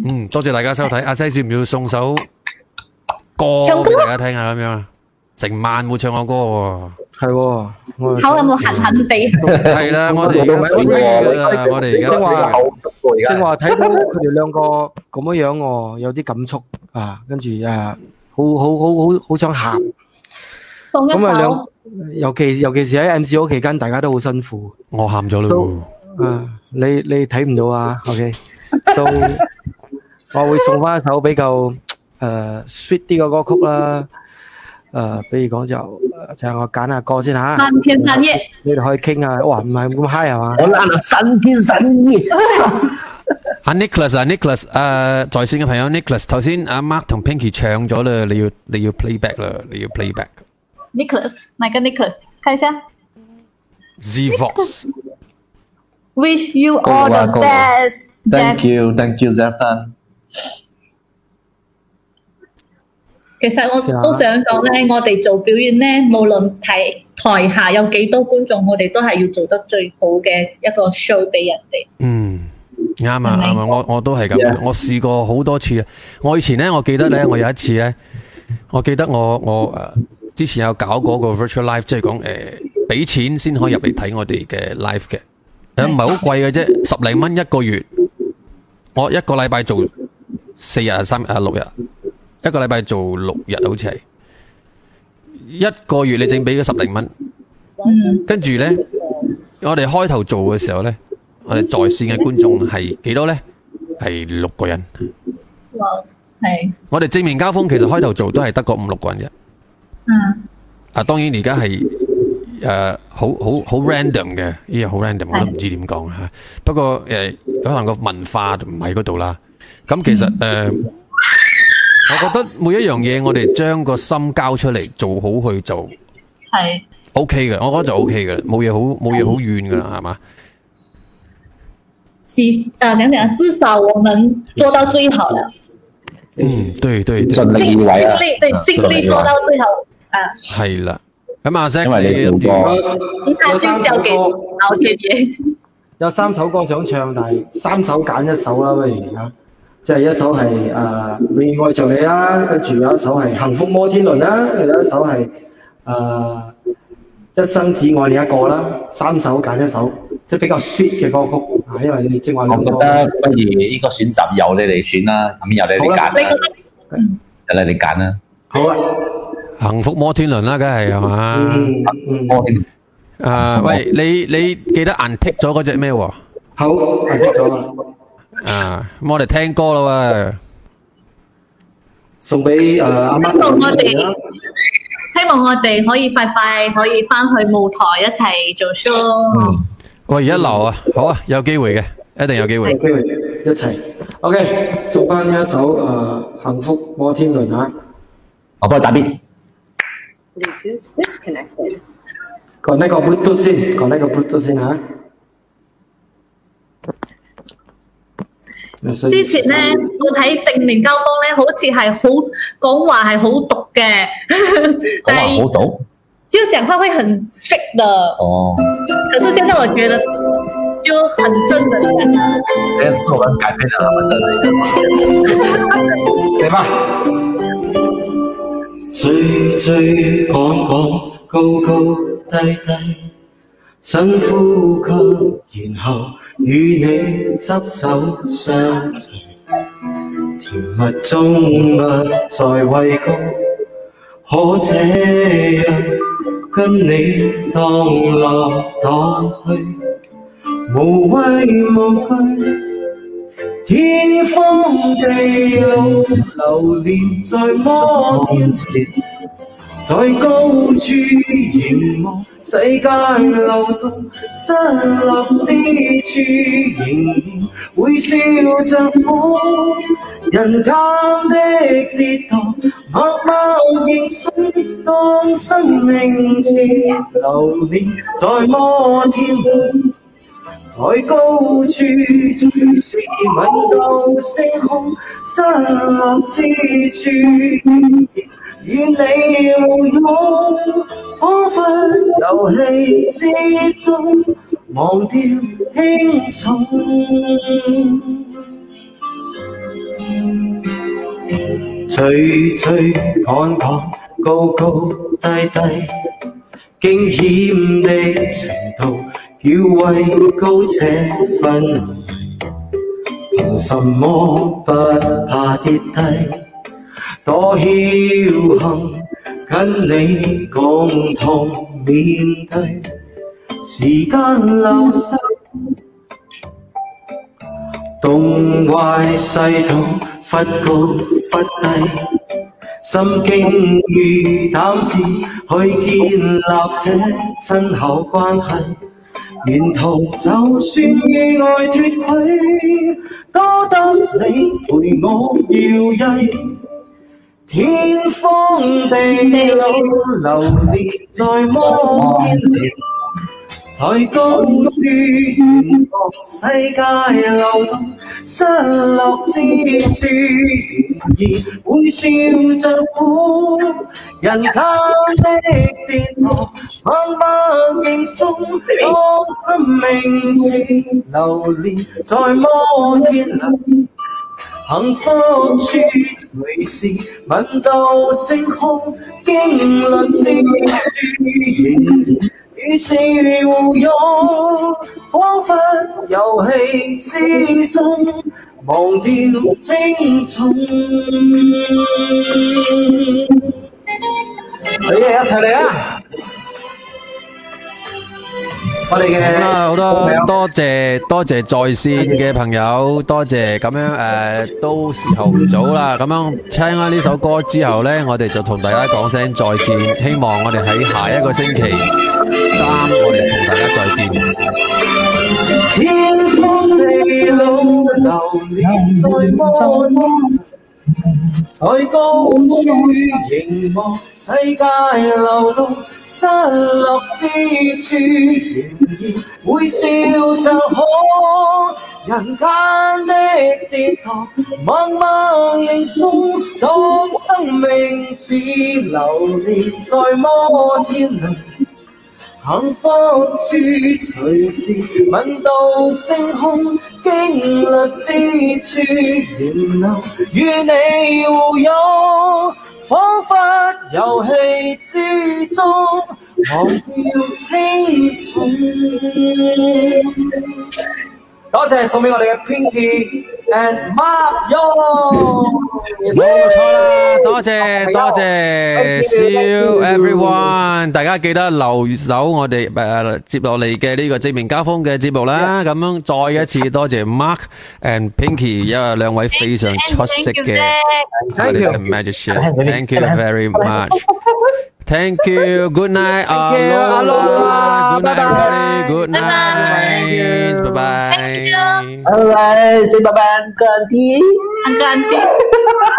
[SPEAKER 1] 嗯，多謝大家收睇。阿西少唔要送首歌
[SPEAKER 3] 唱歌
[SPEAKER 1] 俾大家聽下咁樣啊？成晚冇唱我歌喎。
[SPEAKER 2] 係喎，我
[SPEAKER 3] 口有冇痕痕地？
[SPEAKER 1] 係啦，我哋而家 free 㗎啦，我哋而家
[SPEAKER 2] 正話
[SPEAKER 1] free 㗎
[SPEAKER 2] 正話睇到佢哋兩個咁樣樣喎，有啲感觸啊，跟住啊，好好好好好想喊。
[SPEAKER 3] 送一
[SPEAKER 2] 咁啊，
[SPEAKER 3] 首
[SPEAKER 2] 兩尤其尤其是喺 MCO 期間，大家都好辛苦。
[SPEAKER 1] 我喊咗啦喎。
[SPEAKER 2] 啊，你你睇唔到啊，OK，so 我會送翻一首比較誒 sweet 啲嘅歌曲啦。誒，比如講就就係我揀下歌先嚇，
[SPEAKER 3] 三天三夜，
[SPEAKER 2] 你哋可以傾下。哇，唔係咁 high 係嘛？
[SPEAKER 1] 阿 Nicholas 啊，Nicholas，诶，在線嘅朋友 Nicholas，頭先阿 Mark 同 Pinky 唱咗啦，你要你要 playback 啦，你要 playback。
[SPEAKER 3] Nicholas，哪个 Nicholas？看一下
[SPEAKER 1] Z Fox，
[SPEAKER 3] ，Wish you
[SPEAKER 4] 高
[SPEAKER 3] all
[SPEAKER 4] 啊
[SPEAKER 3] the
[SPEAKER 4] 高啊
[SPEAKER 3] best。
[SPEAKER 4] Thank you，Thank you，Zefan。
[SPEAKER 3] 其實我都想講咧，我哋做表演咧，無論台台下有幾多觀眾，我哋都係要做得最好嘅一個 show 俾人哋。
[SPEAKER 1] 嗯，啱啊
[SPEAKER 3] 係咪
[SPEAKER 1] 啱啊，我我都係咁，
[SPEAKER 4] Yes
[SPEAKER 1] 我試過好多次啊。我以前咧，我記得咧，我有一次咧，我記得我我诶、呃之前有搞過個 virtual live，即係講诶俾錢先可以入嚟睇我哋嘅 live 嘅，誒唔係好貴嘅啫，十零蚊一個月。我一個禮拜做四日、啊三日、六日，一個禮拜做六日，好似係一個月你淨俾咗十零蚊，跟住呢，我哋開頭做嘅時候呢，我哋在線嘅觀眾係幾多呢？係六個人。
[SPEAKER 3] 哇，係，
[SPEAKER 1] 我哋正面交鋒其實開頭做都係得個五六個人啫。
[SPEAKER 3] 嗯，
[SPEAKER 1] 啊，當然而家係誒好好好 random 嘅，呢個好 random，我都唔知點講嚇。不過誒、呃可能個文化唔喺嗰度啦。咁其實誒、呃我覺得每一樣嘢我哋將個心交出嚟，做好佢就
[SPEAKER 3] 係。
[SPEAKER 1] OK 嘅，我覺得就 OK 嘅，冇嘢好冇嘢好怨噶啦，係嘛？
[SPEAKER 3] 至啊，等等啊，至少我們做到最好了，
[SPEAKER 1] 嗯，對對對，
[SPEAKER 4] 盡力而為啊！
[SPEAKER 3] 力對盡力做到最好啊！
[SPEAKER 1] 係啦。咁阿 Zack，
[SPEAKER 4] 因為你
[SPEAKER 1] 你諗住
[SPEAKER 4] 好
[SPEAKER 3] 你看先交給老天爺。
[SPEAKER 2] 有三首歌想唱，但係三首揀一首啦，不如嚇。即係一首係誒《永遠愛着你》啦，跟住有一首係《幸福摩天輪》啦，跟住有一首係誒、呃一生只愛你一個》啦，三首揀一首，即係比較 sweet 嘅歌曲啊，因為你正話
[SPEAKER 4] 我
[SPEAKER 2] 兩
[SPEAKER 4] 覺
[SPEAKER 2] 個
[SPEAKER 4] 得不如呢個選擇由你嚟選啦，咁由你嚟
[SPEAKER 3] 你覺
[SPEAKER 4] 揀啦，
[SPEAKER 3] 得
[SPEAKER 4] 由你嚟揀啦。
[SPEAKER 2] 好啦，
[SPEAKER 1] 幸福摩天輪啦，梗係係嘛？
[SPEAKER 2] 嗯嗯，
[SPEAKER 4] 我哋
[SPEAKER 1] 啊，喂，你你記得硬剔咗嗰只咩喎？
[SPEAKER 2] 好，我識咗啦，
[SPEAKER 1] 啊，咁我哋聽歌啦
[SPEAKER 2] 送俾誒阿媽
[SPEAKER 3] 送我哋希望我哋可以快快可以翻去舞台一齊做
[SPEAKER 4] 嗯
[SPEAKER 3] show。
[SPEAKER 1] 喎，喂，一流啊，好啊，有機會嘅，一定有機會
[SPEAKER 2] 有。機會一齊。OK，送翻呢一首誒、呃幸福摩天輪》啊。
[SPEAKER 4] 我幫你打邊。
[SPEAKER 11] Bluetooth disconnected.
[SPEAKER 2] 講呢個 Bluetooth 先，講呢個 Bluetooth 先嚇。所
[SPEAKER 3] 之
[SPEAKER 2] 以
[SPEAKER 3] 前咧，我睇正面交鋒咧，好似係好講話係好毒嘅， 但
[SPEAKER 4] 哇，好
[SPEAKER 3] 係
[SPEAKER 4] 到
[SPEAKER 3] 就講話會很 strict 的。
[SPEAKER 4] 哦。
[SPEAKER 3] 可是現在我覺得就很正能量。
[SPEAKER 4] 哎，是我们改变了他们的这个，对吧？
[SPEAKER 10] 追追赶赶，高高低低，深呼吸，然後與你執手相聚，甜蜜中不再畏高，可這樣跟你蕩來蕩去，無畏無懼。天荒地老，流連在摩天輪，在高處凝望世界流動，失落之處仍然會笑着我。人探的跌宕，默默認輸，當生命似流年在摩天輪。在高處最是吻到星空，失落之處與你互擁，彷彿遊戲之中忘掉輕重。追追趕趕，高高低低。驚險的程度，叫畏高且昏迷。憑什麼不怕跌低？多僥倖，跟你共同面對。時間流逝，動壞世途，忽高忽低。心驚與膽子去建立這親厚關係，沿途就算意外脱軌，多得你陪我搖曳。天荒地老，流連在摩天輪，在高處凝望世界流動，失落之處。會笑着哭，人貪的跌落，默默認輸。我生命是流連在摩天輪，幸福處隨時吻到星空，經輪之處仍然與是互擁，彷彿遊戲之中。忘掉輕重。好嘢，一齊嚟啊！我哋嘅
[SPEAKER 1] 好啦，好啦，多謝多謝在線嘅朋友，多謝咁樣诶，都時候唔早啦，咁樣聽咗呢首歌之後呢，我哋就同大家講聲再見，希望我哋喺下一個星期三，我哋同大家再見。
[SPEAKER 10] 天荒地老，流連在摩天輪在高處凝望世界流動，失落之處仍然會笑着可。人間的跌宕，默默認輸，當生命似流連在摩天輪。幸福處隨時吻到星空，經律之處仍留與你互擁，彷彿遊戲之中忘掉輕重。多謝送俾我哋嘅 Pinky and Mark Yo，
[SPEAKER 1] 冇錯啦，多謝多謝
[SPEAKER 10] Thank you，thank
[SPEAKER 1] ，See you
[SPEAKER 10] you
[SPEAKER 1] everyone，大家記得留守我哋誒接落嚟嘅呢個正面交鋒嘅節目
[SPEAKER 10] Dạ.
[SPEAKER 1] 啦。咁樣再一次多謝 Mark and Pinky，因為兩位非常出色嘅
[SPEAKER 10] Thank you
[SPEAKER 1] magician，thank you very much。Thank you. Good night.
[SPEAKER 10] Thank you,
[SPEAKER 1] Aloha.
[SPEAKER 10] aloha,
[SPEAKER 1] Good night, everybody.
[SPEAKER 10] bye-bye.
[SPEAKER 1] Good night. Bye bye.
[SPEAKER 3] Thank you.
[SPEAKER 9] Bye bye, say bye bye, Uncle Auntie.
[SPEAKER 3] Uncle Auntie.